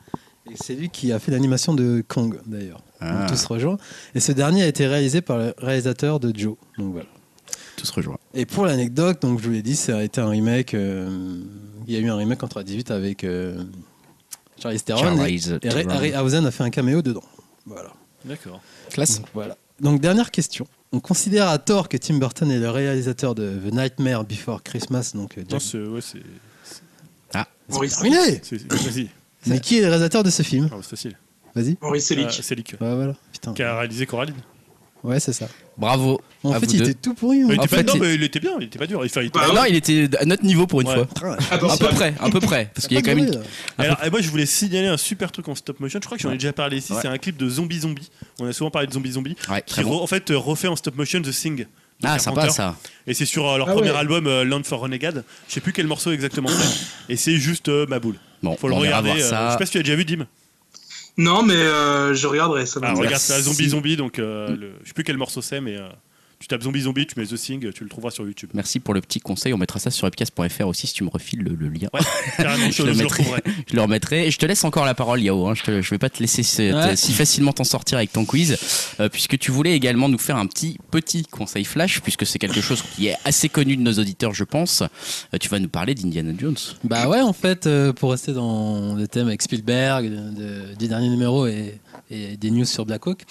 Speaker 3: Et c'est lui qui a fait l'animation de Kong d'ailleurs.
Speaker 1: Ah,
Speaker 3: Donc, tous rejoints. Et ce dernier a été réalisé par le réalisateur de Joe. Donc voilà.
Speaker 1: tous rejoints.
Speaker 3: Et pour l'anecdote, donc je vous l'ai dit, ça a été un remake. euh, il y a eu un remake en 18 avec euh, Charlize Theron. Et,
Speaker 1: Charlize
Speaker 3: et Ray
Speaker 1: Theron.
Speaker 3: Harryhausen a fait un caméo dedans. Voilà.
Speaker 5: D'accord.
Speaker 1: Classe.
Speaker 3: Donc, voilà. Donc dernière question. On considère à tort que Tim Burton est le réalisateur de The Nightmare Before Christmas, donc euh,
Speaker 5: Non,
Speaker 3: Jack-
Speaker 5: c'est. Ouais, c'est.
Speaker 4: Henri
Speaker 3: terminé.
Speaker 5: c'est- Vas-y.
Speaker 3: Mais qui est le réalisateur de ce film
Speaker 5: Ah, C'est facile.
Speaker 3: Vas-y.
Speaker 4: Henri
Speaker 5: Ah,
Speaker 4: Selick.
Speaker 5: Selick. ouais.
Speaker 3: Ouais, voilà. Putain.
Speaker 5: Qui a réalisé Coraline.
Speaker 3: Ouais, c'est ça.
Speaker 1: Bravo.
Speaker 3: En
Speaker 1: à
Speaker 3: fait,
Speaker 1: vous
Speaker 3: il
Speaker 1: deux.
Speaker 3: était tout pourri. hein.
Speaker 5: Il
Speaker 1: En
Speaker 5: était pas-
Speaker 1: fait,
Speaker 5: Non,
Speaker 1: il-
Speaker 5: mais il était bien, il était pas dur. Enfin, il était-
Speaker 1: Ah non, il était à notre niveau pour une
Speaker 5: Ouais.
Speaker 1: fois. À peu
Speaker 4: Attention.
Speaker 1: près, à peu près. Parce qu'il y a
Speaker 3: Ah, Pas
Speaker 1: quand même
Speaker 3: de
Speaker 1: une.
Speaker 3: vrai.
Speaker 5: Et Alors, et moi, je voulais signaler un super truc en stop motion. Je crois que j'en ai
Speaker 1: Ouais.
Speaker 5: déjà parlé ici.
Speaker 1: Ouais.
Speaker 5: C'est un clip de Zombie Zombie. On a souvent parlé de Zombie Zombie.
Speaker 1: Ouais,
Speaker 5: Qui,
Speaker 1: très bon.
Speaker 5: re- en fait, euh, refait en stop motion The Thing. de
Speaker 1: Ah, sympa
Speaker 5: Carpenter.
Speaker 1: ça.
Speaker 5: Et c'est sur euh, leur
Speaker 4: Ah
Speaker 5: premier
Speaker 4: ouais.
Speaker 5: album, euh, Land for Renegade. Je sais plus quel morceau exactement c'est. Et c'est juste euh, ma boule.
Speaker 1: Bon,
Speaker 5: Faut le
Speaker 1: on ira
Speaker 5: regarder.
Speaker 1: voir
Speaker 5: euh, Je sais
Speaker 1: ça. Ah,
Speaker 5: pas si tu as déjà vu, Dim.
Speaker 4: Non, mais euh, je regarderai. Ça va
Speaker 5: Ah,
Speaker 4: me-
Speaker 5: regarde, c'est un
Speaker 1: Merci.
Speaker 5: Zombie Zombie. Donc, euh, le- je sais plus quel morceau c'est, mais euh, Tu tapes zombie zombie, tu mets The Thing, tu le trouveras sur YouTube.
Speaker 1: Merci pour le petit conseil. On mettra ça sur upcast.fr aussi si tu me refiles le, le lien.
Speaker 5: Ouais, carrément,
Speaker 1: Je
Speaker 5: je,
Speaker 1: le
Speaker 5: le je le
Speaker 1: mettrai.
Speaker 5: retrouverai.
Speaker 1: Je le remettrai. Je te laisse encore la parole, Yao. hein. Je, te- je vais pas te laisser ce- te-
Speaker 3: Ouais.
Speaker 1: si facilement t'en sortir avec ton quiz, euh, puisque tu voulais également nous faire un petit petit conseil flash, puisque c'est quelque chose qui est assez connu de nos auditeurs, je pense. Euh, tu vas nous parler d'Indiana Jones.
Speaker 3: Bah ouais, en fait, euh, pour rester dans le thème avec Spielberg, de- du dernier numéro et, et des news sur Black Hawk.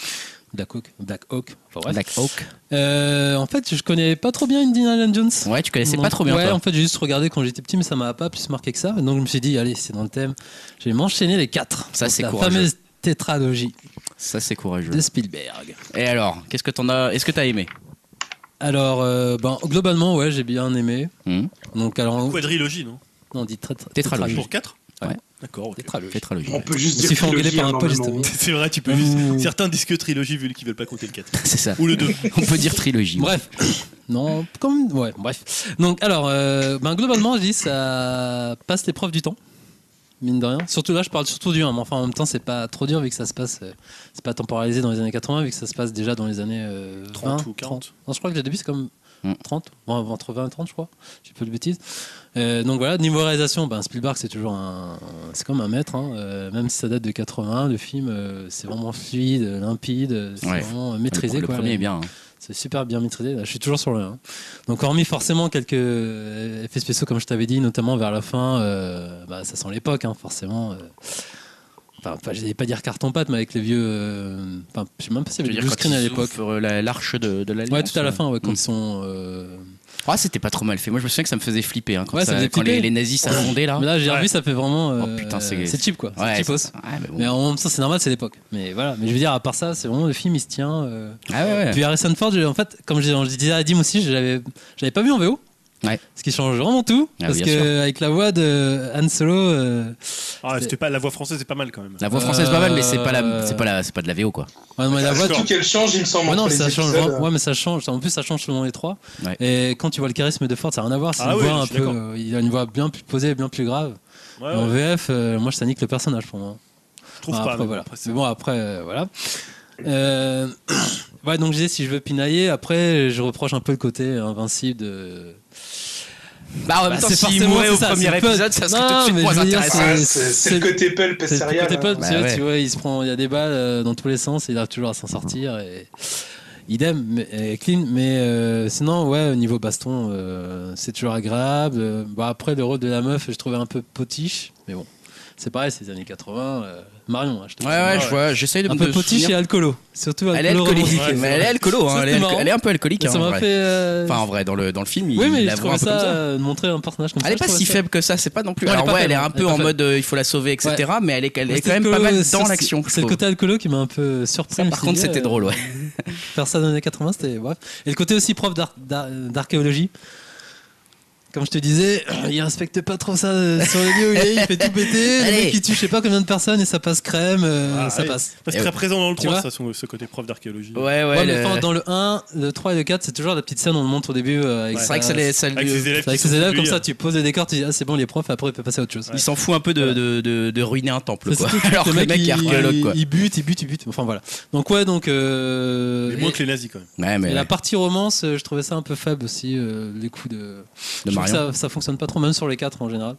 Speaker 3: Black Hawk, Black Hawk. enfin bref.
Speaker 1: Black Hawk.
Speaker 3: Euh, en fait, je connais pas trop bien Indiana Jones.
Speaker 1: Ouais, tu connaissais
Speaker 3: Non.
Speaker 1: pas trop bien.
Speaker 3: Ouais,
Speaker 1: toi.
Speaker 3: en fait, j'ai juste regardé quand j'étais petit, mais ça m'a pas plus marqué que ça. Donc je me suis dit, allez, c'est dans le thème. Je vais m'enchaîner les quatre.
Speaker 1: Ça,
Speaker 3: Donc,
Speaker 1: c'est
Speaker 3: la
Speaker 1: courageux.
Speaker 3: fameuse tétralogie
Speaker 1: Ça c'est courageux.
Speaker 3: de Spielberg.
Speaker 1: Et alors, qu'est-ce que t'en as Est-ce que t'as aimé
Speaker 3: Alors, euh, ben, globalement, ouais, j'ai bien aimé.
Speaker 1: Hmm.
Speaker 3: Donc, alors,
Speaker 5: Quadrilogie, non
Speaker 3: on dit tétra-
Speaker 1: Tétralogie.
Speaker 5: Pour 4
Speaker 1: Ouais.
Speaker 5: D'accord, ok.
Speaker 3: Tétralogie.
Speaker 1: Tétralogie.
Speaker 4: On peut juste
Speaker 3: Je me
Speaker 4: dire
Speaker 3: suis fait engueuler
Speaker 4: trilogie,
Speaker 3: par un
Speaker 4: hein,
Speaker 3: pote,
Speaker 4: normalement.
Speaker 3: justement.
Speaker 5: C'est vrai, tu peux
Speaker 3: Ouh.
Speaker 5: Certains disent que trilogie vu qu'ils veulent pas compter le 4.
Speaker 1: C'est ça.
Speaker 5: Ou le 2.
Speaker 1: On peut dire trilogie.
Speaker 3: Bref. Non, comme. Ouais, bref. Donc, alors, euh, ben, globalement, je dis, ça passe l'épreuve du temps. Mine de rien. Surtout là, je parle surtout du 1, mais enfin, en même temps, c'est pas trop dur vu que ça se passe. euh, c'est pas temporalisé dans les années 80, vu que ça se passe déjà dans les années euh,
Speaker 5: 30
Speaker 3: 20,
Speaker 5: ou 40.
Speaker 3: Non, je crois que le début, c'est comme
Speaker 1: Hmm.
Speaker 3: 30, bon, entre 20 et 30, je crois. J'ai peu de bêtises. Euh, donc voilà, niveau réalisation, ben, Spielberg, c'est toujours un. C'est comme un maître, hein, euh, même si ça date de 81, le film, euh, c'est vraiment fluide, limpide, c'est
Speaker 1: Ouais.
Speaker 3: vraiment euh, maîtrisé.
Speaker 1: Le
Speaker 3: quoi,
Speaker 1: premier
Speaker 3: la-
Speaker 1: est bien. hein.
Speaker 3: c'est super bien maîtrisé. Là, je suis toujours sur le 1. Donc, hormis forcément quelques euh, effets spéciaux, comme je t'avais dit, notamment vers la fin, euh, bah, ça sent l'époque, hein, forcément. euh. Enfin, pas- je vais pas dire carton-pâte, mais avec les vieux. euh, Enfin, je sais même pas s'il y
Speaker 1: Tu veux
Speaker 3: avait des
Speaker 1: dire
Speaker 3: blue
Speaker 1: quand
Speaker 3: screen à
Speaker 1: ils
Speaker 3: l'époque.
Speaker 1: ouvrent euh, la- l'arche de, de l'alliance
Speaker 3: Ouais, tout à la fin, ouais, quand
Speaker 1: Mm.
Speaker 3: ils sont. euh,
Speaker 1: Ah, c'était pas trop mal fait. Moi, je me souviens que ça me faisait flipper hein, quand,
Speaker 3: Ouais, ça
Speaker 1: ça-
Speaker 3: faisait
Speaker 1: quand les,
Speaker 3: flipper.
Speaker 1: les nazis s'affondaient là.
Speaker 3: Mais là, j'ai
Speaker 5: Ouais.
Speaker 3: revu, ça fait vraiment.
Speaker 1: Oh,
Speaker 3: euh,
Speaker 1: putain, c'est-
Speaker 3: c'est cheap, quoi. C'est
Speaker 1: Ouais,
Speaker 3: cheapos.
Speaker 1: c'est- ouais, mais bon.
Speaker 3: Mais en même temps, c'est normal, c'est l'époque. Mais voilà. Mais je veux dire, à part ça, c'est vraiment le film, il se tient. euh,
Speaker 1: Ah ouais, ouais.
Speaker 3: Puis Harrison Ford, je- en fait, comme je, je disais à Dim aussi, je l'avais, je l'avais pas vu en VO.
Speaker 1: Ouais.
Speaker 3: Ce qui change vraiment tout.
Speaker 1: Ah oui,
Speaker 3: parce
Speaker 1: bien
Speaker 3: que
Speaker 1: sûr.
Speaker 3: avec la voix de Han Solo, euh,
Speaker 5: Ah, c'était pas la voix française, c'est pas mal quand même.
Speaker 1: La voix française, pas mal, mais c'est pas, la,
Speaker 3: Euh,
Speaker 1: c'est, pas la, c'est pas de la VO quoi.
Speaker 3: ouais, non, mais la voix.
Speaker 4: Surtout qu'elle change, il me semble.
Speaker 3: Ouais, non,
Speaker 4: entre les
Speaker 3: ça change.
Speaker 4: épisodes.
Speaker 3: vraiment- Ouais, mais ça change. En plus, ça change selon les trois.
Speaker 1: Ouais.
Speaker 3: Et quand tu vois le charisme de Ford, ça n'a rien à voir. C'est
Speaker 5: Ah
Speaker 3: une
Speaker 5: oui,
Speaker 3: voix
Speaker 5: je
Speaker 3: un
Speaker 5: suis
Speaker 3: peu.
Speaker 5: d'accord. Ah
Speaker 3: euh, il a une voix bien plus posée, bien plus grave.
Speaker 5: Ouais,
Speaker 3: Et en
Speaker 5: ouais,
Speaker 3: VF, euh, moi, ça nique le personnage pour moi.
Speaker 5: je trouve
Speaker 3: Bah,
Speaker 5: pas.
Speaker 3: après,
Speaker 5: mais
Speaker 3: voilà.
Speaker 5: après, c'est-
Speaker 3: Mais bon, après, euh, voilà. Euh, ouais, donc je disais, si je veux pinailler, après, je reproche un peu le côté invincible de.
Speaker 1: Bah, en
Speaker 3: Bah, c'est forcément- c'est ça, c'est pas- Non, mais je veux dire,
Speaker 4: Ouais,
Speaker 3: Ah, c'est-
Speaker 4: C'est c'est le côté pulp
Speaker 3: C'est le
Speaker 4: serial.
Speaker 3: côté pote,
Speaker 4: hein.
Speaker 1: Bah
Speaker 3: tu vois,
Speaker 1: ouais.
Speaker 3: tu vois, il se prend, il y a des balles euh, dans tous les sens, et il arrive toujours à s'en sortir. Et... Idem, mais, et clean, mais euh, sinon, ouais, au niveau baston, euh, c'est toujours agréable. Euh, bah, après, le rôle de la meuf, je trouvais un peu potiche, mais bon, c'est pareil, c'est les années 80. euh, Marion, hein, je te
Speaker 1: Ouais, ouais, je vois, j'essaye de
Speaker 3: Un
Speaker 1: me
Speaker 3: peu
Speaker 1: de
Speaker 3: potiche
Speaker 1: souvenir.
Speaker 3: et alcoolo, surtout
Speaker 1: Elle est
Speaker 3: alcoolo
Speaker 1: alcoolique.
Speaker 3: revendiqué.
Speaker 1: mais elle est alcoolo, hein,
Speaker 3: Ça,
Speaker 1: elle, est
Speaker 3: c'est
Speaker 1: alco-
Speaker 3: marrant.
Speaker 1: elle est un peu alcoolique.
Speaker 3: Ça
Speaker 1: hein, en
Speaker 3: m'a
Speaker 1: vrai.
Speaker 3: fait. euh,
Speaker 1: Enfin, en vrai, dans le, dans le film, il,
Speaker 3: oui, mais
Speaker 1: il la
Speaker 3: je
Speaker 1: voit un
Speaker 3: trouvais
Speaker 1: peu comme
Speaker 3: ça,
Speaker 1: ça.
Speaker 3: euh, de montrer un personnage comme
Speaker 1: Elle est pas
Speaker 3: ça. je
Speaker 1: si
Speaker 3: trouvais ça-
Speaker 1: faible que ça, c'est pas non plus.
Speaker 3: Non, elle est
Speaker 1: Alors,
Speaker 3: pas
Speaker 1: ouais, elle est
Speaker 3: faible,
Speaker 1: un
Speaker 3: elle
Speaker 1: peu
Speaker 3: est
Speaker 1: en
Speaker 3: pas
Speaker 1: mode euh, il faut la sauver, etc. Mais elle est, elle est
Speaker 3: C'était
Speaker 1: quand même
Speaker 3: le
Speaker 1: pas mal
Speaker 3: côté-
Speaker 1: dans
Speaker 3: c'est-
Speaker 1: l'action. je
Speaker 3: C'est le
Speaker 1: trouve.
Speaker 3: côté alcoolo qui m'a un peu surpris.
Speaker 1: Ça,
Speaker 3: je me
Speaker 1: par
Speaker 3: suis
Speaker 1: contre,
Speaker 3: dit,
Speaker 1: c'était
Speaker 3: euh,
Speaker 1: drôle, ouais.
Speaker 3: Faire ça dans les années 80, c'était. bref. Et le côté aussi prof d'ar- d'ar- d'archéologie. Comme je te disais, euh, il respecte pas trop ça euh, sur les lieux où il est, il fait tout péter. Le
Speaker 1: Allez.
Speaker 3: mec, il tue je sais pas combien de personnes et ça passe crème, euh,
Speaker 5: Ah,
Speaker 3: ça
Speaker 5: oui.
Speaker 3: passe.
Speaker 5: Parce
Speaker 1: Et
Speaker 5: que très présent dans le
Speaker 3: Tu
Speaker 5: 3,
Speaker 3: vois
Speaker 5: ça, son- ce côté prof d'archéologie.
Speaker 1: Eh Ouais, ouais.
Speaker 3: Ouais,
Speaker 1: le-
Speaker 3: mais enfin, dans le 1, le 3 et le 4, c'est toujours la petite scène, on le montre au début. euh, avec
Speaker 1: C'est
Speaker 3: sa-
Speaker 1: vrai que ça les- ça
Speaker 5: Avec
Speaker 1: lui-
Speaker 5: ses élèves.
Speaker 3: avec
Speaker 5: qui
Speaker 3: ses
Speaker 5: sont
Speaker 3: élèves,
Speaker 5: sous
Speaker 3: comme
Speaker 5: lui,
Speaker 3: ça, tu poses le décor, tu dis, ah, c'est bon, les profs, après, il peut passer à autre chose.
Speaker 1: Il s'en fout un peu de,
Speaker 3: Voilà.
Speaker 1: de, de, de ruiner un temple,
Speaker 3: C'est
Speaker 1: quoi.
Speaker 3: surtout que
Speaker 1: Alors que le mec est archéologue, quoi.
Speaker 3: Il, il bute, il bute, il bute. Enfin voilà. Donc ouais, donc. euh,
Speaker 5: Mais moins
Speaker 3: et-
Speaker 5: que les nazis quand même.
Speaker 1: Ouais, mais
Speaker 3: et la partie romance, euh, je trouvais ça un peu faible aussi, euh, les coups de.
Speaker 1: de
Speaker 3: je trouve que
Speaker 1: Marion.
Speaker 3: ça, ça fonctionne pas trop, même sur les quatre en général.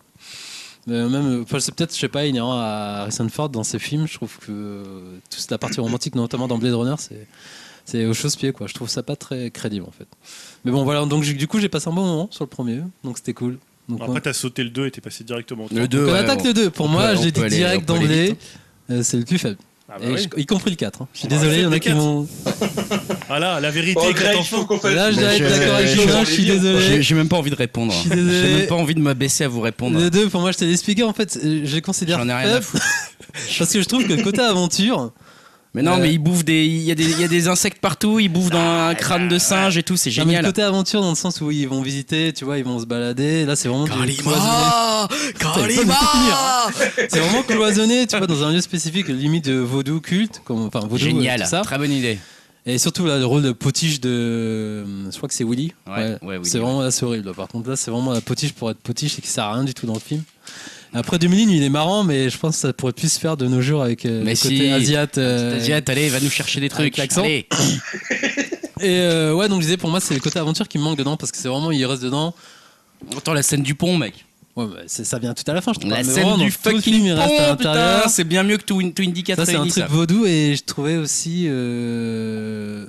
Speaker 3: Mais même, euh, enfin, c'est peut-être, je sais pas, inhérent à Harrison Ford dans ses films. Je trouve que euh, toute la partie romantique, notamment dans Blade Runner, c'est c'est au chausse-pied quoi. Je trouve ça pas très crédible en fait. Mais bon voilà, donc j'ai- du coup j'ai passé un bon moment sur le premier, donc c'était cool. Donc,
Speaker 5: Après, t'as sauté le 2 et t'es passé directement au 3.
Speaker 1: Le 2.
Speaker 3: on attaque le 2. Pour
Speaker 1: on
Speaker 3: moi,
Speaker 1: peut- on
Speaker 3: j'ai
Speaker 1: peut
Speaker 3: dit
Speaker 1: aller-
Speaker 3: direct
Speaker 1: on peut aller hein.
Speaker 3: d'emblée, euh, c'est le plus faible.
Speaker 5: Ah, bah
Speaker 3: Et
Speaker 5: oui.
Speaker 3: je- y compris le 4. hein. Je suis
Speaker 5: Ah,
Speaker 3: désolé, il y en a
Speaker 5: le
Speaker 3: qui
Speaker 5: quatre.
Speaker 3: m'ont.
Speaker 5: Ah là, la vérité
Speaker 4: Oh,
Speaker 5: éclate
Speaker 4: Greg, il
Speaker 5: enfin.
Speaker 4: faut qu'on fasse.
Speaker 3: Là, je dois
Speaker 1: Mais
Speaker 3: être
Speaker 1: je-
Speaker 3: d'accord avec
Speaker 1: je-
Speaker 3: Julien,
Speaker 4: j'en
Speaker 3: je suis
Speaker 4: ai dit,
Speaker 1: J'ai
Speaker 3: désolé.
Speaker 1: j'ai même pas envie de répondre.
Speaker 3: Je suis
Speaker 1: J'ai
Speaker 3: désolé.
Speaker 1: même pas envie de m'abaisser à vous répondre.
Speaker 3: Les deux, pour moi, je t'ai expliqué en fait, euh, je les considère
Speaker 1: bah. J'en ai rien à
Speaker 3: faibles parce que je trouve que le côté aventure,
Speaker 1: Mais non,
Speaker 3: Euh. Ah,
Speaker 1: mais il bouffe des. Il y, a des- il y a des insectes partout, il bouffe dans un crâne de singe et tout, c'est
Speaker 3: non, mais le
Speaker 1: génial.
Speaker 3: côté aventure dans le sens où ils vont visiter, tu vois, ils vont se balader. Là, c'est vraiment du cloisonné.
Speaker 1: Kalima
Speaker 3: Putain,
Speaker 1: Kalima
Speaker 3: il peut pas hein. C'est vraiment cloisonné, tu vois, dans un lieu spécifique, limite de vaudou culte, comme enfin vaudou euh,
Speaker 1: Génial,
Speaker 3: tout ça.
Speaker 1: très bonne idée.
Speaker 3: Et surtout là, le rôle de potiche de, je crois que c'est Willy.
Speaker 1: Ouais, ouais, Willy,
Speaker 3: c'est vraiment assez horrible. Par contre là, c'est vraiment la potiche pour être potiche et qui sert à rien du tout dans le film. Après 2000 il est marrant, mais je pense que ça pourrait plus se faire de nos jours avec euh,
Speaker 1: Mais
Speaker 3: le
Speaker 1: si.
Speaker 3: côté asiat. euh,
Speaker 1: Tadiat, allez, va nous chercher des
Speaker 3: avec
Speaker 1: trucs.
Speaker 3: l'accent.
Speaker 1: Allez.
Speaker 3: Et euh, ouais, donc je disais, pour moi, c'est le côté aventure qui me manque dedans parce que c'est vraiment, il reste dedans.
Speaker 1: Attends, la scène du pont, mec.
Speaker 3: Ouais, mais c'est- ça vient tout à la fin, je te
Speaker 1: La
Speaker 3: parle, mais
Speaker 1: scène
Speaker 3: vraiment,
Speaker 1: du
Speaker 3: dans tout le film,
Speaker 1: fucking
Speaker 3: il reste à
Speaker 1: pont,
Speaker 3: l'intérieur.
Speaker 1: putain, c'est bien mieux que Twin, Twin Dick
Speaker 3: Ça, c'est un
Speaker 1: Atreides,
Speaker 3: truc
Speaker 1: ça.
Speaker 3: vaudou et je trouvais aussi. euh,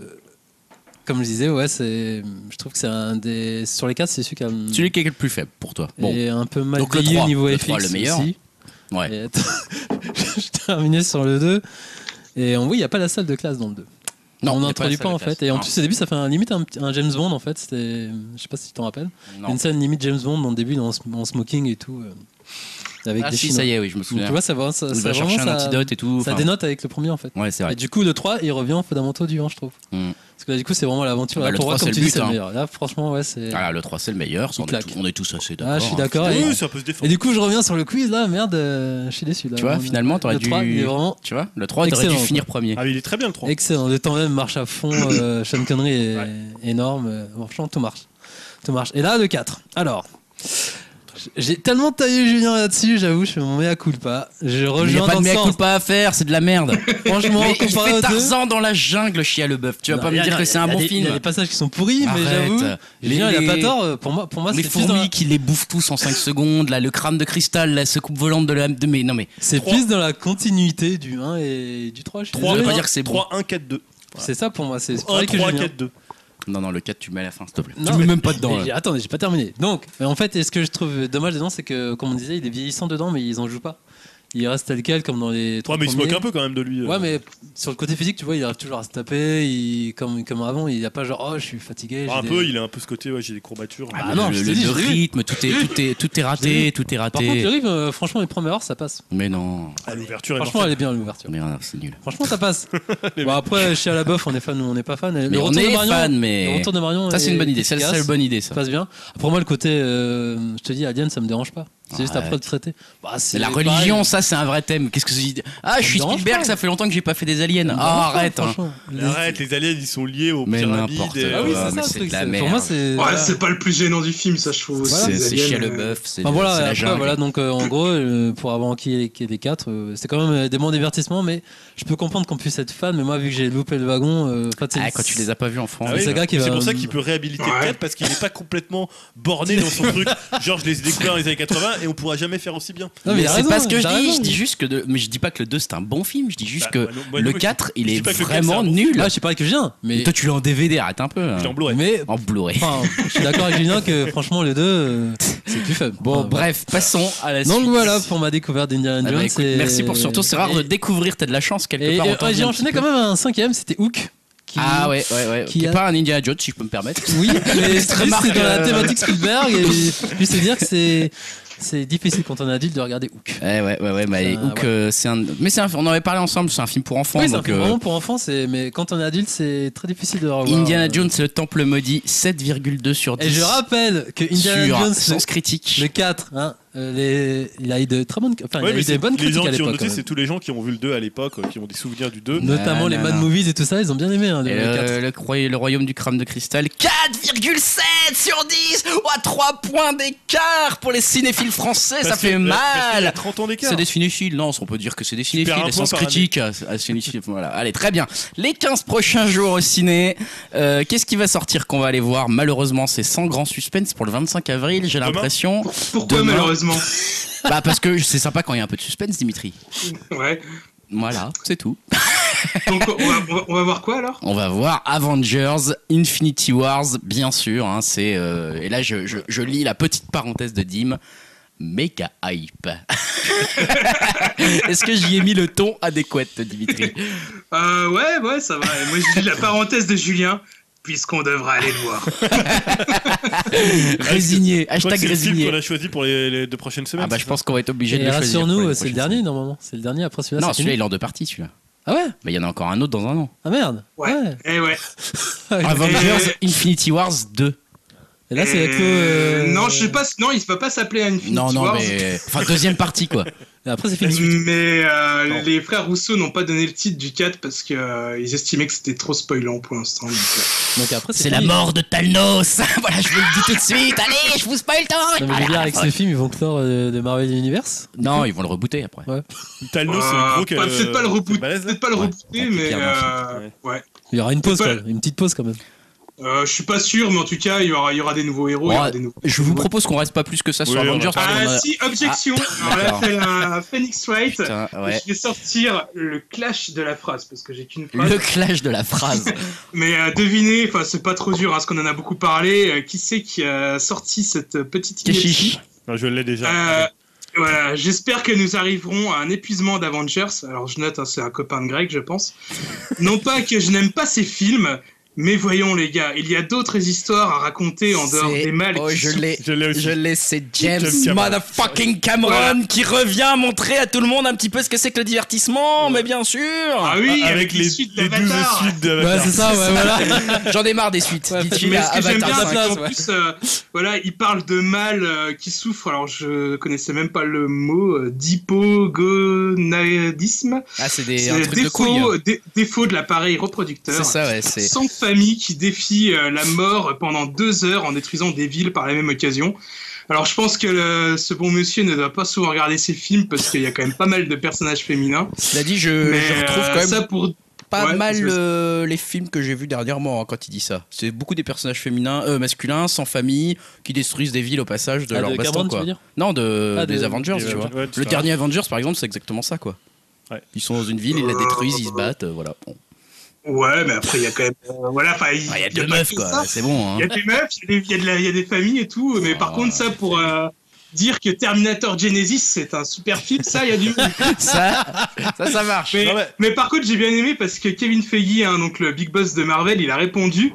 Speaker 3: Comme je disais, ouais, c'est. Je trouve que c'est un des. Sur les quatre, c'est celui qui a.
Speaker 1: Celui qui est le plus faible pour toi. Bon,
Speaker 3: est un peu mal
Speaker 1: Donc le
Speaker 3: payé
Speaker 1: trois,
Speaker 3: niveau
Speaker 1: le
Speaker 3: FX.
Speaker 1: trois, le meilleur.
Speaker 3: aussi.
Speaker 1: ouais.
Speaker 3: Et attends, je terminais sur le 2. Et en oui, il n'y a pas la salle de classe dans le 2.
Speaker 1: Non,
Speaker 3: on
Speaker 1: il y a
Speaker 3: n'introduit
Speaker 1: la
Speaker 3: pas,
Speaker 1: salle
Speaker 3: en
Speaker 1: de classe.
Speaker 3: fait. Et en
Speaker 1: Non.
Speaker 3: plus, au début, ça fait un, limite un, petit- un James Bond en fait. C'était, je sais pas si tu t'en rappelles.
Speaker 1: Non.
Speaker 3: Une scène limite James Bond dans le début, dans, en smoking et tout. euh, avec
Speaker 1: Ah
Speaker 3: des
Speaker 1: si,
Speaker 3: Chinois.
Speaker 1: ça y est, oui, je me
Speaker 3: Donc,
Speaker 1: souviens.
Speaker 3: tu vois, ça, va- ça,
Speaker 1: Il
Speaker 3: ça
Speaker 1: va
Speaker 3: vraiment,
Speaker 1: chercher un
Speaker 3: ça-
Speaker 1: antidote et tout.
Speaker 3: ça
Speaker 1: enfin,
Speaker 3: dénote avec le premier en fait.
Speaker 1: Ouais, c'est
Speaker 3: Et
Speaker 1: vrai.
Speaker 3: du coup, le 3, il revient aux fondamentaux du 1, je trouve.
Speaker 1: Mm.
Speaker 3: Parce que là, du coup, c'est vraiment l'aventure.
Speaker 1: Bah,
Speaker 3: Là,
Speaker 1: le
Speaker 3: pour moi,
Speaker 1: 3,
Speaker 3: comme
Speaker 1: c'est
Speaker 3: tu
Speaker 1: le
Speaker 3: dis, c'est
Speaker 1: but,
Speaker 3: le
Speaker 1: hein.
Speaker 3: meilleur. Là, franchement, ouais, c'est.
Speaker 1: Ah, là, le 3, c'est le meilleur. ça,
Speaker 3: Il
Speaker 1: on, est
Speaker 3: claque.
Speaker 1: tous, on est tous assez d'accord.
Speaker 3: Ah, je suis
Speaker 1: hein.
Speaker 3: d'accord.
Speaker 5: Oui,
Speaker 3: Et,
Speaker 5: ça peut se
Speaker 3: et
Speaker 5: défendre.
Speaker 3: du coup, je reviens sur le quiz là, merde, euh, je suis déçu là.
Speaker 1: Tu vois,
Speaker 3: Vraiment,
Speaker 1: finalement, t'aurais
Speaker 3: le 3, il est
Speaker 1: dû.
Speaker 3: vraiment
Speaker 1: Tu vois, le 3, t'aurais dû
Speaker 3: Excellent,
Speaker 1: finir premier.
Speaker 5: Ah, mais il est très bien le 3.
Speaker 3: Excellent, le temps même marche à fond. euh, Sean Connery est énorme. euh, Franchement, tout marche. Tout marche. Et là, le 4. Alors, j'ai tellement taillé Julien là-dessus, j'avoue, je fais mon mea culpa. Je
Speaker 1: Il n'y a pas
Speaker 3: rejoins
Speaker 1: de
Speaker 3: dans le
Speaker 1: mea
Speaker 3: sens.
Speaker 1: culpa à faire, c'est de la merde.
Speaker 3: Franchement,
Speaker 1: Mais il
Speaker 3: comparé
Speaker 1: fait
Speaker 3: aux deux.
Speaker 1: Tarzan dans la jungle, chia le bœuf. Tu vas
Speaker 3: Non,
Speaker 1: pas
Speaker 3: y
Speaker 1: me
Speaker 3: a-
Speaker 1: dire
Speaker 3: y
Speaker 1: que
Speaker 3: a-
Speaker 1: c'est un
Speaker 3: y a
Speaker 1: bon
Speaker 3: des- Il y a
Speaker 1: film.
Speaker 3: des passages qui sont pourris, mais
Speaker 1: Arrête.
Speaker 3: j'avoue.
Speaker 1: Les-
Speaker 3: Julien, il a pas
Speaker 1: les-
Speaker 3: tort. euh, Pour moi, pour moi
Speaker 1: Les
Speaker 3: c'est plus dans la-
Speaker 1: fourmis qui les bouffent tous en 5 secondes, là, le crâne de cristal, la secoupe volante de la. de- Mais non, mais
Speaker 3: c'est
Speaker 5: Trois.
Speaker 3: plus dans la continuité du 1 et du 3. Je suis
Speaker 5: 3,
Speaker 1: veut
Speaker 3: désolé,
Speaker 1: pas
Speaker 3: hein.
Speaker 1: dire que c'est bon.
Speaker 5: 3, 1, 4, 2.
Speaker 3: C'est ça pour moi. C'est c'est pour
Speaker 5: 1,
Speaker 3: ça que
Speaker 5: 3,
Speaker 3: Julien-
Speaker 5: 4, 2.
Speaker 1: Non, non, le 4, tu mets à la fin, s'il te plaît.
Speaker 3: Non,
Speaker 1: tu mets
Speaker 3: mais-
Speaker 1: même pas dedans.
Speaker 3: Et j'ai-
Speaker 1: là.
Speaker 3: attendez, j'ai pas terminé. Donc, euh, en fait, et ce que je trouve dommage dedans, c'est que, comme on disait, il est vieillissant dedans, mais ils en jouent pas. Il reste tel quel, comme dans les. trois
Speaker 5: Ouais, mais il se moque
Speaker 3: premiers.
Speaker 5: un peu quand même de lui. euh.
Speaker 3: Ouais, mais sur le côté physique, tu vois, il arrive toujours à se taper, il- comme, comme avant, il n'y a pas genre, oh, je suis fatigué.
Speaker 5: Ah, un
Speaker 3: j'ai
Speaker 5: peu,
Speaker 3: des-
Speaker 5: il a un peu ce côté, ouais, j'ai des courbatures.
Speaker 3: Ah,
Speaker 1: Mais
Speaker 3: non,
Speaker 1: le,
Speaker 3: je
Speaker 1: le-
Speaker 3: t'ai dit,
Speaker 1: le
Speaker 3: je l'ai vu.
Speaker 1: rythme, tout est, tout est, tout est
Speaker 3: Je l'ai
Speaker 1: raté,
Speaker 3: vu.
Speaker 1: tout est
Speaker 3: Par contre, le
Speaker 1: raté.
Speaker 3: rive, franchement, les premières heures, ça passe.
Speaker 1: Mais non,
Speaker 5: Ah, L'ouverture est
Speaker 3: Franchement,
Speaker 5: mortelle.
Speaker 3: elle est bien l'ouverture.
Speaker 1: mais non, c'est nul.
Speaker 3: Franchement, ça passe. bon, après, chez Alaboff, on est fan ou on n'est pas fan.
Speaker 1: Mais on est fan,
Speaker 3: Le
Speaker 1: mais
Speaker 3: retour de Marion.
Speaker 1: ça c'est
Speaker 3: est
Speaker 1: une bonne idée. Ça
Speaker 3: efficace.
Speaker 1: c'est une bonne idée,
Speaker 3: Ça
Speaker 1: ça.
Speaker 3: passe bien. Pour moi, le côté, euh, je te dis, Alien, ça me dérange pas. C'est juste
Speaker 1: Arrête.
Speaker 3: après le traité. Bah,
Speaker 1: C'est la religion, ça c'est un vrai thème. Qu'est-ce que c'est Ah, je
Speaker 3: me
Speaker 1: suis
Speaker 3: dérange
Speaker 1: Spielberg,
Speaker 3: pas.
Speaker 1: ça fait longtemps que j'ai pas fait des aliens.
Speaker 3: pareil.
Speaker 1: Ah, arrête. hein.
Speaker 3: Franchement.
Speaker 5: Mais Arrête, les aliens, ils sont liés aux
Speaker 1: Mais
Speaker 5: pyramides.
Speaker 1: n'importe
Speaker 5: et- euh,
Speaker 1: quoi.
Speaker 3: Ah oui,
Speaker 1: Ouais,
Speaker 3: c'est
Speaker 1: mais
Speaker 3: ça, ce
Speaker 1: c'est
Speaker 3: truc.
Speaker 1: de la
Speaker 3: c'est-
Speaker 1: merde.
Speaker 3: Pour moi, c'est.
Speaker 4: Ouais,
Speaker 3: voilà.
Speaker 4: c'est pas le plus gênant du film, ça je trouve.
Speaker 3: Voilà.
Speaker 4: aussi,
Speaker 1: C'est
Speaker 4: les
Speaker 1: c'est
Speaker 4: aliens,
Speaker 1: Chia le
Speaker 4: euh,
Speaker 1: bœuf, c'est
Speaker 3: Enfin, voilà,
Speaker 1: c'est la
Speaker 3: après,
Speaker 1: jungle.
Speaker 3: voilà, donc euh, en gros, euh, pour avoir enquillé les, les quatre, euh, c'est quand même euh, des bons divertissements, mais je peux comprendre qu'on puisse être fan, mais moi, vu que j'ai loupé le wagon, euh, en fait, c'est-
Speaker 1: Ah, quand tu les as pas vus en France.
Speaker 5: Ah
Speaker 3: Mais
Speaker 5: oui,
Speaker 3: c'est un gars qui
Speaker 5: c'est
Speaker 3: va-
Speaker 5: pour ça qu'il peut réhabiliter le
Speaker 4: Ouais.
Speaker 5: 4 parce qu'il n'est pas complètement borné dans son truc. Genre, je les ai découverts dans les années 80 et on pourra jamais faire aussi bien.
Speaker 3: Non, mais il a
Speaker 1: c'est
Speaker 3: raison,
Speaker 1: pas ce que
Speaker 3: il
Speaker 1: je
Speaker 3: a
Speaker 1: dis,
Speaker 3: raison.
Speaker 1: je dis juste que de- mais je dis pas que le 2 c'est un bon film, je dis juste
Speaker 5: Bah,
Speaker 1: que
Speaker 5: moi non- moi non
Speaker 1: le
Speaker 5: plus,
Speaker 1: 4 il
Speaker 5: je
Speaker 1: est
Speaker 5: dis pas que le 4,
Speaker 1: vraiment
Speaker 5: c'est un bon
Speaker 1: nul.
Speaker 3: Là, je sais pas que je viens, mais.
Speaker 1: Toi tu l'as en DVD, arrête un peu. hein.
Speaker 5: Je l'ai en Blu-ray.
Speaker 3: mais
Speaker 1: En Blu-ray.
Speaker 3: enfin, je suis d'accord avec Julien que franchement, les deux, euh, c'est plus faible.
Speaker 1: Bon,
Speaker 3: Enfin,
Speaker 1: bref, passons à la
Speaker 3: Donc
Speaker 1: suite.
Speaker 3: voilà pour ma découverte d'Indiana
Speaker 1: Ah
Speaker 3: Jones.
Speaker 1: bah, écoute,
Speaker 3: et-
Speaker 1: merci pour surtout, c'est euh, rare de découvrir, t'as de la chance quelque
Speaker 3: Et, et,
Speaker 1: part. on
Speaker 3: ouais,
Speaker 1: t'en
Speaker 3: j'ai
Speaker 1: vient un
Speaker 3: enchaîné
Speaker 1: petit
Speaker 3: quand
Speaker 1: peu.
Speaker 3: même un cinquième, c'était Hook. Qui...
Speaker 1: Ah ouais, ouais, ouais.
Speaker 3: qui
Speaker 1: Qui est
Speaker 3: a-
Speaker 1: pas un Indiana Jones si je peux me permettre.
Speaker 3: Oui, mais c'est juste,
Speaker 1: remarque,
Speaker 3: c'est dans la
Speaker 1: euh,
Speaker 3: thématique Spielberg et juste te dire que c'est c'est difficile quand on est adulte de regarder Hook.
Speaker 1: Ouais, Eh ouais, ouais, ouais, mais
Speaker 3: Ça,
Speaker 1: Hook,
Speaker 3: ouais.
Speaker 1: euh, c'est un. Mais c'est un- on en avait parlé ensemble, c'est un film pour enfants.
Speaker 3: Oui, c'est un
Speaker 1: donc,
Speaker 3: film
Speaker 1: euh,
Speaker 3: vraiment pour enfants, c'est- mais quand on est adulte, c'est très difficile de le revoir. euh.
Speaker 1: Indiana Jones, le temple maudit, 7,2 sur 10.
Speaker 3: Et je rappelle que
Speaker 1: sur
Speaker 3: Indiana Jones,
Speaker 1: sens critique.
Speaker 3: le, le 4, hein, euh, les, il a eu de très bonnes, enfin,
Speaker 5: Ouais,
Speaker 3: il a eu
Speaker 5: mais
Speaker 3: des
Speaker 5: c'est-
Speaker 3: bonnes
Speaker 5: les
Speaker 3: critiques
Speaker 5: gens qui
Speaker 3: à
Speaker 5: ont
Speaker 3: l'époque.
Speaker 5: noté,
Speaker 3: quand
Speaker 5: c'est
Speaker 3: même.
Speaker 5: tous les gens qui ont vu le 2 à l'époque, euh, qui ont des souvenirs du 2.
Speaker 3: Notamment
Speaker 1: Non,
Speaker 3: les
Speaker 1: non,
Speaker 3: Mad
Speaker 1: non.
Speaker 3: Movies et tout ça, ils ont bien aimé hein,
Speaker 1: Et euh,
Speaker 3: le, le 4.
Speaker 1: le, le croy- le royaume du crâne de cristal, 4,7 sur 10 Ouah, 3 points d'écart pour les cinéphiles français, ça
Speaker 5: Parce
Speaker 1: fait
Speaker 5: que- parce qu'il y a
Speaker 1: mal
Speaker 5: 30 ans d'écart.
Speaker 1: C'est des cinéphiles, non, on peut dire que c'est des cinéphiles,
Speaker 5: perds un
Speaker 1: les
Speaker 5: point
Speaker 1: sens
Speaker 5: par année.
Speaker 1: critiques, euh, euh, cinéphiles, voilà. Allez, très bien. Les 15 prochains jours au ciné, euh, qu'est-ce qui va sortir qu'on va aller voir Malheureusement, c'est sans grand suspense pour le 25 avril, j'ai
Speaker 5: Demain
Speaker 1: l'impression.
Speaker 4: pour- Pourquoi
Speaker 1: Demain.
Speaker 4: malheureusement
Speaker 1: bah, parce que c'est sympa quand il y a un peu de suspense, Dimitri.
Speaker 4: Ouais.
Speaker 1: Voilà, c'est tout.
Speaker 4: Donc on va, on va- on va voir quoi alors
Speaker 1: On va voir Avengers, Infinity Wars, bien sûr. hein, c'est euh, et là je, je- je lis la petite parenthèse de Dim. Méga hype. Est-ce que j'y ai mis le ton adéquat, Dimitri
Speaker 4: Euh, Ouais, ouais, ça va. Et moi je dis la parenthèse de Julien, puisqu'on devra aller le voir.
Speaker 1: Résigné.
Speaker 5: Je crois que
Speaker 1: Hashtag
Speaker 5: c'est le film
Speaker 1: résigné.
Speaker 5: qu'on a choisi pour les, les deux prochaines semaines.
Speaker 1: Ah bah je
Speaker 5: c'est ça
Speaker 1: pense qu'on va être obligé de
Speaker 3: Et
Speaker 1: le choisir. pour
Speaker 3: rassure-nous,
Speaker 1: les
Speaker 3: c'est le
Speaker 1: prochaines
Speaker 3: dernier
Speaker 1: semaines.
Speaker 3: normalement. C'est le dernier, après celui-là.
Speaker 1: Non,
Speaker 3: c'est
Speaker 1: celui-là
Speaker 3: fini.
Speaker 1: il est en deux parties, celui-là.
Speaker 3: Ah ouais
Speaker 1: Mais il y en a encore un autre dans un an.
Speaker 3: Ah merde
Speaker 4: Ouais. Eh ouais.
Speaker 1: Avengers, Infinity Wars 2.
Speaker 3: Et là, c'est
Speaker 4: Euh,
Speaker 3: avec le. euh,
Speaker 4: Non, je sais pas. Non, il va pas s'appeler Infinity
Speaker 1: Non, non,
Speaker 4: Wars.
Speaker 1: mais. Enfin, deuxième partie, quoi.
Speaker 3: Et après, c'est fini.
Speaker 4: Mais euh,
Speaker 5: Non.
Speaker 4: les frères Rousseau n'ont pas donné le titre du 4 parce qu'ils estimaient que c'était trop spoilant pour l'instant. donc, euh.
Speaker 3: Donc après,
Speaker 1: C'est la
Speaker 3: fini.
Speaker 1: mort de Thanos. voilà, je vous le dis tout de suite. Allez, je vous spoil
Speaker 3: Non,
Speaker 1: tout.
Speaker 3: mais je veux dire, avec ce film, ils vont clore euh, le Marvel Universe.
Speaker 1: Non, ils vont le rebooter après.
Speaker 5: Thanos, c'est le
Speaker 4: Euh,
Speaker 5: gros
Speaker 4: bah, Peut-être pas le
Speaker 5: c'est
Speaker 4: rebooter,
Speaker 5: balèze, hein. là.
Speaker 4: peut-être pas le
Speaker 1: Ouais,
Speaker 4: rebooter,
Speaker 1: ouais,
Speaker 4: mais
Speaker 1: Pierre
Speaker 4: euh, ouais.
Speaker 3: Il y aura une pause,
Speaker 4: C'est
Speaker 3: quand
Speaker 4: pas-
Speaker 3: même. Une petite pause, quand même.
Speaker 4: Euh, je suis pas sûr, mais en tout cas, il y aura, il y aura des nouveaux héros. il y aura
Speaker 1: Ouais,
Speaker 4: des nouveaux-
Speaker 1: Je vous propose qu'on reste pas plus que ça sur
Speaker 5: Oui, on
Speaker 1: Avengers.
Speaker 5: va
Speaker 1: parce qu'on en
Speaker 4: Ah
Speaker 1: a-
Speaker 4: si, objection. Alors là,
Speaker 1: d'accord.
Speaker 4: c'est un Phoenix Wright.
Speaker 1: Putain, ouais.
Speaker 4: Je vais sortir le clash de la phrase parce que j'ai qu'une phrase.
Speaker 1: Le clash de la phrase.
Speaker 4: Mais euh, devinez, enfin c'est pas trop dur, hein, parce qu'on en a beaucoup parlé. euh, qui c'est qui a sorti cette petite ineptie
Speaker 1: Keshish.
Speaker 5: Non, je l'ai déjà.
Speaker 4: Euh, voilà, j'espère que nous arriverons à un épuisement d'Avengers. Alors je note, hein, c'est un copain de Greg, je pense. Non pas que je n'aime pas ces films, mais voyons les gars, il y a d'autres histoires à raconter en dehors
Speaker 1: C'est-
Speaker 4: des mâles.
Speaker 1: oh,
Speaker 4: qui
Speaker 1: je
Speaker 4: sont-
Speaker 1: l'ai.
Speaker 5: Je l'ai aussi.
Speaker 1: Je l'ai, c'est James,
Speaker 5: James Cameron.
Speaker 1: motherfucking Cameron
Speaker 4: Voilà.
Speaker 1: qui revient montrer à tout le monde un petit peu ce que c'est que le divertissement, mais bien sûr
Speaker 4: Ah oui,
Speaker 5: avec les,
Speaker 4: suites
Speaker 5: les 12
Speaker 4: d'Avatar.
Speaker 5: suites d'Avatar.
Speaker 3: Ouais, c'est ça, ouais, voilà.
Speaker 1: J'en ai marre des suites.
Speaker 3: Ouais,
Speaker 1: Dites-lui
Speaker 4: Mais
Speaker 1: à
Speaker 4: ce que j'aime bien,
Speaker 1: Avatar
Speaker 4: c'est
Speaker 1: 5.
Speaker 4: qu'en
Speaker 3: ouais.
Speaker 4: plus, euh, voilà, il parle de mâles euh, qui souffrent. Alors, je connaissais même pas le mot euh, d'hypogonadisme.
Speaker 1: Ah, c'est des, un
Speaker 4: C'est
Speaker 1: truc de couille. hein.
Speaker 4: défaut, dé- défaut de l'appareil reproducteur.
Speaker 1: C'est ça, ouais. C'est...
Speaker 4: Sans famille qui défie euh, la mort pendant deux heures en détruisant des villes par la même occasion. Alors, je pense que le- ce bon monsieur ne doit pas souvent regarder ses films parce qu'il y a quand même pas mal de personnages féminins.
Speaker 1: Cela dit, je,
Speaker 4: Mais
Speaker 1: je retrouve
Speaker 4: euh,
Speaker 1: quand même
Speaker 4: ça pour
Speaker 1: pas
Speaker 4: ouais,
Speaker 1: mal
Speaker 4: parce que-
Speaker 1: euh, les films que j'ai vus dernièrement hein, quand il dit ça. C'est beaucoup des personnages féminins, euh, masculins, sans famille, qui détruisent des villes au passage de
Speaker 3: Ah,
Speaker 1: leur
Speaker 3: de
Speaker 1: baston,
Speaker 3: Cameron, tu
Speaker 1: quoi.
Speaker 3: veux dire
Speaker 1: Non, de,
Speaker 3: Ah, de-
Speaker 1: des Avengers,
Speaker 5: des-
Speaker 1: tu vois.
Speaker 5: ouais, tout
Speaker 1: le
Speaker 5: ça.
Speaker 1: dernier Avengers, par exemple, c'est exactement ça, quoi.
Speaker 5: Ouais.
Speaker 1: Ils sont dans une ville, ils la détruisent, ils se battent, euh, voilà. Bon.
Speaker 4: Ouais, mais après, il y a quand même. euh, voilà, enfin, il
Speaker 1: Ah, Il y a
Speaker 4: y
Speaker 1: deux
Speaker 4: pas
Speaker 1: meufs,
Speaker 4: que
Speaker 1: quoi,
Speaker 4: ça.
Speaker 1: c'est bon, hein.
Speaker 4: Il y a des meufs, il y a des- il y, a de la- il y a des familles et tout, mais par
Speaker 1: Ah,
Speaker 4: contre, ça pour euh, dire que Terminator Genesis c'est un super film, ça il y a du.
Speaker 1: ça, ça, ça marche.
Speaker 4: Mais,
Speaker 5: Non, mais-
Speaker 4: mais par contre, j'ai bien aimé parce que Kevin Feige, hein, donc le big boss de Marvel, il a répondu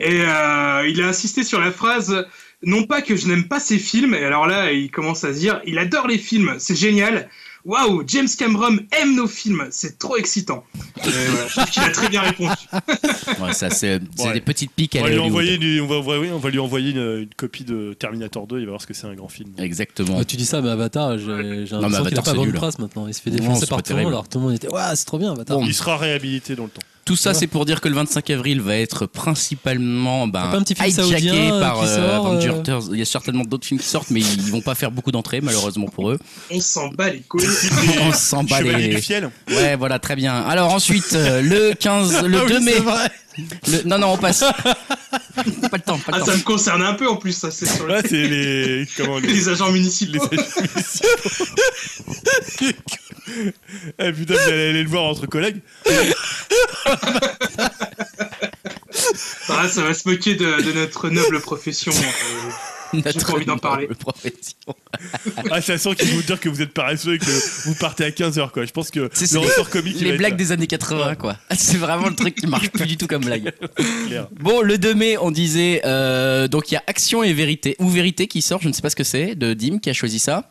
Speaker 4: et euh, il a insisté sur la phrase non pas que je n'aime pas ces films, et alors là, il commence à se dire il adore les films, c'est génial. Waouh, James Cameron aime nos films, c'est trop excitant. Et voilà, je trouve qu'il a très bien répondu.
Speaker 1: Ouais, ça, c'est, c'est
Speaker 5: Ouais.
Speaker 1: des petites piques à
Speaker 5: On va, lui
Speaker 1: Hollywood.
Speaker 5: envoyer du- on, va, oui, on va lui envoyer une, une copie de Terminator 2, il va voir ce que c'est un grand film.
Speaker 1: Exactement.
Speaker 3: Ouais, tu dis ça, mais Avatar, j'ai j'ai l'impression qu'il
Speaker 1: Avatar,
Speaker 3: a pas
Speaker 1: c'est
Speaker 3: bonne
Speaker 1: nul.
Speaker 3: presse maintenant. Il se fait
Speaker 1: Non,
Speaker 3: défoncer
Speaker 1: c'est pas
Speaker 3: par tout le monde,
Speaker 1: terrible.
Speaker 3: alors tout le monde était Waouh, c'est trop bien Avatar.
Speaker 1: Bon,
Speaker 5: Il sera réhabilité dans le temps.
Speaker 1: Tout ça,
Speaker 3: Ouais.
Speaker 1: c'est pour dire que le 25 avril va être principalement ben,
Speaker 3: pas un petit film
Speaker 1: hijacké
Speaker 3: saoudien, euh,
Speaker 1: par
Speaker 3: qui
Speaker 1: euh,
Speaker 3: sort, euh,
Speaker 1: Avengers. Il y a certainement d'autres films qui sortent, mais ils vont pas faire beaucoup d'entrées, malheureusement pour eux.
Speaker 4: On s'en bat les couilles.
Speaker 1: On s'en bat
Speaker 5: Chevalier
Speaker 1: Bah, les.
Speaker 5: du fiel.
Speaker 1: Ouais, voilà, très bien. Alors ensuite, euh, le 15,
Speaker 3: Ah
Speaker 1: le 2 mai. Le- Non, non, on passe. pas le temps, pas le
Speaker 4: Ah,
Speaker 1: temps.
Speaker 4: ça me concerne un peu en plus, ça c'est sur le
Speaker 5: Là, c'est les. Comment les.
Speaker 4: les agents
Speaker 5: les
Speaker 4: municipaux.
Speaker 5: eh putain, vous allez aller le voir entre collègues.
Speaker 4: Ah, ça va se moquer de, de notre noble profession. euh.
Speaker 1: Notre
Speaker 4: pas envie d'en parler.
Speaker 1: noble profession.
Speaker 5: Ah, ça sent qu'ils vont dire que vous êtes paresseux et que vous partez à 15h, quoi. Je pense que
Speaker 1: C'est-
Speaker 5: le
Speaker 1: c'est
Speaker 5: ressort comique. il
Speaker 1: Les
Speaker 5: va
Speaker 1: blagues
Speaker 5: être
Speaker 1: des années 80, quoi. C'est vraiment le truc qui marche plus du tout comme blague.
Speaker 5: clair.
Speaker 1: Bon, le 2 mai, on disait. euh, donc il y a Action et Vérité. Ou Vérité qui sort, je ne sais pas ce que c'est, de Dim qui a choisi ça.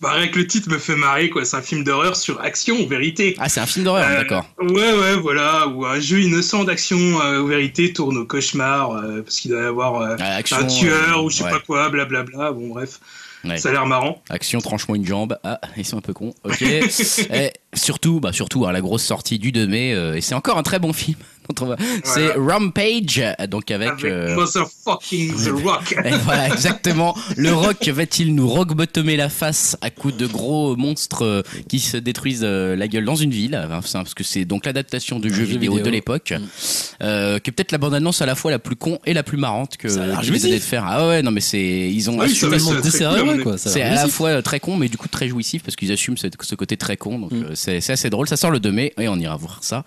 Speaker 4: Bah, rien que le titre me fait marrer, quoi. C'est un film d'horreur sur action ou vérité.
Speaker 1: Ah, c'est un film d'horreur,
Speaker 4: Euh,
Speaker 1: d'accord.
Speaker 4: Ouais, ouais, voilà. Ou un jeu innocent d'action euh, ou vérité tourne au cauchemar euh, parce qu'il doit y avoir euh,
Speaker 1: Ah, action,
Speaker 4: un tueur
Speaker 1: euh,
Speaker 4: ou je sais
Speaker 1: ouais.
Speaker 4: pas quoi, blablabla. Bon, bref,
Speaker 1: Ouais.
Speaker 4: ça a l'air marrant.
Speaker 1: Action, tranche-moi une jambe. Ah, ils sont un peu cons. Ok. et surtout, bah surtout, hein, la grosse sortie du 2 mai. euh, et c'est encore un très bon film. dont on va- C'est Rampage, donc avec.
Speaker 4: Avec,
Speaker 1: euh,
Speaker 4: Motherfucking The Rock.
Speaker 1: et voilà, exactement. Le rock va-t-il nous rock bottomer la face à coups de gros monstres euh, qui se détruisent euh, la gueule dans une ville Enfin, c'est- Parce que c'est donc l'adaptation du jeu
Speaker 3: jeu
Speaker 1: vidéo,
Speaker 3: vidéo.
Speaker 1: de l'époque,
Speaker 3: Mm.
Speaker 1: euh, qui est peut-être la bande-annonce à la fois la plus con et la plus marrante que
Speaker 3: Ça a l'air
Speaker 1: qu'ils essaient de
Speaker 3: jouissif.
Speaker 1: faire. Ah ouais, non mais c'est ils ont
Speaker 4: Ah oui,
Speaker 1: assuré-
Speaker 4: ça va,
Speaker 3: Tellement
Speaker 4: c'est très
Speaker 3: desserré,
Speaker 4: cool,
Speaker 3: ouais,
Speaker 4: mais-
Speaker 3: quoi. ça
Speaker 1: c'est à
Speaker 3: réussit.
Speaker 1: la fois euh, très con, mais du coup très jouissif parce qu'ils assument ce, ce côté très con. Donc
Speaker 3: Mm.
Speaker 1: euh, c'est c'est assez drôle. Ça sort le 2 mai et on ira voir ça.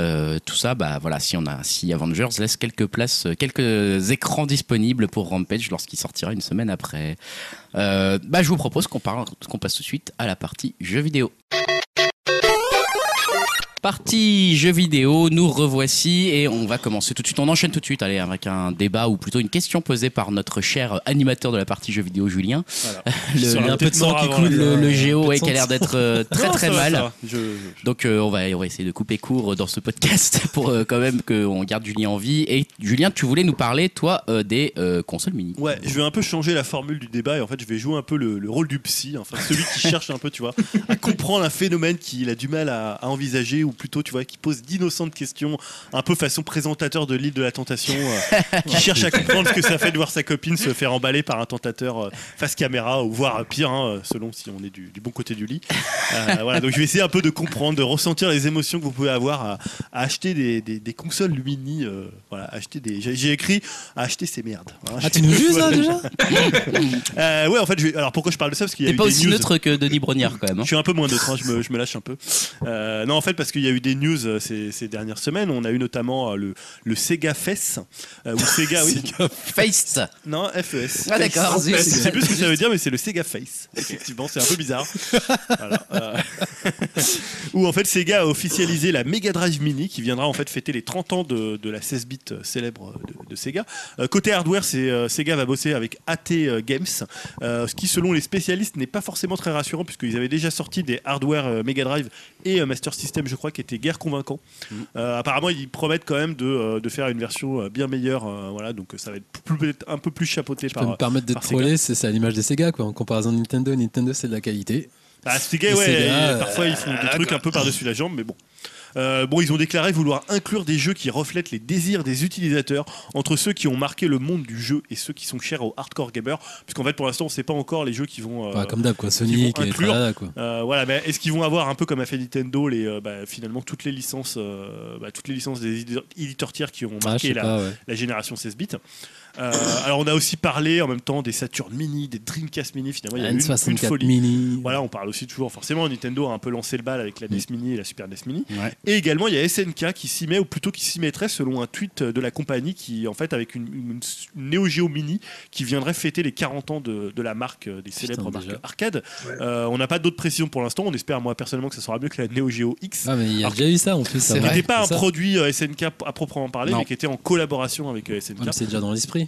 Speaker 1: Euh, tout ça, bah voilà, si on a, si Avengers laisse quelques places, euh, quelques écrans disponibles pour Rampage lorsqu'il sortira une semaine après. Euh, bah je vous propose qu'on parle, qu'on passe tout de suite à la partie jeux vidéo. Partie jeux vidéo, nous revoici et on va commencer tout de suite. On enchaîne tout de suite, allez, avec un débat ou plutôt une question posée par notre cher animateur de la partie jeux vidéo, Julien. Le-
Speaker 5: Sur
Speaker 3: Il y a un peu de sang qui coule.
Speaker 1: Le, le
Speaker 3: Un
Speaker 1: géo
Speaker 3: peu
Speaker 1: ouais,
Speaker 3: de
Speaker 1: qui a l'air
Speaker 3: sang.
Speaker 1: d'être euh, très
Speaker 5: Non,
Speaker 1: très
Speaker 5: ça va,
Speaker 1: mal.
Speaker 5: ça va. Je- je-
Speaker 1: Donc euh, on, va, on va essayer de couper court euh, dans ce podcast pour euh, quand même qu'on garde Julien en vie. Et Julien, tu voulais nous parler, toi, euh, des euh, consoles mini.
Speaker 5: Ouais, je vais un peu changer la formule du débat et en fait je vais jouer un peu le, le rôle du psy, enfin celui qui cherche un peu, tu vois, à comprendre un phénomène qu'il a du mal à, à envisager ou plutôt, tu vois, qui pose d'innocentes questions, un peu façon présentateur de l'île de la tentation, euh, qui cherche à comprendre ce que ça fait de voir sa copine se faire emballer par un tentateur euh, face caméra, ou voire pire, hein, selon si on est du, du bon côté du lit. Euh, voilà, donc je vais essayer un peu de comprendre, de ressentir les émotions que vous pouvez avoir à, à acheter des, des- des consoles mini. euh, voilà, acheter des. J'ai j'ai écrit à acheter ces merdes. Hein,
Speaker 3: Ah, tu nous juges là déjà
Speaker 5: euh, ouais, en fait, je vais- alors pourquoi je parle de ça Parce qu'il y a
Speaker 1: T'es
Speaker 5: eu
Speaker 1: pas
Speaker 5: des
Speaker 1: aussi
Speaker 5: news.
Speaker 1: neutre que Denis Brognard quand même. hein.
Speaker 5: Je suis un peu moins neutre, hein, je, me, je me lâche un peu. Euh, non, en fait, parce qu'il y a eu des news euh, ces, ces dernières semaines. On a eu notamment euh, le, le Sega Fest. euh, ou Sega, oui.
Speaker 1: Faced.
Speaker 5: Non, E FES.
Speaker 1: Ah d'accord.
Speaker 5: E Je
Speaker 1: zut.
Speaker 5: sais plus ce que ça veut dire, mais c'est le Sega Face. Effectivement, c'est un peu bizarre. Voilà, euh, Où en fait Sega a officialisé la Mega Drive Mini qui viendra en fait fêter les 30 ans de, de la 16 bits euh, célèbre de, de Sega. Euh, côté hardware, c'est euh, Sega va bosser avec AT euh, Games, euh, ce qui selon les spécialistes n'est pas forcément très rassurant puisqu'ils avaient déjà sorti des hardware euh, Mega Drive et euh, Master System, je crois, qui étaient guère convaincants. Euh, apparemment, ils promettent quand même de, euh, de faire une version euh, bien meilleure. euh, voilà, donc euh, ça va être plus- peut-être un peu plus chapeauté
Speaker 3: Je peux
Speaker 5: par, euh,
Speaker 3: me permettre de te
Speaker 5: par
Speaker 3: troller, c'est c'est à l'image des Sega quoi. En comparaison de Nintendo, Nintendo c'est de la qualité.
Speaker 5: Ah, Sega,
Speaker 3: Et
Speaker 5: ouais,
Speaker 3: Sega, euh,
Speaker 5: et parfois ils font des trucs un peu par-dessus la jambe, mais bon. Euh, bon, ils ont déclaré vouloir inclure des jeux qui reflètent les désirs des utilisateurs entre ceux qui ont marqué le monde du jeu et ceux qui sont chers aux hardcore gamers, puisqu'en fait pour l'instant on sait pas encore les jeux qui vont. euh,
Speaker 3: Bah, comme d'hab quoi, Sonic et
Speaker 5: inclure-
Speaker 3: tralala, quoi.
Speaker 5: euh, voilà, mais est-ce qu'ils vont avoir un peu comme a fait Nintendo les, euh, bah, finalement toutes les licences, euh, bah, toutes les licences des éditeurs- éditeurs tiers qui ont
Speaker 3: Ah, je
Speaker 5: marqué
Speaker 3: sais
Speaker 5: la,
Speaker 3: pas, ouais.
Speaker 5: la génération 16 bits. Euh, alors on a aussi parlé en même temps des Saturn Mini, des Dreamcast Mini. Finalement, il y a eu une, une
Speaker 3: N64
Speaker 5: folie.
Speaker 3: mini.
Speaker 5: Voilà, on parle aussi toujours, forcément, Nintendo a un peu lancé le bal avec
Speaker 3: Mm.
Speaker 5: la NES Mini et la Super NES Mini.
Speaker 1: Ouais.
Speaker 5: Et également, il y a SNK qui s'y met, ou plutôt qui s'y mettrait, selon un tweet de la compagnie, qui, en fait, avec une, une- une Neo Geo Mini, qui viendrait fêter les 40 ans de, de la marque, euh, des célèbres
Speaker 3: déjà.
Speaker 5: marques arcade.
Speaker 4: Ouais.
Speaker 5: Euh, on n'a pas d'autres précisions pour l'instant. On espère, moi, personnellement, que ça sera mieux que la Neo Geo X.
Speaker 3: Ah mais il y a
Speaker 5: Alors,
Speaker 3: déjà eu ça en plus.
Speaker 1: c'est
Speaker 3: avant,
Speaker 5: qui
Speaker 1: vrai.
Speaker 5: n'était pas un
Speaker 3: ça.
Speaker 5: produit euh, SNK à proprement parler,
Speaker 1: Non.
Speaker 5: mais qui était en collaboration avec euh, SNK.
Speaker 3: Ouais, Ah, mais C'est déjà dans l'esprit.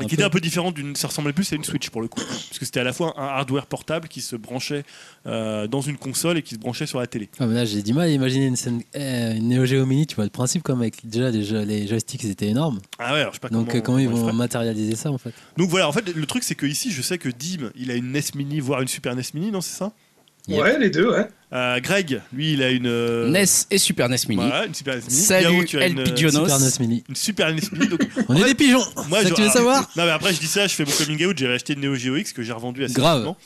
Speaker 5: Et
Speaker 3: Un
Speaker 5: qui
Speaker 3: peu.
Speaker 5: était un peu différente d'une. Ça ressemblait plus à une Switch pour le coup. Parce que c'était à la fois un hardware portable qui se branchait euh, dans une console et qui se branchait sur la télé.
Speaker 3: Ah, mais là, j'ai du mal à imaginer une, scène, euh, une Neo Geo Mini, tu vois le principe comme avec déjà les, jeux- les joysticks ils étaient énormes.
Speaker 5: Ah ouais, alors je sais pas
Speaker 3: Donc euh,
Speaker 5: comment,
Speaker 3: comment ils
Speaker 5: comment
Speaker 3: vont
Speaker 5: feraient.
Speaker 3: matérialiser ça en fait
Speaker 5: Donc voilà, en fait, le truc c'est que ici, je sais que Dim, il a une NES Mini, voire une Super NES Mini, non, c'est ça
Speaker 3: Yeah.
Speaker 4: Ouais, les deux, ouais.
Speaker 5: Euh, Greg, lui, il a une. euh,
Speaker 3: E
Speaker 1: NES et Super NES Mini.
Speaker 5: Voilà, une Super NES Mini. Yao,
Speaker 1: Salut
Speaker 5: tu as
Speaker 1: El
Speaker 5: une, euh,
Speaker 1: Pidgeonos.
Speaker 3: Super NES Mini.
Speaker 5: une Super NES Mini. Donc,
Speaker 3: On est des pigeons
Speaker 5: moi,
Speaker 3: Ça,
Speaker 5: je-
Speaker 3: tu veux
Speaker 5: alors,
Speaker 3: savoir
Speaker 5: Non, mais après, je dis ça, je fais mon coming out, j'avais acheté une Neo Geo X que j'ai revendue assez
Speaker 3: Grave.
Speaker 5: rapidement.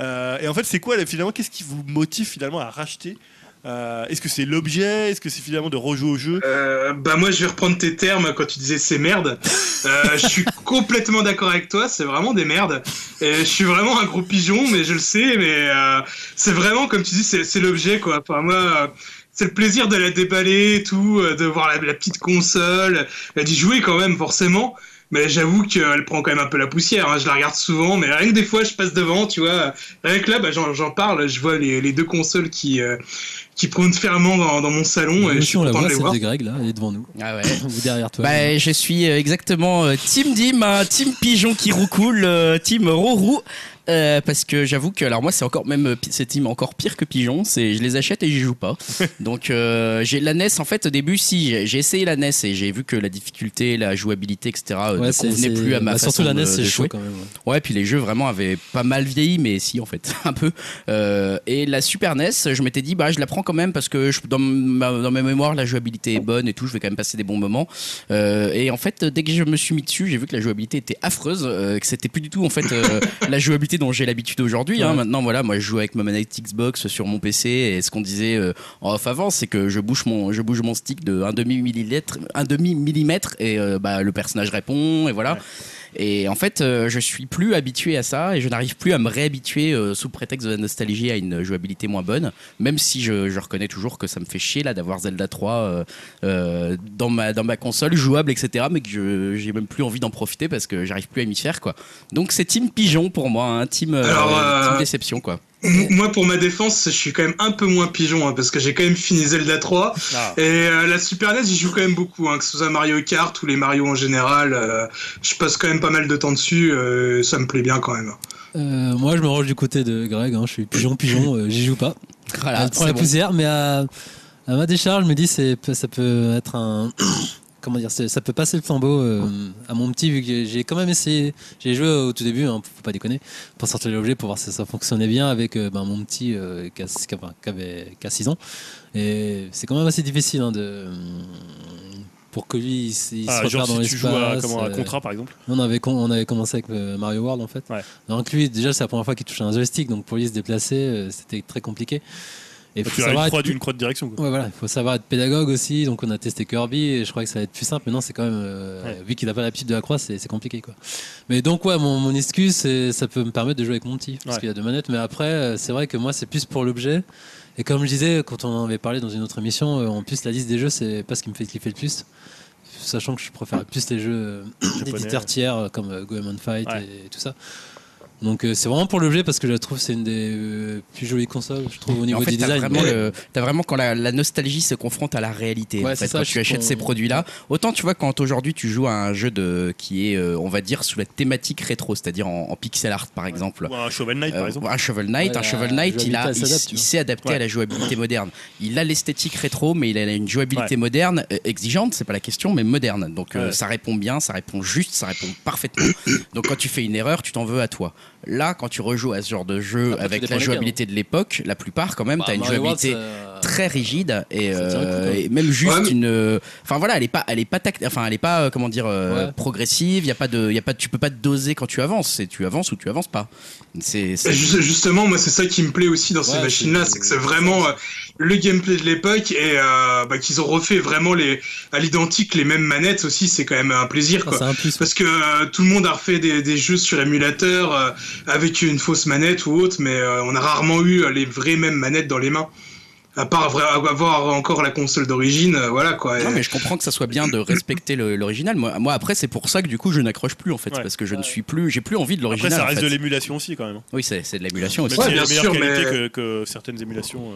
Speaker 5: Euh, et en fait, c'est quoi là, finalement Qu'est-ce qui vous motive finalement à racheter Euh, Est-ce que c'est l'objet Est-ce que c'est finalement de rejouer au jeu
Speaker 4: Euh, bah moi je vais reprendre tes termes quand tu disais c'est merde. Euh, je suis complètement d'accord avec toi, c'est vraiment des merdes. Et je suis vraiment un gros pigeon, mais je le sais, mais euh, c'est vraiment comme tu dis, c'est c'est l'objet quoi. Enfin moi, euh, c'est le plaisir de la déballer, et tout, euh, de voir la, la petite console, euh, d'y jouer quand même forcément. Mais j'avoue qu'elle prend quand même un peu la poussière. hein. Je la regarde souvent, mais rien que des fois je passe devant, tu vois. Rien que là, bah, j'en j'en parle, je vois les, les deux consoles qui euh, qui prônent fermement dans, dans mon salon. Et je
Speaker 3: Monsieur,
Speaker 4: suis
Speaker 3: on la
Speaker 4: content
Speaker 3: voit,
Speaker 4: de les
Speaker 3: celle
Speaker 4: voir.
Speaker 3: de Greg là, elle est devant nous.
Speaker 1: Ah ouais.
Speaker 3: Ou derrière toi.
Speaker 1: Bah, je suis euh, exactement euh, Team Dim, hein, Team Pigeon qui roucoule, euh, Team Rourou. euh, parce que j'avoue que alors moi c'est encore même euh, pi- c'est team encore pire que pigeon c'est je les achète et j'y joue pas donc euh, j'ai la NES en fait au début si j'ai- j'ai essayé la NES et j'ai vu que la difficulté la jouabilité etc euh, ne
Speaker 3: Ouais, c'est-
Speaker 1: convenait
Speaker 3: c'est-
Speaker 1: plus à ma
Speaker 3: bah,
Speaker 1: façon
Speaker 3: Surtout la
Speaker 1: de-
Speaker 3: NES,
Speaker 1: de
Speaker 3: c'est
Speaker 1: jouer.
Speaker 3: chaud quand même. ouais.
Speaker 1: Ouais, puis les jeux vraiment avaient pas mal vieilli, mais si en fait, un peu. Euh, et la Super NES, je m'étais dit, bah je la prends quand même parce que je, dans, ma, dans mes mémoires, la jouabilité est bonne et tout, je vais quand même passer des bons moments. Euh, et en fait, dès que je me suis mis dessus, j'ai vu que la jouabilité était affreuse, euh, que c'était plus du tout en fait euh, la jouabilité dont j'ai l'habitude aujourd'hui. hein.
Speaker 3: Ouais.
Speaker 1: Maintenant, voilà, moi je joue avec ma manette Xbox sur mon PC et ce qu'on disait euh, en off avant, c'est que je bouge mon, je bouge mon stick de 1 demi millilitre, un demi millimètre et euh, bah, le personnage répond et voilà. Et en fait, euh, je suis plus habitué à ça et je n'arrive plus à me réhabituer euh, sous prétexte de la nostalgie à une jouabilité moins bonne, même si je, je reconnais toujours que ça me fait chier là d'avoir Zelda 3 euh, euh, dans, ma, dans ma console jouable, etc. Mais que je- j'ai même plus envie d'en profiter parce que j'arrive plus à m'y faire quoi. Donc c'est Team Pigeon pour moi, hein, team, euh,
Speaker 4: Alors, euh,
Speaker 1: team Déception quoi.
Speaker 4: M- Moi, pour ma défense, je suis quand même un peu moins pigeon hein, parce que j'ai quand même fini Zelda 3
Speaker 5: Ah.
Speaker 4: et euh, la Super NES, j'y joue quand même beaucoup, hein, que ce soit Mario Kart ou les Mario en général. euh, je passe quand même pas mal de temps dessus, euh, ça me plaît bien quand même.
Speaker 3: Euh, moi, je me range du côté de Greg. hein, Je suis pigeon, pigeon. euh, J'y joue pas.
Speaker 1: Voilà,
Speaker 3: elle prend
Speaker 1: c'est
Speaker 3: la
Speaker 1: bon.
Speaker 3: poussière, mais à, à ma décharge, je me dis c'est ça peut être un comment dire, c'est- ça peut passer le flambeau euh, à mon petit, vu que j'ai quand même essayé, j'ai joué au tout début, hein, faut pas déconner, pour sortir l'objet, pour voir si ça fonctionnait bien avec euh, ben, mon petit euh, qui a, qui a- qui avait- qui a 6 ans. Et c'est quand même assez difficile hein, de, pour que lui il, s- il se
Speaker 5: Ah,
Speaker 3: repère
Speaker 5: genre
Speaker 3: dans
Speaker 5: si
Speaker 3: l'espace.
Speaker 5: tu joues à, comment, à
Speaker 3: euh,
Speaker 5: Contra par exemple.
Speaker 3: on avait, com- on avait commencé avec euh, Mario World en fait.
Speaker 5: Ouais.
Speaker 3: Donc lui, déjà, c'est la première fois qu'il touchait un joystick, donc pour lui se déplacer, euh, c'était très compliqué. Et
Speaker 5: Tu
Speaker 3: faut
Speaker 5: as une
Speaker 3: savoir
Speaker 5: croix,
Speaker 3: être-
Speaker 5: d'une croix de direction. Quoi.
Speaker 3: Ouais, voilà, il faut savoir être pédagogue aussi. Donc on a testé Kirby et je crois que ça va être plus simple. Mais non, c'est quand même euh,
Speaker 5: Ouais.
Speaker 3: vu qu'il n'a pas l'habitude de la croix, c'est c'est compliqué quoi. Mais donc ouais, mon, mon excuse, c'est- ça peut me permettre de jouer avec mon petit parce
Speaker 5: Ouais.
Speaker 3: qu'il y a deux manettes. Mais après, euh, c'est vrai que moi, c'est plus pour l'objet. Et comme je disais, quand on en avait parlé dans une autre émission, euh, en plus la liste des jeux, c'est pas ce qui me fait kiffer le plus. Sachant que je préfère plus les jeux euh,
Speaker 5: Japonais,
Speaker 3: d'éditeurs
Speaker 5: ouais.
Speaker 3: tiers euh, comme euh, Goemon Fight
Speaker 5: Ouais.
Speaker 3: et, tout ça. Donc euh, c'est vraiment pour l'objet parce que je la trouve c'est une des euh, plus jolies consoles je trouve au
Speaker 1: Et
Speaker 3: niveau
Speaker 1: en fait,
Speaker 3: du
Speaker 1: t'as
Speaker 3: design.
Speaker 1: vraiment,
Speaker 3: Mais-
Speaker 1: le- t'as vraiment quand la, la nostalgie se confronte à la réalité.
Speaker 3: Ouais,
Speaker 1: en fait,
Speaker 3: c'est
Speaker 1: quand
Speaker 3: ça, je
Speaker 1: tu
Speaker 3: suis
Speaker 1: achètes
Speaker 3: con-
Speaker 1: ces produits-là, autant tu vois quand aujourd'hui tu joues à un jeu de qui est, euh, on va dire, sous la thématique rétro, c'est-à-dire en, en pixel art par exemple.
Speaker 5: Ou un Shovel Knight par
Speaker 1: Euh,
Speaker 5: exemple.
Speaker 1: un Shovel Knight,
Speaker 3: Ouais,
Speaker 1: un
Speaker 3: la
Speaker 1: Shovel Knight, il, a,
Speaker 3: jouabilité, hein.
Speaker 1: il,
Speaker 3: elle s'adapte, tu
Speaker 1: il
Speaker 3: vois.
Speaker 1: s'est adapté à la jouabilité moderne. Il a l'esthétique rétro, mais il a une jouabilité
Speaker 5: Ouais.
Speaker 1: moderne, euh, exigeante, c'est pas la question, mais moderne. Donc euh,
Speaker 5: Ouais.
Speaker 1: ça répond bien, ça répond juste, ça répond parfaitement. Donc quand tu fais une erreur, tu t'en veux à toi. Là, quand tu rejoues à ce genre de jeu
Speaker 3: Après,
Speaker 1: avec
Speaker 3: tout dépend
Speaker 1: la
Speaker 3: lesquels, hein.
Speaker 1: jouabilité de l'époque, la plupart quand même,
Speaker 3: Bah,
Speaker 1: t'as une
Speaker 3: Mario World,
Speaker 1: jouabilité
Speaker 5: euh,
Speaker 3: ça-
Speaker 1: très rigide et,
Speaker 3: Ça tient le coup,
Speaker 1: euh,
Speaker 3: quoi.
Speaker 1: et même juste
Speaker 4: Ouais, mais-
Speaker 1: une euh, enfin voilà elle est pas elle est pas tact- enfin elle est pas euh, comment dire euh,
Speaker 3: Ouais.
Speaker 1: progressive il y a pas de il y a pas de- tu peux pas te doser quand tu avances c'est tu avances ou tu avances pas c'est c'est-
Speaker 4: Et ju- Justement, moi, c'est ça qui me plaît aussi dans ces
Speaker 3: Ouais,
Speaker 4: machines-là,
Speaker 3: c'est-
Speaker 4: c'est que c'est vraiment euh, le gameplay de l'époque et euh, bah, qu'ils ont refait vraiment les, à l'identique les mêmes manettes aussi, c'est quand même un plaisir.
Speaker 3: Ah,
Speaker 4: Quoi.
Speaker 3: c'est un plus.
Speaker 4: Parce que euh, tout le monde a refait des, des jeux sur émulateur euh, avec une fausse manette ou autre, mais euh, on a rarement eu euh, les vraies mêmes manettes dans les mains. À part vra- avoir encore la console d'origine, euh, voilà quoi. Et-
Speaker 1: Non, mais je comprends que ça soit bien de respecter le- l'original. Moi, moi, après, c'est pour ça que du coup, je n'accroche plus en fait,
Speaker 5: Ouais.
Speaker 1: parce que je ne suis plus, j'ai plus envie de
Speaker 5: Après
Speaker 1: l'original.
Speaker 5: ça
Speaker 1: en
Speaker 5: reste
Speaker 1: fait.
Speaker 5: de l'émulation aussi quand même. hein.
Speaker 1: Oui, c'est c'est de l'émulation aussi.
Speaker 5: Même si elle
Speaker 4: bien
Speaker 5: a meilleure
Speaker 4: sûr,
Speaker 5: qualité que,
Speaker 4: mais-
Speaker 5: que certaines émulations. euh.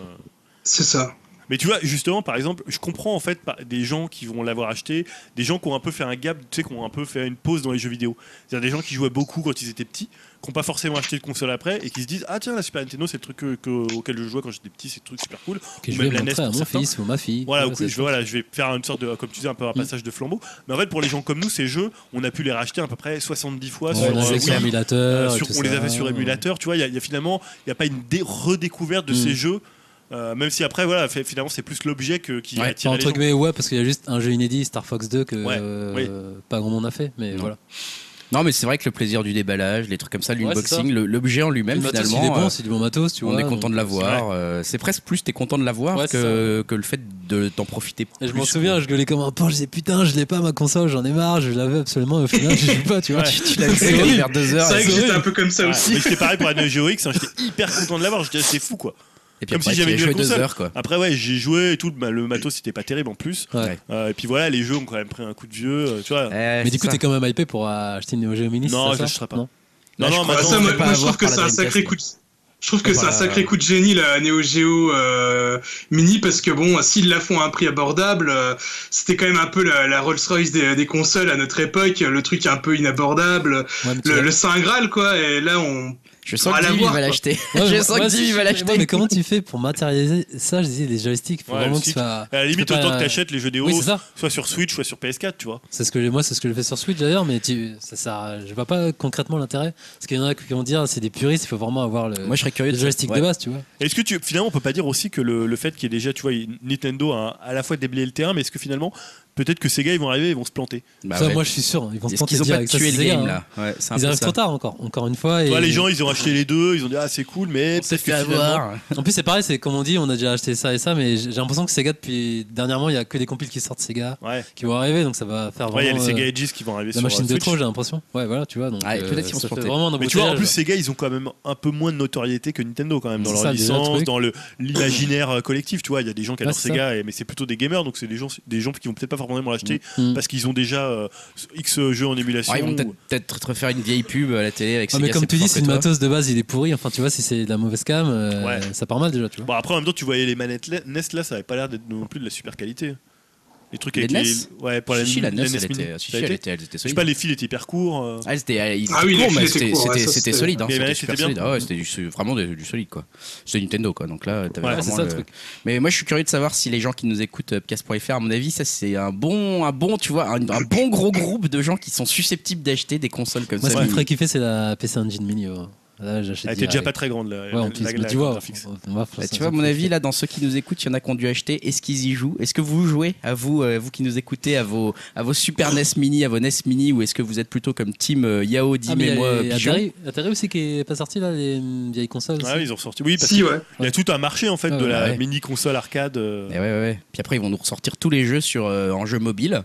Speaker 4: C'est ça.
Speaker 5: Mais tu vois, justement, par exemple, je comprends en fait par- des gens qui vont l'avoir acheté, des gens qui ont un peu fait un gap, tu sais, qui ont un peu fait une pause dans les jeux vidéo. C'est-à-dire des gens qui jouaient beaucoup quand ils étaient petits, qui n'ont pas forcément acheté de console après et qui se disent Ah tiens, la Super Nintendo, c'est le truc que- que- auquel je jouais quand j'étais petit, c'est le truc super cool.
Speaker 3: que je
Speaker 5: même
Speaker 3: vais
Speaker 5: la NES
Speaker 3: montrer
Speaker 5: pour
Speaker 3: à mon
Speaker 5: certains.
Speaker 3: fils ou ma fille.
Speaker 5: Voilà,
Speaker 3: Ouais,
Speaker 5: au coup,
Speaker 3: c'est-
Speaker 5: je, vais- voilà, je vais faire une sorte de, comme tu disais, un peu un passage de flambeau. Mais en fait, pour les gens comme nous, ces jeux, on a pu les racheter à peu près 70 fois
Speaker 3: Ouais,
Speaker 5: sur,
Speaker 3: on
Speaker 5: euh,
Speaker 3: les avait
Speaker 5: Wii,
Speaker 3: sur émulateur.
Speaker 5: euh,
Speaker 3: et
Speaker 5: sur-
Speaker 3: Ah, tout
Speaker 5: on les
Speaker 3: ça.
Speaker 5: avait sur émulateur. Tu vois, il y a- il y, a finalement, il n'y a pas une dé- redécouverte de
Speaker 3: Mm.
Speaker 5: ces jeux. euh, même si après, voilà, fait- finalement, c'est plus l'objet que- qui
Speaker 1: Ouais,
Speaker 5: attire les
Speaker 3: entre
Speaker 5: gens.
Speaker 3: guillemets, ouais, parce qu'il y a juste un jeu inédit, Star Fox 2, que
Speaker 5: Ouais,
Speaker 3: euh, pas grand monde a fait, mais
Speaker 1: Non.
Speaker 3: voilà.
Speaker 1: Non, mais c'est vrai que le plaisir du déballage, les trucs comme ça,
Speaker 3: c'est ça.
Speaker 1: l'unboxing, le- l'objet en lui-même,
Speaker 3: Le matos, il est
Speaker 1: finalement,
Speaker 3: bon,
Speaker 1: euh,
Speaker 3: c'est du bon matos, tu
Speaker 1: on
Speaker 3: vois,
Speaker 1: est content
Speaker 3: donc-
Speaker 1: de
Speaker 5: c'est
Speaker 1: l'avoir. euh, C'est presque plus t'es content de l'avoir
Speaker 3: Ouais, c'est
Speaker 1: que, que le fait de t'en profiter.
Speaker 3: Et je
Speaker 1: plus,
Speaker 3: m'en souviens, je gueulais comme un porc, je disais putain, je l'ai pas ma console, j'en ai marre, je l'avais absolument, au final, je joue pas, tu vois.
Speaker 5: Ouais.
Speaker 1: quoi. Tu l'as laissé vers deux heures.
Speaker 4: C'est vrai
Speaker 1: et-
Speaker 4: que j'étais un peu comme ça
Speaker 5: Ouais,
Speaker 4: aussi.
Speaker 5: mais J'étais pareil pour la Neo Geo X, hein, j'étais hyper content de l'avoir, j'étais assez fou quoi.
Speaker 1: Et puis
Speaker 5: comme
Speaker 1: après,
Speaker 5: si
Speaker 1: tu
Speaker 5: j'avais
Speaker 1: l'as
Speaker 5: une
Speaker 1: joué deux
Speaker 5: console.
Speaker 1: heures, quoi.
Speaker 5: Après, ouais, j'ai joué et tout, bah, le matos c'était pas terrible en plus.
Speaker 3: Ouais.
Speaker 1: Ouais.
Speaker 5: Euh, et puis voilà, les jeux ont quand même pris un coup de vieux, euh, tu vois.
Speaker 1: Eh,
Speaker 3: Mais
Speaker 1: c'est
Speaker 3: du coup,
Speaker 1: ça.
Speaker 3: t'es quand même hypé pour euh, acheter une Neo Geo Mini,
Speaker 5: Non, je
Speaker 3: c'est ça, ça
Speaker 5: l'achèterai pas.
Speaker 3: Non.
Speaker 5: Non, non,
Speaker 1: Là,
Speaker 5: maintenant,
Speaker 4: Ah, ça,
Speaker 1: Bah, on
Speaker 4: moi,
Speaker 1: peut pas
Speaker 4: moi, je
Speaker 1: avoir
Speaker 4: trouve
Speaker 1: par
Speaker 4: que
Speaker 1: la
Speaker 4: c'est un
Speaker 1: Dreamcast,
Speaker 4: sacré
Speaker 1: quoi.
Speaker 4: coup de... Je trouve que c'est
Speaker 1: Bah,
Speaker 4: un sacré coup de génie la Neo Geo euh, Mini parce que bon, s'ils la font à un prix abordable, euh, c'était quand même un peu la, la Rolls-Royce des, des consoles à notre époque, le truc un peu inabordable,
Speaker 3: Ouais, mais tu
Speaker 4: le,
Speaker 3: l'as-
Speaker 4: le saint graal quoi. Et là, on
Speaker 1: Je
Speaker 4: on
Speaker 1: sens
Speaker 4: va
Speaker 1: que
Speaker 4: la
Speaker 1: Divi
Speaker 4: voir,
Speaker 1: va
Speaker 4: quoi.
Speaker 1: l'acheter.
Speaker 3: Ouais,
Speaker 1: Je
Speaker 3: mais-
Speaker 1: sens que
Speaker 3: ouais,
Speaker 1: Divi
Speaker 3: si-
Speaker 1: va
Speaker 3: ouais,
Speaker 1: l'acheter.
Speaker 3: Mais comment tu fais pour matérialiser ça Je disais, les joysticks, faut
Speaker 5: Ouais,
Speaker 3: vraiment
Speaker 5: le
Speaker 3: que tu
Speaker 5: stick.
Speaker 3: sois.
Speaker 5: à la limite,
Speaker 3: tu peux
Speaker 5: autant
Speaker 3: pas-
Speaker 5: que t'achètes les jeux déo,
Speaker 3: Oui, c'est ça.
Speaker 5: soit sur Switch, soit sur PS4, tu vois.
Speaker 3: C'est ce que j'ai- moi, c'est ce que je fais sur Switch d'ailleurs, mais tu, ça, sert à- je vois pas concrètement l'intérêt. Parce qu'il y en a qui vont dire, c'est des puristes, il faut vraiment avoir le,
Speaker 1: Euh, Moi, je serais curieux
Speaker 3: le
Speaker 1: de
Speaker 3: joystick
Speaker 1: ouais.
Speaker 3: de base, tu vois.
Speaker 5: Est-ce que tu, finalement, on peut pas dire aussi que le, le fait qu'il y ait déjà, tu vois, Nintendo a à la fois déblayé le terrain, mais est-ce que finalement, peut-être que ces gars, ils vont arriver, ils vont se planter.
Speaker 1: Bah
Speaker 3: ça,
Speaker 1: ouais.
Speaker 3: moi, je suis sûr, hein, ils vont se
Speaker 1: Est-ce
Speaker 3: planter
Speaker 1: qu'ils ont pas
Speaker 3: direct. ça,
Speaker 1: tué
Speaker 3: c'est
Speaker 1: le
Speaker 3: les gars,
Speaker 1: game
Speaker 3: hein.
Speaker 1: là Ouais, c'est un
Speaker 3: Ils
Speaker 1: peu
Speaker 3: arrivent
Speaker 1: ça.
Speaker 3: trop tard encore, encore une fois. Et
Speaker 5: Tu vois, les gens, ils ont acheté les deux, ils ont dit, ah, c'est cool, mais
Speaker 1: On s'est
Speaker 5: peut-être
Speaker 1: fait
Speaker 5: que finalement,
Speaker 1: avoir.
Speaker 3: En plus, c'est pareil, c'est comme on dit, on a déjà acheté ça et ça, mais j'ai j'ai l'impression que Sega, depuis dernièrement, il y a que des compiles qui sortent Sega
Speaker 5: Ouais,
Speaker 3: qui vont arriver, donc ça va faire
Speaker 5: Ouais, il y a
Speaker 3: vraiment
Speaker 5: les Sega
Speaker 3: euh,
Speaker 5: Edges qui vont arriver
Speaker 3: la
Speaker 5: sur
Speaker 3: machine de
Speaker 5: Switch.
Speaker 3: trop, j'ai l'impression. Ouais, voilà, tu vois. Donc, euh,
Speaker 1: Ah, et peut-être qu'ils vont se
Speaker 3: ça fait
Speaker 1: planter.
Speaker 3: vraiment un
Speaker 5: Mais tu vois, en
Speaker 3: embouteillage.
Speaker 5: plus, ces gars, ils ont quand même un peu moins de notoriété que Nintendo, quand même, dans
Speaker 3: C'est
Speaker 5: leur
Speaker 3: ça, déjà, le
Speaker 5: licence,
Speaker 3: truc.
Speaker 5: dans le- l'imaginaire euh, collectif. Tu vois, il y a des gens qui
Speaker 3: Ouais,
Speaker 5: adorent
Speaker 3: c'est
Speaker 5: Sega, et- mais c'est plutôt des gamers, donc c'est des gens, des gens qui vont peut-être pas forcément l'acheter
Speaker 3: Mm.
Speaker 5: parce qu'ils ont déjà euh, X jeux en émulation.
Speaker 1: Ah, ils vont peut-être- peut-être te refaire une vieille pub à la télé avec
Speaker 3: Ah,
Speaker 1: ces
Speaker 3: mais
Speaker 1: gars,
Speaker 3: comme
Speaker 1: c'est plus
Speaker 3: tu dis,
Speaker 1: fort
Speaker 3: si
Speaker 1: que
Speaker 3: le
Speaker 1: toi.
Speaker 3: matos de base il est pourri, enfin tu vois, si c'est de la mauvaise cam, euh,
Speaker 5: hein. Ouais.
Speaker 3: ça part mal déjà, tu vois.
Speaker 5: E Bon, après, en même temps, tu voyais les manettes Nesla, ça avait pas l'air d'être non plus de la super qualité. Les trucs
Speaker 1: Les
Speaker 5: avec
Speaker 1: NES
Speaker 3: E
Speaker 5: les. Ouais, pour la
Speaker 1: Chichi, la E
Speaker 5: la
Speaker 1: NES, elle
Speaker 5: Mini.
Speaker 1: était, Chichi,
Speaker 5: Ça a
Speaker 1: elle
Speaker 5: été
Speaker 1: était, elle était
Speaker 5: Je sais
Speaker 1: solide.
Speaker 5: pas, les fils étaient hyper courts. euh,
Speaker 1: Ah, c'était, elle- il
Speaker 4: Ah
Speaker 1: était
Speaker 4: oui, les
Speaker 1: court,
Speaker 4: fils
Speaker 1: mais
Speaker 4: étaient
Speaker 1: c'était,
Speaker 4: courts, ouais,
Speaker 1: c'était-
Speaker 4: ça,
Speaker 1: c'était
Speaker 4: c'était-
Speaker 1: solide. Hein,
Speaker 5: Mais les
Speaker 1: c'était
Speaker 5: manettes
Speaker 1: super
Speaker 5: étaient bien.
Speaker 1: solide. Ah ouais, c'était du- c'est vraiment du, du solide, quoi. C'était Nintendo, quoi. Donc là, t'avais
Speaker 5: Ouais,
Speaker 1: vraiment
Speaker 3: c'est ça, le
Speaker 1: le-
Speaker 3: truc.
Speaker 1: Mais moi, je suis curieux de savoir si les gens qui nous écoutent, euh, Upcast.fr, à mon avis, ça, c'est un bon, un bon, tu vois, un, un bon gros groupe de gens qui sont susceptibles d'acheter des consoles comme
Speaker 3: Moi, ce
Speaker 1: ça.
Speaker 3: qui me
Speaker 1: Oui.
Speaker 3: ferait kiffer, c'est la PC Engine Mini. ouais. Là, j'achète.
Speaker 5: Elle était déjà
Speaker 3: direct.
Speaker 5: pas très grande, la,
Speaker 3: Ouais, en
Speaker 5: la-
Speaker 3: plus,
Speaker 5: la-
Speaker 3: mais
Speaker 5: la-
Speaker 3: tu vois,
Speaker 5: graphique.
Speaker 3: on- on va faire
Speaker 1: Bah,
Speaker 3: ça,
Speaker 1: tu
Speaker 3: ça
Speaker 1: vois, à
Speaker 3: me
Speaker 1: mon
Speaker 3: fait
Speaker 1: avis,
Speaker 3: kiffer.
Speaker 1: là, dans ceux qui nous écoutent, il y en a qui ont dû acheter. Est-ce qu'ils y jouent Est-ce que vous jouez à vous, euh, vous qui nous écoutez, à vos, à vos Super NES Mini, à vos NES Mini, ou est-ce que vous êtes plutôt comme Team euh, Yao, Dim
Speaker 3: Ah, mais il y
Speaker 1: et
Speaker 3: a
Speaker 1: moi,
Speaker 3: les-
Speaker 1: Pigeon
Speaker 3: Atari, Atari aussi qui est pas sorti là, les mm, vieilles consoles. aussi.
Speaker 5: Ouais, ils ont ressorti. Ah Oui, parce
Speaker 4: Si, ouais.
Speaker 5: qu'il y a tout un marché en fait
Speaker 3: Ah
Speaker 5: de
Speaker 3: ouais,
Speaker 5: la
Speaker 1: ouais.
Speaker 5: mini console arcade. euh,
Speaker 1: Mais Eh ouais, ouais, ouais. Puis après, ils vont nous ressortir tous les jeux sur, euh, en jeu mobile.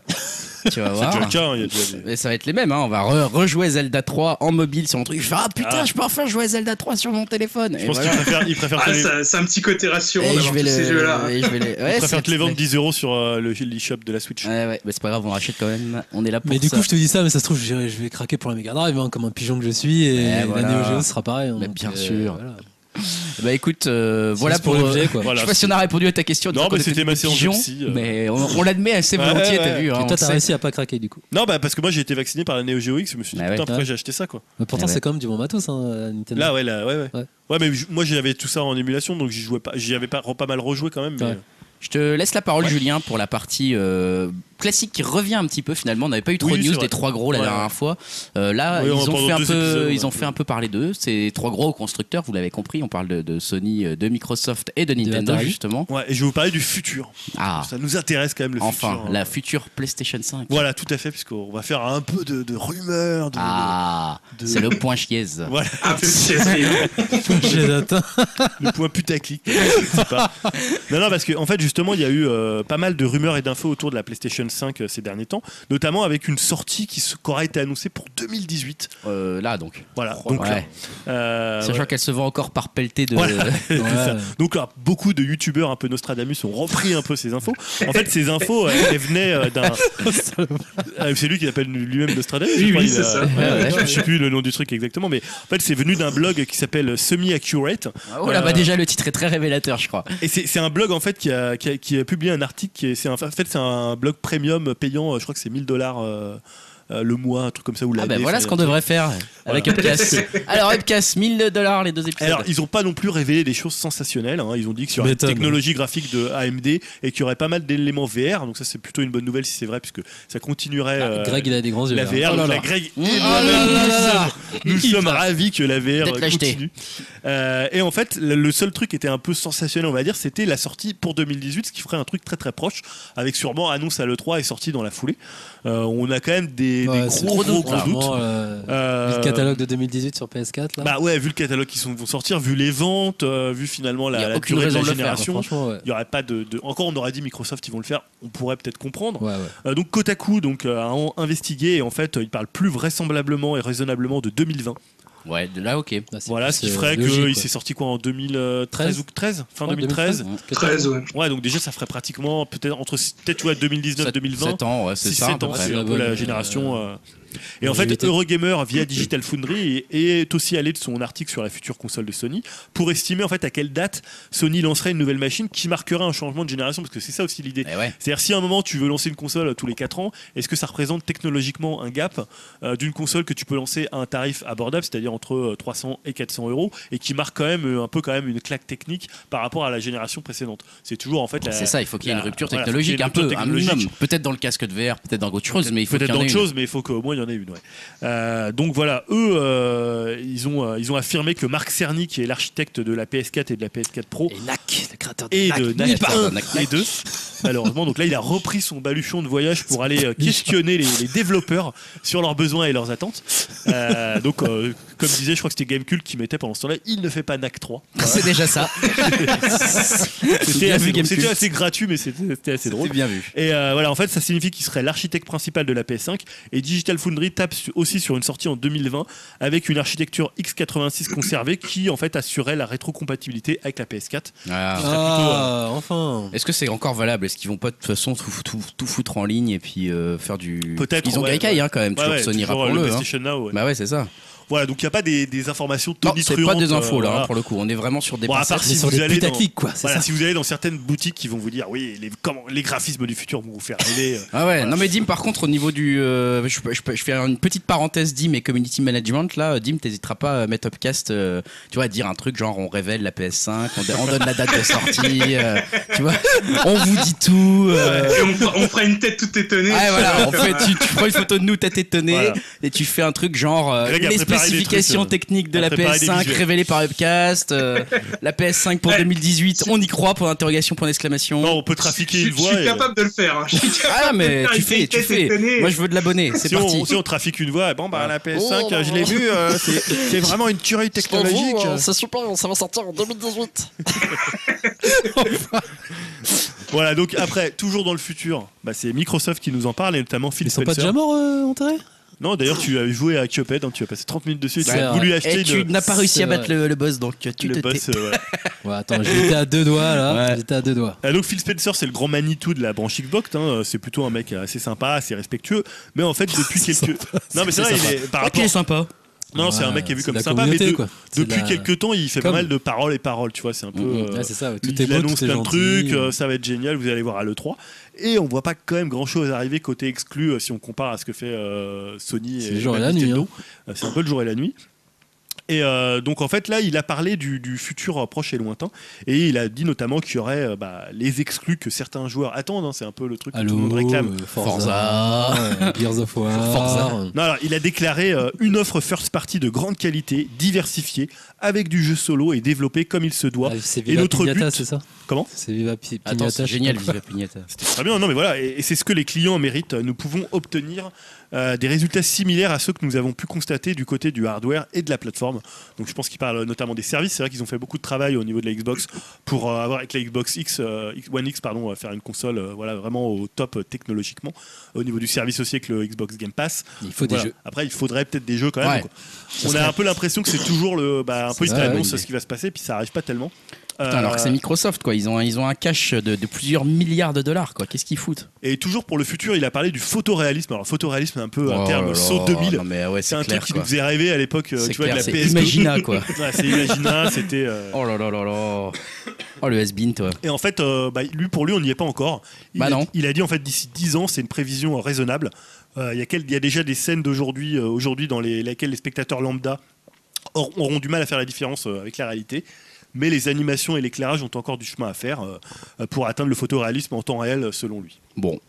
Speaker 1: tu vas
Speaker 5: C'est
Speaker 1: voir.
Speaker 5: déjà le cas. hein, il y a déjà des-
Speaker 1: Mais ça va être les mêmes, hein. on va re- rejouer Zelda 3 en mobile sur mon truc. Je fais, ah putain,
Speaker 5: Ah.
Speaker 1: je peux enfin jouer à Zelda 3 sur mon téléphone.
Speaker 5: Je
Speaker 1: Et
Speaker 5: pense
Speaker 1: voilà.
Speaker 5: qu'ils préfèrent, ils préfèrent,
Speaker 4: Ah,
Speaker 5: te les-
Speaker 4: ça- c'est un petit côté rassurant
Speaker 1: Et Eh, je
Speaker 4: d'avoir
Speaker 1: vais
Speaker 4: tous ces jeux-là.
Speaker 1: le. et je vais les-
Speaker 5: ils
Speaker 1: Ouais,
Speaker 5: préfèrent
Speaker 1: c'est-
Speaker 5: te les vendre 10 euros sur euh, le l'eShop de la Switch.
Speaker 1: Ouais, ouais, mais c'est pas grave, on rachète quand même. On est là pour
Speaker 3: Mais du
Speaker 1: ça.
Speaker 3: coup, je te dis ça, mais ça se trouve, je je vais craquer pour la Mega Drive, hein, comme un pigeon que je suis, et
Speaker 1: Ouais,
Speaker 3: la
Speaker 1: voilà.
Speaker 3: Neo Geo sera pareil. hein,
Speaker 1: Mais
Speaker 3: donc,
Speaker 1: bien
Speaker 3: euh,
Speaker 1: sûr.
Speaker 3: voilà.
Speaker 1: Bah écoute, euh,
Speaker 3: C'est
Speaker 1: voilà
Speaker 3: juste
Speaker 1: pour.
Speaker 3: l'objet, quoi.
Speaker 1: Je
Speaker 5: Voilà.
Speaker 1: sais pas si on a répondu à ta question. de
Speaker 5: Non,
Speaker 1: dire qu'on
Speaker 5: mais
Speaker 1: était
Speaker 5: c'était
Speaker 1: des
Speaker 5: ma séance de
Speaker 1: pigeons,
Speaker 5: psy, euh.
Speaker 1: Mais on, on l'admet assez
Speaker 5: Ouais,
Speaker 1: volontiers,
Speaker 5: ouais,
Speaker 1: t'as
Speaker 5: ouais.
Speaker 1: vu. hein,
Speaker 3: Et
Speaker 1: on
Speaker 3: toi, t'as
Speaker 1: sait.
Speaker 3: réussi à pas craquer du coup.
Speaker 5: Non, bah parce que moi j'ai été vacciné par la Neo Geo X, je me suis dit
Speaker 1: Ah ouais.
Speaker 5: putain, pourquoi j'ai acheté ça quoi.
Speaker 3: Mais pourtant,
Speaker 1: Ah ouais.
Speaker 3: c'est quand même du bon matos, hein, la Nintendo.
Speaker 5: Là, ouais, là, ouais, ouais.
Speaker 3: Ouais.
Speaker 5: Ouais, mais je- moi j'avais tout ça en émulation donc j'y jouais pas, j'y avais pas, pas mal rejoué quand même. Mais,
Speaker 3: Ouais.
Speaker 1: Je te laisse la parole, Julien, pour la partie euh, classique qui revient un petit peu finalement. On n'avait pas eu trop
Speaker 5: Oui,
Speaker 1: de
Speaker 5: c'est
Speaker 1: news
Speaker 5: vrai.
Speaker 1: des trois gros la
Speaker 5: Ouais, ouais.
Speaker 1: dernière fois. Euh, là,
Speaker 5: Oui,
Speaker 1: ils,
Speaker 5: on va
Speaker 1: ont
Speaker 5: prendre
Speaker 1: fait un
Speaker 5: deux
Speaker 1: peu,
Speaker 5: épisodes,
Speaker 1: ils
Speaker 5: ouais.
Speaker 1: ont fait un peu parler d'eux. C'est trois gros constructeurs, vous l'avez compris. On parle de, de Sony, euh, de Microsoft et de Nintendo
Speaker 3: Atari.
Speaker 1: justement.
Speaker 5: Ouais, et je vais vous parler du futur.
Speaker 1: Ah,
Speaker 5: Ça nous intéresse quand même le
Speaker 1: enfin,
Speaker 5: futur. hein.
Speaker 1: la future PlayStation 5.
Speaker 5: Voilà, tout à fait, puisqu'on va faire un peu de, de rumeurs. De,
Speaker 1: Ah,
Speaker 5: de-
Speaker 1: c'est le point chiaise.
Speaker 5: Voilà,
Speaker 4: Ah, peu de chiasserie, hein.
Speaker 3: J'ai atteint.
Speaker 5: le point putaclic. Je sais pas. Non, non, parce que en fait, justement, il y a eu euh, pas mal de rumeurs et d'infos autour de la PlayStation 5 euh, ces derniers temps, notamment avec une sortie qui, se- qui aura été annoncée pour 2018.
Speaker 1: Euh, là donc.
Speaker 5: Voilà, donc
Speaker 1: Ouais.
Speaker 5: là, euh,
Speaker 1: Sachant euh,
Speaker 5: ouais,
Speaker 1: qu'elle se vend encore par pelleté de.
Speaker 5: Voilà. c'est
Speaker 3: Ouais.
Speaker 5: ça. Donc là, beaucoup de youtubeurs un peu Nostradamus ont repris un peu ces infos. En fait, ces infos, elles, elles venaient euh, d'un. Euh, c'est lui qui appelle lui-même Nostradamus. je
Speaker 4: Oui,
Speaker 5: crois,
Speaker 4: oui,
Speaker 5: il
Speaker 4: c'est
Speaker 5: a-
Speaker 4: ça.
Speaker 1: Ouais, ouais.
Speaker 5: Je sais plus le nom du truc exactement, mais en fait, c'est venu d'un blog qui s'appelle Semi Accurate.
Speaker 1: Ah, Oh là,
Speaker 5: Euh,
Speaker 1: bah déjà le titre est très révélateur, je crois.
Speaker 5: Et c'est c'est un blog en fait qui a, qui a- qui a publié un article. Qui est, c'est un, en fait, c'est un blog premium payant, euh, je crois que c'est 1000 dollars euh, le mois, un truc comme ça. Ou
Speaker 1: Ah
Speaker 3: ben
Speaker 5: l'année,
Speaker 1: bah voilà
Speaker 5: ça-
Speaker 1: ce qu'on devrait faire avec Upcast. Alors Upcast, 1000 dollars les deux épisodes.
Speaker 5: Alors, ils n'ont pas non plus révélé des choses sensationnelles. hein. Ils ont dit qu'il y aurait une
Speaker 3: M'étonne.
Speaker 5: technologie graphique de AMD et qu'il y aurait pas mal d'éléments VR. Donc ça, c'est plutôt une bonne nouvelle si c'est vrai, puisque ça continuerait. euh,
Speaker 3: Ah, Greg, il a des grands yeux.
Speaker 5: la
Speaker 3: là.
Speaker 5: VR,
Speaker 3: Oh là
Speaker 5: donc
Speaker 3: là.
Speaker 5: la Greg
Speaker 1: Mmh.
Speaker 5: et
Speaker 1: Oh
Speaker 5: moi-même,
Speaker 3: Ah là là
Speaker 5: nous
Speaker 3: là là.
Speaker 5: sommes- nous sommes ravis que la VR
Speaker 1: Peut-être l'acheter.
Speaker 5: continue. Euh, et en fait, le le seul truc qui était un peu sensationnel, on va dire, c'était la sortie pour 2018, ce qui ferait un truc très très proche, avec sûrement annonce à l'E3 et sortie dans la foulée. Euh, on a quand même des, des
Speaker 3: Ouais, c'est
Speaker 5: gros gros, gros
Speaker 3: Clairement,
Speaker 5: doutes.
Speaker 3: euh,
Speaker 5: Euh,
Speaker 3: vu Le catalogue de 2018 sur PS4, là.
Speaker 5: bah ouais, vu le catalogue qui sont, vont sortir, vu les ventes, euh, vu finalement
Speaker 1: Il y a
Speaker 5: la, la
Speaker 1: aucune
Speaker 5: durée de
Speaker 1: raison
Speaker 5: la
Speaker 1: de le faire,
Speaker 5: génération.
Speaker 3: franchement, ouais.
Speaker 5: Il y aurait pas de, de- Encore, on aurait dit Microsoft, ils vont le faire. On pourrait peut-être comprendre.
Speaker 3: Ouais, ouais.
Speaker 5: Euh, donc Kotaku donc, euh, a en- investigué et en fait euh, il parle plus vraisemblablement et raisonnablement de 2020.
Speaker 1: Ouais, de là ok.
Speaker 3: Bah, c'est
Speaker 5: Voilà
Speaker 3: plus,
Speaker 5: ce qui
Speaker 3: euh,
Speaker 5: ferait
Speaker 3: logique,
Speaker 5: qu'il
Speaker 3: quoi.
Speaker 5: s'est sorti quoi en 2013 ou 13 Fin
Speaker 3: Ouais,
Speaker 5: 2013
Speaker 4: 13, ouais.
Speaker 5: Ouais donc déjà ça ferait pratiquement peut-être entre peut-être ouais, 2019
Speaker 1: Sept-
Speaker 5: 2020
Speaker 1: sept ans, ouais, c'est
Speaker 5: 6
Speaker 1: ça. à
Speaker 5: 7
Speaker 1: peu
Speaker 5: ans
Speaker 1: près.
Speaker 5: c'est un peu la génération euh, et en fait
Speaker 3: longévité.
Speaker 5: Eurogamer via Digital Foundry est est aussi allé de son article sur la future console de Sony pour estimer en fait à quelle date Sony lancerait une nouvelle machine qui marquerait un changement de génération parce que c'est ça aussi l'idée
Speaker 1: Eh ouais.
Speaker 5: c'est-à-dire si à un moment tu veux lancer une console tous les 4 ans, est-ce que ça représente technologiquement un gap euh, d'une console que tu peux lancer à un tarif abordable, c'est-à-dire entre euh, 300 et 400 euros, et qui marque quand même euh, un peu quand même une claque technique par rapport à la génération précédente. C'est toujours en fait la-
Speaker 1: C'est ça, il faut qu'il y ait une
Speaker 5: la-
Speaker 1: rupture
Speaker 5: voilà,
Speaker 1: technologique
Speaker 5: faut qu'il y ait une
Speaker 1: un peu,
Speaker 5: rupture
Speaker 1: un minimum.
Speaker 5: technologique.
Speaker 1: Peut-être dans le casque de VR, peut-être dans autre chose, mais il faut qu'il
Speaker 5: Peut-être
Speaker 1: y en
Speaker 5: dans
Speaker 1: ait
Speaker 5: autre
Speaker 1: une.
Speaker 5: chose, mais il faut qu'au moins il y en ait une. ouais. Euh, donc voilà, eux, euh, ils, ont, euh, ils ont affirmé que Marc Cerny, qui est l'architecte de la PS4 et de la PS4 Pro,
Speaker 3: Et NAC, le créateur de
Speaker 5: et
Speaker 3: NAC.
Speaker 5: de
Speaker 1: Nike,
Speaker 5: Nike
Speaker 1: pardon,
Speaker 5: 1
Speaker 1: Nike,
Speaker 5: et 2 malheureusement donc là il a repris son baluchon de voyage pour aller euh, questionner les, les développeurs sur leurs besoins et leurs attentes Euh, donc euh, comme disait je crois que c'était Gamecult qui mettait pendant ce temps-là il ne fait pas NAC 3
Speaker 1: C'est déjà ça. Bien
Speaker 5: c'était assez,
Speaker 1: vu,
Speaker 5: drôle. C'était
Speaker 1: Gamecult.
Speaker 5: assez gratuit mais c'était c'était assez drôle
Speaker 1: C'est bien vu.
Speaker 5: et euh, voilà, en fait, ça signifie qu'il serait l'architecte principal de la PS5. Et Digital Foundry tape su- aussi sur une sortie en 2020 avec une architecture x86 conservée qui, en fait, assurait la rétrocompatibilité avec la PS4.
Speaker 1: Ah.
Speaker 5: euh,
Speaker 3: Ah, enfin.
Speaker 1: Est-ce que c'est encore valable Est-ce qu'ils vont pas de toute façon tout, tout- tout foutre en ligne et puis euh, faire du.
Speaker 5: Peut-être,
Speaker 1: Ils ont
Speaker 5: ouais,
Speaker 1: Gaikai
Speaker 5: ouais.
Speaker 1: hein, quand même,
Speaker 5: Ouais,
Speaker 1: toujours
Speaker 5: ouais,
Speaker 1: Sony,
Speaker 5: toujours, euh, le
Speaker 1: rappelons-le. hein.
Speaker 5: PlayStation Now, ouais.
Speaker 1: Bah ouais, c'est ça.
Speaker 5: Voilà, donc il n'y a pas des, des informations
Speaker 1: Non,
Speaker 5: Tony euh,
Speaker 1: c'est pas des infos là hein, pour le coup. On est vraiment sur des
Speaker 5: Bon, à
Speaker 1: passages-
Speaker 5: part si
Speaker 3: sur
Speaker 5: vous
Speaker 3: des
Speaker 5: allez dans,
Speaker 3: putaclics, quoi, c'est
Speaker 5: voilà,
Speaker 3: ça.
Speaker 5: si vous allez dans certaines boutiques qui vont vous dire oui les, comment, les graphismes du futur vont vous faire rêver. euh,
Speaker 1: Ah ouais,
Speaker 5: Voilà.
Speaker 1: non mais Dim, par contre, au niveau du. euh, je, peux- je peux- je fais une petite parenthèse, Dim et Community Management, là, Dim, t'hésiteras pas à mettre Upcast, euh, tu vois, à dire un truc genre on révèle la PS5, on, on donne la date de sortie, euh, tu vois, on vous dit tout. euh,
Speaker 4: Et on, fera- on fera une tête toute étonnée.
Speaker 1: Ouais, voilà, en fait, tu, tu prends une photo de nous, t'as étonné,
Speaker 5: Voilà.
Speaker 1: et tu fais un truc genre euh,
Speaker 5: Greg a
Speaker 1: les
Speaker 5: préparé des
Speaker 1: spécifications
Speaker 5: trucs, euh,
Speaker 1: techniques de
Speaker 5: a
Speaker 1: la
Speaker 5: préparé des
Speaker 1: PS5
Speaker 5: visuels.
Speaker 1: révélées par Upcast, euh, la PS5 pour
Speaker 4: Ouais.
Speaker 1: 2018, on y croit, point d'interrogation, point d'exclamation.
Speaker 5: Non, on peut
Speaker 4: Je,
Speaker 5: trafiquer
Speaker 4: je-
Speaker 5: une
Speaker 4: je
Speaker 5: voix.
Speaker 4: suis
Speaker 5: et-
Speaker 4: capable de le faire. hein. Je suis capable
Speaker 1: Ah, mais
Speaker 4: de faire
Speaker 1: tu
Speaker 4: une
Speaker 1: fais, tu
Speaker 4: tête
Speaker 1: fais.
Speaker 4: étonnée.
Speaker 1: Moi, je veux de l'abonné, c'est
Speaker 5: si,
Speaker 1: parti.
Speaker 5: on, si on trafique une voix, bon bah la PS5,
Speaker 9: Oh,
Speaker 5: je l'ai vu, euh, c'est c'est vraiment une tuerie technologique.
Speaker 9: C'est super, ça va sortir en 2018.
Speaker 5: Voilà, donc après, toujours dans le futur, bah, c'est Microsoft qui nous en parle et notamment Phil
Speaker 3: Ils sont
Speaker 5: Spencer.
Speaker 3: pas déjà morts, euh, enterrés
Speaker 5: Non, d'ailleurs, tu as joué à Cuphead, hein, tu as passé 30 minutes dessus, et tu
Speaker 3: C'est
Speaker 5: as
Speaker 3: vrai.
Speaker 5: voulu
Speaker 1: Ah, Et
Speaker 5: acheter
Speaker 1: tu
Speaker 5: le,
Speaker 1: n'as pas réussi à
Speaker 3: C'est
Speaker 1: battre le, le boss, donc tu
Speaker 5: le
Speaker 1: te tais.
Speaker 5: boss. euh, voilà.
Speaker 3: Ouais, attends, j'étais à deux doigts là.
Speaker 1: Ouais.
Speaker 3: J'étais à deux doigts.
Speaker 5: Ah, donc Phil Spencer, c'est le grand Manitou de la branche Xbox. hein, C'est plutôt un mec assez sympa, assez respectueux. Mais en fait, depuis quelques. Non, mais c'est vrai, il est- par
Speaker 1: Ok,
Speaker 5: rapport-
Speaker 1: sympa.
Speaker 5: Non, c'est un
Speaker 3: Ouais,
Speaker 5: mec qui est vu
Speaker 3: de
Speaker 5: comme
Speaker 3: la
Speaker 5: sympa, mais
Speaker 3: communauté,
Speaker 5: de-
Speaker 3: quoi. C'est de
Speaker 5: depuis
Speaker 3: la-
Speaker 5: quelques temps, il fait
Speaker 3: Comme. Mm,
Speaker 5: pas mal de paroles et paroles, tu vois, c'est un peu.
Speaker 1: Mhm.
Speaker 5: euh,
Speaker 3: Ouais, c'est ça, ouais. tout est
Speaker 5: il
Speaker 3: beau,
Speaker 5: annonce
Speaker 3: tout est
Speaker 5: plein de
Speaker 3: gentil.
Speaker 5: trucs, euh, ça va être génial, vous allez voir à l'E3. Et on voit pas quand même grand chose arriver côté exclu euh, si on compare à ce que fait euh, Sony
Speaker 3: C'est
Speaker 5: et
Speaker 3: le jour et
Speaker 5: même
Speaker 3: la nuit, hein.
Speaker 5: Nintendo. Euh, C'est un peu le jour et la nuit. Et euh, donc en fait là, il a parlé du, du futur euh, proche et lointain, et il a dit notamment qu'il y aurait euh, bah, les exclus que certains joueurs attendent. hein, c'est un peu le truc que tout le monde réclame.
Speaker 3: euh,
Speaker 1: Forza.
Speaker 3: euh, Gears of War.
Speaker 1: Forza.
Speaker 5: Non, alors, il a déclaré euh, une offre first party de grande qualité, diversifiée, avec du jeu solo et développé comme il se doit.
Speaker 3: Ah, c'est Viva
Speaker 5: l'autre
Speaker 3: Pignata,
Speaker 5: but-
Speaker 3: c'est ça
Speaker 5: Comment
Speaker 3: C'est Viva Pi- Pignata.
Speaker 1: Attends, c'est
Speaker 3: je sais
Speaker 1: génial,
Speaker 3: pas quoi.
Speaker 1: Viva Pignata.
Speaker 5: C'était très Ah, bien, non mais voilà, et, et c'est ce que les clients méritent. Nous pouvons obtenir euh, des résultats similaires à ceux que nous avons pu constater du côté du hardware et de la plateforme. Donc je pense qu'il parle notamment des services. C'est vrai qu'ils ont fait beaucoup de travail au niveau de la Xbox pour euh, avoir avec la Xbox X, euh, X- One X, pardon, euh, faire une console euh, voilà, vraiment au top euh, technologiquement. Au niveau du service aussi avec le Xbox Game Pass.
Speaker 3: Il faut des
Speaker 5: Voilà.
Speaker 3: jeux.
Speaker 5: Après, il faudrait peut-être des jeux quand même.
Speaker 1: Ouais.
Speaker 5: quoi. On a un peu l'impression que c'est toujours le, bah, un peu
Speaker 3: C'est
Speaker 5: une
Speaker 3: ça,
Speaker 5: annonce
Speaker 3: oui.
Speaker 5: ce qui va se passer, puis ça arrive pas tellement.
Speaker 1: Putain, alors
Speaker 5: Euh,
Speaker 1: que c'est Microsoft, quoi. Ils ont, ils ont un cash de, de plusieurs milliards de dollars, quoi. Qu'est-ce qu'ils foutent
Speaker 5: et toujours pour le futur, il a parlé du photoréalisme. Alors, photoréalisme, un peu un
Speaker 1: Oh là
Speaker 5: terme
Speaker 1: là,
Speaker 5: saut 2000.
Speaker 1: Non, mais ouais,
Speaker 5: C'est
Speaker 1: c'est
Speaker 5: un
Speaker 1: clair,
Speaker 5: truc qui
Speaker 1: quoi.
Speaker 5: nous faisait rêver à l'époque, euh,
Speaker 1: C'est
Speaker 5: tu vois, de
Speaker 1: clair,
Speaker 5: la
Speaker 1: c'est
Speaker 5: PS2.
Speaker 1: Imagina, quoi.
Speaker 5: Ouais, c'est Imagina, c'était. euh,
Speaker 1: Oh là là là là. Oh, le has-been, toi.
Speaker 5: Et en fait, euh, bah, lui, pour lui, on n'y est pas encore. Il,
Speaker 1: Bah
Speaker 5: a,
Speaker 1: non.
Speaker 5: il a dit, en fait, d'ici 10 ans, c'est une prévision euh, raisonnable. Euh, Il y, a quel- il y a déjà des scènes d'aujourd'hui euh, aujourd'hui dans les, lesquelles les spectateurs lambda aur- auront du mal à faire la différence euh, avec la réalité. Mais les animations et l'éclairage ont encore du chemin à faire euh, euh, pour atteindre le photoréalisme en temps réel, euh, selon lui.
Speaker 1: Bon.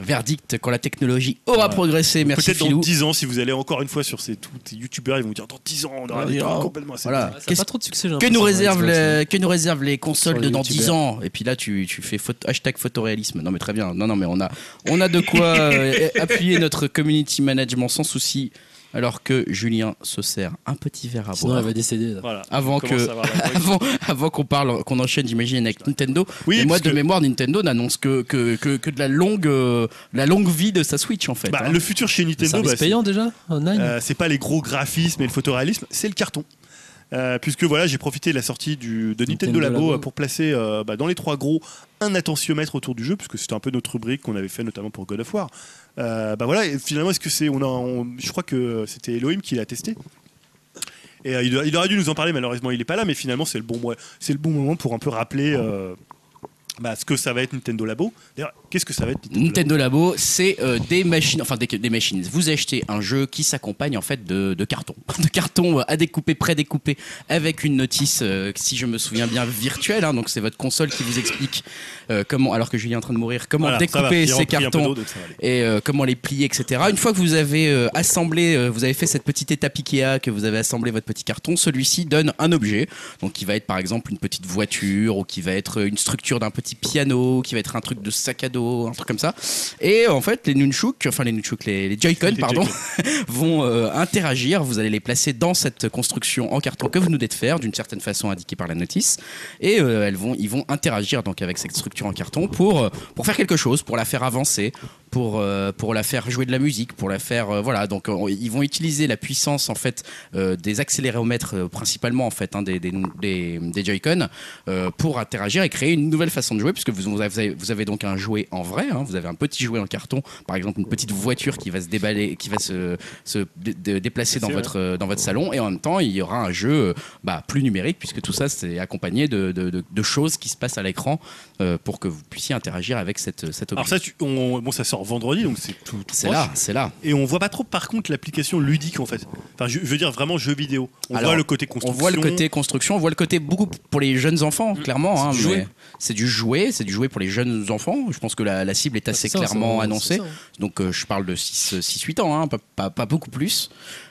Speaker 1: Verdict quand la technologie aura
Speaker 5: Ouais.
Speaker 1: progressé. Merci,
Speaker 5: Peut-être dans
Speaker 1: Philou.
Speaker 5: 10 ans, si vous allez encore une fois sur ces tous ces youtubeurs, ils vont vous dire dans 10 ans, on aura
Speaker 1: Ouais,
Speaker 5: des
Speaker 1: il y
Speaker 5: trucs
Speaker 1: aura-
Speaker 5: complètement assez
Speaker 1: oh, Voilà.
Speaker 3: Ça a
Speaker 1: Qu'est-ce
Speaker 3: pas trop de succès, j'ai
Speaker 1: que nous
Speaker 3: l'impression,
Speaker 1: réservent
Speaker 3: Xbox,
Speaker 1: les,
Speaker 3: hein.
Speaker 1: que nous réservent les consoles
Speaker 3: Sur
Speaker 1: de
Speaker 3: les
Speaker 1: dans
Speaker 3: youtubeurs.
Speaker 1: 10 ans et puis là tu, tu fais photo- hashtag photoréalisme non mais très bien non non mais on a on a de quoi euh, appuyer notre community management sans souci alors que Julien se sert un petit verre à
Speaker 3: Sinon,
Speaker 1: boire
Speaker 3: elle va décéder. là.
Speaker 5: Voilà.
Speaker 1: avant
Speaker 5: On commence
Speaker 1: que-
Speaker 5: à avoir la vraie-
Speaker 1: avant, avant qu'on parle qu'on enchaîne j'imagine avec Nintendo
Speaker 5: Oui,
Speaker 1: et moi
Speaker 5: parce
Speaker 1: de
Speaker 5: que-
Speaker 1: mémoire Nintendo n'annonce que que, que que de la longue euh, la longue vie de sa Switch en fait
Speaker 5: Bah,
Speaker 1: hein.
Speaker 5: le futur chez
Speaker 3: Le
Speaker 5: Nintendo,
Speaker 3: service
Speaker 5: bah, c'est-
Speaker 3: payant déjà en Nine
Speaker 5: Euh, c'est pas les gros graphismes et le photoréalisme, c'est le carton. Euh, puisque voilà, j'ai profité de la sortie du, de Nintendo,
Speaker 3: Nintendo
Speaker 5: Labo,
Speaker 3: Labo.
Speaker 5: euh, pour placer euh, bah, dans les trois gros un attentiomètre autour du jeu, puisque c'était un peu notre rubrique qu'on avait fait notamment pour God of War. Euh, bah voilà, et finalement, est-ce que c'est, on a, on- je crois que c'était Elohim qui l'a testé. Et euh, il, doit- il aurait dû nous en parler, malheureusement, il est pas là, mais finalement, c'est le bon, mo- c'est le bon moment pour un peu rappeler euh, bah, ce que ça va être Nintendo Labo. D'ailleurs, qu'est-ce que ça va être Nintendo, Labo
Speaker 1: Nintendo Labo, c'est euh, des machines, enfin des, des machines. Vous achetez un jeu qui s'accompagne en fait de, de cartons, de cartons euh, à découper, prédécoupés, avec une notice, euh, si je me souviens bien, virtuelle. hein. donc c'est votre console qui vous explique euh, comment, alors que Julien est en train de mourir, comment
Speaker 5: Voilà, ça va,
Speaker 1: découper
Speaker 5: j'ai
Speaker 1: ces
Speaker 5: repris un peu
Speaker 1: cartons
Speaker 5: d'eau, donc ça va aller.
Speaker 1: et euh, comment les plier, etc. Une fois que vous avez euh, assemblé, euh, vous avez fait cette petite étape Ikea, que vous avez assemblé votre petit carton, celui-ci donne un objet, donc qui va être par exemple une petite voiture, ou qui va être euh, une structure d'un petit piano, qui va être un truc de sac à dos, un truc comme ça. Et en fait, les nunchuk, enfin les nunchuk, les, les Joy-Con,
Speaker 5: Les
Speaker 1: pardon, vont euh, interagir. Vous allez les placer dans cette construction en carton que vous nous de faire, d'une certaine façon indiquée par la notice, et euh, elles vont, ils vont interagir donc avec cette structure en carton pour euh, pour faire quelque chose, pour la faire avancer, pour, euh, pour la faire jouer de la musique, pour la faire. euh, voilà, donc on- ils vont utiliser la puissance en fait euh, des accéléromètres euh, principalement en fait hein, des, des, des, des Joy-Con euh, pour interagir et créer une nouvelle façon de jouer puisque vous, vous avez, vous avez donc un jouet en vrai, hein, vous avez un petit jouet en carton, par exemple une petite voiture qui va se déballer, qui va se, se dé- dé- déplacer dans
Speaker 5: C'est
Speaker 1: votre, euh, dans votre salon et en même temps il y aura un jeu euh, bah, plus numérique puisque tout ça c'est accompagné de, de, de- de choses qui se passent à l'écran euh, pour que vous puissiez interagir avec cette, cette
Speaker 5: Alors
Speaker 1: objet.
Speaker 5: ça, tu- on- bon, ça sort vendredi, donc c'est tout. tout
Speaker 1: C'est
Speaker 5: proche.
Speaker 1: là, c'est là.
Speaker 5: Et on voit pas trop, par contre, l'application ludique en fait. Enfin, je, je veux dire vraiment jeu vidéo. On
Speaker 1: Alors,
Speaker 5: voit le côté
Speaker 1: On
Speaker 5: construction.
Speaker 1: voit le côté construction, on voit le côté beaucoup pour les jeunes enfants, clairement. hein, mais C'est du, jouet, c'est du jouet pour les jeunes enfants. Je pense que la, la cible
Speaker 3: Bah,
Speaker 1: est assez clairement annoncée. Donc euh, je parle de 6-8 ans, hein, pas, pas- pas beaucoup plus.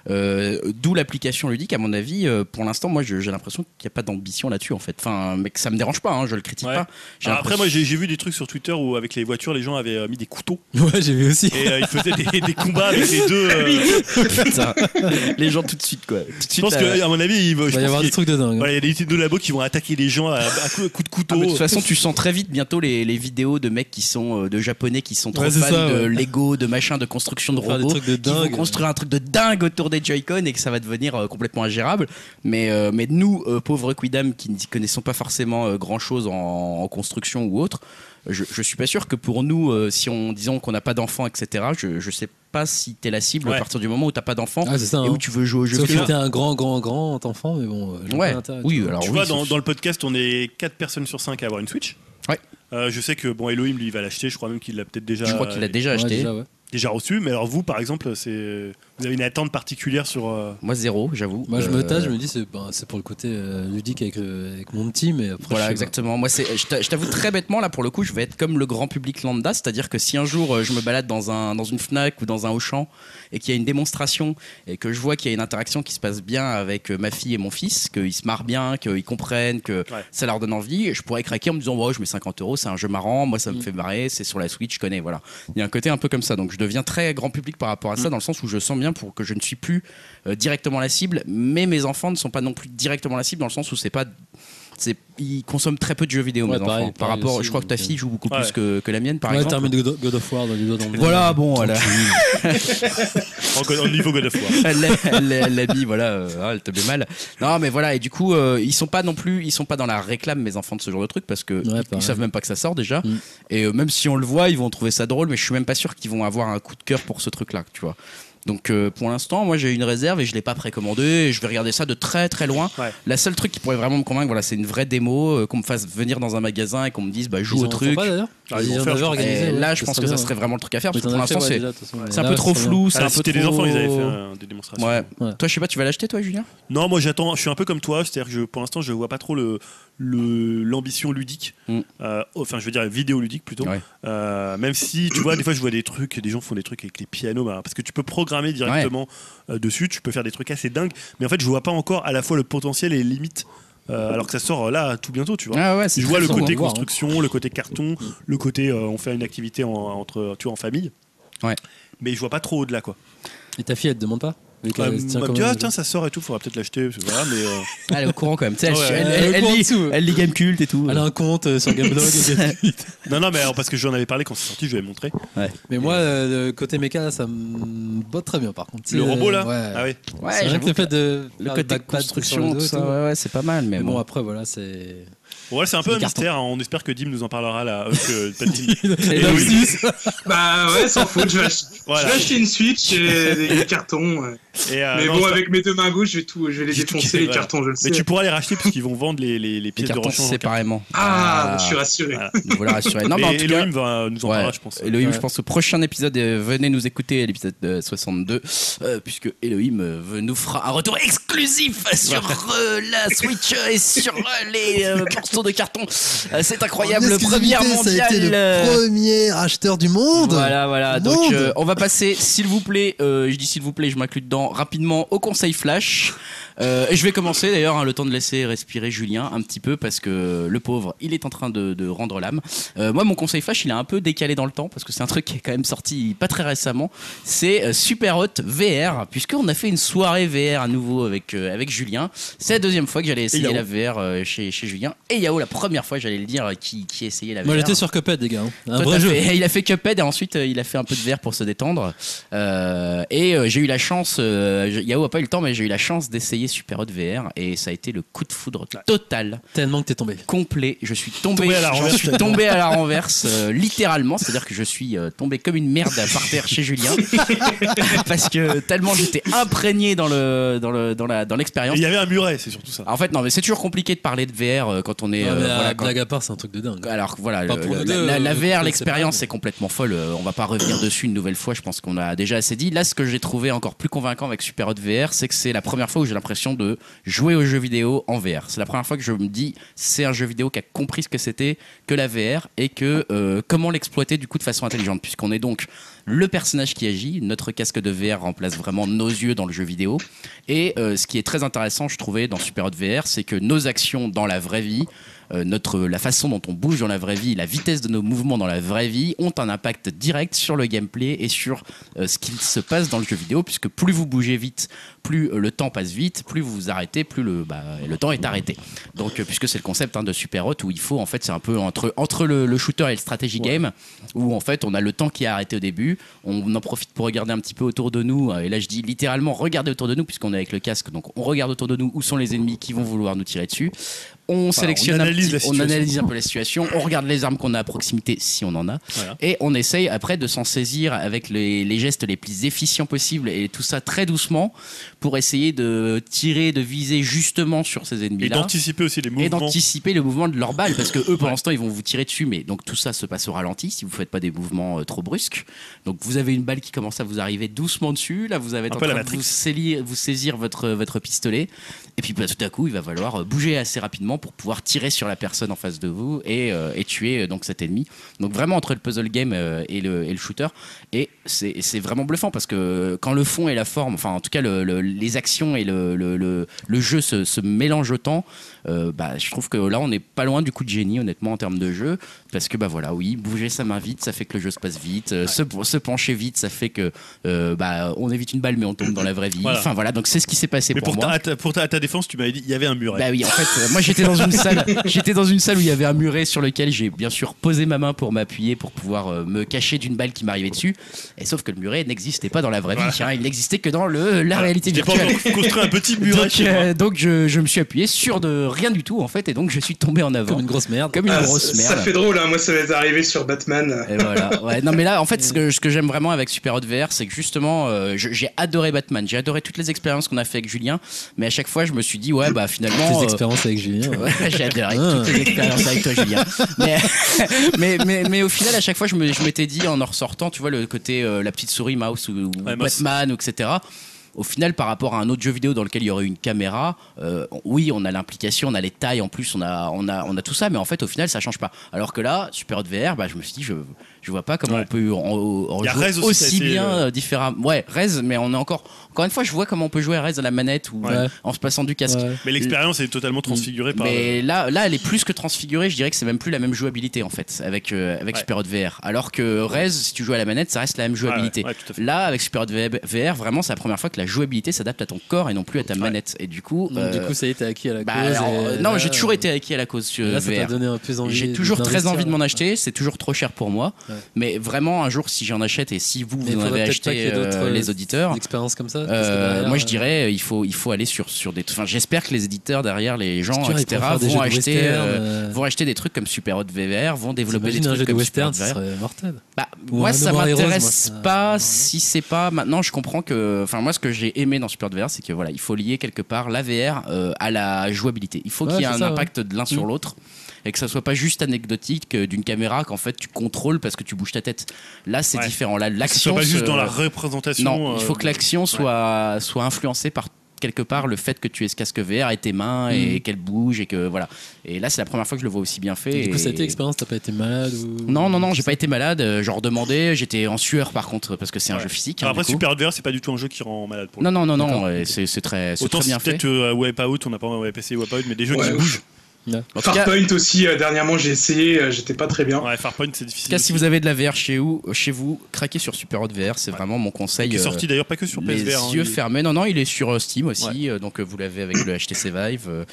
Speaker 1: Euh, D'où l'application ludique, à mon avis, euh, pour l'instant, moi je- j'ai l'impression qu'il n'y a pas d'ambition là-dessus en fait. Enfin, mais que ça me dérange pas, hein, je le critique
Speaker 5: Ouais.
Speaker 1: pas. J'ai
Speaker 5: Alors après,
Speaker 1: l'impression-
Speaker 5: moi, j'ai j'ai vu des trucs sur Twitter où avec les voitures, les gens avaient euh, mis des couteaux
Speaker 3: Ouais, j'ai vu aussi.
Speaker 5: et euh, ils faisaient des, des combats avec les deux. euh,
Speaker 1: Putain, les gens tout de suite quoi. Tout de
Speaker 5: je
Speaker 1: suite,
Speaker 5: pense
Speaker 1: euh,
Speaker 5: que, à mon avis, il va- je
Speaker 3: Il va y
Speaker 5: pense
Speaker 3: avoir
Speaker 5: qu'il-
Speaker 3: des trucs de dingue.
Speaker 5: voilà, il y a des études de labo qui vont attaquer les gens à, à coups de
Speaker 1: hein. Ah,
Speaker 5: couteau.
Speaker 1: mais de toute façon, tu sens très vite bientôt les, les vidéos de mecs qui sont euh, de japonais qui sont trop
Speaker 3: Ouais, c'est
Speaker 1: fans
Speaker 3: ça,
Speaker 1: de
Speaker 3: ouais.
Speaker 1: Lego, de machin, de construction de
Speaker 3: Faire des
Speaker 1: robots,
Speaker 3: trucs de
Speaker 1: qui vont
Speaker 3: dingue.
Speaker 1: construire un truc de dingue autour des Joy-Con et que ça va devenir euh, complètement ingérable. Mais, euh, mais nous, euh, pauvres quidam qui n'y connaissons pas forcément grand chose en, en construction ou autre, je, je suis pas sûr que pour nous, euh, si on disons qu'on n'a pas d'enfant, etc. Je, je sais pas si t'es la cible à
Speaker 5: Ouais.
Speaker 1: partir du moment où t'as pas d'enfant
Speaker 3: Ah, c'est ça.
Speaker 1: et
Speaker 3: hein.
Speaker 1: où tu veux jouer au jeu.
Speaker 3: Sauf
Speaker 1: vidéo.
Speaker 3: que t'es un grand, grand, grand enfant, mais bon. euh, j'ai
Speaker 1: Ouais.
Speaker 3: pas l'intérêt, tu
Speaker 1: Oui,
Speaker 3: vois.
Speaker 1: alors
Speaker 5: Tu
Speaker 1: oui,
Speaker 5: vois,
Speaker 1: sauf-
Speaker 5: dans, dans le podcast, on est 4 personnes sur 5 à avoir une Switch.
Speaker 1: Ouais.
Speaker 5: Euh, je sais que bon, Elohim, lui, il va l'acheter. Je crois même qu'il l'a peut-être déjà,
Speaker 1: je crois qu'il a déjà
Speaker 3: Ouais,
Speaker 1: acheté.
Speaker 3: déjà, ouais.
Speaker 5: déjà reçu. Mais alors, vous, par exemple, c'est vous avez une attente particulière sur. euh,
Speaker 1: Moi zéro, j'avoue.
Speaker 3: Moi, je me
Speaker 1: Euh,
Speaker 3: tâche, je me dis, c'est ben, c'est pour le côté euh, ludique avec, euh, avec mon petit, mais après.
Speaker 1: Voilà,
Speaker 3: je sais pas.
Speaker 1: exactement. Moi, c'est, je t'a- je t'avoue très bêtement, là, pour le coup, je vais être comme le grand public lambda, c'est-à-dire que si un jour euh, je me balade dans, un, dans une Fnac ou dans un Auchan et qu'il y a une démonstration et que je vois qu'il y a une interaction qui se passe bien avec euh, ma fille et mon fils, qu'ils se marrent bien, qu'ils comprennent, que
Speaker 5: Ouais.
Speaker 1: ça leur donne envie, je pourrais craquer en me disant, wow, je mets 50 euros, c'est un jeu marrant, moi, ça me
Speaker 3: Mm.
Speaker 1: fait marrer, c'est sur la Switch, je connais, voilà. Il y a un côté un peu comme ça, donc je deviens très grand public par rapport à
Speaker 3: Mm.
Speaker 1: ça, dans le sens où je sens bien pour que je ne suis plus euh, directement la cible, mais mes enfants ne sont pas non plus directement la cible, dans le sens où c'est pas c'est- ils consomment très peu de jeux vidéo,
Speaker 3: Ouais,
Speaker 1: mes
Speaker 3: pareil,
Speaker 1: enfants. Par
Speaker 3: pareil
Speaker 1: rapport,
Speaker 3: aussi,
Speaker 1: je crois que ta
Speaker 3: donc, euh,
Speaker 1: fille joue beaucoup
Speaker 5: Ouais.
Speaker 1: plus que, que la mienne, par
Speaker 3: ouais,
Speaker 1: exemple.
Speaker 3: termine de God- God of War dans les doigts dans le
Speaker 1: Voilà, bon, elle, a-
Speaker 5: en, go- en niveau God of War.
Speaker 1: elle, Euh, l'a- elle, l'a- elle l'habille, voilà, euh, ah, elle te met mal. Non, mais voilà, et du coup, euh, ils sont pas non plus, ils sont pas dans la réclame, mes enfants, de ce genre de truc, parce que
Speaker 3: Ouais,
Speaker 1: ils
Speaker 3: pareil.
Speaker 1: savent même pas que ça sort déjà.
Speaker 3: Mm.
Speaker 1: Et euh, même si on le voit, ils vont trouver ça drôle, mais je suis même pas sûr qu'ils vont avoir un coup de cœur pour ce truc-là, tu vois. Donc euh, pour l'instant, moi j'ai une réserve et je l'ai pas précommandé et je vais regarder ça de très très loin.
Speaker 5: Ouais.
Speaker 1: La seule truc qui pourrait vraiment me convaincre, voilà, c'est une vraie démo, euh, qu'on me fasse venir dans un magasin et qu'on me dise bah joue au
Speaker 3: Ils en font
Speaker 1: truc.
Speaker 3: Pas, d'ailleurs
Speaker 5: Ah, ils
Speaker 3: ils
Speaker 5: vont
Speaker 3: en
Speaker 5: faire,
Speaker 3: avaient
Speaker 5: je pense.
Speaker 3: organisé.
Speaker 1: Et
Speaker 3: ouais,
Speaker 1: là, je pense que
Speaker 3: bien,
Speaker 1: ça
Speaker 3: ouais.
Speaker 1: serait vraiment le truc à faire parce
Speaker 3: Mais
Speaker 1: que pour
Speaker 3: t'en as fait,
Speaker 1: l'instant,
Speaker 3: ouais,
Speaker 1: c'est
Speaker 3: déjà, de toute façon.
Speaker 1: c'est un
Speaker 3: Là,
Speaker 1: peu trop
Speaker 3: très bien.
Speaker 1: flou,
Speaker 5: Ah,
Speaker 1: c'est un peu
Speaker 5: C'était les
Speaker 1: trop-
Speaker 5: enfants, ils avaient fait euh, des démonstrations.
Speaker 1: Ouais.
Speaker 3: Ouais.
Speaker 1: Toi, je sais pas, tu vas l'acheter toi, Julien
Speaker 5: Non, moi j'attends, je suis un peu comme toi, c'est-à-dire que je- pour l'instant je vois pas trop le le- l'ambition ludique,
Speaker 1: Mm.
Speaker 5: Euh, enfin je veux dire vidéo ludique plutôt.
Speaker 1: Ouais.
Speaker 5: Euh, même si tu vois des fois je vois des trucs, des gens font des trucs avec les pianos, bah, parce que tu peux programmer directement euh, dessus, tu peux faire des trucs assez dingues, mais en fait je vois pas encore à la fois le potentiel et les limites, euh, alors que ça sort euh, là tout bientôt, tu vois.
Speaker 1: Ah ouais, c'est
Speaker 5: Je vois
Speaker 1: très
Speaker 5: le
Speaker 1: fort.
Speaker 5: côté
Speaker 3: on va voir,
Speaker 5: construction, le côté carton, le côté euh, on fait une activité en, entre tu vois en famille.
Speaker 1: Ouais.
Speaker 5: Mais je vois pas trop au-delà quoi.
Speaker 3: Et ta fille, elle te demande pas Vu
Speaker 5: Euh,
Speaker 3: qu'elle se tient
Speaker 5: elle me
Speaker 3: quand
Speaker 5: dit,
Speaker 3: même-
Speaker 5: ah, tiens, ça sort et tout, faudra peut-être l'acheter. Voilà, mais euh,
Speaker 1: Elle est au Ah, courant quand même. tu sais, Elle,
Speaker 5: Ouais, ouais.
Speaker 1: elle, elle-
Speaker 3: Elle est au
Speaker 1: elle
Speaker 3: courant
Speaker 1: lit,
Speaker 3: dessous.
Speaker 1: elle lit GameCult et tout.
Speaker 3: Elle a un compte euh, sur Gameblog. et-
Speaker 5: Non, non, mais alors, parce que j'en avais parlé quand c'est sorti, je vais montrer.
Speaker 3: Mais moi, euh, le côté méca, là, ça me botte très bien par contre. Tu
Speaker 5: Le
Speaker 3: sais,
Speaker 5: robot,
Speaker 3: euh,
Speaker 5: là
Speaker 3: Ouais.
Speaker 5: Ah ouais.
Speaker 1: Ouais,
Speaker 3: C'est vrai que
Speaker 1: j'avoue
Speaker 3: le fait de.
Speaker 1: que le
Speaker 3: faire
Speaker 1: côté
Speaker 3: backpad sur les
Speaker 1: construction,
Speaker 3: dos
Speaker 1: tout
Speaker 3: et
Speaker 1: ça,
Speaker 3: tout.
Speaker 1: ouais, ouais, c'est pas mal, mais
Speaker 3: Mais bon,
Speaker 1: bon.
Speaker 3: après, voilà, c'est.
Speaker 5: Bon, là, c'est un peu
Speaker 1: C'est
Speaker 5: un
Speaker 1: des cartons.
Speaker 5: mystère. hein. On espère que Dim nous en parlera là. euh, que peut-être Dim.
Speaker 3: Et
Speaker 5: Et
Speaker 3: donc,
Speaker 5: oui.
Speaker 3: si-
Speaker 4: Bah ouais, sans faute, je vais, ach- je
Speaker 5: Voilà.
Speaker 4: vais acheter une Switch et des cartons. ouais.
Speaker 5: Et, euh,
Speaker 4: Mais
Speaker 5: non,
Speaker 4: bon,
Speaker 5: c'est-
Speaker 4: avec mes deux mains gauches, je vais, tout, je vais les
Speaker 5: J'ai tout
Speaker 4: défoncer,
Speaker 5: kiffé,
Speaker 4: les
Speaker 5: voilà.
Speaker 4: cartons, je le sais.
Speaker 5: Mais tu pourras les racheter parce qu'ils vont vendre les, les, les
Speaker 1: Les
Speaker 5: pièces de
Speaker 1: cartons
Speaker 5: rechange. en carton.
Speaker 1: séparément.
Speaker 4: Ah, je suis rassuré.
Speaker 5: Voilà.
Speaker 1: Vous voulez rassurer. Non, mais
Speaker 5: Mais
Speaker 1: en tout cas.
Speaker 5: Elohim va nous en
Speaker 1: Ouais.
Speaker 5: parlera, je pense.
Speaker 1: Elohim,
Speaker 3: Ouais.
Speaker 1: je pense que prochain épisode, euh, venez nous écouter, l'épisode euh, 62, euh, puisque Elohim euh, veut- nous fera un retour exclusif sur euh, la Switch euh, et sur euh, les euh, morceaux de carton. Euh, c'est incroyable,
Speaker 3: En exclusivité,
Speaker 1: première
Speaker 3: ça a été
Speaker 1: mondiale. euh,
Speaker 3: le premier acheteur du monde.
Speaker 1: Voilà, voilà.
Speaker 3: Le
Speaker 1: Donc,
Speaker 3: monde.
Speaker 1: euh, on va passer, s'il vous plaît, euh, je dis s'il vous plaît, je m'inclus dedans, rapidement au conseil flash. Euh, et je vais commencer d'ailleurs, hein, le temps de laisser respirer Julien un petit peu, parce que le pauvre, il est en train de, de rendre l'âme. Euh, moi, mon conseil flash, il est un peu décalé dans le temps, parce que c'est un truc qui est quand même sorti pas très récemment. C'est euh, Super Hot VR, puisqu'on a fait une soirée VR à nouveau avec, euh, avec Julien. C'est la deuxième fois que j'allais essayer
Speaker 5: il
Speaker 1: la
Speaker 5: a
Speaker 1: VR euh, chez, chez Julien. et Yao la première fois, j'allais le dire, euh, qui, qui essayait la VR.
Speaker 3: Moi j'étais sur Cuphead, les gars. hein. Un
Speaker 1: Toi,
Speaker 3: vrai
Speaker 1: t'as
Speaker 3: jeu.
Speaker 1: fait- il a fait Cuphead et ensuite euh, il a fait un peu de verre pour se détendre. Euh, et euh, j'ai eu la chance, euh, je- Yao a pas eu le temps, mais j'ai eu la chance d'essayer Super Hot VR et ça a été le coup de foudre total,
Speaker 3: Tellement que t'es tombé.
Speaker 1: complet. Je suis tombé,
Speaker 5: Tombé à la
Speaker 1: j'en
Speaker 5: renverse,
Speaker 1: suis tombé à la renverse, euh, littéralement. C'est-à-dire que je suis euh, tombé comme une merde par terre chez Julien parce que tellement j'étais imprégné dans le dans le dans la dans
Speaker 5: Et
Speaker 1: l'expérience.
Speaker 5: Il y avait un muret, c'est surtout ça.
Speaker 1: En fait, non, mais c'est toujours compliqué de parler de VR euh, quand on est
Speaker 3: Non,
Speaker 1: euh,
Speaker 3: mais,
Speaker 1: voilà,
Speaker 3: euh,
Speaker 1: quand-
Speaker 3: blague à part, c'est un truc de dingue.
Speaker 1: alors que voilà,
Speaker 3: Pas
Speaker 1: le-
Speaker 3: pour
Speaker 1: le-
Speaker 3: nous
Speaker 1: la,
Speaker 3: deux,
Speaker 1: la- la
Speaker 3: euh,
Speaker 1: VR,
Speaker 3: c'est
Speaker 1: l'expérience
Speaker 3: pas-
Speaker 1: est complètement folle. euh, on va pas revenir dessus une nouvelle fois. Je pense qu'on a déjà assez dit. Là, ce que j'ai trouvé encore plus convaincant avec Super Hot VR, c'est que c'est la première fois où j'ai l'impression de jouer aux jeux vidéo en VR. C'est la première fois que je me dis, c'est un jeu vidéo qui a compris ce que c'était que la VR et que euh, comment l'exploiter du coup de façon intelligente, puisqu'on est donc le personnage qui agit. Notre casque de VR remplace vraiment nos yeux dans le jeu vidéo. Et euh, ce qui est très intéressant, je trouvais, dans Super Hot VR, c'est que nos actions dans la vraie vie, euh, notre, la façon dont on bouge dans la vraie vie, la vitesse de nos mouvements dans la vraie vie, ont un impact direct sur le gameplay et sur euh, ce qu'il se passe dans le jeu vidéo, puisque plus vous bougez vite, plus euh, le temps passe vite, plus vous vous arrêtez, plus le, bah, le temps est arrêté. Donc, euh, puisque c'est le concept hein, de Super Hot, où il faut, en fait, c'est un peu entre, entre le, le shooter et le strategy game, où en fait, on a le temps qui est arrêté au début, on en profite pour regarder un petit peu autour de nous, euh, et là, je dis littéralement regarder autour de nous, puisqu'on est avec le casque, donc on regarde autour de nous où sont les ennemis qui vont vouloir nous tirer dessus. On sélectionne, un petit-
Speaker 5: analyse la
Speaker 1: on
Speaker 5: situation.
Speaker 1: analyse un peu la situation, on regarde les armes qu'on a à proximité, si on en a, et on essaye après de s'en saisir avec les, les gestes les plus efficients possibles, et tout ça très doucement, pour essayer de tirer, de viser justement sur ces
Speaker 5: Et
Speaker 1: ennemis-là
Speaker 5: d'anticiper aussi les
Speaker 1: et
Speaker 5: mouvements.
Speaker 1: d'anticiper le mouvement de leur balle parce que eux pendant ce temps ils vont vous tirer dessus mais donc tout ça se passe au ralenti si vous faites pas des mouvements euh, trop brusques donc vous avez une balle qui commence à vous arriver doucement dessus là vous avez
Speaker 5: Un
Speaker 1: en train
Speaker 5: peu la
Speaker 1: de vous
Speaker 5: Matrix.
Speaker 1: saisir, vous saisir votre, euh, votre pistolet et puis bah, tout à coup il va falloir euh, bouger assez rapidement pour pouvoir tirer sur la personne en face de vous et, euh, et tuer euh, donc cet ennemi donc vraiment entre le puzzle game euh, et, le, et le shooter et c'est et c'est vraiment bluffant parce que quand le fond et la forme enfin en tout cas le- le- les actions et le, le, le- le jeu se, se mélangent autant euh, bah, je trouve que là on n'est pas loin du coup de génie honnêtement en termes de jeu parce que bah voilà oui bouger sa main vite ça fait que le jeu se passe vite euh, se, se pencher vite ça fait que euh, bah, on évite une balle mais on tombe dans la vraie vie
Speaker 5: Voilà.
Speaker 1: enfin voilà donc c'est ce qui s'est passé
Speaker 5: Mais
Speaker 1: pour,
Speaker 5: pour
Speaker 1: moi
Speaker 5: ta, à ta- pour ta- à ta défense, tu m'avais dit il y avait un muret.
Speaker 1: bah oui, en fait, euh, moi j'étais dans une salle, j'étais dans une salle où il y avait un muret sur lequel j'ai bien sûr posé ma main pour m'appuyer pour pouvoir euh, me cacher d'une balle qui m'arrivait dessus. Et sauf que le muret n'existait pas dans la vraie vie, hein, il n'existait que dans le la réalité
Speaker 5: J'ai pas
Speaker 1: virtuelle.
Speaker 5: encore construit un petit muret.
Speaker 1: Donc,
Speaker 5: chez moi.
Speaker 1: euh, donc je, je me suis appuyé sur de rien du tout en fait, et donc je suis tombé en avant
Speaker 3: Comme une grosse merde.
Speaker 1: comme une
Speaker 4: Ah,
Speaker 1: grosse
Speaker 4: ça-
Speaker 1: merde.
Speaker 4: Ça fait drôle, hein. moi ça m'est arrivé sur Batman.
Speaker 1: Et voilà. Ouais, non, mais là, en fait, ce
Speaker 4: Euh.
Speaker 1: que, ce que j'aime vraiment avec Super Hot VR, c'est que justement, euh, je- j'ai adoré Batman. J'ai adoré toutes les expériences qu'on a fait avec Julien. Mais à chaque fois, je me suis dit, ouais, bah finalement.
Speaker 3: Tes
Speaker 1: euh,
Speaker 3: expériences avec Julien.
Speaker 1: Ouais, J'ai adoré
Speaker 3: Ah.
Speaker 1: toutes les expériences avec toi, Julien. Mais, mais, mais, mais au final, à chaque fois, je me- je m'étais dit en en ressortant, tu vois, le côté euh, la petite souris mouse ou, ou
Speaker 5: Ouais, mouse.
Speaker 1: Batman, ou etc. Au final, par rapport à un autre jeu vidéo dans lequel il y aurait une caméra, euh, oui, on a l'implication, on a les tailles en plus, on a, on, a, on a tout ça, mais en fait, au final, ça change pas. Alors que là, Super Hot VR, bah, je me suis dit, je, je vois pas comment
Speaker 5: Ouais.
Speaker 1: on peut en, en
Speaker 5: Il y a
Speaker 1: jouer
Speaker 5: Rez aussi,
Speaker 1: aussi,
Speaker 5: ça a été,
Speaker 1: bien
Speaker 5: euh,
Speaker 1: euh, différemment. Ouais, Rez, mais on est encore. Encore une fois, je vois comment on peut jouer à Rez à la manette ou
Speaker 3: Ouais.
Speaker 1: euh, en se passant du casque.
Speaker 3: Ouais.
Speaker 5: Mais l'expérience est totalement transfigurée par.
Speaker 1: Mais là, là, elle est plus que transfigurée. Je dirais que c'est même plus la même jouabilité en fait avec euh, avec
Speaker 5: Ouais.
Speaker 1: Super Hot VR. Alors que Rez, si tu joues à la manette, ça reste la même
Speaker 5: Ouais, ouais,
Speaker 1: jouabilité.
Speaker 5: ouais, tout à fait.
Speaker 1: Là, avec Super Hot VR, vraiment, c'est la première fois que la jouabilité s'adapte à ton corps et non plus à ta manette. Et du coup,
Speaker 3: Donc, du
Speaker 1: euh,
Speaker 3: coup, ça y est, t'es acquis à la
Speaker 1: bah,
Speaker 3: cause.
Speaker 1: alors,
Speaker 3: et
Speaker 1: euh,
Speaker 3: là,
Speaker 1: non, j'ai toujours été acquis à la cause euh,
Speaker 3: Là, ça t'a
Speaker 1: VR.
Speaker 3: donné un plus envie.
Speaker 1: J'ai toujours très
Speaker 3: d'investir,
Speaker 1: envie de m'en
Speaker 3: là.
Speaker 1: acheter, c'est toujours trop cher pour moi.
Speaker 3: Ouais.
Speaker 1: Mais vraiment, un jour, si j'en achète et si vous,
Speaker 3: Mais
Speaker 1: vous en
Speaker 3: faudrait
Speaker 1: avez
Speaker 3: peut-être pas qu'il y
Speaker 1: acheté,
Speaker 3: ait d'autres,
Speaker 1: euh,
Speaker 3: euh,
Speaker 1: les auditeurs,
Speaker 3: Des expériences comme ça. parce que
Speaker 1: euh,
Speaker 3: derrière,
Speaker 1: moi je
Speaker 3: euh,
Speaker 1: dirais euh, il faut il faut aller sur sur des enfin j'espère que les éditeurs derrière les gens
Speaker 3: euh, tu vois, ils
Speaker 1: etc
Speaker 3: pourraient faire des jeux
Speaker 1: vont
Speaker 3: de
Speaker 1: acheter
Speaker 3: western,
Speaker 1: euh,
Speaker 3: euh,
Speaker 1: vont acheter des trucs comme Super Hot VVR vont développer des
Speaker 3: T'imagines
Speaker 1: trucs
Speaker 3: un jeu de
Speaker 1: comme Super
Speaker 3: western,
Speaker 1: Hot
Speaker 3: ce
Speaker 1: VVR.
Speaker 3: serait mortel.
Speaker 1: Bah,
Speaker 3: Ou
Speaker 1: moi
Speaker 3: un
Speaker 1: ça
Speaker 3: Noir et Rose, moi,
Speaker 1: m'intéresse
Speaker 3: ça-
Speaker 1: pas
Speaker 3: ouais.
Speaker 1: si c'est pas maintenant je comprends que enfin moi ce que j'ai aimé dans Super Hot VR c'est que voilà il faut lier quelque part la VR euh, à la jouabilité il faut
Speaker 3: Ouais,
Speaker 1: qu'il y ait
Speaker 3: c'est
Speaker 1: un
Speaker 3: ça,
Speaker 1: impact de l'un sur
Speaker 3: Mm.
Speaker 1: l'autre et que ça soit pas juste anecdotique euh, d'une caméra qu'en fait tu contrôles parce que tu bouges ta tête là c'est
Speaker 5: Ouais.
Speaker 1: différent là
Speaker 5: Que ce soit
Speaker 1: l'action
Speaker 5: pas juste
Speaker 1: se-
Speaker 5: dans la représentation.
Speaker 1: non, il
Speaker 5: euh,
Speaker 1: faut que l'action soit, soit influencée par quelque part le fait que tu aies ce casque VR et tes mains
Speaker 5: Mm.
Speaker 1: et qu'elle bouge et que voilà. Et là, c'est la première fois que je le vois aussi bien fait.
Speaker 3: Et Du coup,
Speaker 1: et-
Speaker 3: ça a été expérience, t'as pas été malade ou.
Speaker 1: Non, non, non, j'ai pas été malade. euh, J'en redemandais. J'étais en sueur par contre parce que c'est un
Speaker 5: Ouais.
Speaker 1: jeu physique. hein,
Speaker 5: Alors après,
Speaker 1: du coup.
Speaker 5: Super Adverse, c'est pas du tout un jeu qui rend malade pour le
Speaker 1: Non, non, non,
Speaker 3: D'accord,
Speaker 1: non.
Speaker 3: ok.
Speaker 1: ouais, C'est c'est très, c'est
Speaker 5: Autant
Speaker 1: très
Speaker 5: si
Speaker 1: bien fait.
Speaker 5: peut-être euh, Wipeout, on n'a pas WPC Wipeout, mais des jeux
Speaker 4: Ouais,
Speaker 5: qui
Speaker 4: ouais.
Speaker 5: bougent.
Speaker 1: En tout cas, en
Speaker 4: Farpoint aussi, euh, dernièrement j'ai essayé, euh, j'étais pas très bien.
Speaker 5: Ouais, Farpoint, c'est
Speaker 1: tout
Speaker 5: difficile.
Speaker 1: cas, si vous avez de la VR chez vous, chez vous craquez sur Super Hot VR. C'est vraiment mon conseil.
Speaker 5: Qui est
Speaker 1: euh,
Speaker 5: sorti d'ailleurs pas que sur
Speaker 1: les
Speaker 5: PSVR. hein,
Speaker 1: yeux
Speaker 5: il-
Speaker 1: fermés. Non, non, il est sur euh, Steam aussi. euh, donc euh, vous l'avez avec le HTC Vive. euh,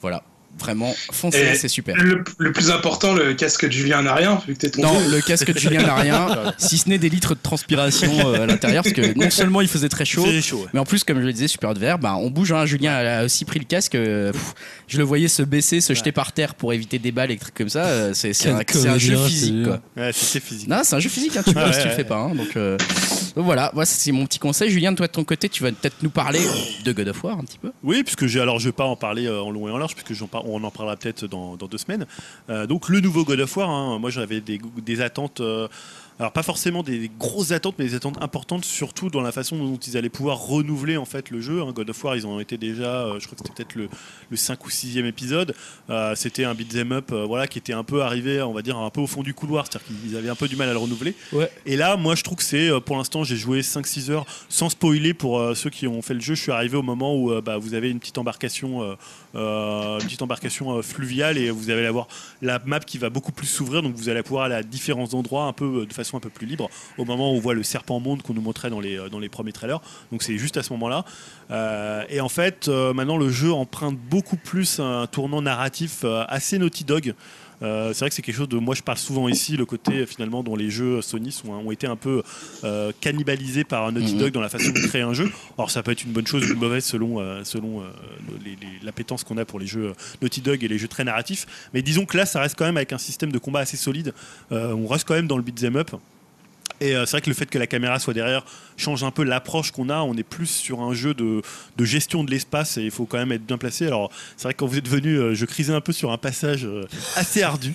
Speaker 1: voilà. Vraiment, foncez,
Speaker 4: Et
Speaker 1: c'est super.
Speaker 4: Le, le plus important, le casque de Julien n'a rien, vu que t'es tombé.
Speaker 1: Non, le casque de Julien n'a rien, si ce n'est des litres de transpiration euh, à l'intérieur, parce que non seulement il faisait très chaud,
Speaker 5: C'est chaud. ouais.
Speaker 1: mais en plus, comme je le disais, Super Hot VR, bah, on bouge. hein. Julien a aussi pris le casque. euh, pff, je le voyais se baisser, se jeter par terre pour éviter des balles et des trucs comme ça. euh, c'est c'est un,
Speaker 3: Quel
Speaker 1: c'est un jeu
Speaker 3: comédien,
Speaker 1: physique.
Speaker 3: c'est
Speaker 1: Quoi.
Speaker 5: Ouais, c'était physique.
Speaker 1: Non, c'est un jeu physique, hein, tu bosses,
Speaker 5: Ouais,
Speaker 1: tu le
Speaker 5: ouais.
Speaker 1: fais pas. hein. donc, euh, donc voilà, voilà c'est mon petit conseil. Julien, toi de ton côté, tu vas peut-être nous parler de God of War un petit peu.
Speaker 5: Oui, puisque j'ai alors je vais pas en parler euh, en long et en large, puisque j'en par- on en parlera peut-être dans, dans deux semaines. Euh, donc le nouveau God of War, hein, moi j'avais des, des attentes, euh, alors pas forcément des, des grosses attentes, mais des attentes importantes, surtout dans la façon dont ils allaient pouvoir renouveler en fait le jeu. hein. God of War, ils en étaient déjà, euh, je crois que c'était peut-être le, le 5 ou 6e épisode. Euh, c'était un beat'em up, euh, voilà, qui était un peu arrivé, on va dire un peu au fond du couloir, c'est-à-dire qu'ils avaient un peu du mal à le renouveler.
Speaker 1: Ouais.
Speaker 5: Et là, moi je trouve que c'est, euh, pour l'instant, j'ai joué 5-6 heures sans spoiler pour euh, ceux qui ont fait le jeu, je suis arrivé au moment où euh, bah, vous avez une petite embarcation, euh, euh, une petite embarcation euh, fluviale et vous allez avoir la map qui va beaucoup plus s'ouvrir, donc vous allez pouvoir aller à différents endroits un peu euh, de façon un peu plus libre. Au moment où on voit le serpent monde qu'on nous montrait dans les euh, dans les premiers trailers, donc c'est juste à ce moment-là. Euh, et en fait, euh, maintenant le jeu emprunte beaucoup plus un tournant narratif euh, assez Naughty Dog. Euh, c'est vrai que c'est quelque chose de moi je parle souvent ici le côté euh, finalement dont les jeux Sony sont, ont été un peu euh, cannibalisés par Naughty
Speaker 1: Mhm.
Speaker 5: Dog dans la façon de créer un jeu. Alors ça peut être une bonne chose ou une mauvaise selon euh, selon euh, les- les- l'appétence qu'on a pour les jeux euh, Naughty Dog et les jeux très narratifs. Mais disons que là ça reste quand même avec un système de combat assez solide. Euh, on reste quand même dans le beat'em up. Et euh, c'est vrai que le fait que la caméra soit derrière change un peu l'approche qu'on a. On est plus sur un jeu de, de gestion de l'espace et il faut quand même être bien placé. Alors, c'est vrai que quand vous êtes venu, euh, je crisais un peu sur un passage euh, assez ardu,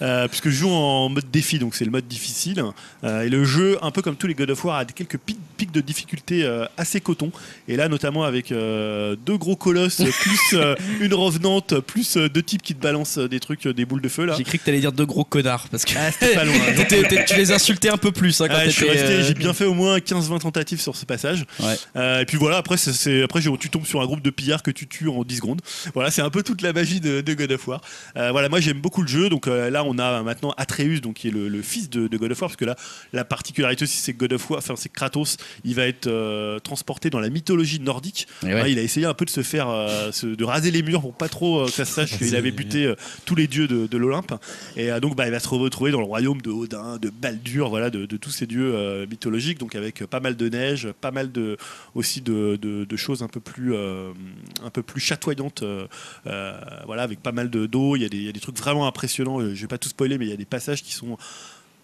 Speaker 5: euh, puisque je joue en mode défi, donc c'est le mode difficile. Euh, et le jeu, un peu comme tous les God of War, a quelques pics, pics de difficulté euh, assez coton. Et là, notamment avec euh, deux gros colosses, plus euh, une revenante, plus euh, deux types qui te balancent euh, des trucs, euh, des boules de feu là.
Speaker 1: J'ai cru que t'allais dire deux gros connards parce que
Speaker 5: Ah, c'était pas loin.
Speaker 1: t'étais- t'étais- tu les insultais un peu plus hein, quand
Speaker 5: Ah, je suis
Speaker 1: t'étais,
Speaker 5: resté,
Speaker 1: euh,
Speaker 5: j'ai bien fait au moins 15-20 tentatives sur ce passage.
Speaker 1: Ouais.
Speaker 5: Euh, et puis voilà, après, c'est- c'est, après j'ai- tu tombes sur un groupe de pillards que tu tues en 10 secondes. Voilà, c'est un peu toute la magie de, de God of War. Euh, voilà, moi j'aime beaucoup le jeu. Donc euh, là, on a maintenant Atreus, donc, qui est le, le fils de, de God of War. Parce que là, la particularité aussi, c'est que God of War, enfin, c'est que Kratos, il va être euh, transporté dans la mythologie nordique.
Speaker 1: Et Eh ouais.
Speaker 5: Ouais, Ah, il a essayé un peu de se faire, euh, se- de raser les murs pour pas trop euh, que ça se sache qu'il
Speaker 3: Raser
Speaker 5: avait
Speaker 3: les
Speaker 5: buté euh, tous les dieux de, de l'Olympe. Et euh, donc, bah, il va se retrouver dans le royaume de Odin, de Baldur, voilà, de, de tous ces dieux euh, mythologiques. Donc, avec euh, pas mal de neige, pas mal de aussi de, de- de choses un peu plus, euh, un peu plus chatoyantes. euh, euh, voilà, avec pas mal de- d'eau. il, y a des- il y a des trucs vraiment impressionnants. Euh, Je vais pas tout spoiler, mais il y a des passages qui sont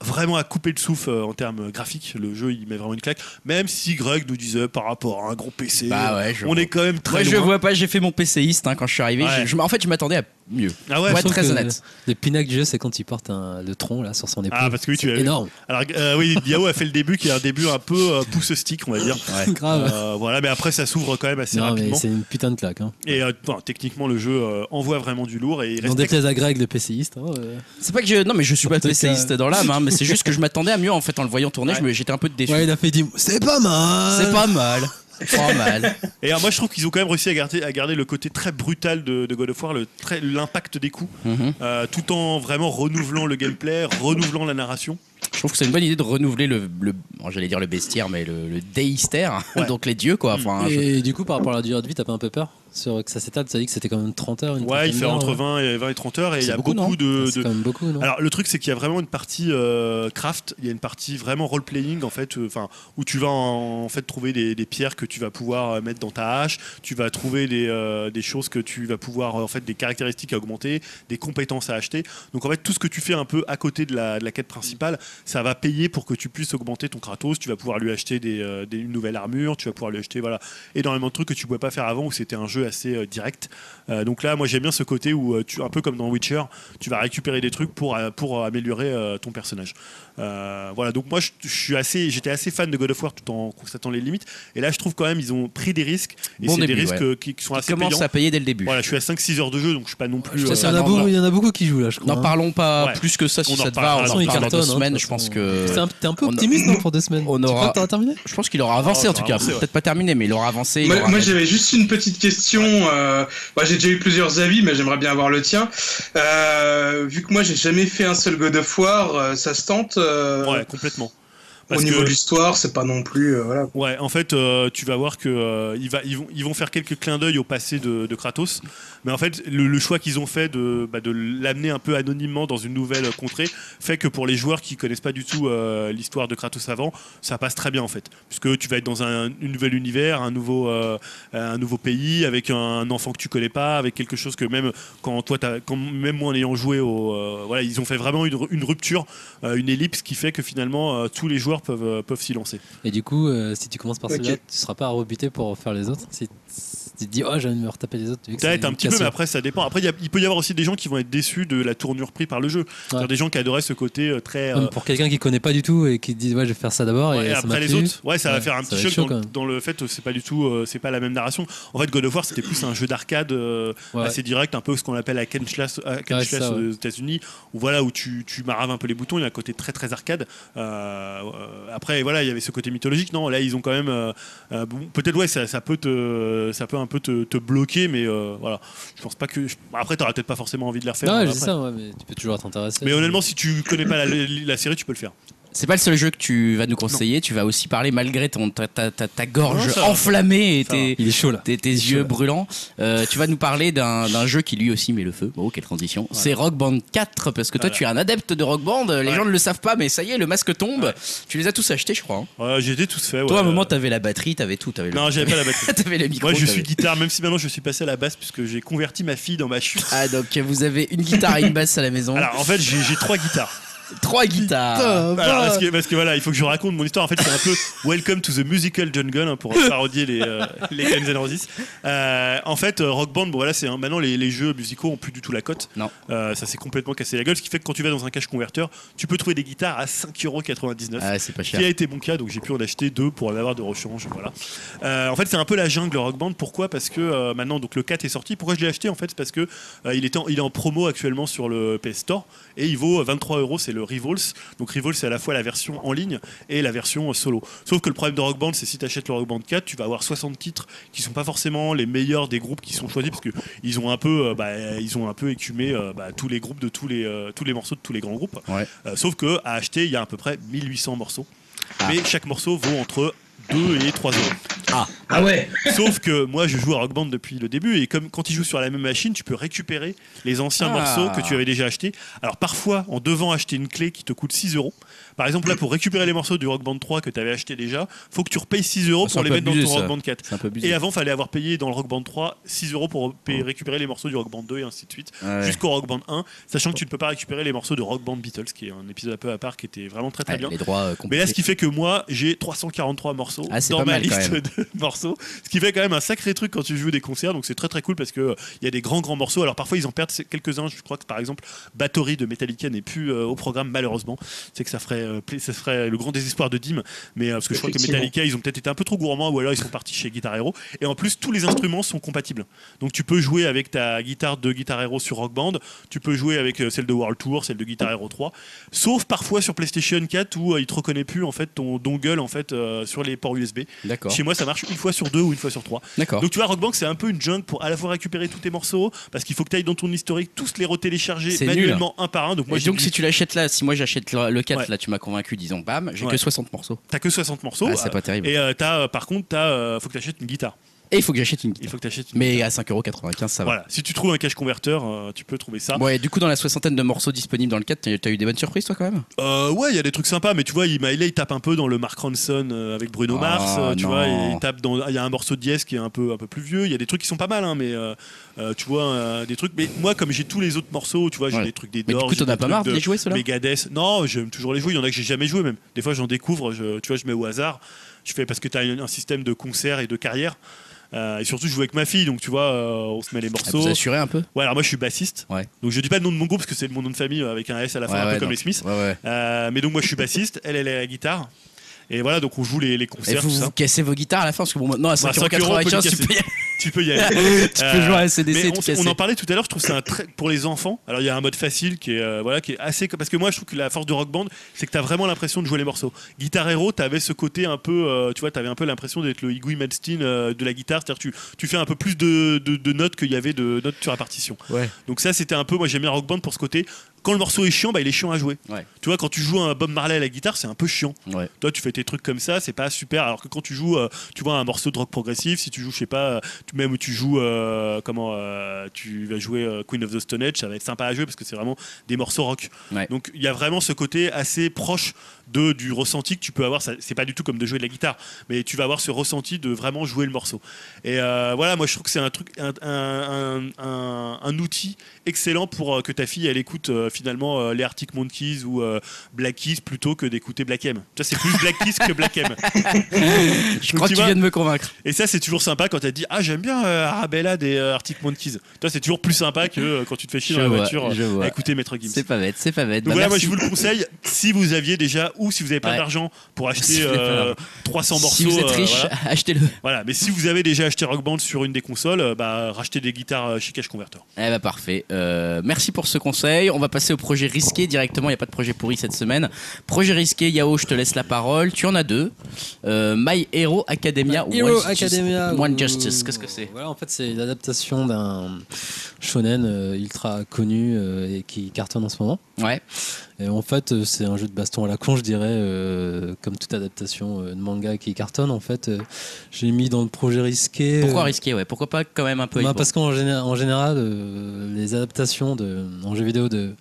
Speaker 5: vraiment à couper le souffle euh, en termes graphiques. Le jeu, il met vraiment une claque. Même si Greg nous disait par rapport à un gros PC,
Speaker 1: Bah ouais, je
Speaker 5: on est quand même
Speaker 1: Moi,
Speaker 5: très
Speaker 1: je
Speaker 5: loin.
Speaker 1: vois pas, j'ai fait mon PCiste hein, quand je suis arrivé.
Speaker 5: Ouais.
Speaker 1: Je- je m- en fait, je m'attendais à mieux.
Speaker 5: Ah
Speaker 1: Pour
Speaker 5: ouais, sauf-
Speaker 1: être
Speaker 3: trouve
Speaker 1: très
Speaker 3: que-
Speaker 1: honnête.
Speaker 3: Le pinacle du jeu, c'est quand il porte un- le tronc là sur son épaule.
Speaker 5: Ah, parce que oui, tu
Speaker 3: C'est
Speaker 5: l'as vu.
Speaker 3: énorme.
Speaker 5: Alors euh, oui, Diao a fait le début qui est un début un peu euh, pouce stick, on va dire.
Speaker 3: Grave.
Speaker 5: Euh, voilà, mais après ça s'ouvre quand même assez
Speaker 3: non, mais
Speaker 5: rapidement.
Speaker 3: c'est une putain de claque. Hein.
Speaker 5: Et euh, enfin, techniquement, le jeu euh, envoie vraiment du lourd et il
Speaker 3: Dans
Speaker 5: respecte-
Speaker 3: des pièces à Greg, le PCiste. hein, euh.
Speaker 1: C'est pas que je. Non, mais je suis pas
Speaker 3: En tout cas-
Speaker 1: PCiste dans l'âme, hein, mais c'est juste que je m'attendais à mieux en fait en le voyant tourner.
Speaker 5: Ouais.
Speaker 1: je me- J'étais un peu déçu.
Speaker 3: Ouais, il a fait 10 C'est pas mal.
Speaker 1: C'est pas mal. C'est Pas mal.
Speaker 5: Et alors, moi, je trouve qu'ils ont quand même réussi à garder, à garder le côté très brutal de, de God of War, le très- l'impact des coups,
Speaker 1: Mhm.
Speaker 5: euh, tout en vraiment renouvelant le gameplay, renouvelant la narration.
Speaker 1: Je trouve que c'est une bonne idée de renouveler le. le- bon, J'allais dire le bestiaire, mais le, le déistère.
Speaker 5: Ouais.
Speaker 1: Donc les dieux, quoi.
Speaker 5: Ah,
Speaker 1: Enfin, je-
Speaker 3: Mm. Et du coup, par rapport à la durée de vie, t'as pas un peu peur sur que ça s'étale Tu as dit que c'était quand même 30 heures. Une
Speaker 5: Ouais, il
Speaker 3: trentaine
Speaker 5: fait
Speaker 3: d'heures,
Speaker 5: entre
Speaker 3: ouais.
Speaker 5: 20 et, 20 et 30 heures et il y
Speaker 1: C'est
Speaker 5: a
Speaker 1: beaucoup,
Speaker 5: beaucoup,
Speaker 1: non
Speaker 5: de-
Speaker 3: C'est
Speaker 5: de,
Speaker 3: quand même beaucoup, non
Speaker 5: Alors le truc c'est qu'il y a vraiment une partie euh, craft, il y a une partie vraiment role playing en fait, euh, enfin où tu vas en, en fait trouver des, des pierres que tu vas pouvoir euh, mettre dans ta hache, tu vas trouver des, euh, des choses que tu vas pouvoir euh, en fait des caractéristiques à augmenter, des compétences à acheter. Donc en fait tout ce que tu fais un peu à côté de la, de la quête principale, ça va payer pour que tu puisses augmenter ton Kratos. Tu vas pouvoir lui acheter des, euh, des- une nouvelle armure, tu vas pouvoir lui acheter voilà énormément de trucs que tu pouvais pas faire avant où c'était un jeu assez euh, direct. Euh, donc là moi j'aime bien ce côté où euh, tu un peu comme dans Witcher tu vas récupérer des trucs pour, euh, pour améliorer euh, ton personnage. Euh, voilà, donc moi je, je suis assez, j'étais assez fan de God of War tout en constatant les limites. Et là, je trouve quand même ils ont pris des risques et
Speaker 1: Bon
Speaker 5: c'est des
Speaker 1: début,
Speaker 5: risques
Speaker 1: ouais.
Speaker 5: euh, qui, qui sont
Speaker 1: Ils
Speaker 5: assez
Speaker 1: commencent
Speaker 5: payants.
Speaker 1: à payer dès le début.
Speaker 5: Voilà, je suis à 5-6 heures de jeu, donc je suis pas non plus.
Speaker 1: Je sais
Speaker 5: euh,
Speaker 1: ça,
Speaker 3: Il y en a
Speaker 1: non,
Speaker 3: beaucoup-
Speaker 1: non.
Speaker 3: il y en a beaucoup qui jouent là, je crois.
Speaker 1: N'en
Speaker 3: hein.
Speaker 1: parlons pas
Speaker 5: Ouais.
Speaker 1: plus que ça si
Speaker 5: On en
Speaker 1: ça te va.
Speaker 5: parlera,
Speaker 1: On
Speaker 5: on en
Speaker 1: en parle dans deux
Speaker 5: parlera.
Speaker 3: Ils cartonnent, hein,
Speaker 1: semaines.
Speaker 3: de
Speaker 1: Je
Speaker 3: toute
Speaker 1: pense
Speaker 3: façon.
Speaker 1: que.
Speaker 3: T'es un, t'es un peu
Speaker 1: on a-
Speaker 3: optimiste non, pour deux semaines.
Speaker 1: On
Speaker 3: Tu
Speaker 1: aura-
Speaker 3: crois que t'auras terminé
Speaker 1: Je pense qu'il aura avancé
Speaker 5: Ah,
Speaker 1: en tout cas.
Speaker 5: avancé, ouais.
Speaker 1: Peut-être pas terminé, mais il aura avancé. il
Speaker 4: Moi,
Speaker 1: aura-
Speaker 4: moi, j'avais juste une petite question. euh, moi, j'ai déjà eu plusieurs avis, mais j'aimerais bien avoir le tien. Euh, vu que moi, j'ai jamais fait un seul God of War, euh, ça se tente. euh,
Speaker 5: Ouais, complètement.
Speaker 4: Au
Speaker 5: Parce
Speaker 4: niveau
Speaker 5: que-
Speaker 4: de l'histoire, c'est pas non plus. euh, voilà.
Speaker 5: Ouais, en fait, euh, tu vas voir que euh, il va, ils, vont, ils vont faire quelques clins d'œil au passé de, de Kratos, mais en fait, le, le choix qu'ils ont fait de, bah, de l'amener un peu anonymement dans une nouvelle euh, contrée fait que pour les joueurs qui connaissent pas du tout euh, l'histoire de Kratos avant, ça passe très bien en fait, puisque tu vas être dans un, un nouvel univers, un nouveau, euh, un nouveau pays, avec un enfant que tu connais pas, avec quelque chose que même quand toi, t'as- quand même moi en ayant joué au, euh, voilà, ils ont fait vraiment une, une rupture, euh, une ellipse qui fait que finalement euh, tous les joueurs peuvent peuvent s'y lancer.
Speaker 3: Et du coup, euh, si tu commences par
Speaker 4: Ok.
Speaker 3: celui-là, tu seras pas à rebuter pour faire les autres. Si si tu te dis, oh, j'aime me retaper les autres. vu que c'est
Speaker 5: Peut-être un
Speaker 3: une
Speaker 5: petit peu, mais
Speaker 3: cassure.
Speaker 5: après ça dépend. Après, il y a- il peut y avoir aussi des gens qui vont être déçus de la tournure prise par le jeu. C'est-à-dire Des gens qui adoraient ce côté euh, très. euh,
Speaker 3: Même pour quelqu'un qui connaît pas du tout et qui te dit, ouais, je vais faire ça d'abord.
Speaker 5: ouais,
Speaker 3: et
Speaker 5: et
Speaker 3: ça m'a
Speaker 5: après les
Speaker 3: plu.
Speaker 5: autres, ouais, ça va
Speaker 3: Ouais,
Speaker 5: faire un
Speaker 3: ça
Speaker 5: petit choc
Speaker 3: va être chaud,
Speaker 5: dans,
Speaker 3: quand
Speaker 5: le-
Speaker 3: même.
Speaker 5: dans le fait, euh, c'est pas du tout, euh, c'est pas la même narration. En fait, God of War, c'était plus un jeu d'arcade euh,
Speaker 3: Ouais.
Speaker 5: assez direct, un peu ce qu'on appelle la Ken Slash à Ken
Speaker 3: Ouais,
Speaker 5: Slash
Speaker 3: ça, ouais.
Speaker 5: aux États-Unis, où voilà, où tu, tu maraves un peu les boutons. Il y a un côté très très arcade. Euh, euh, après, voilà, il y avait ce côté mythologique. Non, là, ils ont quand même, euh, euh, bon, peut-être ouais, ça, ça peut te, ça peut un peu te, te bloquer, mais euh, voilà, je pense pas que. je- Après, t'auras peut-être pas forcément envie de la refaire.
Speaker 3: Non,
Speaker 5: euh,
Speaker 3: ouais, je
Speaker 5: après.
Speaker 3: dis ça, ouais, mais tu peux toujours t'intéresser.
Speaker 5: Mais honnêtement, si tu connais pas la, la série, tu peux le faire.
Speaker 1: C'est pas le seul jeu que tu vas nous conseiller. Tu vas aussi parler malgré ton, ta, ta- ta- ta gorge
Speaker 5: Non, ça va.
Speaker 1: enflammée et
Speaker 5: Ça va.
Speaker 1: tes,
Speaker 3: il est chaud là.
Speaker 1: tes, tes yeux brûlants. Euh, tu vas nous parler d'un d'un jeu qui lui aussi met le feu. Bon, quelle transition. C'est Rock Band 4, parce que toi,
Speaker 5: Voilà.
Speaker 1: tu es un adepte de Rock Band. Les
Speaker 5: Ouais.
Speaker 1: gens ne le savent pas, mais ça y est, le masque tombe. Tu les as tous achetés, je crois. hein.
Speaker 5: Ouais, j'ai été tout fait. ouais.
Speaker 1: Toi, à un moment, t'avais la batterie, t'avais tout. T'avais le...
Speaker 5: Non, j'avais pas la batterie.
Speaker 1: t'avais le micro.
Speaker 5: Moi, je
Speaker 1: t'avais-
Speaker 5: suis guitare, même si maintenant je suis passé à la basse, puisque j'ai converti ma fille dans ma chute.
Speaker 1: Ah, donc vous avez une guitare et une basse à la maison.
Speaker 5: Alors, en fait, j'ai j'ai trois guitares.
Speaker 1: Trois
Speaker 3: Ah.
Speaker 1: guitares.
Speaker 5: Alors, Ah, parce, que, parce que voilà, il faut que je raconte mon histoire. En fait, c'est un peu Welcome to the Musical Jungle hein, pour parodier les, euh, les Guns N' Roses. Euh, en fait, euh, Rock Band, bon, voilà, c'est un- maintenant les, les jeux musicaux ont plus du tout la cote.
Speaker 1: Non.
Speaker 5: Euh, ça s'est complètement cassé la gueule. Ce qui fait que quand tu vas dans un cache converteur, tu peux trouver des guitares à 5,99€.
Speaker 1: Ah, c'est pas cher.
Speaker 5: qui a été mon cas, donc j'ai pu en acheter deux pour en avoir de rechange. Voilà. Euh, en fait, c'est un peu la jungle Rock Band. Pourquoi Parce que euh, maintenant, donc le 4 est sorti. Pourquoi je l'ai acheté En fait, c'est parce que euh, il, est en, il est en promo actuellement sur le PS Store et il vaut euh, 23 euros. C'est le Rivals. Donc Rivals, c'est à la fois la version en ligne et la version euh, solo. Sauf que le problème de Rock Band, c'est si tu achètes le Rock Band 4, tu vas avoir 60 titres qui sont pas forcément les meilleurs des groupes qui sont choisis parce que ils ont un peu, euh, bah, ils ont un peu écumé euh, bah, tous les groupes de tous les, euh, tous les morceaux de tous les grands groupes.
Speaker 1: Ouais.
Speaker 5: Euh, sauf que à acheter, il y a à peu près 1800 morceaux.
Speaker 1: Ah.
Speaker 5: Mais chaque morceau vaut entre 2 et 3 euros.
Speaker 4: Ah ouais
Speaker 5: Sauf que moi, je joue à Rock Band depuis le début et comme quand ils jouent sur la même machine, tu peux récupérer les anciens
Speaker 1: Ah.
Speaker 5: morceaux que tu avais déjà achetés. Alors parfois, en devant acheter une clé qui te coûte 6 euros, par exemple là, pour récupérer les morceaux du Rock Band 3 que tu avais acheté déjà, faut que tu repayes 6 euros
Speaker 1: Bah, c'est
Speaker 5: pour
Speaker 1: un
Speaker 5: les
Speaker 1: peu
Speaker 5: mettre dans
Speaker 1: abusé,
Speaker 5: ton
Speaker 1: ça.
Speaker 5: Rock Band 4.
Speaker 1: C'est un peu abusé.
Speaker 5: Et euh, avant, fallait avoir payé dans le Rock Band 3 6 euros pour payer- récupérer les morceaux du Rock Band 2 et ainsi de suite
Speaker 1: Ah Ouais.
Speaker 5: jusqu'au Rock Band 1, sachant que tu ne peux pas récupérer les morceaux de Rock Band Beatles, qui est un épisode un peu à part qui était vraiment très très
Speaker 1: Ouais,
Speaker 5: bien.
Speaker 1: les droits euh,
Speaker 5: Mais là, ce
Speaker 1: compliqués.
Speaker 5: qui fait que moi, j'ai 343 morceaux
Speaker 1: Ah, c'est pas
Speaker 5: dans ma
Speaker 1: mal, quand
Speaker 5: liste
Speaker 1: même.
Speaker 5: de morceaux, ce qui fait quand même un sacré truc quand tu joues des concerts. Donc c'est très très cool parce que euh, il y a des grands grands morceaux. Alors parfois ils en perdent c'est- quelques-uns. Je crois que par exemple Bathory de Metallica n'est plus euh, au programme malheureusement. C'est que ça ferait euh, pla- ça ferait le grand désespoir de Dim. Mais euh, parce que je crois que
Speaker 4: Effectivement.
Speaker 5: Metallica ils ont peut-être été un peu trop gourmands ou alors ils sont partis chez Guitar Hero. Et en plus tous les instruments sont compatibles. Donc tu peux jouer avec ta guitare de Guitar Hero sur Rock Band. Tu peux jouer avec euh, celle de World Tour, celle de Guitar Hero 3 sauf parfois sur PlayStation 4 où euh, il te reconnaît plus en fait ton dongle en fait euh, sur les ports USB.
Speaker 1: D'accord.
Speaker 5: Chez moi ça marche une fois sur deux ou une fois sur trois.
Speaker 1: D'accord.
Speaker 5: Donc tu vois Rock Band c'est un peu une jungle pour à la fois récupérer tous tes morceaux parce qu'il faut que tu ailles dans ton historique tous les retélécharger
Speaker 1: C'est
Speaker 5: manuellement un par un. Donc moi
Speaker 1: Et
Speaker 5: j'ai
Speaker 1: donc
Speaker 5: dû-
Speaker 1: si tu l'achètes là, si moi j'achète le le 4
Speaker 5: Ouais.
Speaker 1: là, tu m'as convaincu, disons bam, j'ai que
Speaker 5: Ouais.
Speaker 1: 60 morceaux.
Speaker 5: t'as que 60 morceaux.
Speaker 1: Ah, c'est pas terrible.
Speaker 5: et euh, t'as, euh, par contre, t'as, euh, faut que tu achètes une guitare.
Speaker 1: Et il faut que j'achète une
Speaker 5: Il
Speaker 1: guitare.
Speaker 5: faut que t'achètes une
Speaker 1: Mais à 5,95€, ça va.
Speaker 5: Voilà. Si tu trouves un cache converteur, euh, tu peux trouver ça.
Speaker 1: Bon, et du coup, dans la soixantaine de morceaux disponibles dans le 4, t'as t'as eu des bonnes surprises toi quand même
Speaker 5: Euh, ouais, il y a des trucs sympas, mais tu vois, il, Miley, il tape un peu dans le Mark Ronson euh, avec Bruno
Speaker 1: Ah,
Speaker 5: Mars, euh, tu
Speaker 1: non.
Speaker 5: vois, il, il tape dans, il y a un morceau de Yes qui est un peu, un peu plus vieux. Il y a des trucs qui sont pas mal, hein, mais euh, euh, tu vois, euh, des trucs. Mais moi, comme j'ai tous les autres morceaux, tu vois, j'ai
Speaker 1: Ouais.
Speaker 5: des trucs des
Speaker 1: Mais du
Speaker 5: Doors,
Speaker 1: coup,
Speaker 5: j'ai
Speaker 1: t'en as
Speaker 5: des
Speaker 1: pas
Speaker 5: trucs
Speaker 1: marre de
Speaker 5: de
Speaker 1: les jouer ceux-là
Speaker 5: Megadeth. Non, j'aime toujours les jouer. Il y en a que j'ai jamais joué même. Des fois, j'en découvre. Je, tu vois, je mets au hasard. Je fais parce que t'as un, un système de concert et de carrière. Euh, et surtout, je joue avec ma fille, donc tu vois, euh, on se met les
Speaker 1: Ah,
Speaker 5: morceaux.
Speaker 1: Vous assurez un peu
Speaker 5: Ouais, alors moi, je suis bassiste.
Speaker 1: Ouais.
Speaker 5: Donc je dis pas le nom de mon groupe parce que c'est mon nom de famille euh, avec un S à la fin,
Speaker 1: Ouais,
Speaker 5: un peu
Speaker 1: ouais,
Speaker 5: comme
Speaker 1: non.
Speaker 5: les Smiths.
Speaker 1: Ouais, ouais.
Speaker 5: Euh, mais donc moi je suis bassiste, elle elle est à la guitare. Et voilà, donc on joue les, les
Speaker 1: Et
Speaker 5: concerts,
Speaker 1: vous,
Speaker 5: tout
Speaker 1: vous
Speaker 5: ça.
Speaker 1: cassez vos guitares à la fin parce que bon, maintenant à
Speaker 5: Bah, 5,95,
Speaker 1: 5,95€, tu peux y
Speaker 5: Tu peux y aller.
Speaker 1: aller. Tu peux
Speaker 5: Euh,
Speaker 1: jouer à
Speaker 5: Mais
Speaker 1: SDC et
Speaker 5: on,
Speaker 1: tout
Speaker 5: on
Speaker 1: casser.
Speaker 5: en parlait tout à l'heure, je trouve c'est un très pour les enfants. Alors il y a un mode facile qui est euh, voilà qui est assez parce que moi je trouve que la force de Rock Band, c'est que t'as vraiment l'impression de jouer les morceaux. Guitar Hero, t'avais ce côté un peu euh, tu vois, t'avais un peu l'impression d'être le Iggy Madstein euh, de la guitare, c'est-à-dire tu tu fais un peu plus de, de- de notes qu'il y avait de notes sur la partition.
Speaker 1: Ouais.
Speaker 5: Donc ça c'était un peu moi j'aimais Rock Band pour ce côté quand le morceau est chiant, bah, il est chiant à jouer.
Speaker 1: Ouais.
Speaker 5: Tu vois, quand tu joues un Bob Marley à la guitare, c'est un peu chiant.
Speaker 1: Ouais.
Speaker 5: Toi, tu fais tes trucs comme ça, c'est pas super. Alors que quand tu joues, euh, tu vois, un morceau de rock progressif, si tu joues, je sais pas, euh, tu- même tu joues, euh, comment, euh, tu vas jouer euh, Queen of the Stone Age, ça va être sympa à jouer parce que c'est vraiment des morceaux rock.
Speaker 1: Ouais.
Speaker 5: Donc, il y a vraiment ce côté assez proche de, du ressenti que tu peux avoir. Ça- C'est pas du tout comme de jouer de la guitare, mais tu vas avoir ce ressenti de vraiment jouer le morceau. Et euh, voilà, moi, je trouve que c'est un truc, un, un- un- un- un outil excellent pour euh, que ta fille, elle écoute euh, finalement euh, les Arctic Monkeys ou euh, Black Keys plutôt que d'écouter Black M. Tu vois, c'est plus Black Keys que Black M.
Speaker 1: Je crois que tu
Speaker 5: tu vois-
Speaker 1: viens de me convaincre.
Speaker 5: Et ça, c'est toujours sympa quand elle dit Ah, j'aime bien euh, Arabella des euh, Arctic Monkeys. Toi, c'est toujours plus sympa que euh, quand tu te fais chier
Speaker 1: Je
Speaker 5: dans la
Speaker 1: vois,
Speaker 5: voiture euh,
Speaker 1: je vois.
Speaker 5: à écouter Maître Gims.
Speaker 1: C'est pas bête, c'est pas bête.
Speaker 5: Donc
Speaker 1: Bah,
Speaker 5: voilà, moi
Speaker 1: merci.
Speaker 5: je vous le conseille si vous aviez déjà ou si vous n'avez pas
Speaker 1: Ouais.
Speaker 5: d'argent pour
Speaker 1: Si
Speaker 5: acheter
Speaker 1: vous avez pas
Speaker 5: euh, 300 morceaux.
Speaker 1: Si vous êtes
Speaker 5: euh,
Speaker 1: riche,
Speaker 5: voilà.
Speaker 1: achetez-le.
Speaker 5: Voilà. mais si vous avez déjà acheté Rock Band sur une des consoles, euh, bah, rachetez des guitares euh, chez Cash Converter.
Speaker 1: Eh bah parfait. Euh, merci pour ce conseil. On va passer au projet risqué directement. Il n'y a pas de projet pourri cette semaine. Projet risqué, Yao, je te laisse la parole. Tu en as deux. Euh, My Hero Academia. ou
Speaker 3: Hero
Speaker 1: One Justice-
Speaker 3: Academia.
Speaker 1: One
Speaker 3: ou-
Speaker 1: Justice. Qu'est-ce que c'est
Speaker 3: Voilà, en fait, c'est l'adaptation d'un shonen euh, ultra connu euh, et qui cartonne en ce moment.
Speaker 1: Ouais.
Speaker 3: Et en fait, euh, c'est un jeu de baston à la con, je dirais, euh, comme toute adaptation euh, de manga qui cartonne. En fait, euh, j'ai mis dans le projet risqué. euh,
Speaker 1: Pourquoi risqué Ouais. Pourquoi pas quand même un peu
Speaker 3: bah,
Speaker 1: hip-hop
Speaker 3: Parce qu'en géné- en général, euh, les adaptations de, en jeux vidéo de,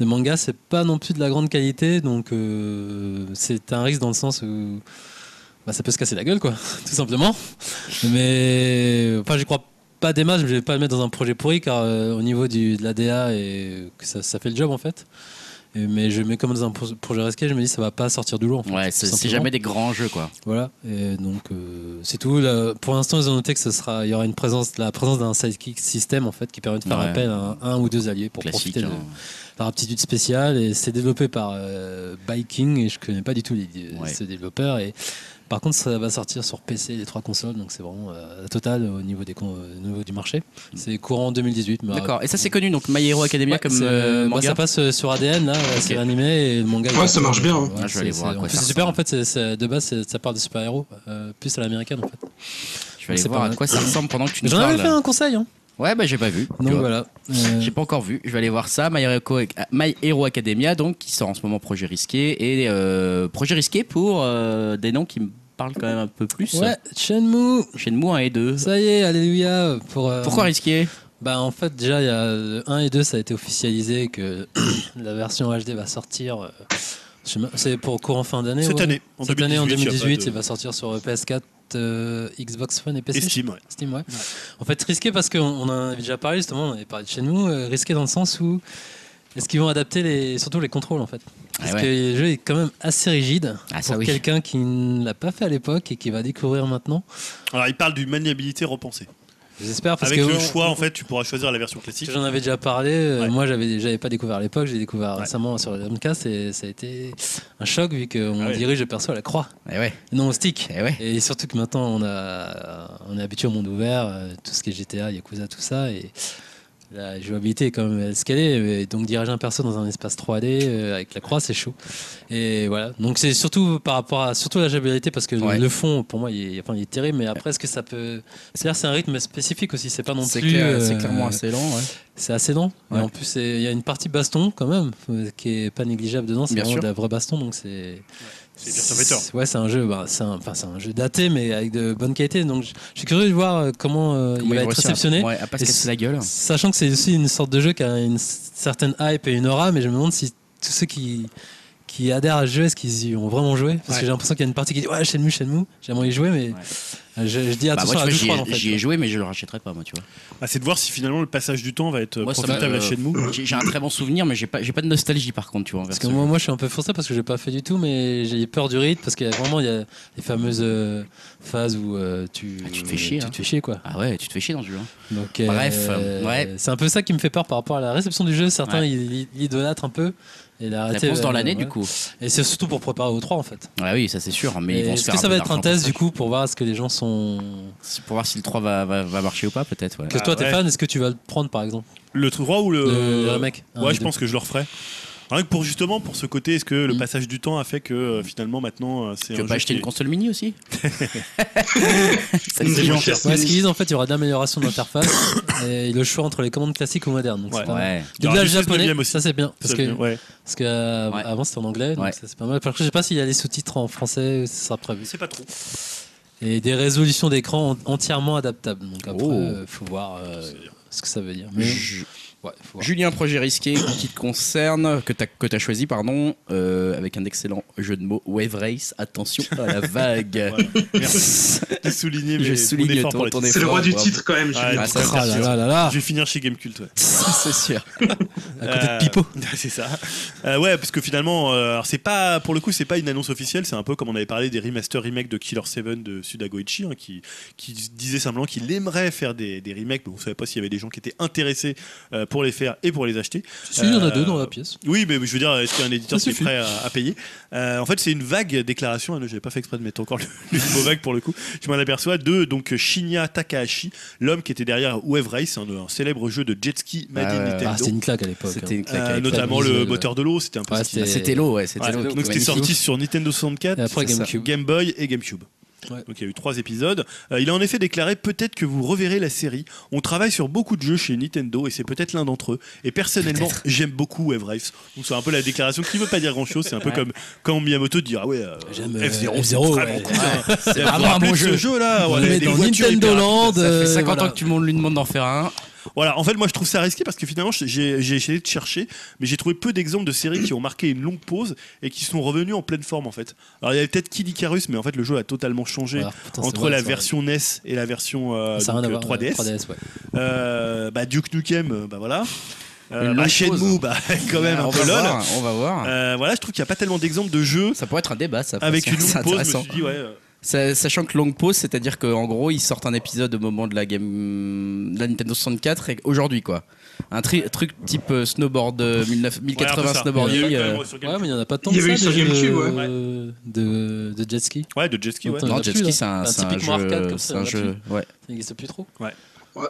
Speaker 3: de manga, c'est pas non plus de la grande qualité, donc euh, c'est un risque dans le sens où bah, ça peut se casser la gueule, quoi, tout simplement. Mais enfin, j'y crois pas des masses, je vais pas le mettre dans un projet pourri, car euh, au niveau du, de la DA, et, que ça, ça fait le job en fait. Et- mais je mets comme dans un pro- projet risqué, je me dis ça va pas sortir du lot. En fait,
Speaker 1: Ouais,
Speaker 3: tout
Speaker 1: c'est c'est
Speaker 3: simplement.
Speaker 1: jamais des grands jeux quoi.
Speaker 3: Voilà, et donc euh, c'est tout. Là, pour l'instant, ils ont noté que ce sera, il y aura une présence, la présence d'un sidekick système en fait qui permet de faire
Speaker 1: Ouais.
Speaker 3: appel à un, un ou deux alliés pour
Speaker 1: Classique.
Speaker 3: profiter de
Speaker 1: hein.
Speaker 3: leur aptitude spéciale. Et c'est développé par euh, Biking et je connais pas du tout les,
Speaker 1: Ouais.
Speaker 3: ce développeur. Et par contre, ça va sortir sur PC les trois consoles, donc c'est vraiment euh, la totale au niveau des con- au niveau du marché. C'est courant 2018. mais-
Speaker 1: Mm.
Speaker 3: euh,
Speaker 1: D'accord. Et ça c'est connu donc My Hero Academia
Speaker 3: Bah, Ouais,
Speaker 1: comme
Speaker 3: c'est,
Speaker 1: euh,
Speaker 3: bah,
Speaker 1: manga.
Speaker 3: ça passe euh, sur ADN là, c'est animé et le manga. il
Speaker 4: Ouais,
Speaker 3: est-
Speaker 4: ça marche bien, hein.
Speaker 1: Ah, je vais aller
Speaker 3: c'est-
Speaker 1: voir à
Speaker 3: c'est-
Speaker 1: quoi
Speaker 3: en plus,
Speaker 1: ça
Speaker 3: c'est super en
Speaker 1: ressemble.
Speaker 3: fait, c'est- c'est- de base c'est- ça parle de super héros, plus à l'américaine en fait.
Speaker 1: Je vais aller
Speaker 3: c'est
Speaker 1: voir
Speaker 3: pas
Speaker 1: à
Speaker 3: mal.
Speaker 1: quoi ça ressemble pendant que tu nous
Speaker 3: J'en avais
Speaker 1: parles.
Speaker 3: fait un conseil. Hein.
Speaker 1: Ouais, bah j'ai pas vu. tu
Speaker 3: Donc
Speaker 1: vois.
Speaker 3: voilà. Euh,
Speaker 1: J'ai pas encore vu, je vais aller voir ça. My Hero, My Hero Academia, donc, qui sort en ce moment Projet Risqué. Et euh, Projet Risqué pour euh, des noms qui me parlent quand même un peu plus.
Speaker 3: ouais, Shenmue.
Speaker 1: Shenmue 1 et 2.
Speaker 3: Ça y est, alléluia pour. euh,
Speaker 1: Pourquoi Risqué
Speaker 3: Bah en fait déjà il y a le 1 et 2 ça a été officialisé que la version HD va sortir. euh, je sais même- C'est pour courant fin d'année.
Speaker 5: Cette
Speaker 3: ouais.
Speaker 5: année, en
Speaker 3: Cette année en 2018,
Speaker 5: il
Speaker 3: il va sortir sur euh, PS4, euh, Xbox One et PC.
Speaker 5: Et Steam, ouais.
Speaker 3: Steam, ouais. En fait, risqué parce qu'on on en avait déjà parlé justement, on avait parlé de chez nous, euh, risqué dans le sens où est-ce qu'ils vont adapter les, surtout les contrôles en fait Parce
Speaker 1: Ah ouais.
Speaker 3: que le jeu est quand même assez rigide
Speaker 1: Ah, ça
Speaker 3: pour
Speaker 1: oui.
Speaker 3: quelqu'un qui ne l'a pas fait à l'époque et qui va découvrir maintenant.
Speaker 5: Alors, il parle d'une maniabilité repensée.
Speaker 3: J'espère parce
Speaker 5: Avec
Speaker 3: que
Speaker 5: le
Speaker 3: on-
Speaker 5: choix, en fait, tu pourras choisir la version classique.
Speaker 3: J'en avais déjà parlé. euh,
Speaker 5: Ouais.
Speaker 3: Moi, j'avais, j'avais pas découvert à l'époque. J'ai découvert
Speaker 5: Ouais.
Speaker 3: récemment sur la Dreamcast et ça a été un choc vu qu'on
Speaker 5: Ah ouais.
Speaker 3: dirige le perso à la croix,
Speaker 1: Eh ouais,
Speaker 3: non au stick.
Speaker 1: eh ouais.
Speaker 3: Et surtout que maintenant, on, a, on est habitué au monde ouvert, euh, tout ce qui est GTA, Yakuza, tout ça. Et la jouabilité est quand même ce qu'elle est. mais donc, diriger un perso dans un espace 3D euh, avec la croix, c'est chaud. Et voilà. Donc, c'est surtout par rapport à surtout la jouabilité, parce que
Speaker 1: Ouais.
Speaker 3: le fond, pour moi, il est, enfin, il est terrible. Mais après, est-ce que ça peut. C'est-à-dire, c'est un rythme spécifique aussi. C'est pas non
Speaker 1: C'est
Speaker 3: plus.
Speaker 1: clair- c'est
Speaker 3: euh,
Speaker 1: clairement assez lent. ouais.
Speaker 3: c'est assez lent.
Speaker 1: Ouais.
Speaker 3: Et en plus, c'est- il y a une partie baston quand même euh, qui est pas négligeable dedans. C'est
Speaker 1: Bien
Speaker 3: vraiment
Speaker 1: sûr.
Speaker 3: de la vraie baston, donc c'est.
Speaker 5: c'est Virtua Fighter.
Speaker 3: c'est- Ouais, c'est un jeu. bah, c'est un, enfin, c'est un jeu daté, mais avec de bonnes qualités. Donc, je je suis curieux de voir euh, comment, euh,
Speaker 1: Comment
Speaker 3: il va
Speaker 1: vont
Speaker 3: être
Speaker 1: réussir à-
Speaker 3: réceptionné.
Speaker 1: Ouais, à pas se
Speaker 3: Et
Speaker 1: casser la gueule.
Speaker 3: Sachant que c'est aussi une sorte de jeu qui a une s- certaine hype et une aura, mais je me demande si tous ceux qui qui adhèrent à ce jeu, est-ce qu'ils y ont vraiment joué Parce que j'ai l'impression qu'il y a une partie qui dit ouais, Shenmue, Shenmue, j'aimerais y jouer, mais euh, je, je dis
Speaker 1: Bah, moi,
Speaker 3: attention
Speaker 1: tu
Speaker 3: à
Speaker 1: vois,
Speaker 3: deux
Speaker 1: j'y ai-
Speaker 3: trois en fait. hein.
Speaker 1: j'y ai, joué, mais je le rachèterai pas, moi, tu vois.
Speaker 5: Ah, c'est de voir si finalement le passage du temps va être euh,
Speaker 1: Moi, ça m'a-
Speaker 5: profitable à
Speaker 1: euh,
Speaker 5: Shenmue.
Speaker 1: J'ai j'ai un très bon souvenir, mais j'ai pas, j'ai pas de nostalgie, par contre, tu vois. envers
Speaker 3: Parce que
Speaker 1: ce
Speaker 3: moi,
Speaker 1: jeu.
Speaker 3: moi, je suis un peu frustré parce que j'ai pas fait du tout, mais j'ai peur du rythme parce qu'il y a vraiment il y a les fameuses euh, phases où euh, tu,
Speaker 1: Ah, tu te fais chier, hein.
Speaker 3: te fais chier, quoi.
Speaker 1: Ah ouais, tu te fais chier dans ce jeu. hein.
Speaker 3: Donc,
Speaker 1: Bref, euh, ouais.
Speaker 3: c'est un peu ça qui me fait peur par rapport à la réception du jeu. Certains ils ils l'idolâtrent un peu et la euh,
Speaker 1: Réponse dans l'année, du coup.
Speaker 3: Et c'est surtout pour préparer aux trois en fait.
Speaker 1: Ouais, oui, ça c'est sûr. Mais
Speaker 3: Et
Speaker 1: ils vont se
Speaker 3: Est-ce
Speaker 1: faire
Speaker 3: que ça
Speaker 1: peu
Speaker 3: va être un
Speaker 1: d'argent
Speaker 3: test du
Speaker 1: pour
Speaker 3: coup pour voir est-ce que les gens sont
Speaker 1: ça. Pour voir si le 3 va, va, va marcher ou pas, peut-être. ouais.
Speaker 3: que
Speaker 5: Ah,
Speaker 3: toi t'es
Speaker 5: ouais.
Speaker 3: fan, est-ce que tu vas le prendre par exemple
Speaker 5: Le 3 ou le.
Speaker 3: Le- le remake, un
Speaker 1: Ah,
Speaker 5: Ouais,
Speaker 3: des
Speaker 5: je
Speaker 3: deux.
Speaker 5: pense que je le referai. Rien que pour justement pour ce côté, est-ce que le
Speaker 1: Mm.
Speaker 5: passage du temps a fait que euh, finalement maintenant euh,
Speaker 1: Tu
Speaker 5: c'est. un
Speaker 1: veux pas
Speaker 5: jeu
Speaker 1: acheter
Speaker 5: qui
Speaker 1: une console mini aussi Ça,
Speaker 4: Une
Speaker 1: c'est
Speaker 4: grosse
Speaker 1: bien.
Speaker 4: pièce
Speaker 3: Ouais, ce
Speaker 4: mini.
Speaker 3: qu'ils disent en fait, il y aura d'amélioration de l'interface et le choix entre les commandes classiques ou modernes. Donc,
Speaker 5: Ouais.
Speaker 3: c'est pas mal.
Speaker 1: Ouais.
Speaker 5: Il y aura
Speaker 3: Doublage
Speaker 5: du 16e
Speaker 3: japonais,
Speaker 5: aussi.
Speaker 3: ça c'est bien parce
Speaker 5: Ça,
Speaker 3: que
Speaker 5: bien, ouais.
Speaker 3: parce que euh,
Speaker 1: Ouais.
Speaker 3: avant c'était en anglais, donc
Speaker 1: Ouais.
Speaker 3: ça, c'est pas mal. Par contre, je sais pas s'il y a les sous-titres en français, ça sera prévu.
Speaker 5: C'est pas trop.
Speaker 3: Et des résolutions d'écran en- entièrement adaptables. Donc après,
Speaker 1: Oh.
Speaker 3: euh, faut voir euh, ce que ça veut dire. Mais,
Speaker 1: Ju-
Speaker 3: ouais, faut voir.
Speaker 1: Mmh. Julien, projet risqué qui te concerne, que t'as que t'as choisi, pardon, euh, avec un excellent jeu de mots, Wave Race, attention à la vague.
Speaker 5: Voilà. Merci de souligner
Speaker 1: Je
Speaker 5: mais
Speaker 1: souligne
Speaker 5: mon effort
Speaker 1: ton-
Speaker 5: pour les
Speaker 1: ton
Speaker 5: titres.
Speaker 4: C'est le roi
Speaker 1: Bravo.
Speaker 4: du titre quand même. Julien.
Speaker 5: Ouais,
Speaker 1: Ah,
Speaker 5: c'est
Speaker 1: ça
Speaker 3: Ah là là là là,
Speaker 5: Je vais finir chez Gamekult. Ouais.
Speaker 1: C'est sûr.
Speaker 3: à côté
Speaker 5: Euh,
Speaker 3: de Pipo.
Speaker 5: c'est ça. Euh, ouais, parce que finalement, euh, alors c'est pas pour le coup, c'est pas une annonce officielle. C'est un peu comme on avait parlé des remasters remakes de Killer 7 de Suda Goichi, hein, qui qui disait simplement qu'il aimerait faire des, des remakes, mais on savait pas s'il y avait des gens qui étaient intéressés euh, pour les faire et pour les acheter.
Speaker 3: Si, il y en a
Speaker 5: euh,
Speaker 3: deux dans la pièce.
Speaker 5: Oui, mais je veux dire, est-ce qu'il y a un éditeur
Speaker 3: Ça
Speaker 5: qui est
Speaker 3: suffit.
Speaker 5: prêt à, à payer Euh, En fait, c'est une vague déclaration. Ah non, J'avais pas fait exprès de mettre encore le, le mot vague pour le coup. Je m'en aperçois de donc Shinya Takahashi, l'homme qui était derrière Wave Race, un, un célèbre jeu de jet ski made
Speaker 1: Ah
Speaker 5: in
Speaker 1: ouais.
Speaker 5: Nintendo.
Speaker 3: Ah, c'était une claque à l'époque.
Speaker 1: C'était
Speaker 3: hein.
Speaker 1: une claque.
Speaker 5: Euh,
Speaker 1: avec la-
Speaker 5: notamment
Speaker 3: Fabulous,
Speaker 5: le
Speaker 3: euh,
Speaker 5: moteur de l'eau, c'était un peu
Speaker 3: Ouais,
Speaker 5: ce qui-
Speaker 1: Ah, C'était l'eau, ouais, c'était
Speaker 5: Ouais,
Speaker 1: l'eau.
Speaker 5: donc c'était sorti sur Nintendo 64,
Speaker 3: Et après
Speaker 1: c'est ça.
Speaker 3: GameCube.
Speaker 5: Game Boy et GameCube.
Speaker 3: Ouais.
Speaker 5: Donc il y a eu trois épisodes. Euh, il a en effet déclaré peut-être que vous reverrez la série. On travaille sur beaucoup de jeux chez Nintendo et c'est peut-être l'un d'entre eux. Et personnellement, j'aime beaucoup Wave Race. Donc c'est un peu la déclaration qui veut pas dire grand-chose. C'est un peu
Speaker 1: Ouais.
Speaker 5: comme quand Miyamoto dit ah ouais euh,
Speaker 3: J'aime, euh,
Speaker 5: F0 c'est
Speaker 3: F-Zero,
Speaker 5: vraiment
Speaker 3: ouais.
Speaker 5: cool. hein.
Speaker 1: C'est
Speaker 5: Vous vous
Speaker 1: vraiment un
Speaker 5: rappelez
Speaker 1: bon
Speaker 5: de ce
Speaker 1: jeu.
Speaker 5: jeu là
Speaker 3: On le met dans Nintendo Land.
Speaker 1: Ça fait
Speaker 3: euh,
Speaker 1: 50
Speaker 3: voilà.
Speaker 1: ans que tout le monde lui demande d'en faire un.
Speaker 5: Voilà, en fait, moi je trouve ça risqué parce que finalement j'ai- j'ai j'ai essayé de chercher, mais j'ai trouvé peu d'exemples de séries qui ont marqué une longue pause et qui sont revenus en pleine forme en fait. Alors il y avait peut-être Kid Icarus, mais en fait le jeu a totalement changé.
Speaker 3: Alors, putain, c'est
Speaker 5: entre
Speaker 3: vrai,
Speaker 5: la
Speaker 3: c'est vrai.
Speaker 5: version NES et la version euh,
Speaker 3: Ça a
Speaker 5: donc,
Speaker 3: rien à
Speaker 5: euh,
Speaker 3: voir,
Speaker 5: 3DS,
Speaker 3: ouais.
Speaker 5: Euh, bah, Duke Nukem, euh, bah voilà. Euh,
Speaker 1: Une
Speaker 5: bah,
Speaker 1: longue
Speaker 5: Shenmue,
Speaker 1: pause.
Speaker 5: bah quand même
Speaker 1: Ah,
Speaker 5: un
Speaker 1: on
Speaker 5: peu
Speaker 1: va
Speaker 5: lol.
Speaker 1: voir, On va voir.
Speaker 5: Euh, voilà, je trouve qu'il n'y a pas tellement d'exemples de jeux
Speaker 1: Ça pourrait être un débat, ça.
Speaker 5: avec
Speaker 1: parce
Speaker 5: une
Speaker 1: que c'est
Speaker 5: longue pause. Je
Speaker 1: intéressant.
Speaker 5: me suis dit ouais. euh,
Speaker 1: Sa- Sachant que longue pause, c'est-à-dire qu'en gros, ils sortent un épisode au moment de la game, de la Nintendo 64 et aujourd'hui quoi. Un tri- truc type euh, snowboard euh, 19-
Speaker 5: ouais, un peu
Speaker 1: 1080
Speaker 5: ça. Il y a eu
Speaker 1: snowboarding.
Speaker 5: quand même
Speaker 1: euh,
Speaker 5: sur Game-
Speaker 3: Ouais, mais il n'y en a pas tant
Speaker 4: Il y
Speaker 3: que
Speaker 4: avait
Speaker 3: ça,
Speaker 4: eu sur
Speaker 3: des jeux
Speaker 4: GameCube,
Speaker 3: de, de, de jet ski.
Speaker 5: Ouais, de hein. jet ski, ouais.
Speaker 3: Autant-
Speaker 1: Non,
Speaker 3: a
Speaker 1: jet
Speaker 3: plus,
Speaker 1: ski,
Speaker 3: là.
Speaker 1: c'est un,
Speaker 3: Enfin,
Speaker 1: c'est un
Speaker 3: typiquement
Speaker 1: jeu,
Speaker 3: arcade, comme ça,
Speaker 1: c'est
Speaker 3: on
Speaker 1: un
Speaker 3: a
Speaker 1: jeu. Ouais.
Speaker 3: Ça n'existe plus trop.
Speaker 4: Ouais,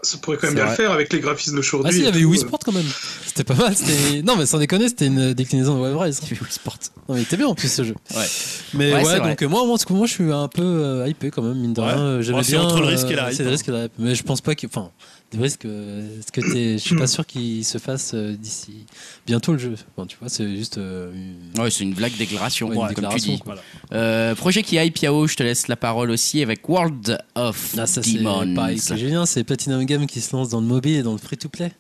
Speaker 4: ça pourrait quand
Speaker 1: C'est
Speaker 4: même bien
Speaker 1: vrai.
Speaker 4: le faire avec les graphismes d'aujourd'hui.
Speaker 3: Ah si, il y
Speaker 4: et
Speaker 3: avait
Speaker 4: tout,
Speaker 3: Wii
Speaker 4: euh.
Speaker 3: Sport quand même. C'était pas mal. c'était- Non, mais sans déconner, c'était une déclinaison de Wave Race.
Speaker 1: Tu fais Wii Sport.
Speaker 3: Non, mais il était bien en plus ce jeu.
Speaker 1: Ouais.
Speaker 3: Mais
Speaker 1: Ouais,
Speaker 3: ouais,
Speaker 1: c'est vrai.
Speaker 3: donc euh, moi, moi, en ce moment, je suis un peu euh, hypé quand même, mine de
Speaker 5: Ouais.
Speaker 3: rien. Euh, J'aimais
Speaker 5: Ouais, c'est
Speaker 3: bien,
Speaker 5: entre le risque et la
Speaker 3: euh,
Speaker 5: hype,
Speaker 3: C'est le
Speaker 5: hein.
Speaker 3: risque et la hype. Mais je pense pas que. Enfin, le risque, euh, est-ce que t'es. Je suis pas sûr qu'il se fasse euh, d'ici bientôt le jeu. Enfin, tu vois, c'est juste. euh, une-
Speaker 1: Ouais, c'est une blague déclaration,
Speaker 3: Ouais, une
Speaker 1: ouais, comme tu
Speaker 3: déclaration,
Speaker 1: dis.
Speaker 3: quoi.
Speaker 1: Euh, projet qui hype Yao, je te laisse la parole aussi avec World of
Speaker 3: Là, ah, ça, c'est
Speaker 1: Demons.
Speaker 3: pareil que Julien, c'est Platinum Game qui se lance dans le mobile et dans le free-to-play.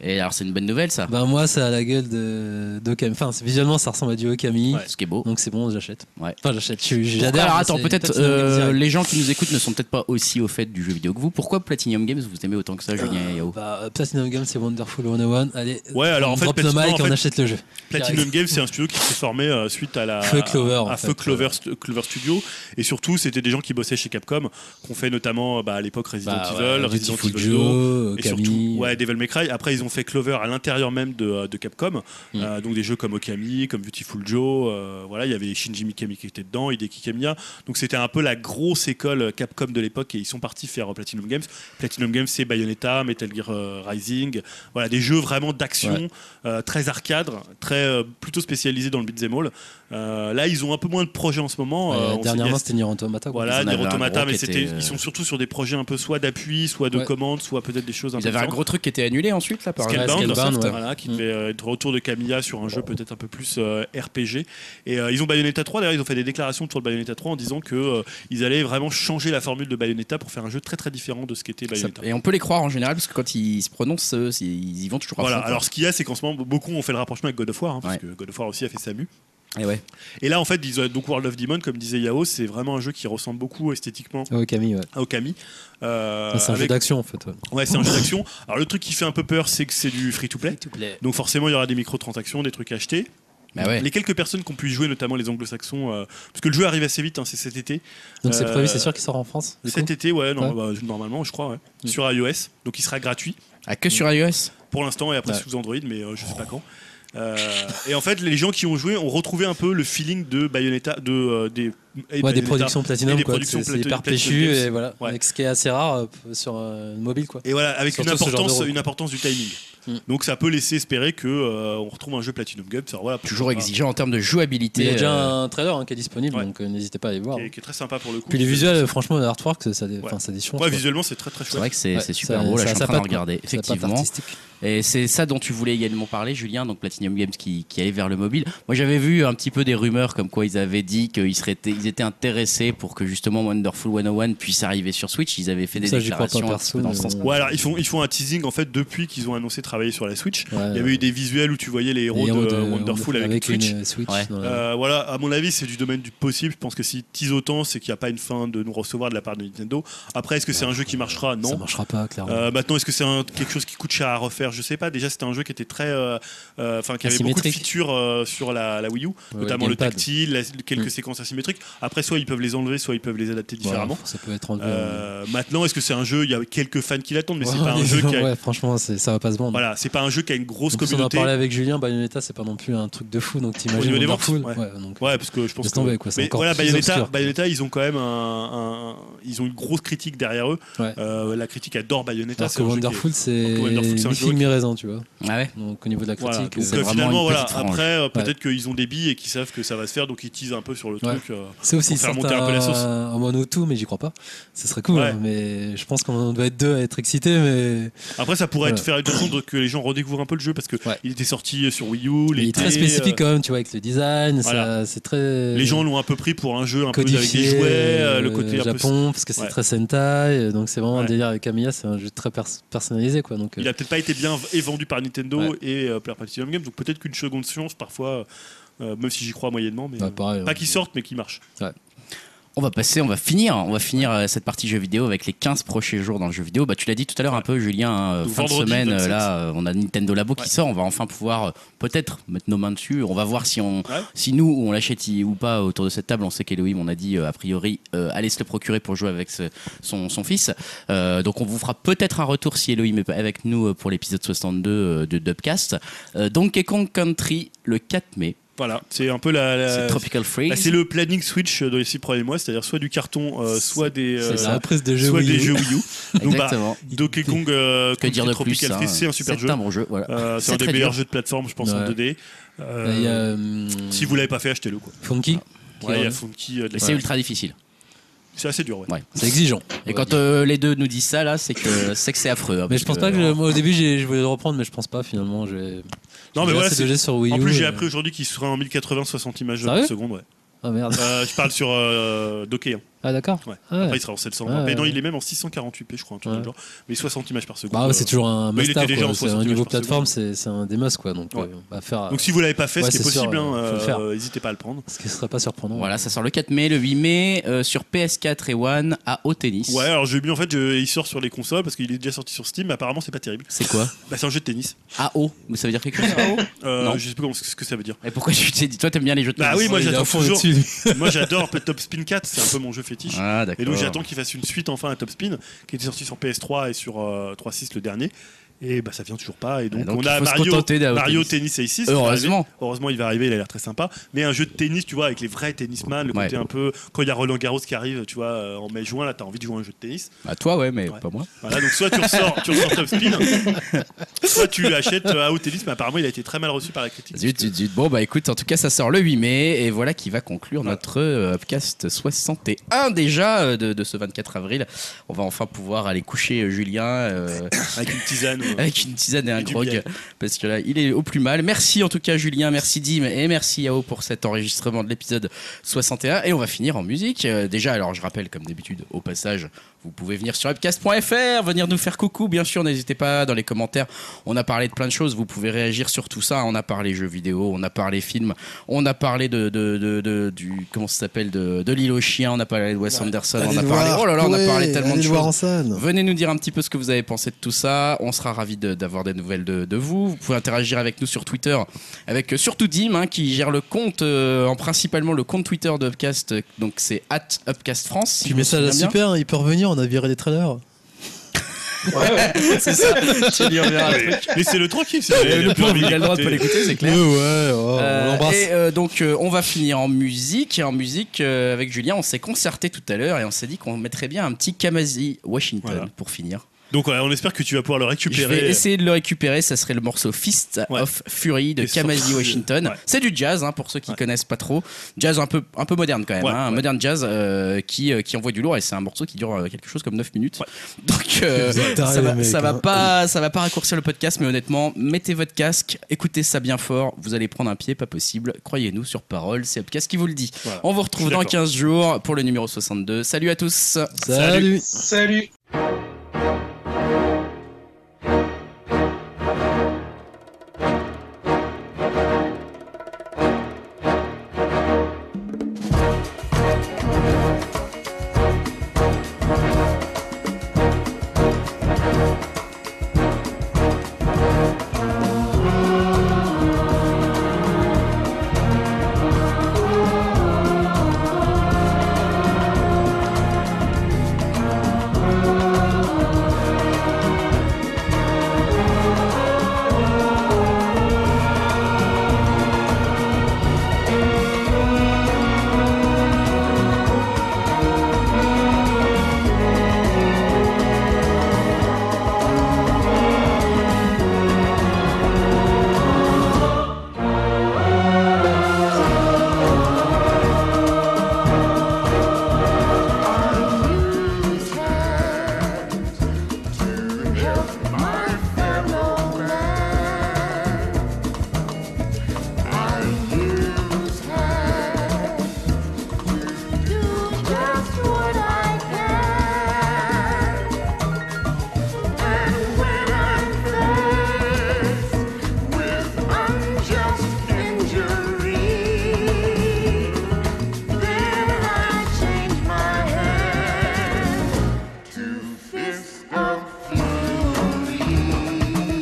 Speaker 1: Et alors, c'est une bonne nouvelle ça,
Speaker 3: Ben moi, ça a la gueule de d'Okami. Enfin, c'est- visuellement, ça ressemble à du Okami.
Speaker 1: ce qui est beau.
Speaker 3: Donc c'est bon, j'achète.
Speaker 1: Ouais.
Speaker 3: Enfin, j'achète. je-
Speaker 1: Pourquoi-
Speaker 3: J'adore.
Speaker 1: alors
Speaker 3: mais
Speaker 1: attends,
Speaker 3: Ah, c'est
Speaker 1: peut-être
Speaker 3: Platinum
Speaker 1: euh,
Speaker 3: Games direct.
Speaker 1: les gens qui nous écoutent ne sont peut-être pas aussi au fait du jeu vidéo que vous. Pourquoi Platinum Games vous aimez autant que ça, Julien et Yao
Speaker 3: Bah, euh, Platinum Games, c'est Wonderful 101. Allez,
Speaker 5: Ouais, alors en
Speaker 3: on
Speaker 5: fait,
Speaker 3: drop le
Speaker 5: Platinum-
Speaker 3: mic,
Speaker 5: en
Speaker 3: on
Speaker 5: fait,
Speaker 3: achète le jeu.
Speaker 5: Platinum Games, c'est un studio qui s'est formé euh, suite à la
Speaker 3: Feu Clover,
Speaker 5: à
Speaker 3: en
Speaker 5: Feu
Speaker 3: fait. euh.
Speaker 5: Clover, Stu- Clover Studio, et surtout c'était des gens qui bossaient chez Capcom, qu'on fait notamment bah, à l'époque Resident
Speaker 3: Bah,
Speaker 5: Evil,
Speaker 3: ouais,
Speaker 5: Resident
Speaker 3: Beautiful
Speaker 5: Evil 2,
Speaker 3: Joe,
Speaker 5: et
Speaker 3: Camille.
Speaker 5: surtout ouais, Devil May Cry. Après, ils ont fait Clover à l'intérieur même de, euh, de Capcom,
Speaker 3: Mm.
Speaker 5: Euh, donc des jeux comme Okami, comme Beautiful Joe. euh, voilà, il y avait Shinji Mikami qui était dedans, Hideki Kamiya. Donc c'était un peu la grosse école euh, Capcom de l'époque, et ils sont partis faire euh, Platinum Games. Platinum Games, c'est Bayonetta, Metal Gear euh, Rising, voilà des jeux vraiment d'action, euh, très arcade, très euh, plutôt spécialisés dans le beat'em all. Euh, là, ils ont un peu moins de projets en ce moment.
Speaker 3: Ouais,
Speaker 5: Euh, on sait
Speaker 3: dernièrement,
Speaker 5: bien-
Speaker 3: c'était Nier Automata.
Speaker 1: Ils
Speaker 3: quoi.
Speaker 1: en
Speaker 5: voilà, des
Speaker 1: avaient un
Speaker 5: Automata,
Speaker 1: gros
Speaker 5: mais
Speaker 1: qui
Speaker 5: c'était,
Speaker 1: était, euh,
Speaker 5: ils sont surtout sur des projets un peu soit d'appui, soit de
Speaker 3: Ouais.
Speaker 5: commande, soit peut-être des choses un
Speaker 1: Ils
Speaker 5: peu
Speaker 1: avaient un
Speaker 5: différentes.
Speaker 1: gros truc qui était annulé ensuite là par
Speaker 3: Scalebound,
Speaker 1: Ouais, Scalebound,
Speaker 3: ouais.
Speaker 1: ouais.
Speaker 5: Voilà, qui
Speaker 3: Mm.
Speaker 5: devait euh, être autour de Camilla sur un jeu peut-être un peu plus euh, RPG. Et euh, ils ont Bayonetta 3, d'ailleurs, ils ont fait des déclarations autour de Bayonetta 3 en disant que euh, ils allaient vraiment changer la formule de Bayonetta pour faire un jeu très très différent de ce qu'était
Speaker 1: Ça-
Speaker 5: Bayonetta.
Speaker 1: Et on peut les croire en général parce que quand ils se prononcent, eux, c'est- ils y vont toujours à
Speaker 5: Voilà,
Speaker 1: fond, quoi.
Speaker 5: alors ce qu'il y a, c'est qu'en ce moment, beaucoup ont fait le rapprochement avec God of War, hein, parce
Speaker 1: Ouais.
Speaker 5: que God of War aussi a fait sa mue.
Speaker 1: Et ouais.
Speaker 5: Et là, en fait, ils ont, donc World of Demon, comme disait Yao, c'est vraiment un jeu qui ressemble beaucoup esthétiquement
Speaker 3: Ouais, Camille, ouais.
Speaker 5: à Okami. Euh,
Speaker 3: Ça, C'est un jeu
Speaker 5: avec-
Speaker 3: d'action en fait. ouais.
Speaker 5: Ouais, c'est un jeu d'action. Alors le truc qui fait un peu peur, c'est que c'est du free-to-play. Donc forcément, il y aura des microtransactions, des trucs achetés.
Speaker 1: Bah ouais.
Speaker 5: Les quelques personnes qui ont pu y jouer, notamment les anglo-saxons, euh, parce que le jeu arrive assez vite, hein, c'est cet été.
Speaker 3: Donc c'est
Speaker 5: Euh,
Speaker 3: prévu, c'est sûr qu'il sort en France. du coup
Speaker 5: Cet été, ouais, non,
Speaker 3: Ouais.
Speaker 5: bah, je- normalement, je crois, ouais.
Speaker 3: Mm.
Speaker 5: sur iOS. Donc il sera gratuit
Speaker 1: Ah, que sur iOS
Speaker 5: pour l'instant et après
Speaker 3: Ouais. Oh.
Speaker 5: sous Android, mais euh, je sais pas quand. Euh, et en fait, les gens qui ont joué ont retrouvé un peu le feeling de Bayonetta, de, euh, des et
Speaker 3: Ouais,
Speaker 5: bah,
Speaker 3: des
Speaker 5: des
Speaker 3: productions
Speaker 5: et
Speaker 3: platinum,
Speaker 5: des
Speaker 3: quoi.
Speaker 5: productions
Speaker 3: C'est c'est
Speaker 5: plati-
Speaker 3: hyper
Speaker 5: platinum
Speaker 3: péchu,
Speaker 5: games.
Speaker 3: et voilà.
Speaker 5: Ouais.
Speaker 3: Avec ce qui est assez rare euh, p- sur euh, mobile, quoi.
Speaker 5: Et voilà, avec une
Speaker 3: Surtout ce genre
Speaker 5: importance,
Speaker 3: d'euro.
Speaker 5: une importance du timing.
Speaker 3: Mm.
Speaker 5: Donc ça peut laisser espérer que euh, on retrouve un jeu Platinum Games. Alors voilà,
Speaker 1: Toujours
Speaker 5: pourquoi pas.
Speaker 1: exigeant en termes de
Speaker 3: Mais Il y
Speaker 1: jouabilité.
Speaker 3: a déjà
Speaker 1: euh,
Speaker 3: un trailer hein, qui est disponible,
Speaker 5: Ouais.
Speaker 3: donc euh, n'hésitez pas à aller voir.
Speaker 5: Qui est, qui est très sympa pour le coup.
Speaker 3: Puis les visuels, euh, franchement, le artwork, ça, ça, dé-
Speaker 5: Ouais.
Speaker 3: enfin, ça déchire.
Speaker 5: Ouais, visuellement c'est très très
Speaker 1: C'est
Speaker 5: chouette.
Speaker 1: vrai que c'est
Speaker 3: Ouais,
Speaker 1: c'est super
Speaker 3: ça-
Speaker 1: beau, là
Speaker 3: ça-
Speaker 1: je suis
Speaker 3: ça
Speaker 1: en train de
Speaker 3: patte, quoi.
Speaker 1: regarder,
Speaker 3: Ça part
Speaker 1: effectivement.
Speaker 3: artistique.
Speaker 1: Et c'est ça dont tu voulais également parler, Julien, donc Platinum Games qui, qui allait vers le mobile. Moi, j'avais vu un petit peu des rumeurs comme quoi ils avaient dit qu'ils seraient, ils étaient intéressés pour que justement Wonderful 101 puisse arriver sur Switch. Ils avaient fait des
Speaker 3: Ça, j'y crois pas
Speaker 1: déclarations un petit
Speaker 3: perso.
Speaker 1: peu dans
Speaker 3: mais
Speaker 1: ce sens.
Speaker 3: bon.
Speaker 5: Ouais, alors ils font ils font un teasing en fait depuis qu'ils ont annoncé travailler sur la Switch.
Speaker 3: Ouais,
Speaker 5: Il y avait eu des visuels où tu voyais les héros,
Speaker 3: Euh, les héros
Speaker 5: de, Wonderful avec,
Speaker 3: une
Speaker 5: Switch.
Speaker 3: Switch
Speaker 1: Ouais.
Speaker 3: dans la-
Speaker 5: Euh, voilà, à mon avis, c'est du domaine du possible. Je pense que si tease autant, c'est qu'il n'y a pas une fin de nous recevoir de la part de Nintendo. Après, est-ce que c'est un jeu qui marchera
Speaker 3: Ça
Speaker 5: Non.
Speaker 3: marchera pas, clairement.
Speaker 5: Euh, maintenant, est-ce que c'est un- quelque chose qui coûte cher à refaire Je sais pas. Déjà, c'était un jeu qui était très, euh, euh, enfin, qui avait beaucoup de
Speaker 3: Asymétrique.
Speaker 5: features euh, sur la, la Wii U,
Speaker 3: Ouais,
Speaker 5: notamment le
Speaker 3: gamepad.
Speaker 5: tactile, la- quelques
Speaker 3: Mm.
Speaker 5: séquences asymétriques. Après, soit ils peuvent les enlever, soit ils peuvent les adapter
Speaker 3: Voilà,
Speaker 5: différemment.
Speaker 3: ça peut être enlevé.
Speaker 5: Euh, maintenant, est-ce que c'est un jeu Il y a quelques fans qui l'attendent, mais
Speaker 3: Ouais,
Speaker 5: c'est pas un jeu qui a,
Speaker 3: ouais, franchement, c'est- ça va pas se vendre.
Speaker 5: voilà, c'est pas un jeu qui a une grosse
Speaker 3: En plus, on en
Speaker 5: communauté.
Speaker 3: parlait avec Julien, Bayonetta, c'est pas non plus un truc de fou, donc t'imagines
Speaker 5: niveau des
Speaker 3: Wonderful.
Speaker 5: ventes,
Speaker 3: ouais, donc,
Speaker 5: Ouais, parce que je pense
Speaker 3: Laisse
Speaker 5: que.
Speaker 3: tomber, quoi, c'est
Speaker 5: mais
Speaker 3: encore
Speaker 5: voilà,
Speaker 3: plus
Speaker 5: Bayonetta,
Speaker 3: obscur.
Speaker 5: Bayonetta, ils ont quand même un, un- ils ont une grosse critique derrière eux.
Speaker 3: Ouais.
Speaker 5: Euh, la critique adore Bayonetta.
Speaker 3: Alors
Speaker 5: c'est
Speaker 3: que
Speaker 5: un jeu qui est-
Speaker 3: Wonderful, c'est
Speaker 5: Wonderful, c'est un
Speaker 3: ni
Speaker 5: jeu
Speaker 3: figue
Speaker 5: qui-
Speaker 3: ni raisin, tu vois.
Speaker 1: Ah ouais
Speaker 3: Donc au niveau de la
Speaker 5: Voilà,
Speaker 3: critique,
Speaker 5: donc,
Speaker 3: euh,
Speaker 5: euh,
Speaker 1: vraiment
Speaker 5: finalement,
Speaker 1: une
Speaker 5: voilà,
Speaker 1: petite frange.
Speaker 5: après, euh, peut-être qu'ils ont des billes et qu'ils savent que ça va se faire, donc ils teasent un peu sur le
Speaker 3: Ouais.
Speaker 5: truc. euh.
Speaker 3: c'est aussi
Speaker 5: pour faire
Speaker 3: certes
Speaker 5: monter un peu la sauce.
Speaker 3: un mono tout, mais j'y crois pas. Ce serait cool,
Speaker 5: Ouais.
Speaker 3: hein, mais je pense qu'on doit être deux à être excités, mais
Speaker 5: Après, ça pourrait être
Speaker 3: Voilà.
Speaker 5: faire une façon de- que les gens redécouvrent un peu le jeu parce que
Speaker 3: Ouais.
Speaker 5: il était sorti sur Wii U,
Speaker 3: il
Speaker 5: l'été,
Speaker 3: est très spécifique
Speaker 5: euh,
Speaker 3: quand même, tu vois, avec le design, ça-
Speaker 5: voilà.
Speaker 3: c'est très.
Speaker 5: les gens l'ont un peu pris pour un jeu un peu avec des
Speaker 3: codifié,
Speaker 5: jouets, euh,
Speaker 3: euh,
Speaker 5: le côté un peu.
Speaker 3: Japon, parce que c'est
Speaker 5: Ouais.
Speaker 3: très Sentai, euh, donc c'est vraiment
Speaker 5: Ouais.
Speaker 3: un délire avec Camilla, c'est un jeu très pers- personnalisé, quoi. Donc, euh,
Speaker 5: Il a peut-être pas été bien v- et vendu par Nintendo
Speaker 3: Ouais.
Speaker 5: et euh, par Platinum Games, donc peut-être qu'une seconde chance parfois, euh, même si j'y crois moyennement, mais
Speaker 3: bah,
Speaker 5: euh,
Speaker 3: pareil,
Speaker 5: pas
Speaker 3: hein.
Speaker 5: qu'ils sortent mais qu'ils marchent.
Speaker 1: On va passer, on va finir, on va finir euh, cette partie jeu vidéo avec les 15 prochains jours dans le jeu vidéo. Bah, tu l'as dit tout à l'heure un peu, Julien, hein,
Speaker 5: Donc,
Speaker 1: fin de
Speaker 5: vendredi,
Speaker 1: semaine, euh,
Speaker 5: 27.
Speaker 1: là, euh, on a Nintendo Labo
Speaker 5: Ouais.
Speaker 1: qui sort, on va enfin pouvoir euh, peut-être mettre nos mains dessus. On va voir si on,
Speaker 5: Ouais.
Speaker 1: si nous, on l'achète i- ou pas autour de cette table. On sait qu'Elohim, on a dit euh, a priori, euh, allez se le procurer pour jouer avec ce- son, son fils. Euh, donc on vous fera peut-être un retour si Elohim est pas avec nous euh, pour l'épisode 62 euh, de Dubcast. Euh, Donkey Kong Country le 4 mai,
Speaker 5: Voilà, c'est un peu la. la-
Speaker 1: c'est Tropical Freeze.
Speaker 5: Bah, c'est le planning Switch euh, dans les six premiers mois, c'est-à-dire soit du carton, euh, soit des, euh,
Speaker 3: c'est la reprise de jeu
Speaker 5: soit
Speaker 3: Wii
Speaker 5: des
Speaker 3: U.
Speaker 5: jeux Wii U. Donc, bah,
Speaker 1: Exactement.
Speaker 5: Donkey Kong, euh,
Speaker 1: Que dire de plus
Speaker 5: Tropical
Speaker 1: hein,
Speaker 5: Freeze, c'est un super jeu.
Speaker 1: C'est un bon jeu, voilà.
Speaker 5: Euh,
Speaker 1: C'est
Speaker 5: c'est un des
Speaker 1: très
Speaker 5: meilleurs
Speaker 1: dur.
Speaker 5: jeux de plateforme, je pense, en
Speaker 3: Ouais.
Speaker 5: 2D. Euh,
Speaker 3: Il y a, hum,
Speaker 5: Si vous l'avez pas fait, achetez-le. quoi.
Speaker 3: Funky, qui
Speaker 5: Ouais,
Speaker 3: est
Speaker 5: il y a
Speaker 3: en-
Speaker 5: Funky, euh, de la-
Speaker 1: Et c'est ultra difficile.
Speaker 5: c'est assez dur. Ouais.
Speaker 1: Ouais.
Speaker 3: c'est exigeant.
Speaker 1: Et quand euh, les deux nous disent ça, là, c'est que c'est que c'est affreux. hein,
Speaker 3: Mais
Speaker 1: parce
Speaker 3: je pense pas que je- moi au début j'ai- je voulais le reprendre, mais je pense pas finalement. j'ai-
Speaker 5: Non, mais
Speaker 3: j'ai
Speaker 5: voilà,
Speaker 3: assez
Speaker 5: c'est-
Speaker 3: de jeux sur Wii
Speaker 5: En
Speaker 3: U,
Speaker 5: plus, j'ai
Speaker 3: euh,
Speaker 5: appris aujourd'hui qu'il sera en 1080 60 images
Speaker 3: Sérieux
Speaker 5: par seconde. Ouais.
Speaker 3: Ah merde.
Speaker 5: Euh, je parle sur euh, Donkey. hein.
Speaker 3: Ah d'accord.
Speaker 5: Ouais.
Speaker 3: Ah ouais.
Speaker 5: Après, il sera en 720
Speaker 3: Ouais,
Speaker 5: Mais non,
Speaker 3: ouais.
Speaker 5: il est même en 648p, je crois, un truc
Speaker 3: Ouais.
Speaker 5: du genre. Mais 60 images par seconde.
Speaker 3: Bah ouais, c'est
Speaker 5: euh,
Speaker 3: toujours un
Speaker 5: mais il était
Speaker 3: master.
Speaker 5: déjà en
Speaker 3: quoi. C'est
Speaker 5: 60
Speaker 3: un
Speaker 5: images
Speaker 3: niveau
Speaker 5: par
Speaker 3: plateforme, c'est c'est un des must quoi. Donc
Speaker 5: Ouais.
Speaker 3: euh, on va faire.
Speaker 5: Donc si vous l'avez pas fait,
Speaker 3: Ouais,
Speaker 5: c'est
Speaker 3: c'est sûr,
Speaker 5: possible. hein,
Speaker 3: euh, faut le faire.
Speaker 5: N'hésitez pas à le prendre.
Speaker 3: Ce qui serait pas surprenant.
Speaker 1: euh, Voilà, ça sort le 4 mai, le 8 mai, euh, sur PS4 et One à Au Tennis.
Speaker 5: Ouais, alors j'ai mis en fait, je- il sort sur les consoles parce qu'il est déjà sorti sur Steam, mais apparemment c'est pas terrible.
Speaker 1: C'est quoi
Speaker 5: Bah, c'est un jeu de tennis.
Speaker 1: AO mais ça veut dire quelque chose
Speaker 5: Euh,
Speaker 1: Non.
Speaker 5: je sais pas comment- ce que ça veut dire.
Speaker 1: Et pourquoi tu t'es dit Toi, t'aimes bien les jeux de
Speaker 5: Bah
Speaker 1: tennis
Speaker 5: oui, moi
Speaker 3: Il est à
Speaker 5: j'attends
Speaker 3: fond
Speaker 5: toujours.
Speaker 3: là-dessus.
Speaker 5: moi j'adore Top Spin 4, c'est un peu mon jeu fétiche.
Speaker 1: Ah, d'accord.
Speaker 5: Et donc j'attends qu'il fasse une suite enfin à Top Spin, qui était sorti sur PS3 et sur euh, 3.6 le dernier. Et bah ça vient toujours pas. Et donc,
Speaker 1: Et Ah, donc,
Speaker 5: on a
Speaker 1: il faut se
Speaker 5: Mario,
Speaker 1: contenter d'un
Speaker 5: Mario
Speaker 1: tennis.
Speaker 5: Tennis Aces. il va
Speaker 1: Heureusement.
Speaker 5: arriver. Heureusement, il va arriver, il a l'air très sympa. Mais un jeu de tennis, tu vois, avec les vrais tennisman, le
Speaker 1: Ouais.
Speaker 5: côté un peu. Quand il y a Roland Garros qui arrive, tu vois, euh, en mai-juin, là t'as envie de jouer à un jeu de tennis.
Speaker 1: Bah, toi, ouais, mais
Speaker 5: Ouais.
Speaker 1: pas moi.
Speaker 5: Voilà, donc soit tu ressors, tu ressors Top Spin, soit tu achètes euh, AO Tennis, mais apparemment il a été très mal reçu par la critique.
Speaker 1: Zut, zut, zut. Bon, bah écoute, en tout cas, ça sort le 8 mai. Et voilà qui va conclure notre euh, Upcast 61 déjà euh, de, de ce 24 avril. On va enfin pouvoir aller coucher euh, Julien. euh,
Speaker 5: Avec une tisane. euh,
Speaker 1: avec une tisane et un
Speaker 5: Et du
Speaker 1: grog
Speaker 5: miel.
Speaker 1: parce que là il est au plus mal merci en tout cas Julien merci Dim et merci Yao pour cet enregistrement de l'épisode 61 et on va finir en musique Euh, déjà alors je rappelle comme d'habitude au passage vous pouvez venir sur webcast.fr venir nous faire coucou bien sûr n'hésitez pas dans les commentaires on a parlé de plein de choses vous pouvez réagir sur tout ça on a parlé jeux vidéo on a parlé films on a parlé de, de, de- de- du comment ça s'appelle de, de l'île aux chiens on a parlé de Wes Anderson on a parlé oh là là on a parlé tellement de choses
Speaker 3: en scène.
Speaker 1: Venez nous dire un petit peu ce que vous avez pensé de tout ça. On sera ravis de- d'avoir des nouvelles de, de vous. Vous pouvez interagir avec nous sur Twitter, avec euh, surtout Dim, hein, qui gère le compte, euh, en principalement le compte Twitter de Upcast. euh, Donc c'est at Upcast France. si
Speaker 3: Puis
Speaker 1: je me
Speaker 3: message à
Speaker 1: souviens bien.
Speaker 3: super, hein, il peut revenir, on a viré les trailers.
Speaker 4: Ouais, ouais.
Speaker 1: c'est ça.
Speaker 5: Tu lui enverras le truc. Laissez-le tranquille. sinon il a
Speaker 1: Le
Speaker 5: plus
Speaker 1: pauvre,
Speaker 5: envie
Speaker 1: il a le droit de pas l'écouter,
Speaker 5: d'écouter.
Speaker 1: c'est
Speaker 3: Ouais,
Speaker 1: clair.
Speaker 3: ouais, oh, on
Speaker 1: Euh,
Speaker 3: l'embrasse.
Speaker 1: et euh, donc euh, on va finir en musique et en musique euh, avec Julien on s'est concerté tout à l'heure et on s'est dit qu'on mettrait bien un petit Kamasi Washington
Speaker 5: Voilà.
Speaker 1: pour finir.
Speaker 5: Donc voilà, on espère que tu vas pouvoir le
Speaker 1: Je
Speaker 5: récupérer. euh,
Speaker 1: vais essayer de le récupérer, ça serait le morceau Fist
Speaker 5: Ouais.
Speaker 1: of Fury de
Speaker 5: Et
Speaker 1: Kamasi
Speaker 5: sorti-
Speaker 1: Washington.
Speaker 5: Ouais.
Speaker 1: C'est du jazz hein, pour ceux qui
Speaker 5: Ouais.
Speaker 1: connaissent pas trop, jazz un peu un peu moderne quand même,
Speaker 5: Ouais,
Speaker 1: hein, un
Speaker 5: ouais.
Speaker 1: moderne jazz euh, qui euh, qui envoie du lourd et c'est un morceau qui dure euh, quelque chose comme 9 minutes. Donc euh,
Speaker 3: Vous êtes tarés,
Speaker 1: ça, va,
Speaker 3: les mecs,
Speaker 1: ça va
Speaker 3: hein.
Speaker 1: pas, ça va pas raccourcir le podcast, mais honnêtement, mettez votre casque, écoutez ça bien fort, vous allez prendre un pied, pas possible. Croyez-nous sur parole, c'est Upcast qui vous le dit.
Speaker 5: Voilà.
Speaker 1: On vous retrouve
Speaker 5: Je suis
Speaker 1: dans
Speaker 5: d'accord.
Speaker 1: 15 jours pour le numéro 62. Salut à tous.
Speaker 3: Salut.
Speaker 4: Salut.
Speaker 10: Unjust injury, then I change my hand to fist of fury.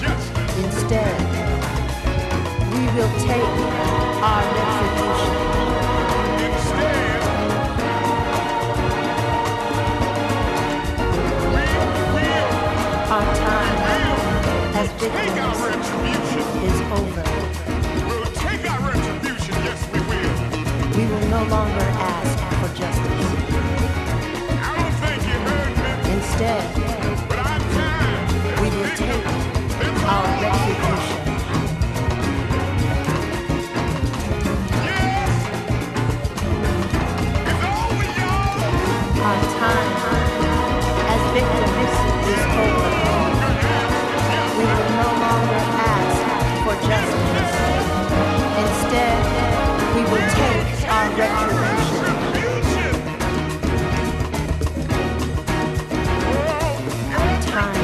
Speaker 11: justice. Instead, we will take our retribution. Our time as victims is over. We will no longer ask for justice. Instead, we will take our retribution. Our time as victims is over. We will no longer ask for justice. Instead, we will take our retribution. Our time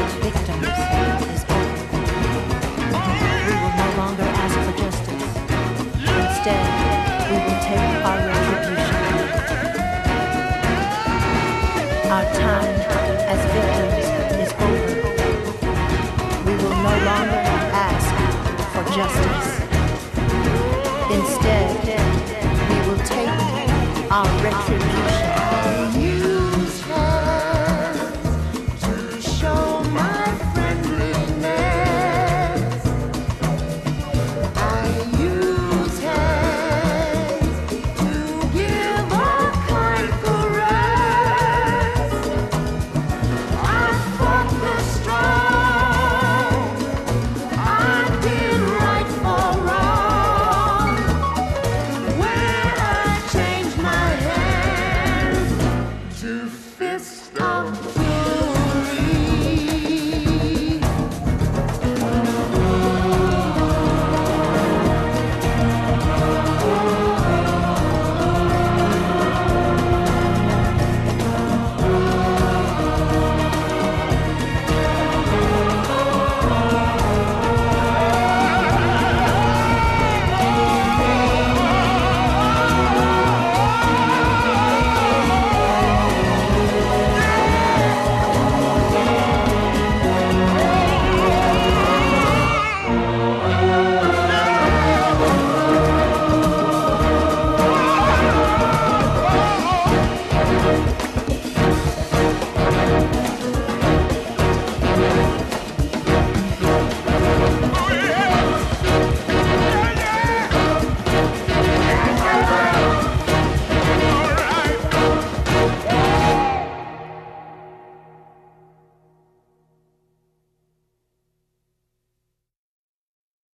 Speaker 11: as victims is over. We will no longer ask for justice. Instead, we will take our retribution. Our time as victims is over. We will no longer ask for justice. Instead,